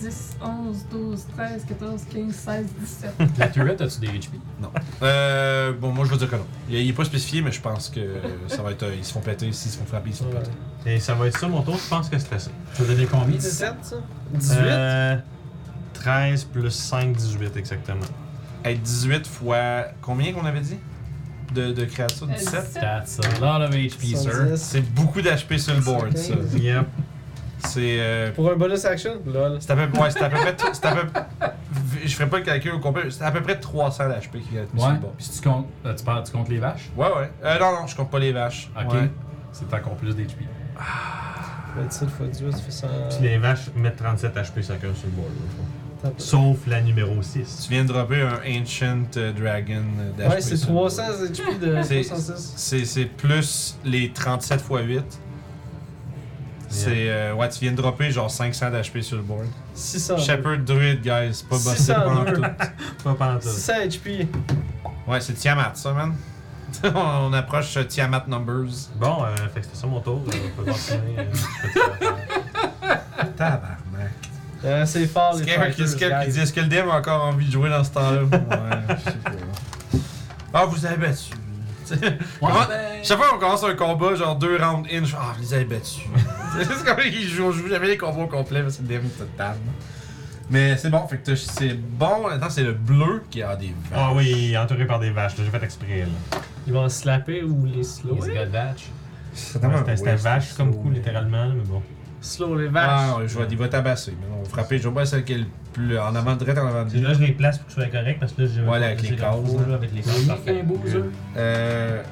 S5: 10, 11, 12, 13, 14, 15, 16, 17.
S2: La turret, as-tu des HP?
S1: Euh, bon, moi je veux dire que non. Il il est pas spécifié, mais je pense que euh, ça va être. euh, ils se font péter, s'ils se font frapper, ils se font péter.
S4: Et ça va être ça mon tour, je pense que c'était ça.
S2: Je vais donner combien?
S6: 17, ça? 18?
S4: Euh, 13 plus 5, 18 exactement.
S1: Être 18 fois. Combien qu'on avait dit De, de
S6: Euh,
S1: créatures 17
S2: That's a lot of HP, sir.
S6: 70.
S1: C'est beaucoup d'HP sur le board, ça. *laughs*
S4: Yep.
S1: C'est. euh,
S6: Pour un bonus action? Lol.
S1: C'est à peu, ouais, c'est à peu près. c'est à peu- je ferai pas le calcul au complet. C'est à peu près 300 d'HP qui a été sur
S2: Ouais.
S1: le board.
S2: Puis si tu comptes, euh, tu, parles- tu comptes les vaches?
S1: Ouais, ouais. Euh, non, non, je compte pas les vaches.
S2: Ok.
S1: Ouais.
S2: C'est encore plus d'HP.
S6: 27 fois 18, ça fait 100.
S4: Puis les vaches mettent 37 HP chacun sur le board. au fond.
S6: Attends un peu.
S4: Sauf la numéro 6.
S1: Tu viens de dropper un Ancient euh, Dragon euh, d'HP.
S6: Ouais, c'est
S1: sur le board.
S6: 300 HP de
S1: C'est-
S6: 66.
S1: C'est c'est plus les 37 x 8. C'est. euh, ouais, tu viens de dropper genre 500 d'HP sur le board.
S6: 600.
S1: Shepherd Druid, guys. Pas bossé
S6: 602.
S1: pendant tout.
S4: Pas pendant tout.
S6: 600 HP.
S1: Ouais, c'est Tiamat, ça, man. *laughs* on, on approche euh, Tiamat Numbers.
S4: Bon, euh, fait que c'était ça mon tour. euh, on
S1: *laughs*
S4: peut continuer. euh, ce que tu vas faire.
S1: Tabarnak.
S6: Euh, c'est fort, les
S1: Scare qui,
S6: fighters,
S1: Scare qui
S6: guys.
S1: dit Est-ce que le DM a encore envie de jouer dans ce temps-là *laughs* Ouais, je sais pas. Ah, vous avez battu. Tu sais, comment- Chaque fois qu'on commence un combat, genre deux rounds in, je fais, Ah, vous les avez battus. c'est juste comme ils jouent, je joue jamais les combats au complet, parce que le DM est total. Mais c'est bon, fait que t'as- c'est bon. Attends, c'est le bleu qui a des
S4: Ah oui, entouré par des vaches, là, j'ai fait exprès. là.
S6: Ils vont se slapper ou les slow.
S2: He's got batch.
S1: C'est
S4: Ouais, C'était c'était vache comme coup, littéralement, là, mais bon.
S6: Slow les
S1: Ah,
S6: vaches.
S1: ouais, je vois, il va tabasser. Mais on va frapper, je vois celle qui est le plus en avant, direct en avant de
S4: Puis
S1: lui.
S4: là, je les place pour que ce soit correct parce que là, j'ai.
S1: Voilà, avec
S4: j'ai
S1: les
S4: le
S1: cases, hein.
S4: trou,
S1: là.
S4: là, Avec les cases. Parfait.
S1: Euh.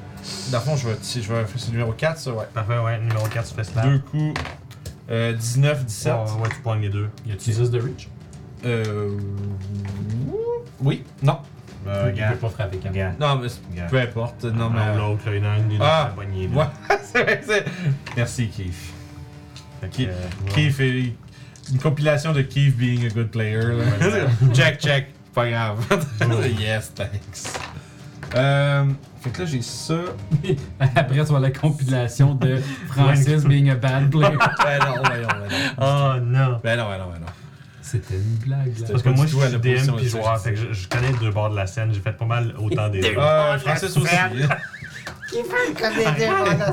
S1: Dans le fond, je vais. Si je vais c'est numéro 4, ça, ouais.
S4: Parfait, ouais, numéro 4, tu fais slap.
S1: Deux coups. Euh, 19, 17.
S4: Ah, Ouais, ouais, tu poignes les deux.
S2: Y a-tu 10 de reach?
S1: Euh. Oui. Non.
S4: Euh,
S2: Il peut
S4: regarde.
S2: pas frapper quand
S4: Regarde.
S1: Non, mais c'est-
S4: Regarde.
S1: peu importe. Non, mais.
S4: Un ou l'autre, là, il y en a un des deux
S1: Ah!
S4: qui s'est poigné, là.
S1: Ouais, c'est vrai, c'est. *laughs* Merci, Keith.
S4: Fait que,
S1: Keith,
S4: euh, ouais.
S1: Keith est. Une compilation de Keith being a good player. Là. check, check. Pas grave. *laughs* yes, thanks. Euh. Fait que là, j'ai ça.
S2: même. *laughs* Après, tu vois la compilation de Francis being a bad player.
S1: Ben non, ben non, ben non.
S4: Oh non!
S1: Ben non, ben non, ben non.
S2: C'était une blague, là.
S4: Parce que
S1: pas
S4: moi,
S1: du
S4: je
S1: tout à
S4: suis
S1: la
S4: DM
S1: position
S4: puis
S1: de
S4: joueur,
S1: jeu.
S4: fait que je, je connais les deux bords de la scène, j'ai fait pas mal autant des deux.
S1: Euh, Francis aussi. hein.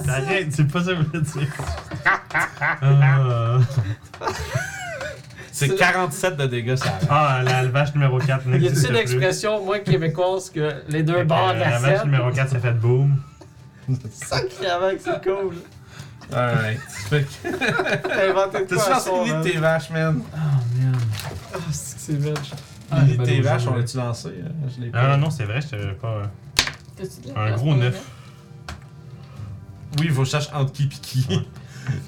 S4: Arrête, c'est pas ça que je voulais dire. Ah.
S1: *laughs* C'est 47 de dégâts, ça arrête.
S4: Ah, la, la vache numéro 4
S6: Y a-t-il
S4: n'existe
S6: une
S4: plus.
S6: expression, moi, québécoise, que les
S4: Fait
S6: deux
S4: que,
S6: bords
S4: euh,
S6: de
S4: la
S6: la
S4: vache
S6: *laughs* scène?
S4: numéro 4 s'est fait boom.
S6: Sacrément que c'est cool.
S1: Alright. Fait que-
S6: T'as inventé de quoi
S1: T'as-tu
S6: à soir,
S1: lancé l'idée
S6: man?
S1: de tes vaches, man?
S6: Ah, c'est que c'est veg.
S2: Ah,
S1: L'idée de
S2: ben,
S1: tes
S2: bonjour,
S1: vaches, on
S2: ouais.
S1: l'a-tu lancé? hein? Je l'ai
S4: Ah
S1: pas.
S4: non, non, c'est vrai, je savais pas. euh,
S5: T'as-tu de la
S4: Un
S5: place
S4: gros
S5: pour
S4: 9.
S1: Oui, il faut chercher entre qui pis qui.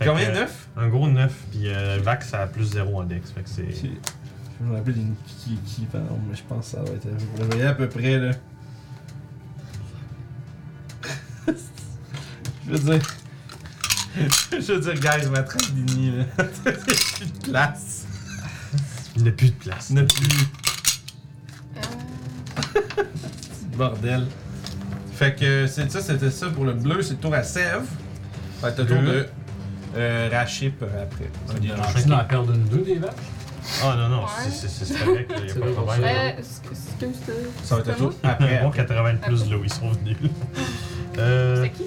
S1: Combien de 9?
S4: Un gros 9, puis euh, Vax a plus 0 en dex. Fait que c'est.
S1: Je me rappelle d'une qui qui pardon, mais je pense que ça va être à peu près. Vous voyez à peu près, là. *laughs* Je veux dire. *laughs* Je veux dire, guys, ma Trapdini, là. *laughs* Il n'y a plus de place.
S4: Il n'y a plus de place.
S1: Il n'y a plus
S5: Euh,
S1: de bordel. Fait que c'est ça, c'était ça pour le bleu. C'est le tour à Sèvres. Fait que le tour de euh, Rachip après.
S2: On est dans la perdre une deux des vaches.
S4: Ah non, non,
S5: Ouais.
S4: c'est- c'est c'est- c'est correct, il n'y a
S6: C'est
S4: pas de
S6: bon,
S4: problème.
S5: euh, exc- Excuse-toi.
S1: Ça va être le tour
S4: Après,
S1: après.
S4: bon, 80 de plus là où ils
S1: *laughs*
S4: sont venus. Euh,
S5: C'est qui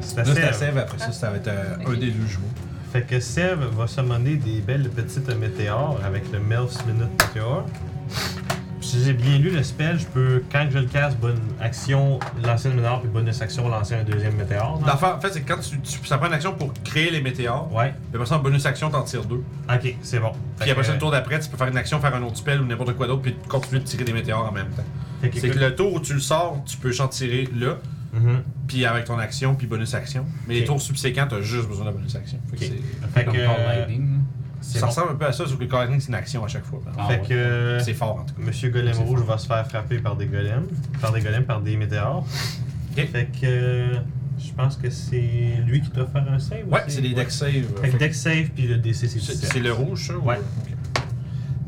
S4: c'est la
S1: Là, c'est à
S4: Sèvres.
S1: Sèvres. Après ça, ça va être euh, un
S5: Ok.
S1: des deux jumeaux.
S4: Fait que Sèvres va summoner des belles petites météores avec le Melf's Minute Meteor. Si j'ai bien lu le spell, je peux, quand je le casse, bonne action, lancer une météore, puis bonus action, lancer un deuxième météore. non?
S1: L'affaire, en fait, c'est que quand tu, tu- ça prend une action pour créer les météores.
S4: Ouais,
S1: Puis après ça, en bonus action, t'en tires deux.
S4: ok, c'est bon. Fait
S1: Puis après
S4: que-
S1: ça, le tour d'après, tu peux faire une action, faire un autre spell ou n'importe quoi d'autre, puis continuer de tirer des météores en même temps.
S4: fait que-
S1: C'est que le tour où tu le sors, tu peux en tirer là,
S4: Mhm.
S1: puis avec ton action, puis bonus action. Mais les
S4: Ok.
S1: tours subséquents, t'as juste besoin de bonus action. Fait que
S4: Ok.
S1: c'est-
S4: Fait
S2: Comme
S4: que-
S2: Paul Lightning.
S4: C'est
S1: ça
S4: bon.
S1: ressemble un peu à ça, sauf que le Lightning, c'est une action à chaque fois. par exemple.
S2: Ah,
S4: Fait
S2: ouais.
S4: que. euh,
S1: C'est fort en tout cas.
S4: Monsieur Golem Rouge va se faire frapper par des golems. Par des golems, par des météores.
S1: Ok.
S4: Fait que. euh, je pense que c'est lui qui doit faire un save.
S1: Ouais,
S4: ou
S1: c'est des deck save. euh,
S4: Fait que deck save puis le DC c'est
S1: C'est
S4: 17.
S1: c'est le rouge, ça ou- euh,
S4: Ouais.
S1: Ok.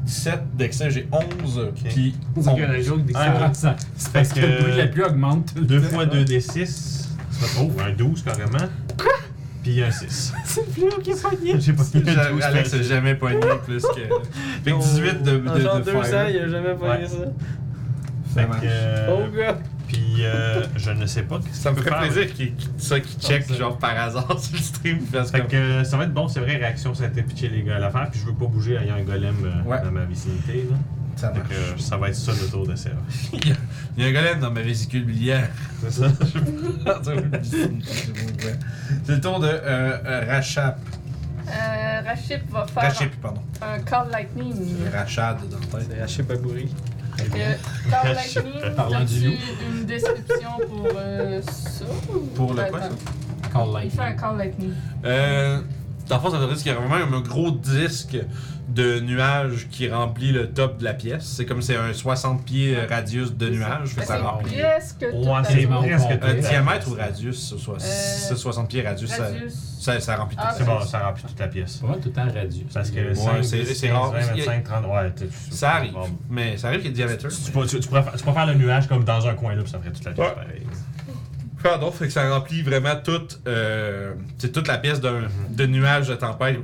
S1: 17, deck save, j'ai 11, puis
S6: C'est que la
S1: 11.
S6: joke des
S4: Ah,
S6: Ah,
S2: Ça, ça- C'est parce que
S4: Fait que-
S2: le bruit de la pluie augmente.
S4: 2 fois 2 D6. Oh, un 12 carrément. Quoi? Puis un 6.
S6: *laughs* C'est plus haut qui
S4: *laughs*
S6: est pogné.
S4: J'ai pas eu
S1: J'ai-
S4: un 12.
S1: Alex n'a jamais pogné plus *laughs* que. Fait que 18 de, de,
S6: Oh. En genre
S1: de
S6: deux
S1: fire.
S6: ans, il a jamais pogné
S4: Ouais.
S6: ça.
S4: Fait
S1: Ça marche.
S4: que, euh,
S6: oh, gars.
S4: Puis euh, je ne sais pas. qu'est-ce
S1: Ça me
S4: qu'il peut
S1: ferait
S4: faire,
S1: plaisir qu'il qu'il- Ah, ça qu'il check genre par hasard *laughs* sur le stream parce que
S4: Fait que euh, ça va être bon, c'est vrai, réaction, ça a été pitché les gars à l'affaire, puis je veux pas bouger ayant un golem euh,
S1: Ouais.
S4: dans ma vicinité. Là.
S1: ça
S4: Fait que euh, ça va être ça le tour de Serre.
S1: Il y a- il y a un golem dans ma vésicule biliaire. *laughs*
S4: *laughs* C'est ça?
S1: C'est le tour de euh, euh, Rachap.
S5: Euh, Rachip va faire
S1: Rachip, pardon.
S5: un Call Lightning.
S1: Rachad dans le tête.
S6: C'est Rachid Babouri.
S5: Euh, Call
S4: Rachip,
S5: Lightning,
S2: parlant du
S5: as-tu une description pour euh, ça? ou-
S1: Pour le quoi,
S5: Attends.
S2: Call
S5: Il fait un
S2: Lightning.
S5: Call Lightning.
S1: Euh, dans le fond, ça veut dire qu'il y a vraiment un gros disque de nuages qui remplit le top de la pièce. C'est comme c'est un 60 pieds euh, radius de nuages. fait que ça
S5: Ah,
S1: remplit.
S5: C'est presque tout
S4: Ouais,
S5: à
S4: c'est
S5: fait.
S2: bon.
S4: presque
S1: Un
S2: Euh,
S4: tout.
S1: diamètre ou radius, ce soit,
S5: Euh,
S1: ce 60 pieds radius, ça-
S5: Radius.
S1: Ça, ça remplit tout.
S5: Ah,
S4: C'est bon, ça remplit toute la pièce.
S2: C'est pas mal tout le temps radius.
S4: Parce que
S2: Ouais.
S4: 5,
S1: c'est-
S4: 10,
S1: c'est
S4: 15,
S1: rare.
S4: 20,
S1: Il y a-
S4: 25, 30, ouais, t'es-
S1: Ça arrive,
S4: Bon.
S1: mais ça arrive qu'il y ait diamètre.
S4: Tu, peux- tu, tu pourrais, faire- tu pourrais faire le nuage comme dans un coin là, puis ça ferait toute la pièce
S1: Ouais.
S4: pareil.
S1: Pardon, fait que ça remplit vraiment toute, euh, c'est toute la pièce d'un de nuages de tempête.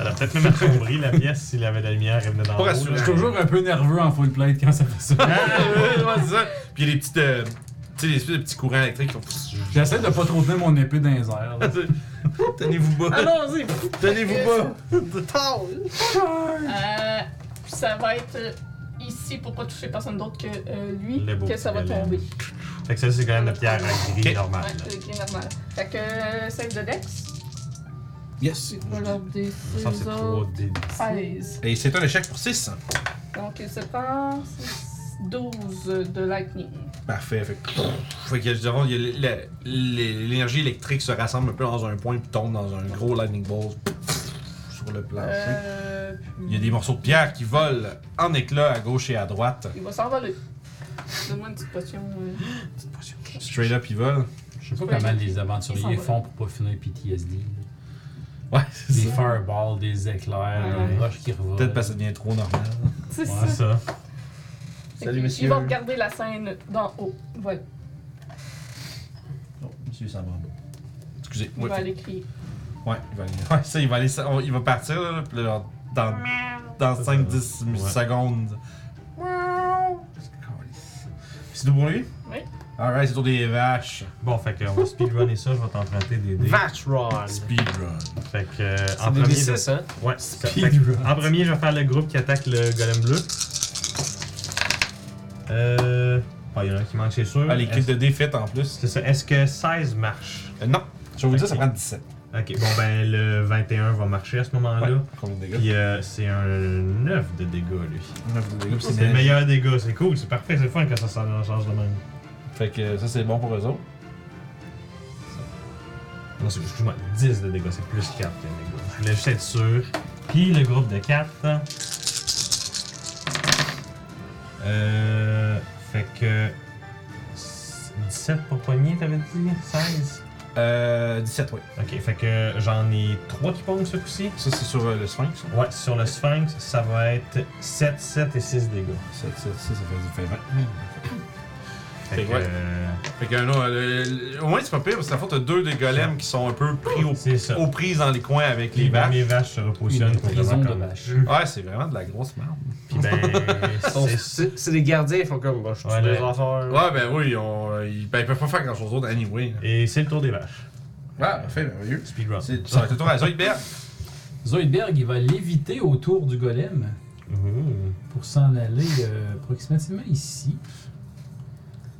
S4: Elle a peut-être même assombri la pièce s'il avait de la lumière, elle venait d'en
S1: Pour
S4: haut,
S1: assurer.
S4: là.
S2: Je suis toujours un peu nerveux en full plate quand ça fait ça.
S1: Ah, *laughs* ouais, ouais, c'est ça. Puis les petites, euh, tu sais, les espèces de petits courants électriques qui font.
S2: J'essaie de pas trop tenir mon épée dans les airs. là.
S1: *laughs* Tenez-vous bas.
S6: Ah non, vas-y.
S1: Tenez-vous bas.
S5: Euh, ça va être euh, ici pour pas toucher personne d'autre que euh, lui
S4: Le beau
S5: que ça va
S4: petit
S5: tomber.
S4: Fait que ça, c'est quand même la pierre à gris
S1: Ok.
S4: normale.
S5: Ouais,
S4: là.
S5: c'est bien normal. Fait que euh, save de Dex.
S1: Yes.
S5: Pas leur des
S4: Ça, c'est 3 d
S5: 16.
S1: Et c'est un échec pour hein. 6.
S5: Donc il se prend 12 de lightning.
S1: Parfait. Fait que, fait que je dirais, il y a la- la- l'énergie électrique se rassemble un peu dans un point puis tombe dans un gros lightning bolt sur le plancher.
S5: Euh,
S1: Il y a des morceaux de pierre qui volent en éclats à gauche et à droite.
S5: Il va s'envoler. Donne-moi une petite potion. euh.
S1: Straight up, ils volent.
S2: Je sais pas comment les aventuriers font pour pas finir PTSD.
S1: Ouais, c'est
S2: Des
S1: ça.
S2: fireballs, des éclairs,
S5: Ouais.
S2: une roche qui revole.
S1: Peut-être parce que ça devient trop normal.
S5: C'est
S4: C'est
S5: ça.
S4: ça.
S5: Fait
S10: Salut,
S5: qu'il-
S10: monsieur.
S5: Il va regarder la scène d'en haut. Voilà.
S11: Oh, monsieur, ça va.
S1: Excusez.
S5: Il
S1: Ouais,
S5: va
S1: fait-
S5: aller crier.
S1: ouais, il va aller. Ouais, ça, il va aller. ça, on- il va partir, là, puis là, genre, dans, dans 5-10
S4: Ouais.
S1: secondes. C'est tout pour lui?
S5: Oui.
S1: Alright, c'est le tour des vaches.
S4: Bon, fait qu'on va speedrunner ça, je vais t'emprunter des dés.
S6: Vatron.
S1: Speedrun.
S4: Fait que, euh, en
S6: C'est des
S4: premier,
S6: D6, hein?
S4: je- ouais, ça- fait que, en premier, je vais faire le groupe qui attaque le golem bleu. Euh. Ah, il y en a un qui manque, c'est sûr.
S1: Ah, les clics
S4: Est-ce-
S1: de défaite en plus.
S4: C'est ça. Est-ce que 16 marche
S1: Euh, non, je vais vous dire, ça
S4: Ok.
S1: prend 17.
S4: Ok, bon, ben le 21 va marcher à ce moment-là.
S1: Combien de dégâts?
S4: Puis euh, c'est un 9 de dégâts, lui.
S1: 9 de dégâts, puis
S4: C'est le
S1: meilleur.
S4: meilleur dégât, c'est cool, c'est parfait, c'est le fun quand ça s'en change de même.
S1: Fait que ça, c'est bon pour eux autres.
S4: Non, c'est- excuse-moi, 10 de dégâts, c'est plus 4 que dégâts. Je voulais juste être sûr. Puis le groupe de 4. Euh. Fait que. 17 pour poignée, t'avais dit 16
S1: Euh, 17, oui.
S4: Ok, fait que j'en ai 3 qui pongent ce coup-ci.
S1: Ça, c'est sur euh, le sphinx. ça.
S4: Ouais, sur le Sphinx, ça va être 7, 7 et 6 dégâts.
S1: 7, 7, ça, ça fait, ça fait 20.
S4: Fait,
S1: Fait
S4: que.
S1: que ouais.
S4: euh,
S1: Fait que non, le- le- au moins, c'est pas pire, parce que la fois, t'as deux des golems qui sont un peu pris au-
S4: c'est ça.
S1: aux prises dans les coins avec les
S4: les
S1: vaches.
S4: premiers vaches se repositionnent
S2: Une
S4: pour
S2: prison
S4: vraiment
S2: de
S4: comme-
S2: vaches.
S1: Ouais, c'est vraiment de la grosse merde.
S4: Puis
S2: *laughs*
S4: ben.
S6: On-
S4: c'est ça.
S6: C'est c'est des gardiens, ils font comme, bah, je tue
S4: Ouais,
S6: des
S4: ouais.
S6: affaires.
S1: Ouais, ben oui, ils, ont- ils- ben, ils peuvent pas faire grand chose d'autre anyway. là.
S4: Et c'est le tour des vaches.
S1: Ouais, parfait, merveilleux.
S4: Speedrun.
S1: C'est- Ça va être autour à Zoidberg.
S2: Zoidberg, il va léviter autour du golem
S4: Ouh.
S2: pour s'en aller euh, approximativement ici.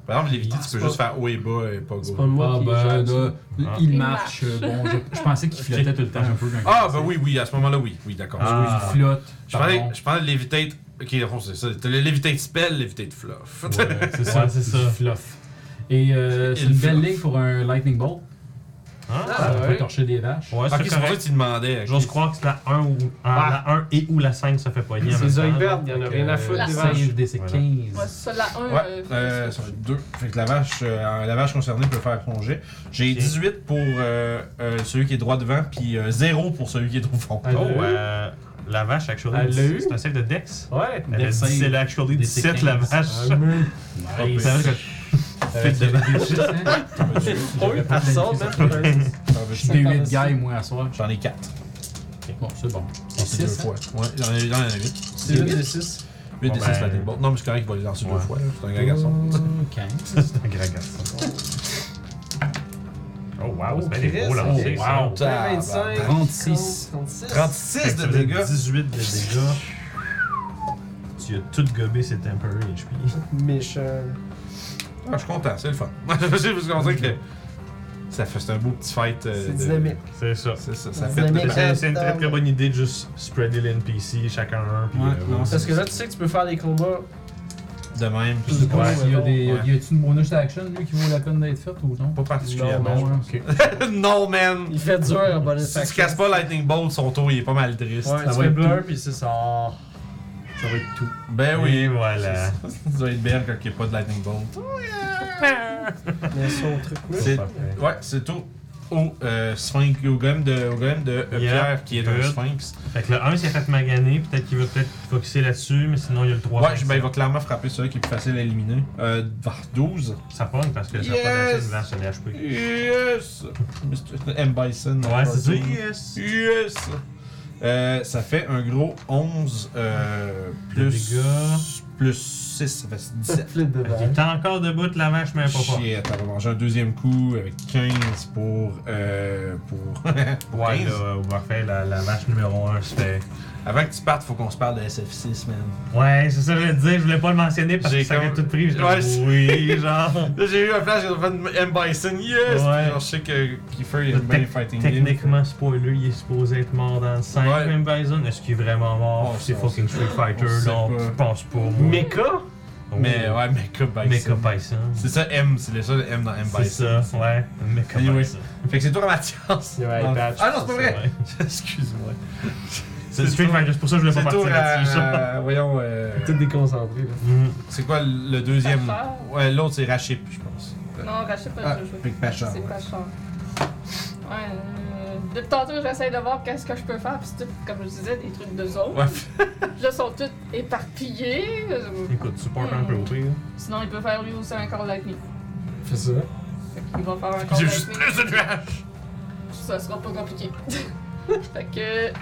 S1: Par exemple, l'éviter, tu
S6: c'est
S1: peux
S6: pas-
S1: juste faire haut et bas et pas
S6: C'est
S1: gauche.
S6: pas moi
S2: Ah
S6: qui
S2: ben
S6: gère ça.
S2: là,
S4: Ah.
S2: il
S5: Il
S2: marche.
S5: marche.
S2: euh, Bon, je, je pensais *laughs* qu'il flottait tout le temps un peu. quand il
S1: Ah,
S2: passait.
S1: ben oui, oui, à ce moment-là, oui. Oui, d'accord.
S4: Ah.
S2: Excuse, il flotte.
S1: Je
S2: pardon.
S1: parlais, je parlais de l'évitate. Ok, au fond, c'est ça. T'as le lévitate spell, lévitate *laughs* fluff.
S2: Ouais, c'est
S4: Ouais,
S2: ça,
S4: c'est
S2: c'est
S4: ça.
S2: ça. Fluff. Et euh, c'est
S1: Il
S2: une belle
S1: fluff.
S2: ligne pour un lightning bolt.
S4: Hein?
S6: Ah,
S2: Ça va pas
S6: ouais.
S2: torcher des vaches.
S4: Ouais,
S1: ok,
S4: c'est
S1: c'est pour ça que
S4: correct.
S1: tu demandais. ok.
S4: J'ose croire que la 1 ou ah, la 1 et ou la 5 se fait poigner. en
S6: C'est
S4: même temps,
S6: Zoidberg,
S4: là.
S6: il y en a
S4: Fait
S6: rien
S4: que,
S6: à foutre.
S2: Le
S5: La
S2: save DC
S4: Voilà.
S2: 15.
S5: Ouais, ça, la 1.
S1: Ouais, euh, ça fait deux. Fait que la vache, euh, la vache concernée peut faire plonger. J'ai
S4: Ok.
S1: 18 pour euh, euh, celui qui est droit devant, puis 0 pour celui qui est au fond.
S6: Elle
S4: Oh,
S6: l'a eu.
S4: euh, la vache, actually,
S6: Elle l'a eu?
S4: c'est un save de Dex.
S6: Ouais.
S4: Elle a dit,
S2: Dex save.
S4: C'est la actually
S2: Des
S4: 17,
S2: C15.
S4: la vache.
S6: Ah, mais-
S2: Nice.
S4: Ça veut dire
S2: Euh, tu avais des
S6: *laughs*
S2: six, hein?
S6: Oh,
S2: J'avais pas
S6: elle sort,
S2: planifié ça.
S6: man.
S1: J'en veux
S2: Je suis
S1: juste-
S2: D8 guy, moi, à soir.
S1: J'en ai 4.
S2: Bon, c'est bon.
S1: C'est deux
S4: hein?
S1: fois. Ouais, j'en ai, j'en ai 8.
S6: C'est le 6.
S1: 8
S4: Bon,
S1: des 6
S4: ben-
S1: la tête. Bon, non, mais c'est correct, il va les lancer
S4: Ouais.
S1: deux fois. là. C'est un grand garçon.
S2: hein? Ok.
S4: que c'est un grand garçon. Oh, wow, c'est bien des beaux lancers.
S6: Chris,
S2: oh, wow.
S4: ça.
S1: Ah,
S6: 25.
S2: 36.
S6: 36.
S1: 36
S4: Fait que
S1: de
S4: Ben, ça faisait
S1: dégâts.
S4: 18 de dégâts. Tu as tout gobé, c'est temporary HP.
S6: Méchant.
S1: Ah, je suis content, c'est le fun. *laughs* Je suis juste content que ça fait c'est un beau petit fight. euh,
S6: C'est
S1: de-
S6: dynamique.
S4: C'est ça.
S1: C'est ça, ça
S6: C'est
S1: fait de
S6: dynamique.
S1: la-
S4: C'est c'est une très très bonne idée de juste spreader l'NPC, chacun un. Puis,
S1: Ouais,
S4: euh,
S1: non,
S6: Parce que là, tu sais que tu peux faire des combats.
S1: de même.
S2: Je sais pas
S6: Ouais.
S2: s'il y a des.
S1: Ouais.
S2: Y a-tu une bonus action, lui, qui vaut la peine d'être faite ou non?
S1: Pas particulièrement.
S2: Non, hein. ouais, ok.
S1: *laughs* Non, man!
S6: Il fait dur en bonus
S1: Si tu
S6: action.
S1: casses pas Lightning Bolt, son tour il est pas mal triste.
S6: Ouais,
S2: Ça
S6: tu
S2: va
S6: fais
S2: être
S6: blur, puis c'est ça.
S1: Ça va être tout. Ben
S4: Oui,
S1: oui.
S4: voilà.
S1: Ça doit être bien quand il n'y a pas de Lightning Bolt.
S6: Mais son truc, là.
S1: C'est-
S4: Parfait.
S1: Ouais, c'est tout. Au euh, Sphinx, au golem de, au golem de euh,
S4: Yeah.
S1: Pierre qui est un
S4: Good.
S1: Sphinx.
S4: Fait que le 1 s'est fait maganer, peut-être qu'il va peut-être focusser là-dessus, mais sinon il y a le 3.
S1: Ouais, je- ben, il va clairement frapper celui qui est plus facile à éliminer. Euh, bah, 12.
S4: Ça pogne parce que ça
S1: Yes!
S4: pogne une vache à l'HP.
S1: Yes! Mr. M. Bison.
S4: Ouais, c'est ça. Yes!
S1: Yes! Euh, ça fait un gros 11 euh,
S4: De
S1: plus, plus 6, ça fait 17.
S6: Flip de
S4: Il
S6: balle.
S4: est encore debout de la vache, mais pas fort.
S1: Shit, elle va manger un deuxième coup avec 15 pour. Euh, pour. *laughs* pour
S4: Ouais,
S1: 15.
S4: là, parfait, la, la vache numéro 1 se fait.
S1: Avant que tu partes, faut qu'on se parle de SF6, man.
S4: Ouais, c'est ça que je voulais te dire, je voulais pas le mentionner parce
S1: J'ai
S4: que ça
S1: comme-
S4: avait tout pris.
S1: Ouais,
S4: Ouais, oui,
S1: *laughs*
S4: genre.
S1: Là, j'ai eu un flash, j'ai fait M. Bison, yes!
S4: Ouais.
S1: Puis genre, je sais que Kiefer, il aime bien les fighting games.
S4: Techniquement, spoiler, il est supposé être mort dans le 5.
S1: Ouais.
S4: Même Bison, est-ce qu'il est vraiment mort?
S1: On
S4: c'est
S1: sait, on
S4: fucking Street Fighter,
S1: on sait
S4: non,
S1: pas.
S4: je pense pas. moi.
S6: Mecha?
S4: Oh.
S1: Mais ouais, Mecha Bison.
S4: Mecha Bison.
S1: C'est ça, M, c'est le seul M dans M. Bison.
S4: C'est ça, ouais. Mecha
S1: Anyway.
S4: Bison.
S1: Fait que c'est toi, Mathias.
S6: Il y avait un patch,
S1: Ah non, c'est pas vrai!
S4: *laughs* Ouais.
S1: Excuse-moi.
S4: C'est Street Fighter, c'est pour ça que je voulais
S1: C'est
S4: pas
S1: tour
S4: partir là-dessus. genre.
S1: à. Voyons. euh,
S6: Tout déconcentré, là.
S4: Mm.
S1: C'est quoi le deuxième?
S5: Pachor.
S1: Ouais, l'autre c'est Rachip, je pense.
S5: Non, Rachel, pas
S1: Ah,
S5: le jeu.
S1: fait que Pachor,
S5: C'est
S1: ouais.
S5: pas cher. Ouais, euh, depuis tantôt, j'essaie de voir qu'est-ce que je peux faire, puis c'est tout, comme je disais, des trucs de zone.
S1: Ouais.
S5: Là, ils sont tous éparpillés. euh,
S4: Écoute, support un peu au *laughs* pire.
S5: Sinon, il peut faire lui aussi un corps lightning.
S6: Fais ça.
S5: Fait qu'il va faire un corps
S1: J'ai juste
S5: lightning.
S1: plus de nuages!
S5: Ça sera pas compliqué. *laughs* fait que.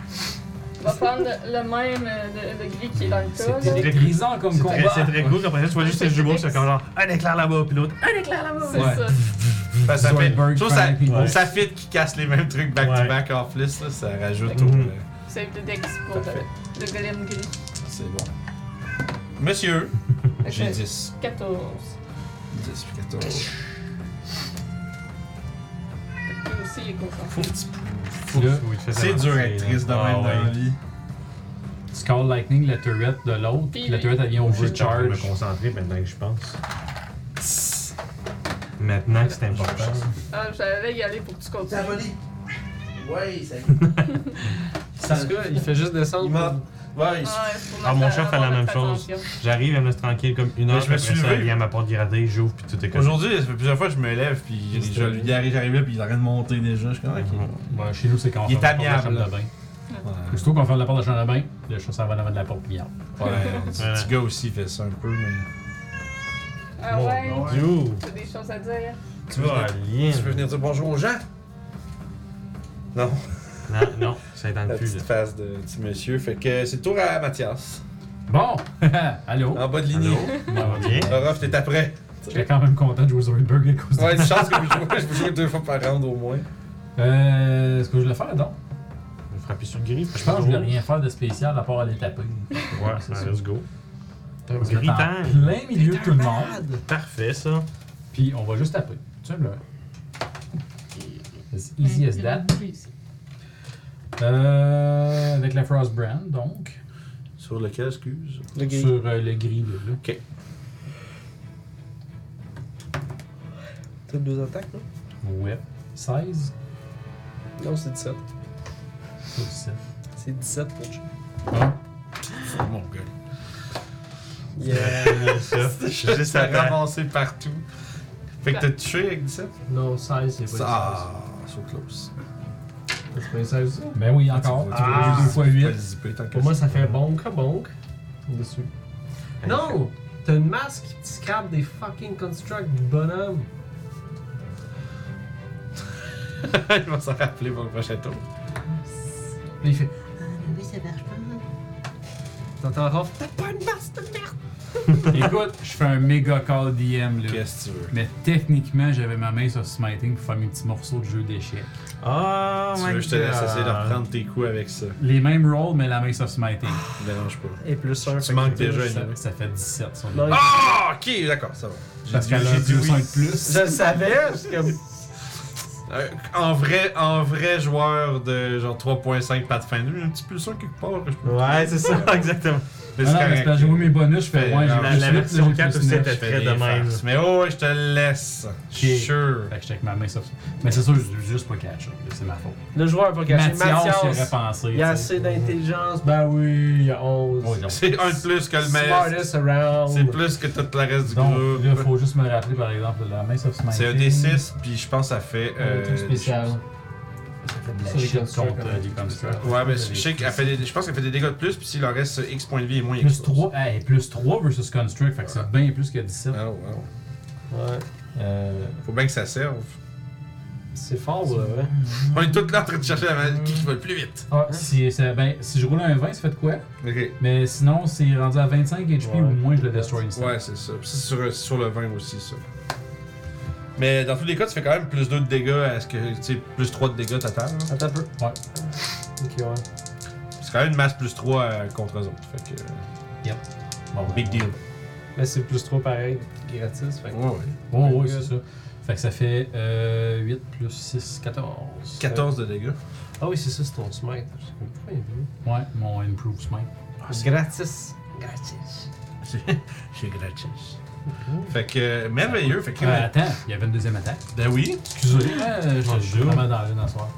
S5: On va prendre le même, euh, le, le gris qui est dans le tas.
S2: C'est
S5: là.
S2: électrisant comme
S4: C'est très,
S2: combat.
S4: c'est très cool, après ça, tu vois juste les jumeaux, c'est comme genre, un éclair là-bas, puis l'autre,
S5: Un éclair là-bas! C'est
S1: Ouais.
S5: ça.
S1: Fait que ça fait.
S2: Zoidberg,
S1: Je trouve ça,
S2: Frank,
S4: ouais.
S1: ça fit qui casse les mêmes trucs back-to-back off list, là, ça rajoute au.
S4: Mhm.
S1: euh,
S5: Save the dex pour le,
S1: Parfait.
S5: le golem gris.
S1: C'est bon.
S12: *laughs*
S1: Monsieur,
S5: Fait
S1: j'ai
S5: que
S1: 10.
S5: 14.
S1: 10 puis 14.
S5: Lui aussi, il est content.
S1: Faut petit peu.
S2: Là,
S4: Oui, tu fais ça
S1: C'est
S4: dans
S1: dur
S4: le
S1: à être
S4: ciel,
S1: triste de
S4: là.
S1: même dans
S4: Ah,
S1: la
S4: ouais.
S1: vie.
S2: Tu call Lightning la turret de l'autre, puis la turret elle vient
S4: J'ai le temps de me
S2: overcharge.
S4: concentrer maintenant que je pense. Maintenant que c'est important.
S5: Ah, j'allais y aller pour que tu continues.
S12: Ouais, ça
S6: Parce que, il fait juste descendre.
S1: Il m'a- Ouais, il-
S4: Ah, mon chef fait la même chose. J'arrive, elle me laisse tranquille comme une
S1: Mais
S4: heure.
S1: je me
S4: après
S1: suis
S4: ça,
S1: levé.
S4: elle vient à ma porte gratée, j'ouvre, puis tout est comme
S1: Aujourd'hui, ça fait plusieurs fois que je me lève, puis
S4: C'était-
S1: je lui arrive, j'arrive là, puis il est en train de monter déjà. Je suis comme, ok.
S2: Ouais, chez nous, c'est quand on
S1: Il
S2: ferme
S1: est
S2: la porte de
S1: amiable.
S2: la chambre de bain.
S4: Mhm.
S1: Ouais.
S2: Plutôt qu'on ferme la porte de la chambre de bain, le chasseur va en avant de la porte puis il entre.
S1: Ouais,
S4: *laughs*
S1: le petit gars aussi fait ça un peu, mais.
S5: Ah ouais,
S4: You!
S5: t'as des choses à dire.
S4: Tu vas à lien.
S1: venir dire bonjour aux gens? Non,
S4: Non, non, ça étend
S1: la
S4: plus.
S1: petite
S4: là.
S1: face de petit monsieur. Fait que c'est le tour à Mathias.
S2: Bon! *laughs* Ah, Allô?
S1: En bas de ligne.
S2: Ça va bien?
S4: Euh,
S1: Orof, t'es après.
S2: J'étais quand même content de jouer aux Zoidberg à cause de
S1: Ouais, une chance que vous jouez, je vous joue deux fois par round au moins.
S2: Euh, Est-ce que je le fais, donc?
S4: Je vais frapper sur le griffe.
S2: Je pense que je voulais rien faire de spécial à part aller taper.
S4: Ouais, c'est ça. Let's go.
S2: Vous êtes en
S4: Gritant.
S2: plein milieu de tout le monde,
S4: Parfait, ça.
S2: puis on va juste taper. Tout simplement. It's easy as that. Euh, avec la Frostbrand, donc.
S1: Sur lequel, excuse?
S6: Le gris.
S2: Sur euh, le gris, là. là.
S6: T'as deux attaques, non
S2: Ouais. 16
S6: Non, c'est 17.
S2: sur 17.
S6: C'est 17, coach.
S2: Ah.
S1: Mon gars.
S6: Yeah.
S1: *laughs*
S4: Ça, je suis juste
S1: Ça a
S4: à
S1: ramassé partout. Fait que t'as touché avec 17?
S6: non, 16, c'est pas
S1: Ah, so close.
S6: 16. C'est pas 16, ça.
S2: Ben oui, encore.
S1: Tu
S6: Ah!
S2: Tu vois, 2
S1: Tu
S2: x
S1: peux le
S2: 8.
S1: zipper tant que
S6: Pour moi, ça fait bonk, bonk.
S2: Dessus.
S6: Non! T'as une masque qui te scrape des fucking constructs, bonhomme!
S1: *laughs* Il va s'en rappeler pour le prochain tour.
S6: Là, il fait.
S7: Ah, mais oui, ça marche pas.
S6: T'entends Raph, t'as pas une masque de merde!
S2: Écoute, je fais un méga call DM, là.
S1: Qu'est-ce que tu veux?
S4: Oh
S2: Mais techniquement, j'avais ma main sur Smiting pour faire mes petits morceaux de jeu d'échecs.
S4: Oh,
S1: tu
S4: my
S1: veux,
S4: god.
S1: je te laisse essayer de reprendre tes coups avec ça.
S2: Les mêmes rolls, mais la main sur Smiting.
S1: Ne dérange pas.
S6: Et plus un. fait
S1: manques
S6: que-
S1: déjà.
S2: ça, ça fait 17 sur le
S6: Non,
S1: Ah, ok, d'accord, ça va. J'ai
S2: Parce
S1: dit-
S2: qu'elle a un
S1: j'ai dit
S2: 2
S1: oui.
S2: 5 plus.
S6: Je le savais, c'est comme.
S1: Euh, en, vrai, en vrai joueur de genre 3.5 Pathfinder, j'ai un petit plus sûr quelque part que je peux.
S4: Ouais, c'est ça, *laughs* exactement.
S1: Mais
S2: Ah non,
S1: c'est
S2: mais c'est parce que j'ai mis mes bonus, je fais
S1: Fait,
S2: ouais, j'ai
S1: euh,
S2: plus
S1: la-
S4: la
S2: huit,
S4: version
S2: j'ai plus
S4: 4 aussi
S2: neuf.
S4: était-
S1: Je fais
S4: Très
S1: des
S4: de même.
S1: farces. Mais oh, ouais, je te laisse. Sure.
S2: Fait que je check ma main sur ça. Mais c'est sûr, je suis juste pas catch up, là, c'est ma faute.
S6: Le joueur pas caché.
S2: Mathias, il aurait
S6: Mathias!
S2: pensé.
S6: Il y a
S2: tu sais.
S6: assez d'intelligence, ben oui, il y a 11.
S2: Ouais, non.
S1: C'est un de plus que le meilleur.
S6: Smartest around.
S1: C'est plus que tout le reste du
S2: Donc, là,
S1: groupe.
S2: faut juste me rappeler, par exemple, la main sur Smiting.
S1: C'est un D6, puis je pense que ça fait.
S2: Un truc
S1: euh,
S2: spécial.
S6: Ça,
S2: Ça,
S6: les
S2: les
S6: constructs,
S2: contre
S6: hein.
S2: euh, les constructs.
S1: Ouais, mais je sais qu'elle fait des, je pense qu'elle fait des dégâts de plus, puis s'il leur reste euh, X points de vie et moins
S2: Plus 3, hey, plus 3 versus Construct, fait que c'est bien plus que 17.
S1: Oh, wow.
S6: Ouais.
S2: Euh,
S1: Faut bien que ça serve.
S6: C'est fort, ouais. ouais.
S1: On est tous là en train de chercher la maladie qui va le plus vite.
S2: ah, si, ça- ben, si je roule un 20, ça fait de quoi?
S1: Ok.
S2: Mais sinon, c'est rendu à 25 HP
S6: Ouais.
S2: ou moins, je le destroy instant.
S1: Ouais, c'est ça. Puis c'est sur, euh, sur le vin aussi, ça. Mais dans tous les cas, tu fais quand même plus 2 de dégâts à ce que. Tu sais, plus 3 de dégâts total. là.
S6: Attends un peu.
S2: Ouais.
S6: Ok, ouais.
S1: C'est quand même une masse plus 3 contre eux autres. Fait que. euh,
S2: Bon, ben,
S1: Big deal.
S6: Mais c'est plus trop pareil, gratis. Fait que
S1: Ouais, ouais.
S2: Oh, oui, c'est ça. Fait que ça fait euh, 8 plus 6, 14.
S1: 14 de dégâts. *laughs*
S6: Ah oui, c'est ça, c'est ton smite. Je sais pas pourquoi il est venu.
S2: Ouais, mon improve smite.
S6: Ah, Gratis. Gratis.
S1: C'est gratis. Fait que. euh, merveilleux. Fait que.
S2: Euh, attends, il y avait une deuxième attaque.
S1: ben oui.
S2: Excusez, euh, je
S4: Mon
S2: je suis
S4: Dieu.
S2: vraiment dans l'une à soir.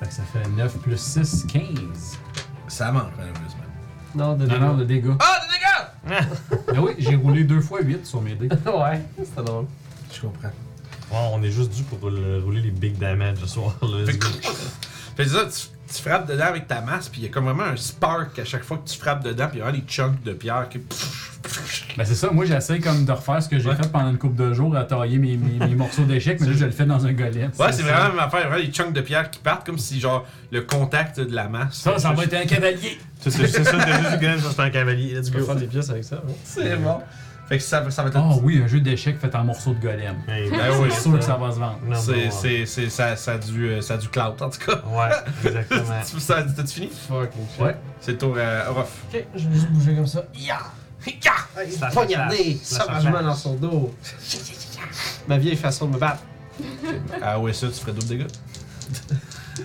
S2: Fait que ça fait 9 plus 6, 15.
S1: Ça manque, malheureusement.
S6: Non, de
S2: Non, non, de dégâts.
S1: Ah, des dégâts!
S2: Ben oui, j'ai roulé 2 fois 8 sur mes *laughs* dés.
S6: Ouais, c'était drôle.
S1: Je comprends.
S4: Wow, on est juste dû pour le- rouler les big damage ce soir. là.
S1: Fait
S4: Let's
S1: que,
S4: go.
S1: fait que ça, tu, tu frappes dedans avec ta masse, puis il y a comme vraiment un spark à chaque fois que tu frappes dedans, puis il y a vraiment des chunks de pierre qui.
S2: Ben c'est ça, moi j'essaie comme de refaire ce que j'ai
S1: Ouais.
S2: fait pendant une couple de jours à tailler mes, mes, mes morceaux d'échecs, mais là je le fais dans un golem.
S1: Ouais, c'est
S2: ça.
S1: vraiment la même affaire. Vraiment, les chunks de pierre qui partent comme si, genre, le contact de la masse.
S2: Ça, ça va être un cavalier!
S4: *laughs* C'est c'est- c'est ça, t'as juste le game, ça c'est un cavalier. Let's
S6: Tu peux
S4: go.
S6: faire des pièces avec
S1: hein.
S6: ça, ouais.
S1: C'est bon. Fait que ça, ça va être.
S2: Oh oui, un jeu d'échecs fait en morceaux de golem.
S4: Hey,
S1: Ben oui.
S2: C'est sûr que ça va se vendre.
S4: *laughs* Non,
S1: C'est,
S4: non,
S1: c'est, c'est, ça, ça a du, euh, ça a du clout, en tout cas.
S4: Ouais,
S1: *laughs*
S4: exactement.
S1: Tu- ça, t'as-tu fini?
S6: Fucking shit.
S2: Ouais.
S1: C'est le tour à Orof.
S6: Ok, je vais juste bouger comme ça. Ya!
S4: Ça
S6: Poignardé!
S4: flash. Ça
S6: Sauvagement
S4: flash.
S6: dans son dos. Ma vieille façon de me battre.
S1: Ah ouais, ça, tu ferais double dégâts.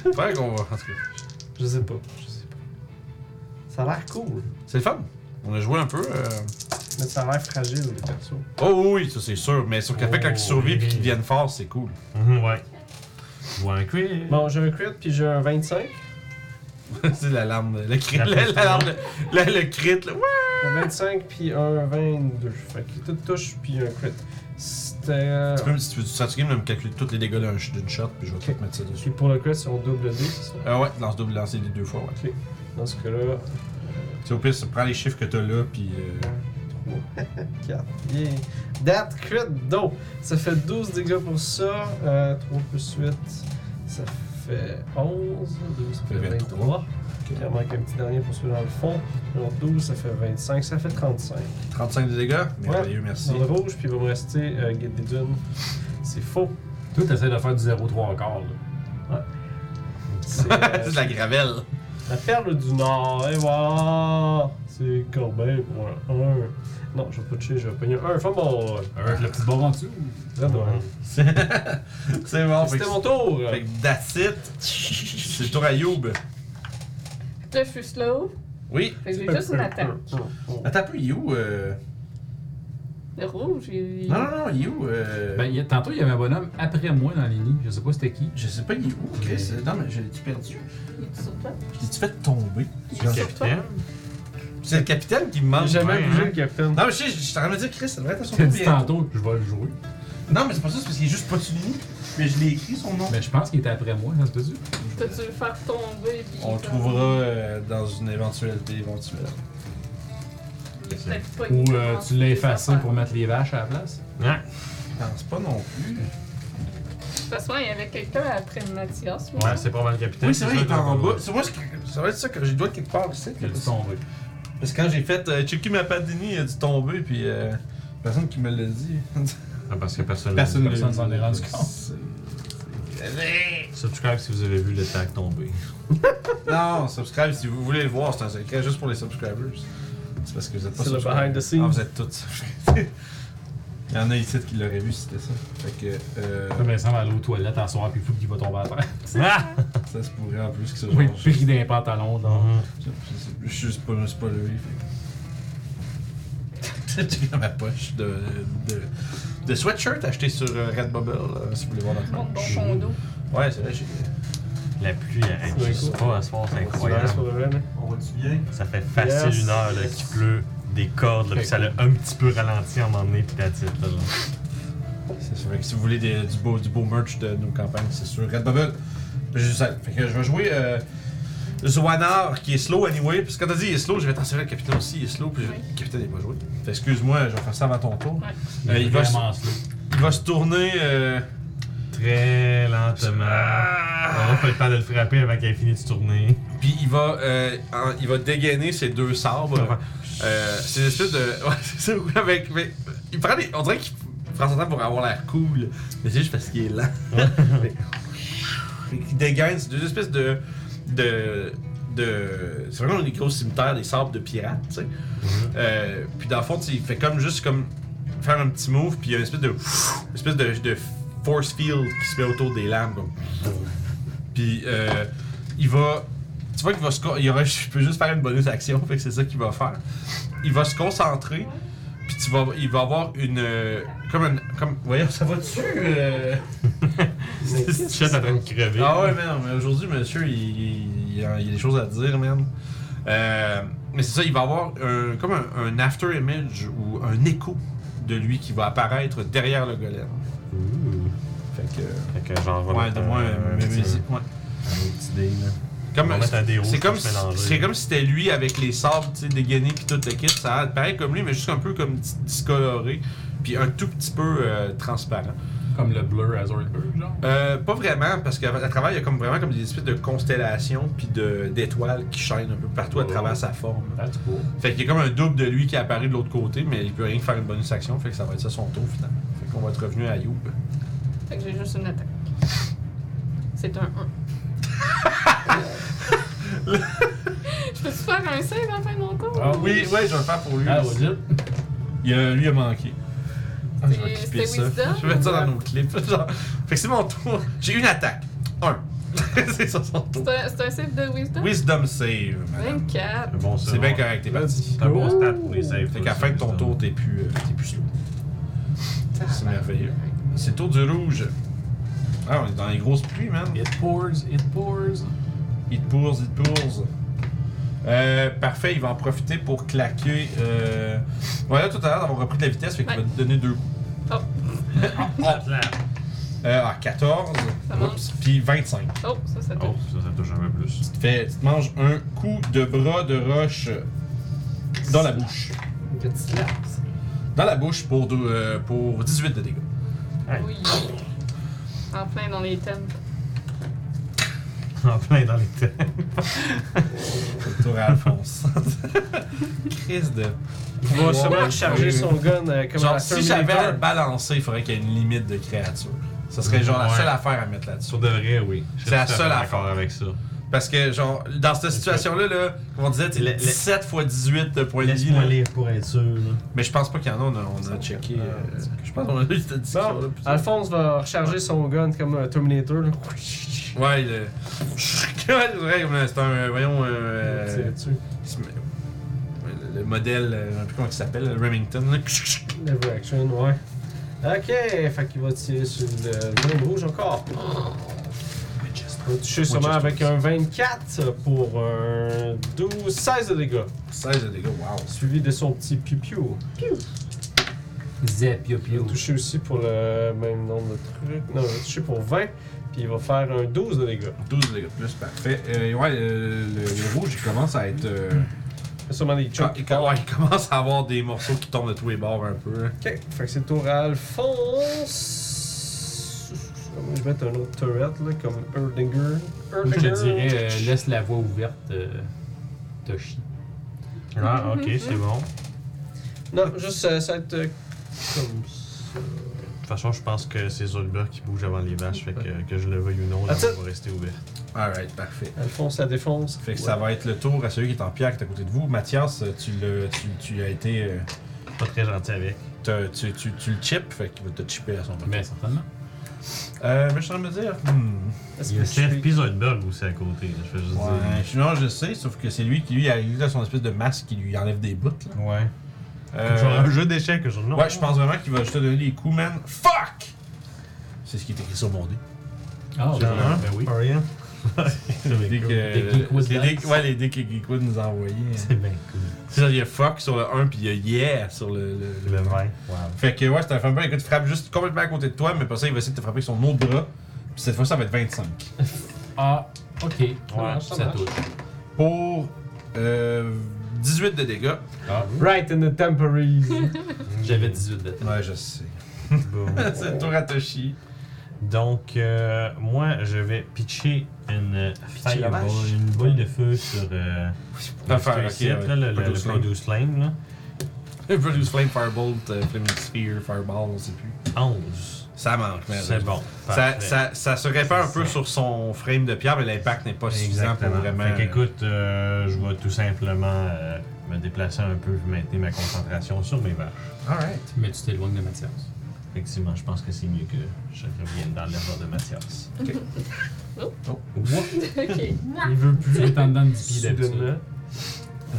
S1: Faudrait qu'on va, en tout cas.
S6: Je sais pas. Je sais pas. Ça a l'air cool,
S1: C'est le fun. On a joué un peu. euh,
S6: mais ça a l'air fragile, les persos.
S1: Oh oui, ça c'est sûr, mais sauf qu'après
S4: Oh,
S1: quand ils survivent et
S4: oui.
S1: qu'ils deviennent forts, c'est cool. *laughs*
S4: Mhm, Ouais. Je vois un quiz.
S6: Bon, j'ai un crit puis j'ai un 25.
S1: c'est l'alarme, de- le cri,
S4: La
S1: la- l'alarme, de- la- le crit, là. Ouais.
S6: Un 25 puis un 22. Fait que tout touche puis un crit. C'était.
S1: Tu peux, me- si tu veux du strategy game, de me calculer tous les dégâts d'un- d'une shot, puis je vais tout te mettre ça dessus.
S6: Puis pour le crit, c'est on double D, c'est ça?
S1: Ah ouais, lance double, lancer les deux fois, ouais.
S6: Dans ce cas-là,
S1: Tu sais, au pire, prends les chiffres que t'as là, puis. euh,
S6: 4. Yeah. That crit, donc. Ça fait 12 dégâts pour ça. Euh, 3 plus 8, ça fait 11. 12, ça fait 23. Il en manque un petit dernier pour celui dans le fond. Alors 12, ça fait 25, ça fait 35.
S1: 35 de dégâts? Merveilleux, merci.
S6: Dans le rouge, puis il va me rester euh, Guide des Dunes. C'est faux.
S2: Toi, t'essaies de faire du 0-3 encore, là.
S6: C'est
S1: *laughs* C'est
S6: euh,
S1: de la gravelle. *laughs*
S6: la perle du Nord. Et voilà! C'est Corbeil pour un 1. Non, je vais pas toucher, je vais pogner un fumble.
S2: Avec le petit bord en dessous.
S6: Là, bon.
S1: C'est c'est bon, Ah, fait que,
S6: C'était mon tour!
S1: fait que that's it. C'est le tour à Youb.
S5: Là, je suis slow.
S1: Oui.
S5: Fait que j'ai juste une attaque.
S1: Attends un peu, You. euh,
S5: Le rouge, il.
S1: Non, non, non, You. euh,
S2: Ben, il y a- tantôt, il y avait un bonhomme après moi dans les nids. Je sais pas c'était qui.
S1: Je sais pas, il est où, Chris? euh,
S2: Mais-
S1: Non, mais je l'ai-tu perdu?
S5: Il est sur toi.
S1: Je l'ai-tu fait tomber?
S5: Il est sur toi.
S1: C'est le capitaine qui me
S6: J'ai
S1: manque.
S6: jamais
S1: Ouais,
S6: bougé
S1: hein.
S6: le capitaine.
S1: Non, mais je sais, je suis en train de dire, Chris, ça devrait être à son
S2: T'as dit
S1: bien.
S2: tantôt que je vais le jouer.
S1: Non, mais c'est pas ça, c'est parce qu'il est juste pas souligné. Mais je l'ai écrit son nom.
S2: Mais je pense qu'il était après moi, ça se peut-tu?
S5: T'as dû le faire tomber. puis
S1: On le
S5: ça-
S1: trouvera euh, dans une éventualité éventuelle.
S5: Peut-être pas
S2: Ou
S5: une
S2: euh,
S5: grande
S2: tu l'as effacé
S5: affaire.
S2: pour mettre les vaches à la place?
S1: Je pense pas non plus.
S5: De toute façon, il y avait quelqu'un après Mathias. moi.
S4: Ouais, c'est pas mal le capitaine.
S1: Oui, c'est vrai, il est
S4: ça,
S1: en
S4: dans-
S1: bas. C'est moi, c'est- ça va être ça que j'ai dois quelque part ici.
S2: Il a dû tomber.
S1: Parce que quand j'ai fait euh, checker ma padini, il a dû tomber, puis euh, personne qui me l'a dit.
S4: Ah, parce que personne.
S1: personne
S2: personne
S1: l'a-
S2: s'en est rendu compte.
S1: C'est-
S4: Subscribe si vous avez vu le tag tomber.
S1: Non, subscribe si vous voulez le voir, c'est un secret juste pour les subscribers. C'est parce que vous êtes pas
S6: C'est le
S1: subscribers.
S6: behind the scenes.
S1: Ah, vous êtes tous subscribers. *laughs* Il y en a ici qui l'auraient vu si c'était ça. Fait que. Euh,
S2: Comme Vincent va aller aux toilettes en soir, puis fou qu'il va tomber à terre.
S4: Ah! *laughs*
S1: ça se pourrait en plus que ça.
S2: *laughs* Oui,
S1: genre, je-
S2: pris d'un pantalon, non?
S4: Mhm.
S1: Je je- je suis juste pas, je suis pas levé. *laughs* Fait. que- J'ai dans ma poche de, de, de sweatshirt acheté sur euh, Redbubble, là, si vous voulez voir notre
S5: Monte dans
S1: merch.
S5: ton dos.
S1: Ouais, c'est vrai, j'ai.
S4: La pluie, elle
S6: C'est
S4: réagit
S6: vrai,
S4: pas à ce soir, c'est
S6: C'est
S4: incroyable.
S6: pour le vrai, mais-
S13: On va-tu bien?
S4: Ça fait facile
S6: Yes.
S4: une heure là, qu'il pleut, des cordes, là, puis ça l'a un petit peu ralenti à un moment donné, puis la titre. Là, genre.
S1: C'est c'est vrai que si vous voulez des- du, beau, du beau merch de nos campagnes, c'est sur Redbubble. Je sais. Fait que je vais jouer euh, Zoanar qui est slow anyway. Parce que quand t'as dit il est slow, je vais t'en servir le capitaine aussi, il est slow. Puis je-
S5: Oui.
S1: le capitaine est pas joué. Fait excuse-moi, je vais faire ça avant ton tour.
S2: Il,
S1: Euh,
S2: est
S1: il va
S2: vraiment slow.
S1: Il va se tourner. euh,
S4: Très lentement. On
S1: ah!
S4: n'a pas le temps de le frapper avant qu'elle ait fini
S1: *laughs*
S4: de tourner.
S1: Puis il va, euh, en- il va dégainer ses deux sabres. Euh, c'est une espèce de. *laughs* Ouais, c'est ça, oui, avec. mais- il prend des- On dirait qu'il prend son temps pour avoir l'air cool, mais c'est juste parce qu'il est lent. *laughs* Fait qu'il dégaine, c'est deux espèces de. de. de. C'est vraiment des gros cimetières, des sabres de pirates, tu sais. Euh, puis dans le fond, tu sais, il fait comme juste comme. faire un petit move, puis il y a une espèce de. une espèce de, de force field qui se met autour des lames, comme. Puis euh, il va. Tu vois qu'il va se. con- Il aura, *laughs* je peux juste faire une bonus action, fait que c'est ça qu'il va faire. Il va se concentrer, puis tu vas, il va avoir une. euh, comme une. Comme, voyons, ça va dessus.
S4: Cette chatte est en train de crever.
S1: Ah ouais, man, mais aujourd'hui, monsieur, il, il- il y a, il y a des choses à dire, man. Euh, mais c'est ça, il va avoir un- comme un, un after image ou un écho de lui qui va apparaître derrière le golem.
S4: Ouh.
S1: Fait que.
S4: Fait que genre, on va
S1: Ouais,
S4: mettre
S1: de moi,
S4: un, un
S1: mais-
S4: petit-
S1: mais- ouais.
S4: un autre idée, là. On
S1: Comme,
S4: va mettre un dé rouge
S1: c'est
S4: pour
S1: comme,
S4: se
S1: si,
S4: mélanger.
S1: c'est comme si c'était lui avec les sables, tu sais, dégainés puis tout le kit. Ça a- pareil comme lui, mais juste un peu comme dis- discoloré, puis un tout petit peu euh, transparent.
S2: Comme le blur à Zoidberg, genre.
S1: Euh, pas vraiment, parce qu'à à travers, il y a comme vraiment comme des espèces de constellations puis de- d'étoiles qui chaînent un peu partout à
S2: Oh.
S1: travers sa forme.
S2: That's cool.
S1: Fait qu'il y a comme un double de lui qui apparaît de l'autre côté, mais il peut rien que faire une bonus action, fait que ça va être ça son tour finalement. Fait qu'on va être revenu à Youb.
S5: Fait que j'ai juste une attaque. C'est un 1. Je peux-tu faire un save à la fin de mon tour?
S2: Ah
S1: Oui, ouais, je vais le faire pour lui.
S2: Ah, was it?
S1: Il a- lui a manqué. Ah, je vais
S5: C'est-
S1: clipper
S5: c'est
S1: ça.
S5: wisdom?
S1: Je vais mettre ça dans nos clips. genre. Fait que c'est mon tour. J'ai une attaque. Un. *laughs* c'est ça son tour.
S5: C'est un- c'est un save de wisdom?
S1: Wisdom save, madame.
S5: 24.
S4: Un bon
S1: C'est
S4: save.
S1: bien correct, t'es parti.
S4: C'est un bon stat pour les saves.
S1: Fait qu'à la fin de ton tour, t'es plus, euh, t'es plus slow.
S5: Ah,
S1: C'est merveilleux. C'est le tour du rouge. Ah, on est dans les grosses pluies, man.
S2: It pours, it pours.
S1: Il te pourse, il te pourse. Euh, parfait, il va en profiter pour claquer. Euh... Voilà, tout à l'heure, d'avoir repris de la vitesse, fait qu'il
S5: Ouais.
S1: va te donner deux coups.
S5: Oh.
S1: *laughs* Euh, ah, 14,
S5: Ça manque.
S1: oups, puis 25.
S5: Oh, ça, ça
S4: Oh,
S5: touche.
S4: ça, ça touche un peu plus. *laughs*
S1: Tu te, fais, tu te manges un coup de bras de roche dans la bouche.
S6: Une petite lapse.
S1: Dans la bouche pour, deux- euh, pour 18
S6: *laughs*
S1: de dégâts.
S5: Oui. En plein dans les thèmes. *laughs*
S4: En plein dans les têtes.
S1: Tour à Alphonse. *laughs* Crise de.
S6: Il va sûrement recharger
S1: Oui.
S6: son gun euh, comme à
S1: Genre,
S6: la
S1: si
S6: Terminator.
S1: j'avais à le balancer, il faudrait qu'il y ait une limite de créature. Ça serait genre la
S4: Ouais.
S1: seule affaire à mettre là-dessus.
S4: Sur de vrai, oui. Je
S1: C'est la
S4: suis tout à
S1: seule
S4: fait
S1: affaire.
S4: d'accord avec ça.
S1: Parce que, genre, dans cette situation-là, là, comme on disait, t'es
S4: Le- le-
S1: 17 x 18 de points de vie.
S4: Laisse-moi
S1: là.
S4: lire pour être sûr. là.
S1: Mais je pense pas qu'il y en a, on a, on a checké. euh, je pense qu'on a eu cette discussion-là.
S6: Bon, Ah,
S1: plus tard.
S6: Alphonse va recharger son gun comme un Terminator. là.
S1: Ouais, le. *laughs* Ouais, ouais, c'est un. euh, Voyons. euh,
S6: Tirer dessus.
S1: il se met- ouais, le- le modèle, euh, je sais plus comment il s'appelle, le Remington. là.
S6: Lever action, ouais. Ok, fait qu'il va tirer sur le gun
S1: *gasps*
S6: rouge encore. Il va toucher sûrement avec un 24 pour un 12, 16 de dégâts.
S1: 16 de dégâts, wow.
S6: Suivi de son petit piu-piu.
S2: Zep, yo,
S6: Il va
S2: pio.
S6: toucher aussi pour le même nombre de trucs. Non, il va toucher pour 20, puis il va faire un 12 de dégâts.
S1: 12 de dégâts de plus, parfait. Euh, ouais, euh, le, le rouge, il commence à être. euh,
S6: Il y a sûrement des
S1: il, com-
S6: chunks.
S1: il com- ouais, il commence *laughs* à avoir des morceaux qui tombent de tous les bords un peu. hein.
S6: Ok, fait que c'est tour à Alphonse. Je vais mettre un autre turret, là, comme Erdinger.
S2: Moi, je te dirais, euh, laisse la voie ouverte, euh, Toshi.
S4: Ah, ok, c'est bon.
S6: Non, juste euh, ça va être euh, comme ça.
S4: De toute façon, je pense que c'est Zulber qui bouge avant les vaches, fait que, que je le veuille ou non, la
S6: That's
S4: voie
S6: it.
S4: va rester ouverte.
S1: Alright, parfait.
S6: Alphonse la défonce.
S1: Fait que ça va être le tour à celui qui est en pierre qui est à côté de vous. Mathias, tu, le, tu, tu as été. euh,
S4: Pas très gentil avec.
S1: t'as- tu, tu, tu le chips, fait qu'il va te chipper à son tour.
S2: Mais Ben, certainement.
S1: Euh, mais je suis en train de me dire. hmm,
S6: Est-ce
S4: Il y a
S6: que tu
S4: Chef Zulberg aussi à côté, là, je vais juste
S1: Ouais, je- non, je sais, sauf que c'est lui qui lui a utilisé son espèce de masque qui lui enlève des bouts. là.
S4: dire. Ouais.
S1: Euh,
S4: Genre un jeu d'échecs aujourd'hui.
S1: ouais, je pense vraiment qu'il va juste te donner des coups, man. Fuck! C'est ce qui est écrit sur mon dé.
S2: Ah,
S1: Genre, hein?
S2: ben oui.
S4: Pas *laughs* rien. C'est
S1: Les
S4: bien
S1: dés que.
S2: Des Geekwood
S4: cool.
S1: les dés-
S2: Dice.
S1: Ouais, les dés que Geekwood nous a envoyés.
S4: *laughs*
S1: hein.
S4: C'est bien cool.
S1: C'est ça, il y a fuck sur le 1 puis il y a yeah sur le. le- le-
S4: Le vin. Wow.
S1: Fait que ouais, c'est un fan écoute, tu frappes juste complètement à côté de toi, mais pour ça, il va essayer de te frapper avec son autre bras. Puis cette fois, ça va être 25.
S2: Ah, ok. Ouais,
S6: marche, ça
S2: ça
S6: marche.
S2: touche.
S1: Pour. Euh, 18 de dégâts.
S6: Right in the temporaries.
S2: Ah, J'avais 18 bêtes.
S1: Ouais, je sais.
S4: Boum.
S1: *laughs* c'est le tour à Toshi.
S4: Donc, euh, moi, je vais Ah, pitcher une euh,
S1: la
S4: fireball,
S1: vache.
S4: une boule de feu sur euh,
S1: Ah,
S4: le
S1: faire,
S4: feu
S1: ok,
S4: ici,
S1: ouais.
S4: là, le, le- le
S1: Produce flame.
S4: produce flame. Là.
S1: Produce Flame, Firebolt, euh, Flaming Sphere, Fireball, on sait plus.
S4: 11.
S1: Ça manque, mais
S4: C'est bon.
S1: Ça,
S4: parfait.
S1: ça, ça se répand un peu sur son frame de pierre, mais l'impact n'est pas suffisant pour
S4: Exactement.
S1: vraiment.
S4: Fait qu'écoute, euh, je vais tout simplement euh, me déplacer un peu, maintenir ma concentration sur mes vaches.
S1: euh, Alright.
S2: Mais tu t'éloignes de Mathias.
S4: Effectivement, je pense que c'est mieux que je revienne dans l'erreur de Mathias.
S5: Ok.
S2: Il veut plus. Tu es en dedans de 10 pieds
S6: Soudainement.
S2: d'habitude.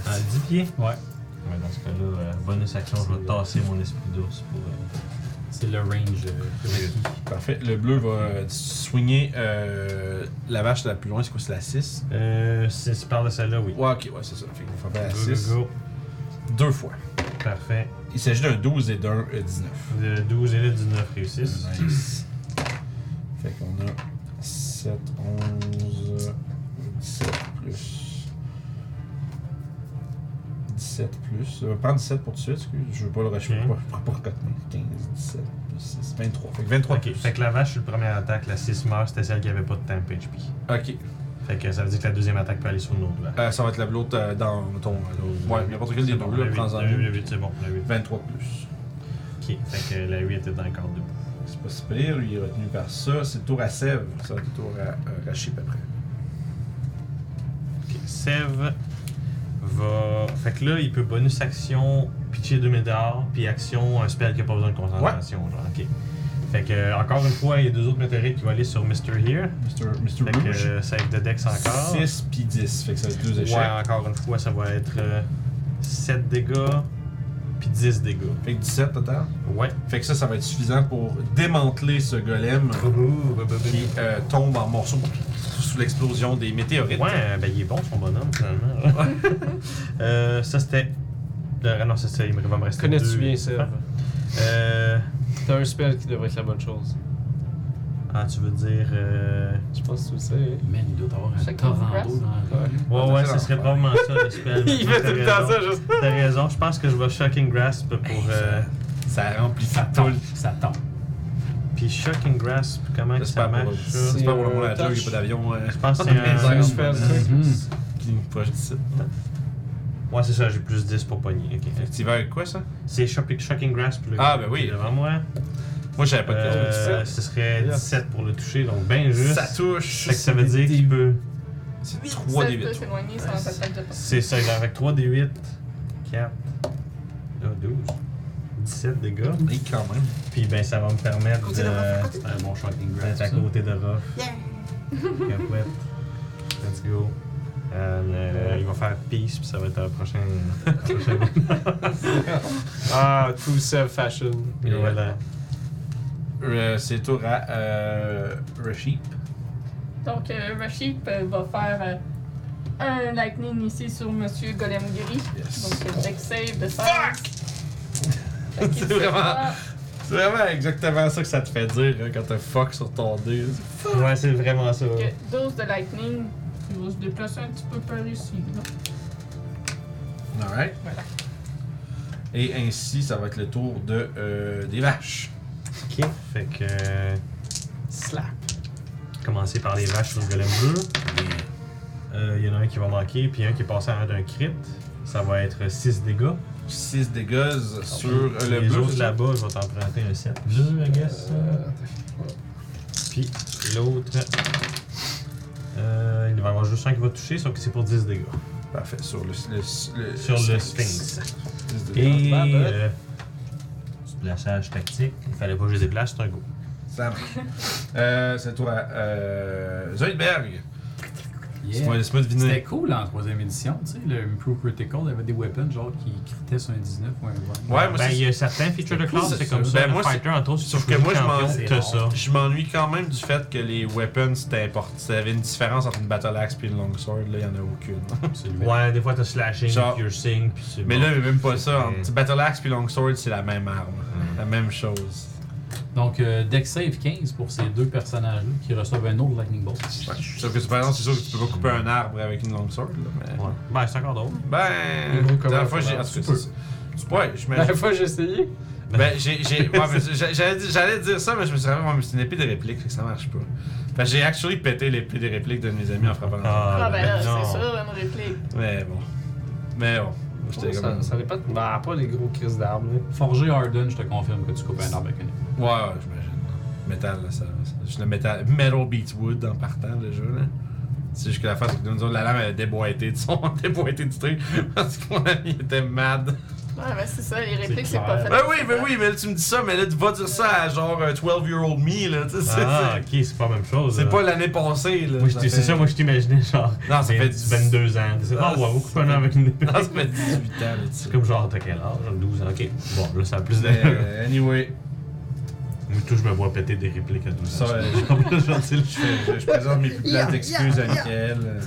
S4: À 10 pieds?
S2: Ouais.
S4: Ouais, dans ce cas-là, euh, bonus action, je vais tasser mon esprit d'ours pour. euh,
S2: C'est le range. euh,
S1: Parfait. Le bleu va euh, swinguer euh, la vache la plus loin, c'est quoi C'est la 6
S4: Euh, c'est c'est par de celle-là, oui.
S1: Ouais, ok, ouais, c'est ça. Fait qu'il faut faire la
S4: Go,
S1: 6
S4: go,
S1: deux fois.
S4: go. Parfait.
S1: Il s'agit d'un 12 et d'un euh, 19.
S4: Le 12 et le 19 réussissent.
S1: Nice. Fait qu'on a 7, 11, 17 plus. 17 plus. Ça va prendre 17 pour tout de suite, excuse. Je veux pas le rusher
S4: Ok.
S1: pour, pour, pour recontenir. 15, 17 plus 6, 23. Fait que 23
S4: Ok,
S1: plus.
S4: fait que la vache, sur le premier attaque, la 6 meurt, c'était celle qui avait pas de temp HP.
S1: Ok.
S4: Fait que ça veut dire que la deuxième attaque peut aller sur une autre vache.
S1: Euh, ça va être la l'autre euh, dans ton. euh, Ouais, n'importe quel des
S4: C'est bon,
S1: deux, là,
S4: le
S1: prends-en
S4: huit, Le
S1: une.
S4: 8, c'est bon, le 8.
S1: 23 plus.
S4: Ok, fait que la 8 est encore debout.
S1: C'est pas si pire, lui, il est retenu par ça. C'est le tour à Sèvres. Ça va être le tour à euh, Rachip après.
S4: Ok, Sève va. Fait que là, il peut bonus action, pitcher deux médars, puis action, un spell qui a pas besoin de concentration. Genre, ok. Fait que, euh, encore une fois, il y a deux autres météorites qui vont aller sur Mr. Here.
S1: Mr. Mr.
S4: Fait que
S1: Rouge.
S4: euh, save de Dex encore.
S1: 6 puis 10. Fait que ça va être deux échecs.
S4: Ouais, encore une fois, ça va être 7 dégâts, puis 10 dégâts.
S1: Fait que 17 total.
S4: Ouais.
S1: Fait que ça, ça va être suffisant pour démanteler ce golem qui euh, tombe en morceaux. sous l'explosion des météorites.
S4: Ouais, ben il est bon son bonhomme
S6: *laughs*
S4: finalement. euh, ça c'était. le- Ah non, ça c'était. Il me- va me rester
S6: Connais-tu
S4: deux. Ah,
S6: bien ça?
S4: Euh,
S6: T'as un spell qui devrait être la bonne chose.
S4: ah, tu veux dire. Euh...
S6: Je pense que tu le sais. hein.
S2: Man, il doit avoir un
S5: Chacun
S2: torrent
S5: press.
S2: d'eau dans la rue.
S4: Ouais,
S1: Ah,
S4: ouais,
S1: ça,
S4: ça
S1: c'est
S4: serait
S1: l'enfer.
S4: probablement ça le
S6: *laughs*
S4: spell.
S6: Il
S4: mais
S6: fait
S4: t'as
S6: tout le temps
S4: raison.
S6: ça, juste.
S4: T'as raison, je pense que je vais Shocking Grasp pour. euh,
S1: Ça remplit ça
S2: Tombe,
S1: tout.
S2: Ça tombe.
S4: Puis Shocking Grasp, comment que
S1: C'est
S4: ça
S1: pas
S4: marche
S1: pour
S4: ça?
S1: c'est pas pour le monde à la
S6: touch.
S1: job, il n'y a pas d'avion. euh, *laughs*
S4: Je pense que
S1: pas de
S4: c'est un.
S6: Un
S1: laser.
S6: spell, tu
S2: Mhm.
S6: sais.
S1: qui nous proche d'ici.
S4: Ouais, c'est ça, j'ai plus 10 pour pogner. ok.
S1: Activer avec quoi ça
S4: C'est Shocking Shocking Grasp le
S1: Ah, ben oui.
S4: qui est devant moi.
S1: Moi, j'avais pas de
S4: Euh,
S1: carte.
S4: ce serait
S6: Yes.
S4: 17 pour le toucher, donc ben juste.
S1: Ça touche.
S4: Fait que ça veut dire qu'il peut.
S1: C'est
S5: Ça
S1: 3 des 8.
S5: peut s'éloigner sans attaque de
S4: C'est ça, il avec 3 des 8, 4, ah, 12, 17 dégâts.
S1: Et quand même.
S4: Puis ben ça va me permettre de-
S2: C'est un bon shocking grab.
S4: d'être à
S2: ça.
S4: côté de Ruff. Capouette. Let's go. And, euh, il va faire peace, puis ça va être un prochain. *laughs* un prochain
S6: Ah, true self fashion.
S4: Et voilà.
S1: Euh, c'est tour à euh, Rashid.
S5: Donc, euh, Rashid euh, va faire euh, un lightning ici sur Monsieur Golem Gris.
S1: Yes.
S5: Donc, euh, deck save de 16. Fait qu'il
S1: C'est
S5: se
S1: vraiment-
S5: bat.
S1: C'est vraiment exactement ça que ça te fait dire hein, quand t'as fuck sur ton dé.
S4: Ouais, c'est vraiment ça.
S5: Fait que 12 de lightning. Il va se déplacer un petit peu par ici. là.
S1: Alright.
S5: Voilà.
S1: Et ainsi, ça va être le tour de, euh, des vaches.
S4: Ok. Fait que. euh,
S6: Slap.
S4: Commencer par les vaches sur le golem bleu. Euh, Il y en a un qui va manquer, puis un qui est passé en un d'un crit. Ça va être 6 dégâts.
S1: 6 dégâts sur euh,
S4: Puis
S1: le
S4: les
S1: bleu.
S4: autres là-bas, je vais t'emprunter un 7. 2, I guess. Puis l'autre. euh, il va y avoir juste un qui va toucher, sauf que c'est pour 10 dégâts.
S1: Parfait, sur le, le- le-
S4: Sur le Sphinx.
S1: Six dégâts.
S4: Et.
S6: Pas bad.
S4: euh, Splashage tactique. Il fallait pas que je déplace, c'est un
S1: Ah,
S4: go.
S1: Ça marche. euh, c'est le tour à euh, Zoidberg.
S2: Yeah.
S1: Laisse-moi laisse-moi
S2: C'était
S1: deviner.
S2: cool en troisième édition, tu sais, le Improve Critical, il y avait des weapons genre qui critaient sur un 19 ou un 20.
S1: Ouais, moi,
S4: Ben,
S1: c'est-
S4: il y a certains features de classe,
S1: C'est-
S4: c'est comme
S1: ben,
S4: ça. le
S1: moi, c'est-
S4: fighter, entre autres, si
S1: Sauf
S4: tu
S1: que moi, je
S4: joues
S1: m'en-
S4: champion, t'as ça.
S1: Je m'ennuie quand même du fait que les weapons, c'était important. Ça avait une différence entre une battle axe et une longsword. Là, il n'y en a
S4: *laughs*
S1: aucune.
S2: Absolument.
S4: Ouais, des fois, t'as slashing,
S1: Genre-
S4: piercing, puis c'est
S1: Mais
S4: bon.
S1: là, il y a même pas ça.
S4: Mm.
S1: Entre battle axe et longsword, c'est la même arme. La même chose.
S2: Donc, euh, deck save 15 pour ces deux personnages-là qui reçoivent un autre Lightning Bolt.
S1: Sauf que par exemple, c'est sûr que tu peux pas couper un arbre avec une longsword. Là, mais...
S4: Ouais. Ben, c'est encore drôle.
S1: Ben.
S6: Gros
S1: la
S6: comment
S1: dernière fois,
S6: ça
S1: j'ai. en
S6: marche,
S1: tout cas,
S6: c'est
S1: c'est- c'est- Ouais, je
S6: La dernière fois, j'ai essayé.
S1: Ben, j'ai. j'ai- ouais,
S4: *laughs*
S1: mais j'ai- j'allais dire- J'allais dire ça, mais je me suis rendu compte que c'est une épée de réplique, fait que ça marche pas. Fait que j'ai actually pété l'épée de réplique de mes amis en frappant dans
S4: Ah,
S5: Ah, ben là,
S4: non.
S5: c'est sûr, une réplique.
S1: Mais bon. Mais bon. J'étais
S6: Ça,
S1: comme.
S6: ça dépend. Bah, pas les gros crises d'armes. là.
S2: Forger Harden, je te confirme que tu coupes un arbre avec un épée.
S1: Ouais, ouais, j'imagine. Metal, là, ça. ça- juste le metal, metal beats wood en partant, le jeu, là. C'est juste que la face que nous autres, la lame, elle a déboîté de son, *laughs* déboîté du truc, *laughs* parce que mon ami était mad.
S5: Ouais, ben c'est ça, les répliques, c'est
S2: clair.
S5: pas fait.
S1: Ben
S5: pour
S1: oui,
S5: ça.
S1: ben oui, mais là, tu me dis ça, mais là, tu vas dire ça à genre un 12-year-old me, là, tu sais, c'est-
S4: Ah,
S1: c'est-
S4: ok, c'est pas la même chose.
S1: c'est
S4: là.
S1: pas l'année passée, là.
S4: Moi, je t'ai-
S1: Ça
S4: c'est
S1: fait-
S4: ça, moi, je t'imaginais genre.
S1: Non, ça
S4: des
S1: fait
S4: 22 ans. C'est- Ah,
S1: Ah,
S4: ouais,
S1: c'est-
S4: beaucoup un an avec une épée.
S1: Non, *laughs* ça fait 18 ans, là, tu sais.
S4: C'est comme genre, t'as quel âge 12 ans, ok. Bon, là, ça a plus
S1: Mais,
S4: d'allure. *laughs*
S1: euh, anyway,
S4: Mais tout, je me vois péter des répliques à 12 ans.
S1: Ça, euh,
S4: *laughs* Genre, là, genre, c'est le
S1: je, fais- je- *laughs* je présente mes plus plates excuses à Mickaël. euh.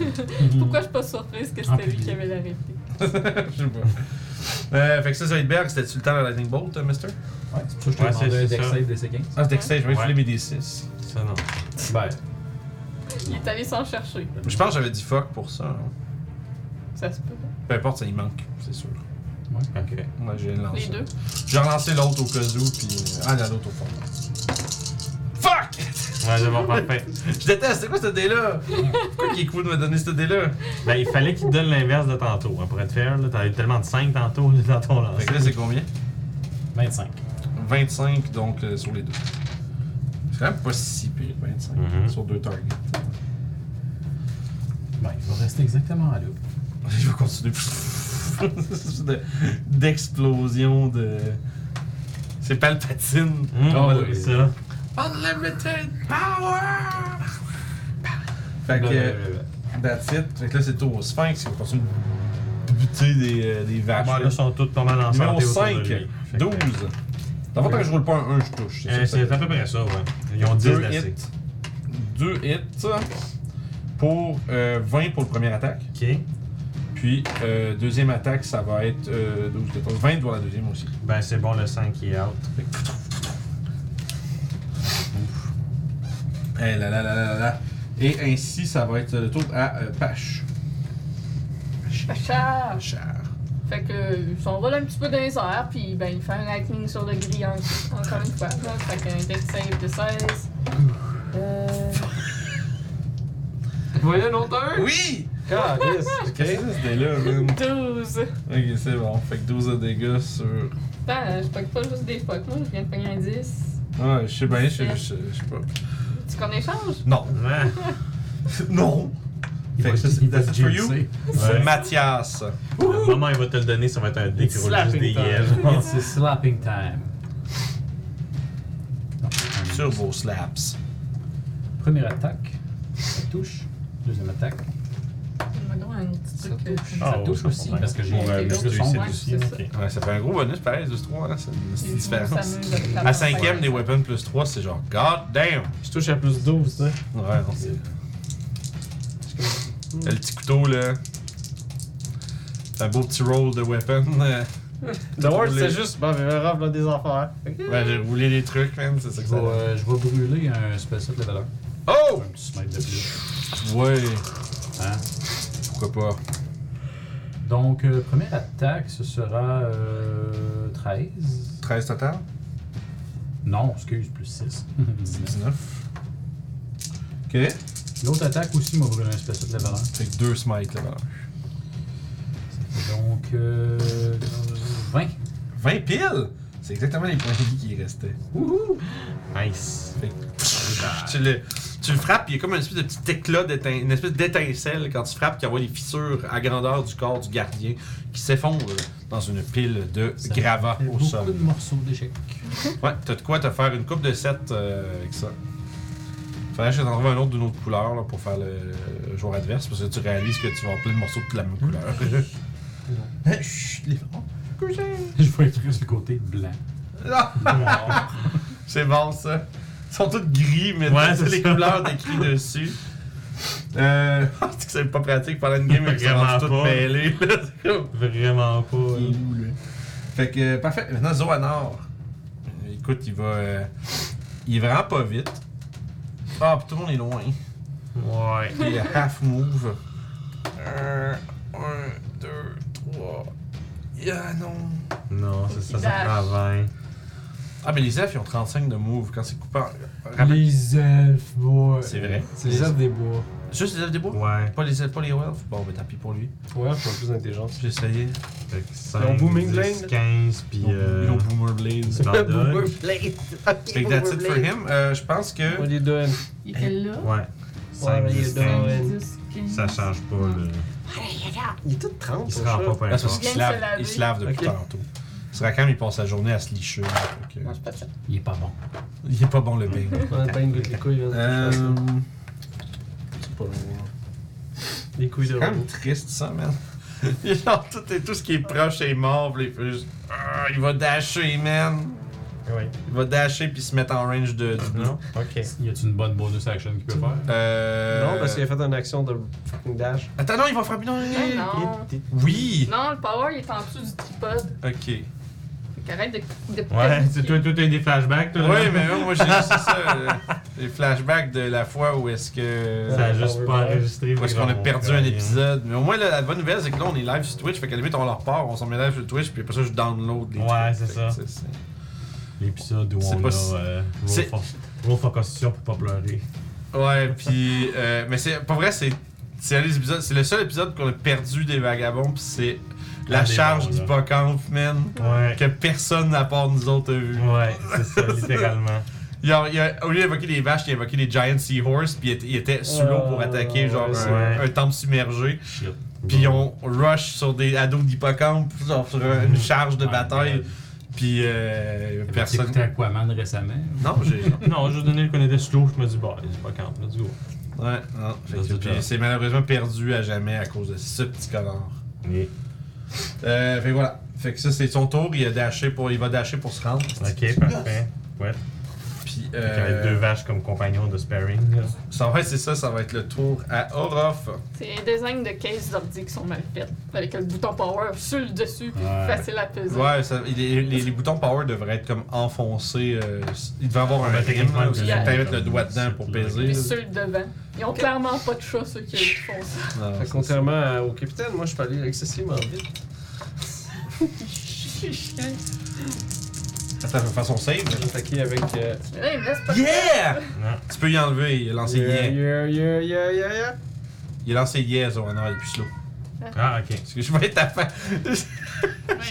S5: Pourquoi je suis pas surprise que
S2: En
S5: c'était lui
S2: public.
S5: qui avait la réplique?
S1: *laughs* Je sais pas. Euh, fait que ça, Zoidberg, c'était-tu le temps de la Lightning Bolt, euh, Mister?
S2: Ouais, c'est pour ça que je te
S4: Ouais,
S2: demandais
S4: c'est-
S2: un
S4: c'est
S2: deck
S4: ça.
S2: save DC 15.
S1: Ah, c'était que ça, je vais
S4: Ouais.
S1: filer mes D6.
S4: Ça, non.
S2: Ben,
S5: Il est allé s'en chercher.
S1: Je pense que j'avais dit fuck pour ça. hein.
S5: Ça se peut.
S1: Peu importe, ça y manque, c'est sûr.
S4: Ok.
S1: Moi, j'ai lancé.
S5: Les deux.
S1: J'ai relancé l'autre au cas où, puis. euh, Ah, la l'autre au fond. Fuck! *laughs*
S4: Ouais, c'est bon, parfait.
S1: Je déteste, c'est quoi ce dé-là? Pourquoi il est cool de me donner ce dé-là?
S4: Ben, il fallait qu'il te donne l'inverse de tantôt. Hein, pour être fair, là, t'as eu tellement de 5 tantôt là, dans ton
S1: Fait
S4: lancer.
S1: que là, c'est combien?
S2: 25.
S1: 25, donc, euh, sur les deux. C'est quand même pas si pire, 25,
S4: Mhm.
S1: sur deux targets.
S2: Ben, il va rester exactement à l'eau.
S1: Je vais continuer. De- D'explosion de. C'est Palpatine.
S4: Hum,
S2: Ah,
S4: on va
S2: oui.
S4: lever ça.
S1: Unlimited power! Fait que. That's it. Fait que là, c'est le tour au Sphinx. Il va continuer de buter des, euh, des vaches.
S4: Bon, là, sont toutes pas mal ensemble.
S1: Numéro 5, 12.
S4: euh,
S1: Dans le fond, quand je roule pas un 1, je touche.
S4: C'est à peu près ça, ouais. Ils ont 10
S1: 2
S4: d'assez.
S1: hits. 2 hits. pour euh, 20 pour le premier attaque.
S4: Ok.
S1: Puis, euh, deuxième attaque, ça va être euh, 12, 14, 20 pour la deuxième aussi.
S4: Ben, c'est bon, le 5 qui est out.
S1: Eh là là là là là là. Et ainsi, ça va être le tour à euh, Pache.
S5: Fait cher.
S1: Cher.
S5: Fait que euh, son rôle un petit peu dans les airs, puis ben il fait un lightning sur le gris en- encore une fois. là. Fait qu'un deck save de 16. Euh,
S6: Voyez l'auteur?
S1: Oui!
S6: Ah, yes.
S1: Ok. C'était là, man.
S5: 12.
S1: Ok, c'est bon. Fait que 12 de dégâts sur.
S5: Attends, Ben, je pogne pas juste des fuck, moi, je viens de pogner un 10.
S1: Ah, je sais bien, je je- je- je sais pas.
S5: Tu qu'on échange?
S1: Non! *laughs*
S4: Ouais.
S1: non! Fait que ça, c'est that's it for you.
S4: Ouais.
S1: Mathias.
S4: Le moment où il va te le donner, ça va être un dé qui
S2: It's
S4: roule juste
S2: slapping
S4: des
S2: time.
S4: yeux. *laughs*
S2: It's a slapping time.
S1: Turbo Slaps.
S2: Première attaque, ça touche. Deuxième attaque,
S5: Je me donne un petit
S2: ça
S5: truc. euh,
S2: touche.
S4: Ah,
S2: ça touche aussi, parce que j'ai
S5: Ouais,
S2: un
S5: mais
S2: plus
S5: c'est
S2: de son.
S5: ouais,
S4: aussi.
S5: c'est ça.
S4: ok.
S1: Ouais, ça fait un gros bonus, pareil, 12-3, hein, c'est une
S5: les
S1: petite
S5: joues
S1: différence.
S5: s'amusent avec la
S1: À
S5: main.
S1: cinquième, des weapons plus 3, c'est genre God damn!
S6: Je touche à plus 12, tu sais.
S1: Ouais, non, c'est. T'as le petit couteau, là. C'est un beau petit roll de weapon. euh.
S6: The word,
S1: roulé.
S6: c'est juste, bon, mais Rob a des affaires.
S1: Ben, j'ai roulé des trucs, man, c'est ça que
S2: Je vais,
S1: ça
S2: euh, je vais brûler un spécial de valeur.
S1: Oh!
S2: Un petit smite de plus.
S1: Ouais,
S2: Hein?
S1: pourquoi pas.
S2: Donc, euh, première attaque, ce sera euh, 13.
S1: 13 total?
S2: Non, excuse, plus *laughs* 6.
S1: 19. Ok.
S2: L'autre attaque aussi m'a brûlé un spécial de valeur.
S1: C'est 2 smites, là. valeur.
S2: Donc, euh, 20.
S1: 20 piles! C'est exactement les points de vie qui restaient.
S4: Nice.
S1: Tu le, tu le frappes, puis il y a comme une espèce de petit éclat, d'étin- une espèce d'étincelle quand tu frappes qui envoie des fissures à grandeur du corps du gardien qui s'effondre dans une pile de
S2: Ah, Ça
S1: gravats
S2: fait
S1: au
S2: beaucoup
S1: sol.
S2: de morceaux d'échecs.
S1: Ouais, t'as de quoi te faire une coupe de 7 avec ça. Fallait que je t'en trouve un autre d'une autre couleur là, pour faire le le joueur adverse parce que tu réalises que tu vas avoir plein de morceaux de la même *laughs* couleur. Hein, *laughs* chut, les francs.
S2: *laughs* Je vais écrire sur le côté blanc.
S1: Ah! C'est bon ça. Ils sont tous gris, mais
S4: Ouais,
S1: toutes
S4: c'est
S1: les
S4: ça.
S1: couleurs décrites *laughs* dessus. Euh. *laughs* C'est que c'est pas pratique pendant une game, ils sont
S4: Vraiment
S1: rendus tous
S4: pas.
S1: mêlés. là. C'est comme-
S4: Vraiment pas. là.
S1: Fait que, euh, parfait. Maintenant, Zoanor. Euh, Écoute, il va. euh, il est vraiment pas vite. Ah, puis tout le monde est loin.
S4: Ouais.
S1: Il est half move. 1, 2, 3. Ah non.
S4: Non, c'est ça,
S5: Il
S4: ça
S5: dash.
S4: prend 20.
S1: Ah, mais les elfes, ils ont 35 de move quand c'est coupé. en-
S6: Les elfes, ouais.
S1: C'est vrai.
S6: C'est les elfes des bois.
S1: Juste les elfes des bois
S4: Ouais.
S1: Pas les elfes, pas les elfes. Bon, ben tant pis pour lui.
S6: Ouais, je suis un plus intelligent.
S1: J'ai essayé.
S4: Fait que
S6: Ils ont
S4: 5,
S6: booming
S4: 10,
S6: blade.
S4: 15, puis
S1: Ils ont- Ils
S4: euh,
S1: ont Boomer Blade.
S4: tu t'en donnes.
S1: Fait que that's it for him. Euh, je pense que.
S6: What are you doing?
S5: Il était là.
S4: Ouais. 5,
S6: Ouais, il
S4: 10,
S6: est dans-
S4: 15.
S5: 10, 15.
S4: Ça change pas, là.
S6: Il est tout 30,
S4: Il se
S6: ton
S4: rend
S6: chat.
S4: pas peu
S1: Ah, c'est parce
S4: importe.
S1: qu'il se
S5: Vient de se
S1: lave, il
S5: laver.
S1: se lave depuis
S6: Ok.
S1: tantôt. Srakam, il passe sa journée à se licher. là, fait que-
S5: Mange pas de ça.
S2: Il est pas bon.
S1: Il est pas bon le bing.
S6: On a pas une goutte les couilles. hein,
S1: Euh,
S6: je pense, hein.
S1: C'est pas loin.
S6: Les couilles de
S1: C'est quand même triste ça, man. *laughs* Il est Genre, tout, est- tout ce qui est proche est mort, pis il fait juste. Ah, il va dasher, man.
S4: Ouais.
S1: Il va dasher puis se mettre en range de, du bleu.
S4: Non? Ok.
S2: Y a-t-il une bonne bonus action qu'il peut faire?
S1: Euh...
S6: Non, parce qu'il a fait une action de fucking dash.
S1: Attends, non, il va frapper. Non, non, non,
S5: Ah,
S1: non.
S5: non.
S1: Oui!
S5: Non, le power il est en dessous du tripod.
S1: Ok.
S5: Fait qu'arrête de. de
S4: Ouais, *laughs* c'est toi, toi, t'as des flashbacks, toi, là.
S1: Oui, mais moi, moi, j'ai juste ça. euh, les flashbacks de la fois où est-ce que.
S4: Ça a juste pas enregistré.
S1: Où est-ce qu'on a perdu un épisode. Mais au moins, là, la bonne nouvelle, c'est que là, on est live sur Twitch. Fait qu'à la limite, on leur part, on s'en met live sur Twitch, puis après ça, je download les
S4: Ouais,
S1: trucs.
S4: c'est
S1: Fait que
S4: ça.
S1: c'est-
S4: L'épisode où
S1: C'est
S4: on
S1: pas
S4: a.
S1: si-
S4: euh,
S1: c'est-
S4: Roll for Constitution pour pas pleurer.
S1: Ouais, puis. euh, mais c'est. Pas vrai, c'est. C'est un des épisodes- c'est le seul épisode qu'on a perdu des vagabonds, puis c'est la
S4: Ah, des
S1: charge
S4: bons, là.
S1: d'hippocampe, man.
S4: Ouais.
S1: Que personne à part nous autres a vu.
S4: Ouais, c'est *laughs* ça, littéralement.
S1: Il a, il a- au lieu d'évoquer les vaches, il a évoqué les giant seahorse, puis il était, il était sous l'eau pour
S6: Euh,
S1: attaquer genre
S6: ouais,
S1: un,
S4: c'est-
S1: un temple submergé.
S4: Shit.
S1: Puis on rush sur des ados d'hippocampe, genre sur un- une charge de
S2: Ouais,
S1: bataille.
S2: ouais.
S1: Puis euh,
S2: Personne.
S1: personne.
S2: écouté Aquaman récemment.
S1: Non, j'ai.
S4: Non, juste donné qu'on était slow, je me dis, bah, c'est pas camp, let's go.
S1: Ouais, non. Fait que-
S4: That's the
S1: puis
S4: job.
S1: c'est malheureusement perdu à jamais à cause de ce petit connard. Euh, fait que voilà. Fait que ça, c'est son tour. Il, a dashé pour, il va dasher pour se rendre.
S4: Ok, parfait. Ouais.
S1: Puis Puis,
S4: Fait qu'avec
S1: euh,
S4: deux vaches comme compagnons de sparring. là.
S1: ça, ouais, c'est ça, ça va être le tour à Orof.
S5: C'est des designs de cases d'ordi qui sont mal faites. Avec le bouton power sur le dessus, puis
S2: Ouais.
S5: facile à peser.
S1: Ouais, ça- les, les- les boutons power devraient être comme enfoncés. euh, il devrait avoir un
S4: Ouais,
S1: rime,
S4: techniquement,
S1: là, parce que
S5: il y a-
S1: faut peut-être mettre le doigt dedans pour
S5: Puis
S1: peser.
S5: sur le devant. Ils ont clairement pas de chat, ceux qui qui font ça.
S1: Non,
S6: Fait que contrairement à- au capitaine, moi, je peux aller excessivement vite.
S1: Attends, je vais faire son save.
S6: Je vais attaquer avec. euh,
S5: Mais Là, ils me laissent pas.
S1: Yeah!
S4: Non.
S1: Tu peux y enlever, il a lancé
S6: yeah,
S1: yeah.
S6: yeah, yeah, yeah, yeah, yeah.
S1: Il a lancé yeah, Zorana, il est plus slow.
S4: Ah, *laughs* ok.
S1: Parce que je vais être à fa- *laughs*
S5: Mais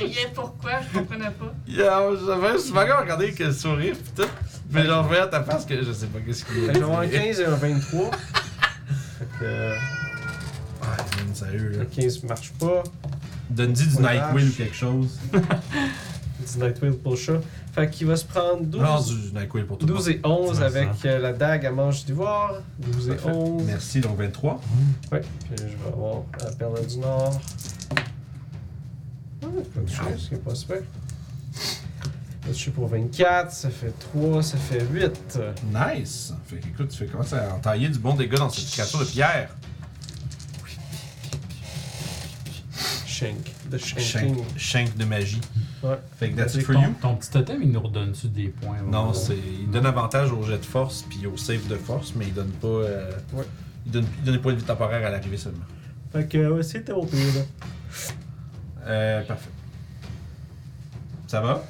S5: il est pourquoi, je comprenais pas.
S1: Yeah, J'avais souvent regardé avec le sourire pis tout. Mais genre, je voyais ta face que je sais pas qu'est-ce qu'il
S6: Fait
S1: est.
S6: que je vais avoir un 15 et un 23. fait que euh,
S1: Ah, man, sérieux, là.
S6: le 15 marche pas.
S1: Donne-y du
S6: Ouais,
S1: Nyquil
S6: vache.
S1: ou quelque chose.
S6: Petit Nightwing pour le chat. Fait qu'il va se prendre 12,
S1: Non, du Nyquil pour tout le monde.
S6: 12 et 11
S4: Ouais,
S6: avec euh, la dague à manche d'ivoire. 12 et
S1: Parfait.
S6: 11.
S1: Merci, donc 23.
S6: Ouais, puis je vais avoir la perle du Nord. Ouais, c'est pas de chance, ce qui est pas super. Là, je suis pour 24, ça fait 3, ça fait 8.
S1: Nice! Fait que, écoute, tu fais commencer à entailler du bon dégât dans cette créature de pierre.
S6: Shank. The
S1: Shank,
S6: shanking.
S1: shank de magie.
S6: Ouais.
S1: Fait que that's it
S2: Fait que
S1: for
S2: ton,
S1: you.
S2: ton petit totem, il nous redonne-tu des points?
S1: Non,
S2: vraiment?
S1: c'est. Il donne avantage au jet de force puis au save de force, mais il donne pas. euh,
S6: Ouais.
S1: Il donne, il donne des points de vie temporaire à l'arrivée seulement.
S6: Fait que, ouais, c'était mon tour, là.
S1: Euh, parfait. Ça va?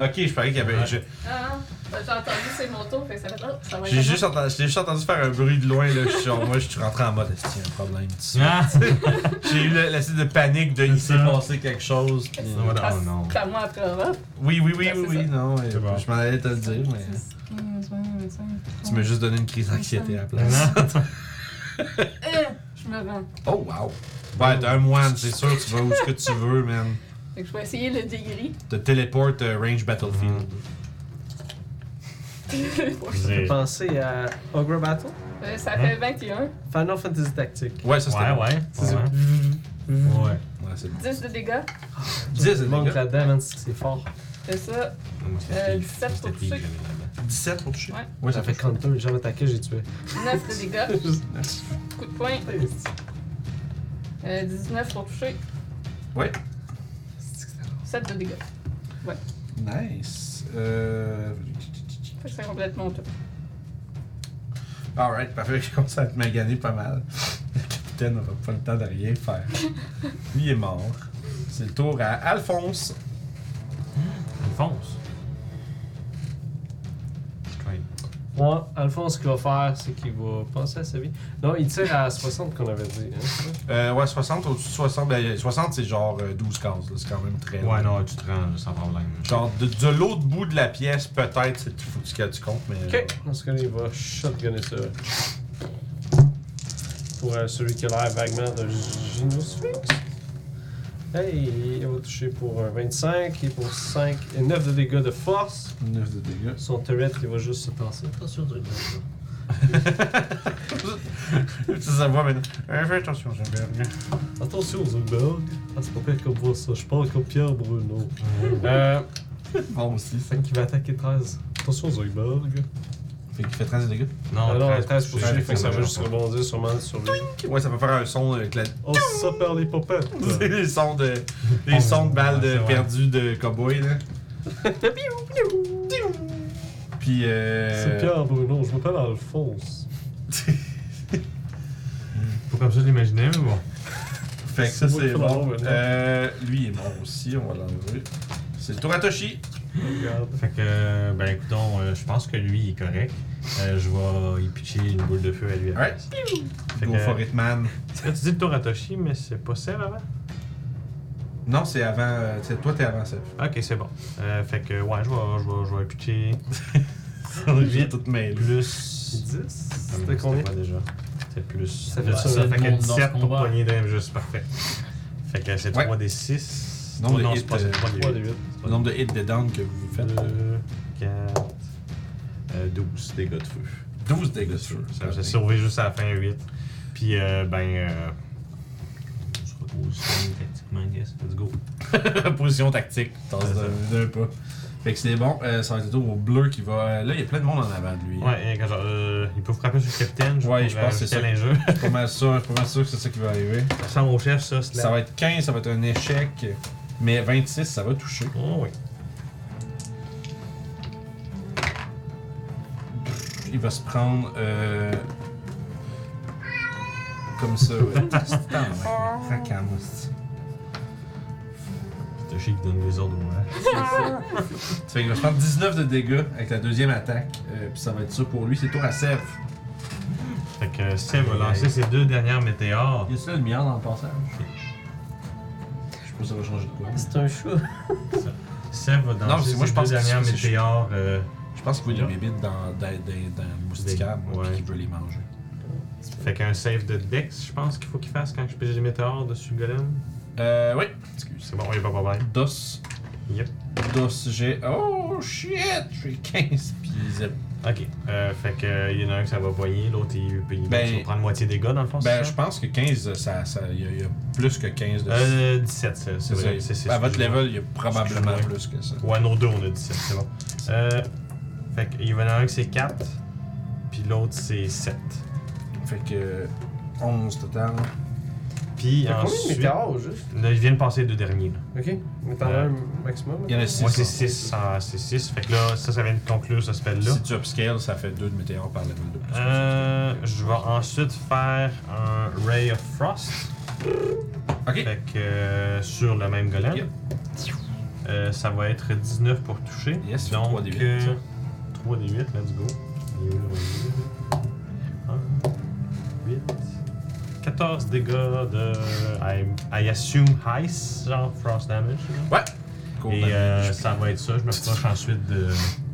S1: Ok, je parie qu'il y avait.
S4: Ouais.
S1: je-
S5: Ah, ben, j'ai entendu, c'est mon tour, fait que ça fait oh, ça va
S1: J'ai
S5: être
S1: juste, entendu, j'ai juste entendu faire un bruit de loin, là. que Je suis genre, moi, je suis rentré en mode, est-ce qu'il y a un problème? ici?
S4: Ah!
S1: J'ai eu la de panique de il s'est
S4: ça.
S1: passé quelque chose. puis-
S4: Non,
S5: à-
S4: oh non.
S5: Ah, C'est à moi après Europe.
S1: Oui, oui, oui,
S5: Ouais,
S1: oui,
S5: c'est
S1: oui, non, euh,
S4: C'est bon.
S1: je m'en allais te le dire, mais tu m'as juste donné une crise d'anxiété à la place.
S4: Ah,
S5: Euh, Je me rends.
S1: Oh, wow! Ouais, t'es un moine, c'est sûr, tu vas où ce que tu veux, man.
S5: Fait que je vais essayer le *laughs* degré.
S1: Te téléporte euh, Range Battlefield.
S4: Mm. Zé.
S6: Pensez à Ogre Battle,
S5: Euh, ça
S1: Hein?
S5: fait 21.
S6: Final Fantasy Tactics.
S1: Ouais, ça
S4: Ouais,
S1: c'était
S4: ouais.
S1: bon.
S6: C'est ça.
S4: Ouais. Ouais.
S1: Ouais, c'est bon.
S5: 10 de dégâts.
S1: 10,
S6: Il manque là-dedans, man, c'est fort.
S5: C'est ça.
S4: Moi, c'était pire.
S5: Euh, 17 pour
S4: C'était pire
S5: toucher.
S4: que j'avais là-dedans.
S1: 17 pour toucher.
S5: Ouais.
S1: ouais
S6: Ça fait
S1: quand
S6: counter, j'ai jamais attaqué, j'ai tué.
S5: 9
S1: *laughs*
S5: de dégâts. Coup de poing. Euh, 19 pour toucher.
S1: Ouais.
S5: 7 de dégâts.
S1: Nice. Euh...
S5: Fait que ça complète mon tour.
S1: Alright, parfait, je commence à te maganer pas mal. Le capitaine n'aura pas le temps de rien faire.
S4: *laughs*
S1: Lui il est mort. C'est le tour à Alphonse.
S4: Alphonse. Straight.
S6: Ouais, Alphonse, ce qu'il va faire, c'est qu'il va penser à sa vie. Non, il tire à 60 qu'on avait dit. Hein, c'est ça?
S1: Euh, ouais, 60, au-dessus de 60. ben, 60, c'est genre euh, 12 cases, là, c'est quand même très
S4: Ouais,
S1: long.
S4: non, tu te rends sans problème.
S1: Genre, de, de l'autre bout de la pièce, peut-être, c'est faut que tu- tu comptes, mais.
S6: Ok, dans ce cas-là, il va shotgunner ça. Pour euh, celui qui a l'air vaguement de Gynosphinx. Hey, il va toucher pour un 25 et pour 5 et 9 de dégâts de force.
S1: 9 de dégâts.
S6: Son turret, il va juste se tasser. Attention, du
S1: tu sais, *laughs* ça voit maintenant. Euh, fais attention, j'aime bien.
S6: Attention, Zuckerberg. Ah, c'est pas pire comme voit ça. Je parle comme Pierre Bruno. euh,
S1: Bon aussi, ça.
S6: fait qu'il va attaquer 13. Attention, Zuckerberg.
S1: Fait qu'il fait 13 de dégâts.
S4: Non,
S6: Alors, 13,
S4: 13
S6: pour
S4: toucher,
S6: toucher, fait que ça va
S4: non,
S6: juste
S4: non.
S6: rebondir sûrement sur lui.
S1: Ouais, ça peut faire un son euh, avec la.
S6: Oh, ça perd les popettes.
S1: C'est les sons de. Les sons de balles de
S4: Ouais, ouais.
S1: perdues de cowboy,
S4: *laughs*
S1: là. Puis,
S6: C'est
S1: euh.
S6: Pierre Bruno, je m'appelle Alphonse.
S4: Pas comme ça, je l'imaginais, mais bon.
S1: *laughs* Fait que ça,
S6: C'est moi
S1: c'est
S6: qui fais la
S1: bon.
S6: bombe, là.
S1: Euh, lui, il est mort aussi, on va l'enlever. C'est le tour à Toshi.
S6: Regarde.
S4: Fait que, ben écoute, je pense que lui, il est correct. Euh, je vais y pitcher une boule de feu à lui. après.
S1: Ouais.
S4: Fait
S1: Go
S4: que-
S1: for it, man.
S4: Là, tu dis le tour à Toshi, mais c'est pas celle avant?
S1: Non, c'est avant. euh, c'est- toi, t'es avant
S4: *laughs*
S1: Seb.
S4: Ok, c'est bon. Euh, fait que, ouais, je vais, je vais, je vais pitcher
S1: J'ai tout mêlé.
S4: plus.
S6: 10
S4: Ah, mais
S6: C'était combien
S4: pas déjà. C'était plus. Ça
S6: fait ça,
S4: ça
S2: le
S4: fait que
S2: monde dans ce
S4: 17 pour
S2: combat.
S4: poignée d'aim, juste parfait. Fait que c'est
S1: Ouais.
S4: 3 des 6.
S1: Nombre de
S4: non,
S1: hits,
S4: c'est pas c'est
S1: euh,
S4: 3 des
S6: 3
S4: 8.
S6: des 8.
S1: Le nombre de hits de down que vous faites.
S4: 2, 4, 12 euh, dégâts de feu.
S1: 12 dégâts de feu.
S4: Ça j'ai sauvé juste à la fin 8. Puis, euh, ben. Euh, on se
S1: *laughs*
S4: retrouve sur une tactiquement, I guess. Let's go.
S1: Position tactique. T'en
S4: C'est ça.
S1: d'un pas. Fait que c'est bon, euh, ça va être le tour au bleu qui va. Là, il y a plein de monde en avant de lui.
S4: Ouais, et quand genre, euh, il peut frapper sur le capitaine.
S1: Ouais, je pense que c'est ça.
S4: jeu.
S1: Je suis pas mal sûr, je suis pas mal sûr que c'est ça qui va arriver.
S4: *laughs* Ça, mon chef, ça, c'est
S1: Ça va être 15, ça va être un échec. Mais 26, ça va toucher.
S4: Oh, oui.
S1: Il va se prendre. Euh... Comme ça, ouais. C'est en vrai. Racame, hostie.
S4: C'est chic qui donne des ordres au moins.
S1: Ça fait qu'il va se prendre 19 de dégâts avec la deuxième attaque. euh, puis ça va être ça pour lui. C'est tour à Sev.
S4: Fait que Seb va lancer ses deux dernières météores.
S1: Y a-t-il une lumière dans le passage Je sais pas si ça va changer de quoi.
S7: C'est un chou.
S4: Seb va
S1: Non,
S4: lancer
S1: c'est- moi, je
S4: ses deux
S1: pense que c'est-
S4: dernières
S1: c'est- c'est-
S4: météores. euh,
S1: Je pense qu'il y a des bébites dans, dans, dans, dans le moustiquaire,
S4: Des-
S1: moi,
S4: ouais.
S1: puis qu'il veut les manger.
S4: Fait qu'un save de Dex, je pense qu'il faut qu'il fasse quand je pige les météores dessus le golem.
S1: Euh, oui.
S4: C'est bon, il pas de problème.
S1: Dos.
S4: Yep.
S1: Dos, j'ai. Oh shit! J'ai 15 puis zip.
S4: Ok. Euh, fait que euh, il y en a un que ça va poigner, l'autre il, il
S1: Ben-
S4: il va prendre moitié des gars dans le fond.
S1: Ben,
S4: c'est
S1: je
S4: ça?
S1: pense que 15, ça. ça il y, a- il y a plus que 15 de.
S4: Euh, 17, c'est c'est
S1: c'est
S4: vrai.
S1: ça.
S4: C'est- c'est-
S1: à votre
S4: excuse-moi.
S1: level, il y a probablement
S4: Excuse-moi.
S1: plus que ça.
S4: Ouais, nos deux, on a 17, c'est bon. Euh, fait qu'il y en a un que c'est 4, puis l'autre c'est 7.
S1: Fait que. 11 total.
S4: Puis
S6: Il y
S4: Ah,
S6: a combien de
S4: ensuite.
S6: météores au juste
S4: Là, je viens de passer les deux derniers. là.
S6: Ok. Mais t'en as
S4: Euh,
S6: un maximum
S1: Il y en a 6.
S4: Moi c'est 6, c'est 6. Fait que là, ça, ça vient de conclure ce spell-là.
S1: Si tu upscales, ça fait 2 de météores par level de plus.
S4: Euh, je vais ensuite faire un Ray of Frost.
S1: Ok.
S4: Fait que euh, sur le même golem.
S1: Yep.
S4: Euh, ça va être 19 pour toucher.
S1: Yes,
S4: Donc euh,
S1: 3 des huit,
S4: 3D8.
S1: ça.
S4: 3D8, let's go. 1, 8. 14 dégâts de. I, I assume Heist, genre Frost Damage. là.
S1: Ouais! Cool.
S4: Et euh, ça va être ça, je me proche ensuite
S1: *laughs*
S4: de.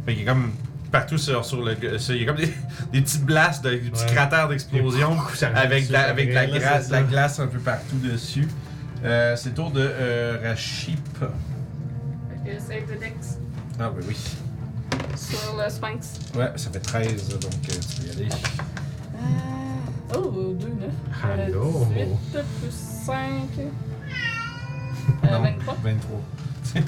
S1: Fait qu'il y a comme partout sur, sur le. sur- il y a comme des, *laughs* des petites blasts, de- des petits
S4: Ouais.
S1: cratères d'explosion
S4: Ça arrive
S1: avec,
S4: dessus,
S1: de la, avec de la,
S4: là, c'est
S1: glace,
S4: ça.
S1: la glace un peu partout dessus. Euh, c'est le tour de euh, Rachip.
S5: Fait que save de Dex
S1: Ah, bah oui.
S5: sur le Sphinx.
S1: Ouais, ça fait 13, donc euh, tu peux y aller.
S5: Ah. Oh, 2, 9.
S4: Allô?
S5: 18
S1: *laughs*
S5: plus 5. Euh,
S1: Non.
S5: 23.
S1: 23. *laughs*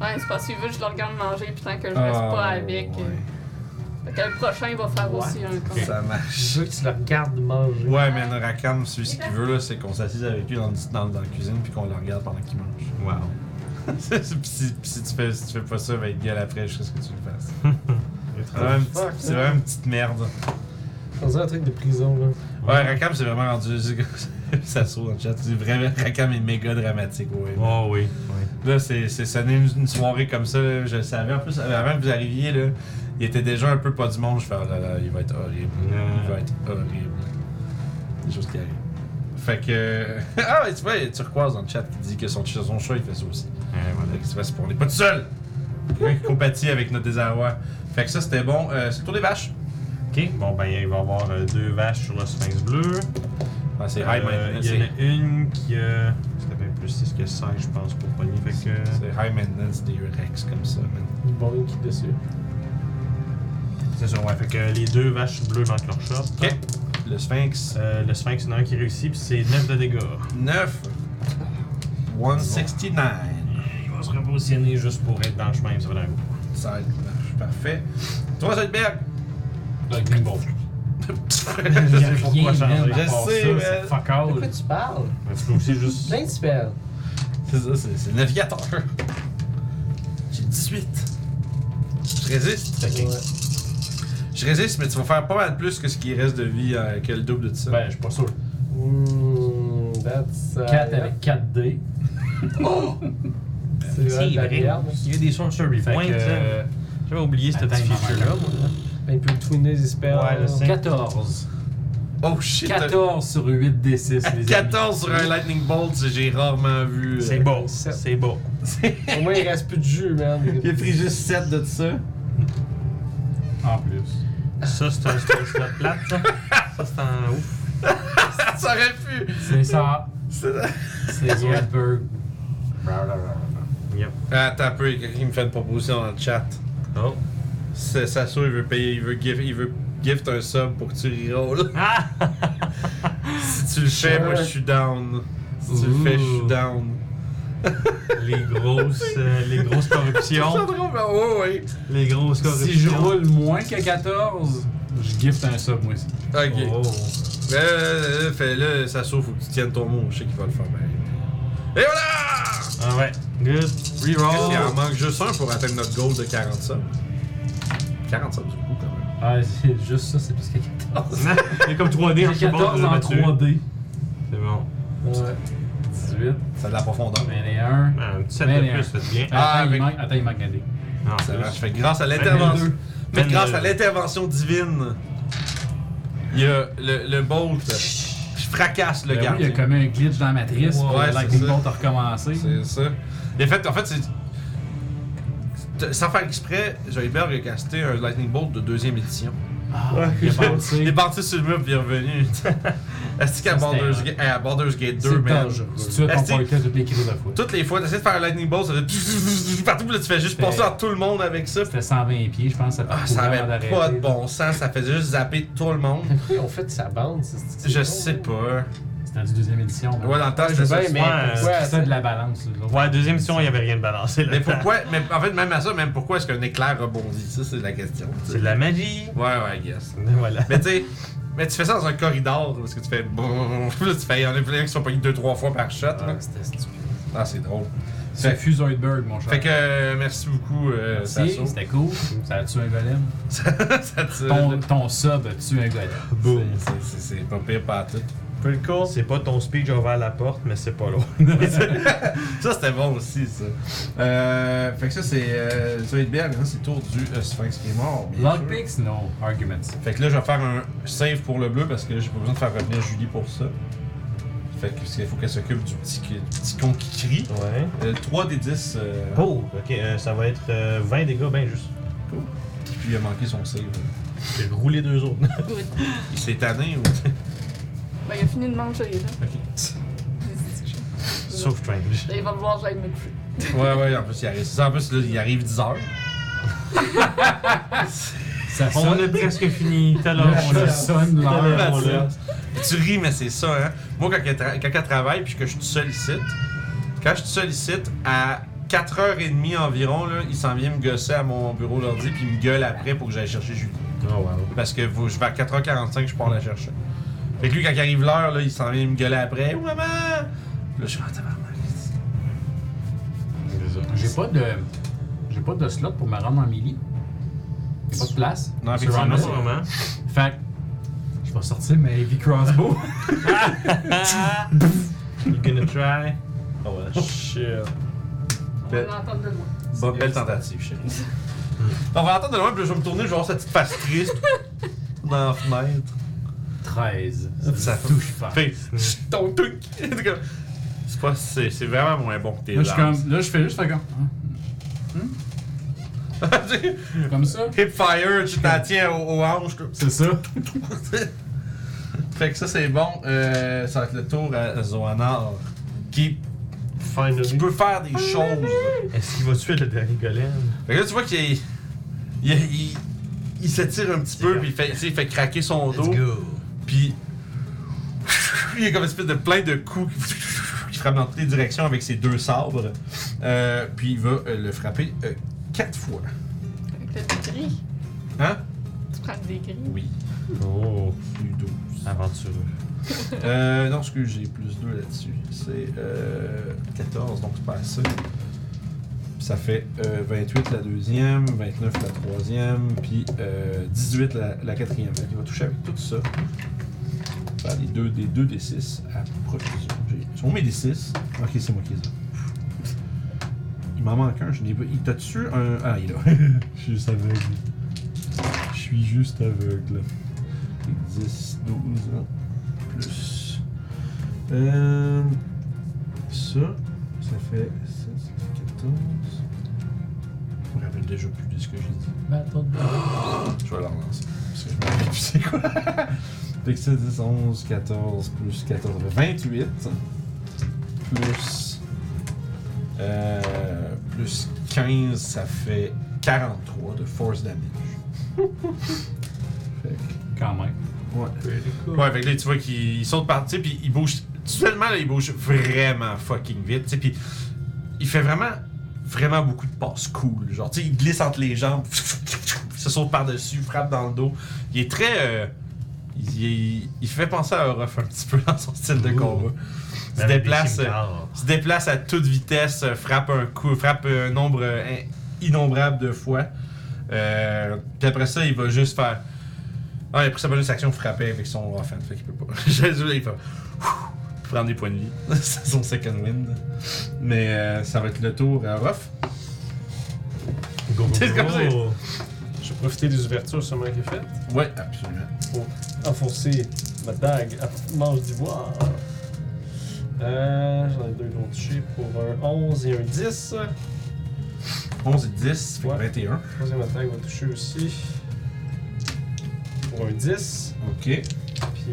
S5: Ouais, c'est pas si veut, je le regarde manger, puis tant que je reste pas avec.
S1: Ah, ouais.
S5: euh, Fait que le prochain, il va faire aussi un con.
S1: Ça marche.
S6: Je veux que tu le regardes manger.
S1: Ouais, mais Narakam, celui ce qu'il veut, là, c'est qu'on s'assise avec lui dans, le- dans, dans la cuisine puis qu'on le regarde pendant qu'il mange.
S4: Wow.
S1: *laughs* C'est- c'est- pis si, pis si tu fais, si tu fais pas ça, va être gueule après jusqu'à ce que tu le fasses. C'est
S4: Étrange.
S1: vraiment une petite- c'est vraiment une petite merde.
S6: On dirait un truc de prison, là.
S1: Ouais, Rakam c'est vraiment rendu. *laughs* ça saute dans le chat. C'est vraiment. Rakam est méga dramatique, ouais.
S4: Oh oui. oui.
S1: Là, c'est c'est sonné une, une soirée comme ça, là, je le savais. En plus, avant que vous arriviez, là, il était déjà un peu pas du monde. Je fais, oh là là, il va être horrible. Il va être horrible. Des choses qui arrivent. Fait que. *laughs* ah, ouais, tu vois, il y a Turquoise dans le chat qui dit que son, son chat, il fait ça aussi.
S4: Ouais, voilà.
S1: Fait que c'est parce qu'on n'est pas tout seul! Quelqu'un qui compatit avec notre désarroi. Fait que ça, c'était bon. Euh, c'est le tour des vaches.
S4: Ok, bon ben il va y avoir euh, deux vaches sur le sphinx bleu.
S1: Ah, c'est high
S4: Euh,
S1: maintenance.
S4: Il y en a une qui a. C'était bien plus 6 que 16, je pense, pour pogner. Fait
S1: C'est
S4: que.
S1: c'est high maintenance des Rex comme ça, man.
S6: Une bombe qui te dessus.
S4: C'est ça, ouais. Fait que les deux vaches bleues manquent leur shot.
S1: Ok. Le Sphinx.
S4: Euh, le sphinx, il y en a un qui réussit, puis c'est 9 de dégâts.
S1: 9. Ah. 169.
S4: Il va se repositionner juste pour être dans le chemin, ça va d'un coup.
S1: Ça marche parfait. Toi, Zoidberg!
S2: Like, bing, bon.
S4: Je sais
S2: rien,
S4: pourquoi changer.
S2: man.
S1: Je sais,
S2: Ça,
S1: man.
S2: c'est fuck
S7: De quoi
S2: all.
S7: tu parles?
S4: Mais tu peux aussi juste.
S7: Plein de spells.
S1: C'est ça, c'est- c'est le navigateur. J'ai 18. Je résiste. Je résiste, mais tu vas faire pas mal plus que ce qui reste de vie euh, que le double de ça.
S2: Ben, je suis pas sûr.
S6: Mmh, that's. uh,
S2: 4
S6: yeah.
S2: avec 4D.
S6: C'est vrai, de la merde.
S4: Il y a des sorcery
S2: Fait
S4: points,
S2: que,
S4: ça.
S2: euh,
S4: J'avais oublié cette
S2: Attends,
S4: petite
S2: il m'en manque
S4: feature-là.
S2: un.
S4: moi.
S6: Ben, Il peut twinner les spells.
S4: Ouais, je sais.
S2: 14.
S1: Oh shit! *laughs*
S2: 14 sur 8D6, les
S1: 14 sur un Lightning Bolt, c'est- j'ai rarement vu. euh, *laughs*
S4: C'est beau,
S6: Sept.
S4: c'est beau.
S6: Au moins, il reste plus de jus, man.
S1: Il a pris juste 7 de ça.
S2: amis. En plus.
S4: Ça, c'est un c'est un slot plate, ça. *laughs* Ça, c'est un ouf.
S1: *laughs* ça aurait pu!
S2: C'est ça.
S1: *laughs* C'est-
S2: C'est Zoidberg.
S4: Yep.
S1: Attends Ah, un peu, il y a quelqu'un qui me fait une proposition dans le chat.
S4: Oh.
S1: C'est Sasso, il veut payer, il veut gift, il veut gift un sub pour que tu reroll.
S4: Ah!
S1: si tu le fais, moi je suis down. Si tu le fais, je suis down.
S4: Les grosses, euh, les grosses corruptions.
S1: ben, oui.
S4: les grosses corruptions.
S2: Si je roule moins que 14, je gift un sub, moi aussi.
S1: Ok.
S4: Oh.
S1: Euh, euh, fais-le, ça sauve, faut que tu tiennes ton mot. Je sais qu'il va le faire. ben. Et voilà!
S2: Oh.
S4: Ah ouais. Good.
S1: Il en
S4: Reroll.
S1: manque juste un pour atteindre notre goal de 45. 45 du coup, quand même.
S2: Ah, c'est juste ça, c'est parce que 14.
S4: Il y a comme hein, 3D en
S2: J'ai 14 en 3D.
S4: C'est bon.
S2: Ouais. 18,
S1: Ça a de la profondeur.
S2: 21.
S4: Ah, Un petit 7 de plus, faites bien.
S1: Ah,
S2: Attends, il
S1: avec-
S2: manque- attends, il manque un dé.
S4: Non,
S1: Ça
S4: c'est
S1: marche.
S4: juste-
S1: Fait que grâce à l'intervention.
S4: 22.
S1: Fait que grâce
S4: 22.
S1: à l'intervention divine, il y a le, le bolt. Je fracasse le
S2: Ben oui, il y
S1: gardien.
S2: a comme un glitch dans la matrice.
S1: Ouais,
S2: pour
S1: ouais,
S2: que
S1: c'est
S2: Lightning
S1: ça.
S2: Bolt a recommencé.
S1: C'est ça. Et fait, en fait, c'est. c'est- Sans faire exprès, Zoidberg a casté un Lightning Bolt de deuxième édition.
S2: Ah, il
S1: Il
S2: est
S1: est
S2: parti.
S1: parti sur le mur puis il est
S2: *laughs*
S1: revenu. Est-ce qu'à
S2: Ça, c'était
S1: Baldur's,
S2: un-
S1: Gate- eh, à Baldur's Gate 2,
S2: C'est
S1: man.
S2: dangereux. Si tu veux qu'on
S1: Est-ce que-
S2: parle de l'équipe de la fois.
S1: Toutes les fois, t'essaies de faire un Lightning Bolt, ça fait partout, puis là, tu fais juste
S2: C'était-
S1: passer à tout le monde avec ça.
S2: C'était 120 pieds, je pense. Ça,
S1: Ah, ça
S2: avait
S1: avait pas de bon sens, ça faisait juste zapper tout le
S2: *laughs*
S1: monde.
S6: Pourquoi ils ont fait sa bande? c'est- c'est-
S1: Je
S6: c'est-
S1: sais pas.
S2: C'était du deuxième édition. là.
S1: Ouais, dans le temps,
S6: Je
S1: c'était ça.
S6: sais bien, mais
S4: Ouais,
S6: pourquoi
S2: C'est ça de la balance. là.
S4: Ouais, deuxième mission, il n'y avait rien de balancé.
S1: Mais
S4: là-dedans.
S1: pourquoi, mais en fait, même à ça, même pourquoi est-ce qu'un éclair rebondit Ça, c'est la question. tu sais.
S4: C'est de la magie. *laughs*
S1: Ouais, ouais, I guess.
S4: Voilà.
S1: Mais tu sais, mais tu fais ça dans un corridor parce que tu fais. brrr, puis là, tu fais. Il y en a plein qui se font pogner deux, trois fois par shot. là.
S6: Ah, C'était stupide.
S1: Ah, c'est drôle.
S2: C'est
S1: Fait-
S2: Fusoidberg, mon cher.
S1: Fait que euh, merci beaucoup, euh,
S2: Si,
S1: Sasso.
S2: c'était cool. Ça a tué un golem.
S1: *laughs* Ça te-
S2: Ton, ton sub a tué un golem.
S1: Boom. C'est- c'est- C'est pas pire, pas à tout.
S6: Pretty cool.
S4: C'est pas ton speech ouvert la porte, mais c'est pas loin.
S1: Ça, c'était bon aussi, ça. Euh, fait que ça, c'est. Euh, Zoidberg, hein, c'est tour du euh, Sphinx qui est mort. bien sûr.
S2: Lockpicks, no arguments.
S1: Fait que là, je vais faire un save pour le bleu parce que là, j'ai pas besoin de faire revenir Julie pour ça. Fait que parce qu'il faut qu'elle s'occupe du petit, qui- du petit con qui crie.
S4: Ouais.
S1: Euh, 3 des 10. euh,
S4: Oh, ok, euh, ça va être euh, 20 dégâts, ben juste.
S1: Puis il a manqué son save.
S4: J'ai roulé deux autres.
S5: Good.
S1: Il s'est tanné ou. *laughs*
S5: Ben, il a fini de manger, là.
S4: Sauf Strange.
S5: Là, il va vouloir que j'aille me coucher.
S1: ouais, ouais, en plus, il arrive. c'est ça, En plus, là, il arrive 10 heures.
S2: Ça
S4: On
S2: sonne.
S4: est presque fini. T'as l'heure,
S2: *laughs*
S4: on
S2: Ça
S4: l'a.
S2: sonne l'heure.
S4: Bon, là.
S1: Tu ris, mais c'est ça, hein. Moi, quand elle, tra- quand elle travaille puis que je te sollicite, quand je te sollicite, à 4h30 environ, là, il s'en vient me gosser à mon bureau d'ordi puis il me gueule après pour que j'aille chercher Julie.
S4: Oh, wow.
S1: Parce que vous- je vais à 4h45, je pars la chercher. Fait que lui, quand il arrive l'heure, là, il s'en vient me gueuler après. Oh, maman! Puis Là, je suis en tabarnak.
S2: J'ai pas de. J'ai pas de slot pour me rendre en melee. Y'a pas de place.
S1: Non,
S2: Sur
S1: effectivement,
S4: Vraiment,
S2: Rondo.
S1: c'est-
S4: vraiment.
S2: Fait que je vais sortir ma heavy
S1: *laughs*
S2: crossbow.
S4: You
S1: *laughs*
S4: gonna try? Oh, ouais. shit.
S5: On va l'entendre de loin.
S1: Bonne belle tentative, chérie. *laughs* Hmm. On va l'entendre de loin, puis je vais me tourner, je vais voir sa petite face triste *laughs* dans la fenêtre.
S2: 13.
S1: Ça
S2: me touche pas.
S1: Fait, Chut, ton truc! C'est *laughs* comme- c'est pas, c'est, c'est vraiment moins bon que tes
S2: Là, je suis
S1: larmes.
S2: comme. Là, je fais juste faire comme.
S1: *laughs*
S2: hein, Comme ça.
S1: Hip fire, tu t'en tiens aux, aux hanches. comme-
S2: C'est ça.
S1: *laughs* fait que ça, c'est bon. Euh, ça va être le tour à Zoanar, qui, qui
S4: Finally.
S1: peut faire des choses.
S4: Est-ce qu'il va tuer le dernier golem?
S1: Fait que là, tu vois qu'il il, il, il s'étire un petit peu, puis il fait, tu sais, il fait craquer son dos, puis *laughs* il y a comme une espèce de plein de coups qui, qui *laughs* frappent dans toutes les directions avec ses deux sabres. Euh, puis il va euh, le frapper euh, quatre fois.
S5: Fait que t'as des gris.
S1: Hein?
S5: Tu prends des gris.
S1: Oui.
S4: Oh,
S1: Plus 12.
S4: aventureux.
S1: *laughs* Euh, non, excuse, j'ai plus 2 là-dessus. C'est euh, 14, donc c'est pas assez. Ça fait euh, 28 la deuxième, 29 la troisième, puis euh, 18 la, la quatrième. Fait qu'il va toucher avec tout ça. Faire les deux des 2 des 6 à profusion. J'ai- Sont mes des 6. Ok, c'est moi qui les ai. Il m'en manque un, je n'ai pas. Il t'a tué un. Ah, il est là. *laughs* je suis juste aveugle. Je suis juste aveugle. 10, 12, hein plus. Euh, ça, ça fait 7, 14. Je me rappelle déjà plus de ce que j'ai dit. Je vais la relancer. Parce que je me rappelle plus c'est quoi. *laughs* fait que ça, 10, 11, 14, plus 14, 28. Plus. Euh, plus 15, ça fait 43 de force damage. fait que.
S2: Quand même.
S1: Ouais. Ouais, fait que là, tu vois qu'il il saute par, tu sais, puis il bouge. Seulement, là, il bouge vraiment fucking vite, tu sais, puis il fait vraiment, vraiment beaucoup de passes cool. Genre, tu sais, il glisse entre les jambes, *laughs* se saute par-dessus, frappe dans le dos. Il est très. euh, il, il- il fait penser à Orof un petit peu dans son style de
S4: Ouh.
S1: combat. Il se
S4: Avec des
S1: déplace, euh,
S4: chimicales.
S1: se déplace à toute vitesse, euh, frappe un coup, frappe un nombre euh, in- innombrable de fois. Euh, puis après ça, il va juste faire. Ah, il a pris sa bonus action frapper avec son offense, fait qu'il peut pas. *laughs* Je le dis, il fait. Ouh Prendre des points de vie. *laughs* C'est son second wind. Mais euh, ça va être le tour à Ruff. *laughs*
S4: Go, go,
S1: C'est
S4: go.
S1: comme ça.
S6: Je vais profiter des ouvertures sûrement qu'il est fait.
S1: Ouais, absolument.
S6: Enfoncer ma dague à petite manche d'ivoire. Euh, J'en ai deux qui vont toucher pour un 11 et un 10.
S1: 11 et 10, fait que
S6: Ouais.
S1: 21.
S6: Troisième attaque va toucher aussi pour un 10.
S1: Ok.
S6: Puis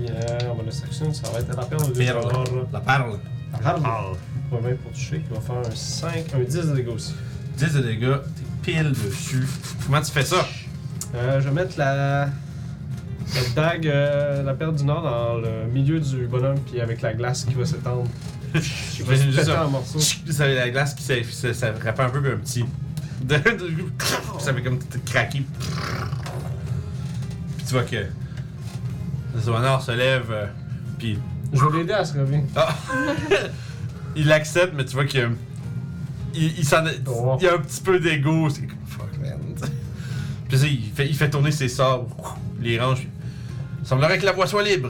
S6: euh, en bonus action, ça va être à la perle de deux Ah.
S1: Perle.
S6: joueurs.
S1: La parle.
S6: Parle. Premier pour toucher qui va faire un 5, un 10 de dégâts aussi.
S1: 10 de dégâts, t'es pile dessus. Comment tu fais ça?
S6: Euh, je vais mettre la, la dague, euh, la perle du Nord dans le milieu du bonhomme, puis avec la glace qui va s'étendre. Je vais se
S1: Juste
S6: péter
S1: ça.
S6: en morceaux.
S1: Vous savez, la glace qui s'est- ça, ça répand un peu comme un petit. *laughs* de- de- ça fait comme tout craquer. Puis tu vois que. Le Zoanor se lève, euh, puis ah!
S6: Je vais l'aider à se relever.
S1: *laughs* il accepte, mais tu vois qu'il y a. un- Il, il s'en est-
S6: Oh.
S1: il y a un petit peu d'ego, c'est comme fuck man. *laughs* Puis ça, il fait, il fait tourner ses sabres, les range. puis, Il semblerait que la voie soit libre.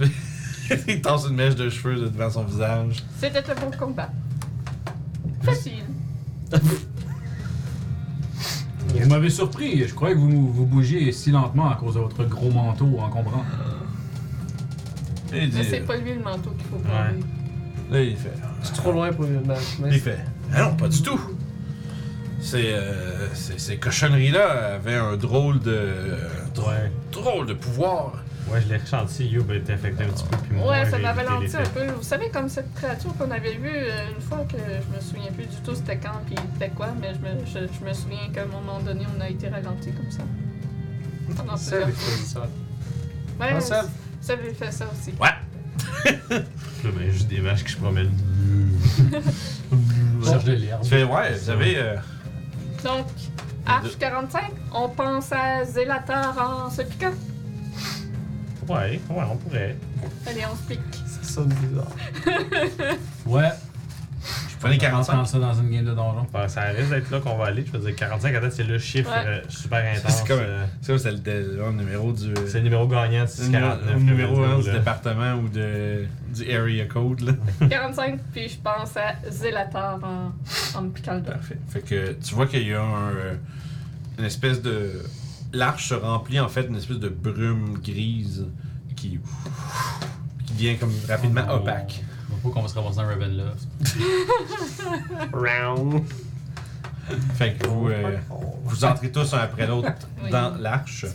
S1: *laughs* il tasse une mèche de cheveux de devant son visage.
S5: C'était un bon combat. Facile.
S2: Vous m'avez surpris, je croyais que vous, vous bougiez si lentement à cause de votre gros manteau encombrant.
S1: Et il
S5: Mais
S1: dit.
S5: Ah, c'est pas lui le manteau qu'il faut prendre.
S4: Ouais.
S1: Là, il fait.
S6: C'est trop loin pour le match. mais-
S1: Il fait Ah non, pas du tout. Ces, euh, ces, ces cochonneries-là avaient un drôle de.
S4: Ouais.
S1: drôle de pouvoir.
S4: Ouais, je l'ai ressenti, Youb était affecté un petit peu, puis moi.
S5: Ouais, ça
S4: j'ai
S5: m'a
S4: évité
S5: ralenti
S4: l'effet.
S5: un peu. Vous savez, comme cette créature qu'on avait vue euh, une fois que je me souviens plus du tout c'était quand puis c'était quoi, mais je me, je, je me souviens qu'à un moment donné, on a été ralenti comme ça. Pendant
S6: C'est
S5: plusieurs
S6: avec ça.
S5: Ouais,
S6: Ah, Seb.
S5: ça avait fait ça aussi.
S4: Là, ben, juste des vaches qui se promènent.
S2: Je cherche de l'herbe.
S1: Tu fais Ouais, vous avez. euh,
S5: Donc, H45, on pense à Zélatar en se piquant.
S4: Ouais, ouais, on pourrait.
S5: Allez, on se pique.
S6: *laughs* Ça sonne bizarre.
S2: Ouais.
S1: je prenais
S2: J'entends
S1: 45.
S2: ça dans une game de donjon.
S4: Enfin, ça risque d'être là qu'on va aller. Je veux dire, 45 à date, c'est le chiffre
S5: Ouais.
S4: euh, super intense.
S1: C'est comme-
S4: euh,
S1: Ça, c'est le, le numéro du.
S4: c'est le numéro gagnant de
S1: le numéro-
S4: 649.
S1: le numéro
S4: là,
S1: 1 du
S4: là.
S1: département ou de, du area code. Là.
S5: 45, puis je pense à Zélatar en, en me piquant le doigt.
S1: Parfait. Fait que tu vois qu'il y a un, euh, une espèce de. L'arche se remplit en fait d'une espèce de brume grise qui. qui devient comme rapidement
S2: Oh.
S1: opaque.
S2: Je vois pas qu'on va se ramasser dans Ravenloft.
S6: Round.
S1: Fait que vous. euh, Vous entrez tous un après l'autre
S5: Oui.
S1: dans l'arche.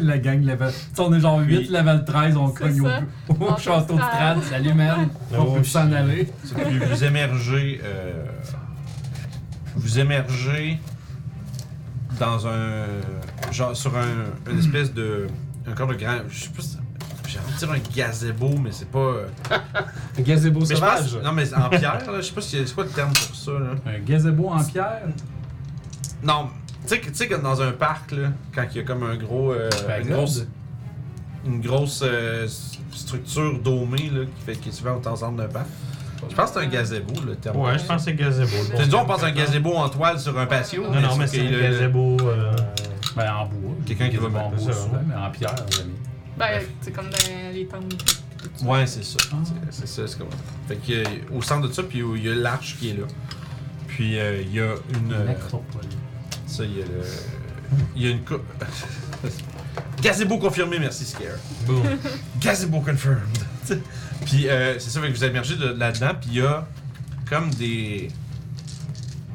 S2: la gang level. Tu sais, on est genre 8,
S1: Oui.
S2: level 13, on
S5: C'est
S2: cogne
S5: ça.
S2: *laughs* au, au
S5: On
S2: château de Strad.
S5: s'installe.
S2: Salut, man. on peut
S4: Oh,
S2: s'en
S4: shit.
S2: aller.
S1: Puis vous émergez. euh, vous émergez dans un. Genre sur un, une espèce de. Un corps de grand. Je sais pas si. J'ai envie de dire un gazebo, mais c'est pas. euh,
S6: Un gazebo
S1: mais je pense,
S6: sauvage.
S1: non, mais en pierre, là, je sais pas si c'est quoi le terme pour ça. Là.
S2: Un gazebo en pierre.
S1: Non, tu sais que- tu sais comme dans un parc, là, quand il y a comme un gros. euh,
S2: Bagode.
S1: une grosse. Une grosse euh, s- structure domée là, qui fait qui est souvent au ensemble d'un parc. Je pense que c'est un gazebo le terme.
S4: Ouais, je pense que c'est gazebo. le bon
S1: C'est
S4: terme.
S1: on pense à un gazebo en toile sur un patio.
S4: Non, non, mais
S1: sauf
S4: c'est
S1: que
S4: un
S1: le-
S4: gazebo. euh,
S2: Ben, en bois.
S1: Quelqu'un qui va
S2: Gazebo en
S1: mettre
S2: bois
S4: ça,
S2: souvent,
S4: ouais.
S2: mais en pierre, les amis.
S5: Ben, c'est comme dans les temples.
S1: Ouais, c'est ça.
S2: Ah.
S1: C'est- C'est ça, c'est comme ça. Fait que, euh, au centre de ça, puis il y a l'arche qui est là. Puis euh, il y a une. euh,
S2: L'acropole.
S1: ça, il y a le. Il y a une coupe. *laughs* gazebo confirmé, merci Scare.
S4: Boom.
S1: Gazebo confirmed. *laughs* puis euh, c'est ça, fait que vous émergez de, là-dedans, puis il y a comme des.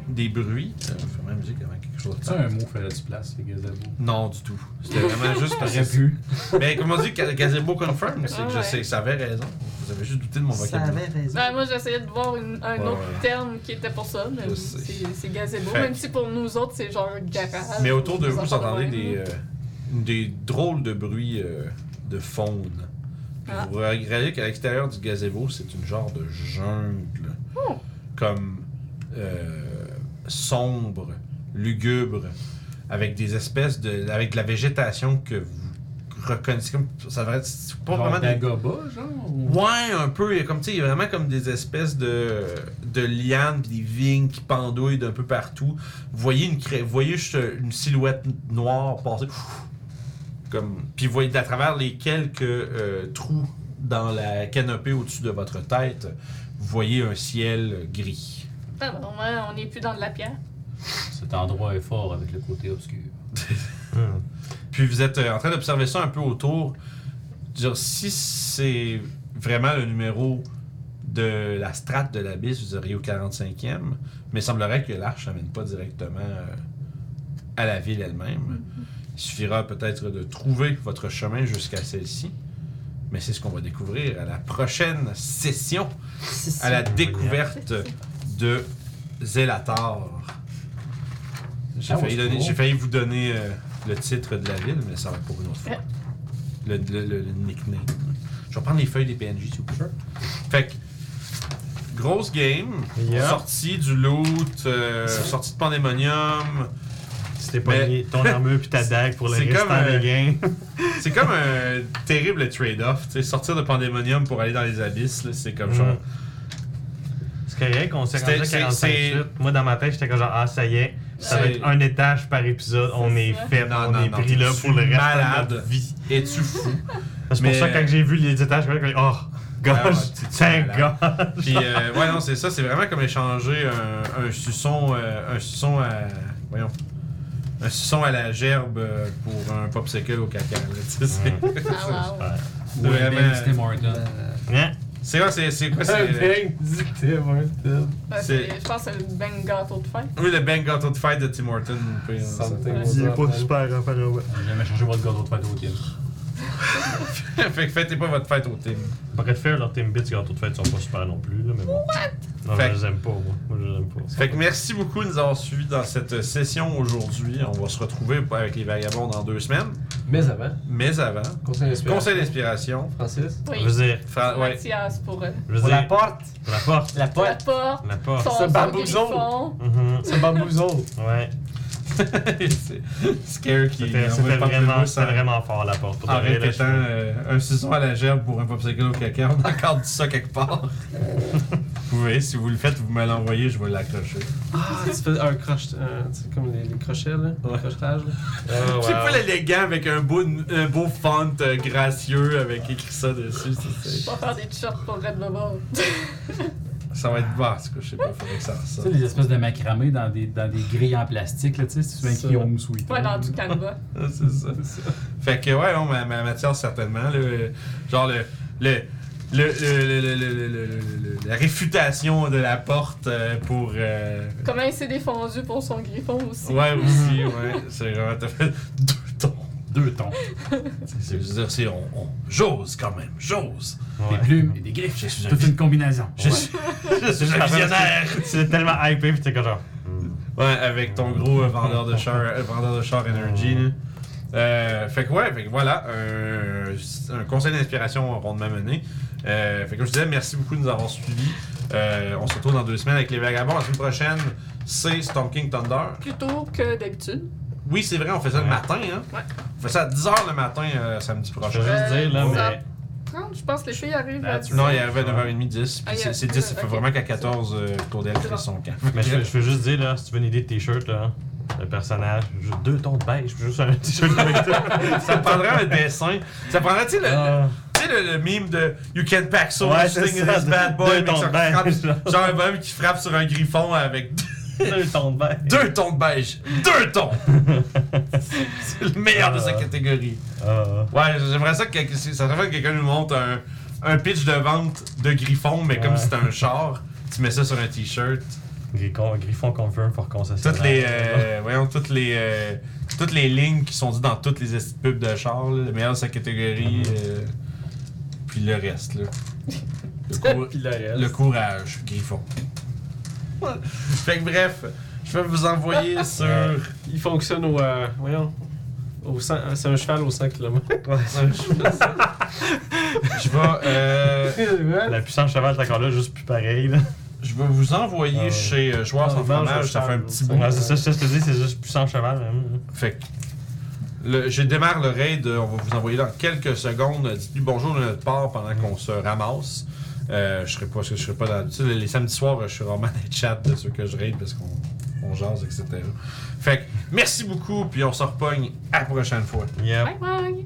S1: des bruits. Euh, on fait la musique avant quelque chose de
S2: C'est un mot, fait du place, les gazebo.
S1: Non, du tout. C'était vraiment juste parce que.
S2: J'aurais pu.
S1: Mais comme on dit, Ga- Gazebo confirm, c'est que je
S5: Ouais.
S1: sais, ça avait raison. Vous avez juste douté de mon
S7: Ça
S1: vocabulaire.
S7: avait raison.
S5: Ben, moi, j'essayais de voir une- un
S1: Ouais,
S5: autre
S1: ouais.
S5: terme qui était pour ça, mais
S1: Je sais.
S5: c'est c'est gazebo.
S1: Fait-
S5: Même si pour nous autres, c'est genre garage.
S1: Mais autour de
S5: des
S1: vous, vous
S5: affaires de
S1: entendez
S5: même.
S1: des, euh, des drôles de bruits euh, de faune. Puis
S5: Ah.
S1: Vous réalisez qu'à l'extérieur du gazebo, c'est une genre de jungle.
S5: Oh.
S1: Comme euh, sombre, lugubre, avec des espèces de. avec de la végétation que vous reconnaissez. Comme, ça devrait être- c'est pas
S2: Genre
S1: vraiment des-
S2: d'agaba, genre? ou-
S1: Ouais, un peu. Il y a Comme, tu sais, il y a vraiment comme des espèces de, de lianes pis des vignes qui pendouillent d'un peu partout. Vous voyez une, cré- vous voyez juste euh, une silhouette noire passer. Comme, puis vous voyez à travers les quelques euh, trous dans la canopée au-dessus de votre tête, vous voyez un ciel gris.
S5: Pas vraiment, Ben, on n'est plus dans de la pierre.
S2: Cet endroit est fort avec le côté obscur.
S1: Puis vous êtes euh, en train d'observer ça un peu autour. Dire, si c'est vraiment le numéro de la strate de l'abysse, vous diriez au 45e, mais il semblerait que l'arche n'amène pas directement euh, à la ville elle-même. Il suffira peut-être de trouver votre chemin jusqu'à celle-ci. Mais c'est ce qu'on va découvrir à la prochaine session, à la découverte de Zelator. J'ai
S2: Ah,
S1: failli,
S2: ouais, c'est
S1: donner-
S2: beau.
S1: j'ai failli vous donner euh, le titre de la ville, mais ça va être pour une autre fois.
S4: Euh.
S1: Le, le- le- le nickname. Je vais prendre les feuilles des PNJ, s'il vous plaît. Fait que, grosse game,
S4: Yeah.
S1: sortie du loot, euh, sortie de Pandemonium.
S4: C'était pas
S1: Mais-
S4: lié. ton armure puis ta dague pour le
S1: C'est
S4: restant
S1: comme, euh,
S4: des gains.
S1: C'est comme un terrible trade-off. tu sais, Sortir de Pandemonium pour aller dans les abysses, là, c'est comme genre.
S4: Mm. C'est correct, on s'est rendu
S1: C'était-
S4: à
S1: c'est-
S4: 45
S1: c'est-
S4: minutes. Moi, dans ma tête, j'étais comme genre, ah, ça y est, ça va
S1: C'est-
S4: être un étage par épisode, on
S5: C'est
S4: est
S5: ça.
S4: fait,
S1: Non,
S4: on
S1: non,
S4: est
S1: non,
S4: pris là
S1: tu
S4: pour le reste
S1: malade.
S4: de notre vie.
S1: Es-tu fou?
S4: C'est
S1: Mais- euh,
S4: pour ça, que quand j'ai vu les étages, je me suis dit, oh,
S1: Ouais, ouais,
S4: gosh,
S1: tu- tu es
S4: thank
S1: malade.
S4: God.
S1: Puis, euh, ouais, non, c'est ça. C'est vraiment comme échanger un, un suçon, euh, un suçon à. Voyons. Un suçon à la gerbe euh, pour un popsicle au caca. là, tu sais, *laughs* c'est- *laughs*
S5: Ah, wow.
S2: Ou un
S1: Vraiment.
S2: Dave Morton.
S4: Hein?
S1: C'est quoi, c'est c'est euh, quoi? C'est
S6: Bang, dis que t'es
S5: Ouais,
S6: mortel.
S1: C'est-
S5: Ben, c'est- Je pense que c'est le bang gâteau de fête.
S1: oui, le Bang Got Out Fight de Tim Horton. ou pire, ça.
S6: Something
S5: Il
S6: was up, man.
S4: à faire ouais.
S2: J'ai jamais changé votre gâteau de fête au team.
S1: *laughs* fait que faites pas votre fête au team.
S4: Pas de faire, leurs Timbits, gâteaux de fête, sont pas super non plus, là, mais bon. Non,
S1: Fait
S4: je les aime pas, moi. Moi, je les aime pas.
S1: Fait que merci beaucoup de nous avoir suivis dans cette session aujourd'hui. On va se retrouver avec les vagabonds dans deux semaines.
S6: Mais avant,
S1: Mais avant,
S6: conseil d'inspiration.
S1: conseil d'inspiration.
S6: Francis.
S5: Oui.
S4: Je veux dire,
S1: Fra- ah, ouais.
S5: Mathias pour euh,
S4: je veux dire,
S6: porte.
S4: la porte.
S6: La
S5: la porte,
S4: La
S1: Ah,
S4: porte.
S5: son,
S6: Ce
S5: son
S6: bamboozle.
S5: griffon.
S4: Mhm.
S6: C'est bambouzon.
S4: Ouais.
S1: *laughs* C'est- Scare qui
S4: C'était
S1: envoie
S4: c'était
S1: le pamplemousse
S4: vraiment,
S1: en-
S4: c'était vraiment fort, la porte. Pour
S1: hein. En
S4: de vrai, là,
S1: répétant
S4: je-
S1: euh, un suçon à la gerbe pour un popsicle au caca. On a encore dit ça quelque
S4: *laughs*
S1: part. vous pouvez, si vous le faites, vous me l'envoyez, je vais l'accrocher.
S6: Ah, tu fais un crochet. un- tu sais, comme les, les crochets, là.
S1: Ouais.
S6: Le crochetage, là.
S4: Oh,
S1: C'est
S4: wow.
S1: pas l'élégant avec un beau, un beau font euh, gracieux avec écrit ça dessus. c'est- c'est-
S5: On va faire des t-shirts pour Red Bubble. *laughs*
S1: Ça va être bas, que je sais pas, faudrait que ça
S2: Tu sais,
S1: ressorte.
S2: les espèces de macramé dans des, dans des grilles en plastique, là, tu sais, si tu fais un
S6: Ça.
S2: guillaume sous les
S5: Ouais, dans
S2: tons.
S5: du canevas.
S1: Ah, *laughs* c'est ça. Fait que, ouais, non, ma, ma matière, certainement. Le, genre, le. le le, le- le- le- le- le- le- le- la réfutation de la porte euh, pour. euh,
S5: Comment il s'est défendu pour son griffon aussi.
S1: Ouais, aussi, ouais. C'est vraiment. T'as fait deux tons.
S2: Deux tons.
S1: C'est je veux dire, c'est. On, on- j'ose quand même, j'ose.
S4: Ouais.
S2: Des plumes et des griffes.
S1: Je suis un
S2: Toute une combinaison.
S1: Je suis, je suis un visionnaire!
S4: *laughs* C'est tellement hypé, pis t'es comme genre. hmm,
S1: Ouais, avec ton gros euh, vendeur de char, euh, vendeur de char Energy. là. Euh, fait que ouais, fait que voilà, euh, un conseil d'inspiration rondement mené. Euh, fait que comme je disais, merci beaucoup de nous avoir suivis. Euh, on se retrouve dans deux semaines avec les Vagabonds. La semaine prochaine, c'est Storm King Thunder.
S5: Plutôt que d'habitude.
S1: Oui, c'est vrai, on fait ça le
S4: Ouais.
S1: matin. Hein?
S5: Ouais.
S1: On fait ça à 10h le matin euh, samedi
S4: Je
S1: prochain.
S4: veux juste dire, là,
S5: Euh,
S4: mais.
S5: 30, je pense que les filles arrivent à
S2: That's
S1: Non,
S5: dix-sept.
S1: Ah, il arrive à 9h30, 10. Puis
S5: Ah,
S1: c'est-
S5: yeah.
S1: c'est 10, ça fait
S5: Ok.
S1: vraiment qu'à 14, euh, autour d'elle, fait son camp. *laughs*
S4: Mais je, veux- je veux juste dire, là, si tu veux une idée de t-shirt, là, le personnage, juste deux tons de beige, juste un *laughs* t-shirt avec ça.
S1: ça prendrait un dessin. Ça prendrait, tu sais, le- le,
S4: Ah.
S1: Tu sais, le, le meme de You can pack so
S4: Ouais,
S1: much
S4: c'est
S1: thing in
S4: ça,
S1: this bad boy,
S4: deux
S1: mais que
S4: tons
S1: ça
S4: de beige,
S1: frappe-
S4: genre.
S1: genre un bonhomme qui frappe sur un griffon avec
S4: deux tons de beige.
S1: deux tons de beige. Deux tons! *laughs* c'est le meilleur de sa catégorie.
S4: Ah.
S1: Ouais, j'aimerais ça que, quelqu'un- ça serait fun que quelqu'un nous montre un, un pitch de vente de griffon, mais comme
S4: Ouais.
S1: si c'était un char. Tu mets ça sur un t-shirt.
S4: Griffon, Griffon confirm pour concessionnaire.
S1: Toutes les. euh, voyons, toutes les. euh, toutes les lignes qui sont dites dans toutes les esti de pubs de char, là, le meilleur de sa catégorie. euh, puis le reste, *laughs* là. Le cour-
S6: Puis le reste.
S1: Le courage, Griffon. fait que bref, je vais vous *laughs* envoyer sur.
S4: Ouais.
S6: Il fonctionne au. euh, voyons. Au cent- euh, c'est un cheval au 100 km.
S1: Je vais. euh,
S6: Ouais.
S4: La puissance cheval est encore là, juste plus pareil. Là.
S1: je vais vous envoyer
S4: Ah ouais.
S1: chez euh, Joueurs
S6: Ah,
S1: sans
S6: il mange
S1: fromage,
S6: le
S1: ça fait un
S6: cheval,
S1: petit
S6: ça.
S1: bout.
S4: Ah, c'est ça, c'est ça, je te dis, c'est juste puissant cheval. hein.
S1: Fait que, le- je démarre le raid, euh, on va vous envoyer dans quelques secondes. Dites-lui bonjour de notre part pendant qu'on se ramasse. Euh, je serai pas, je serai pas dans. Tu sais, les, les samedis soirs, euh, je suis rarement dans les chats de ceux que je raid parce qu'on on jase, etc. Fait que, merci beaucoup, puis on se repogne à la prochaine fois.
S4: Yep.
S5: Bye bye!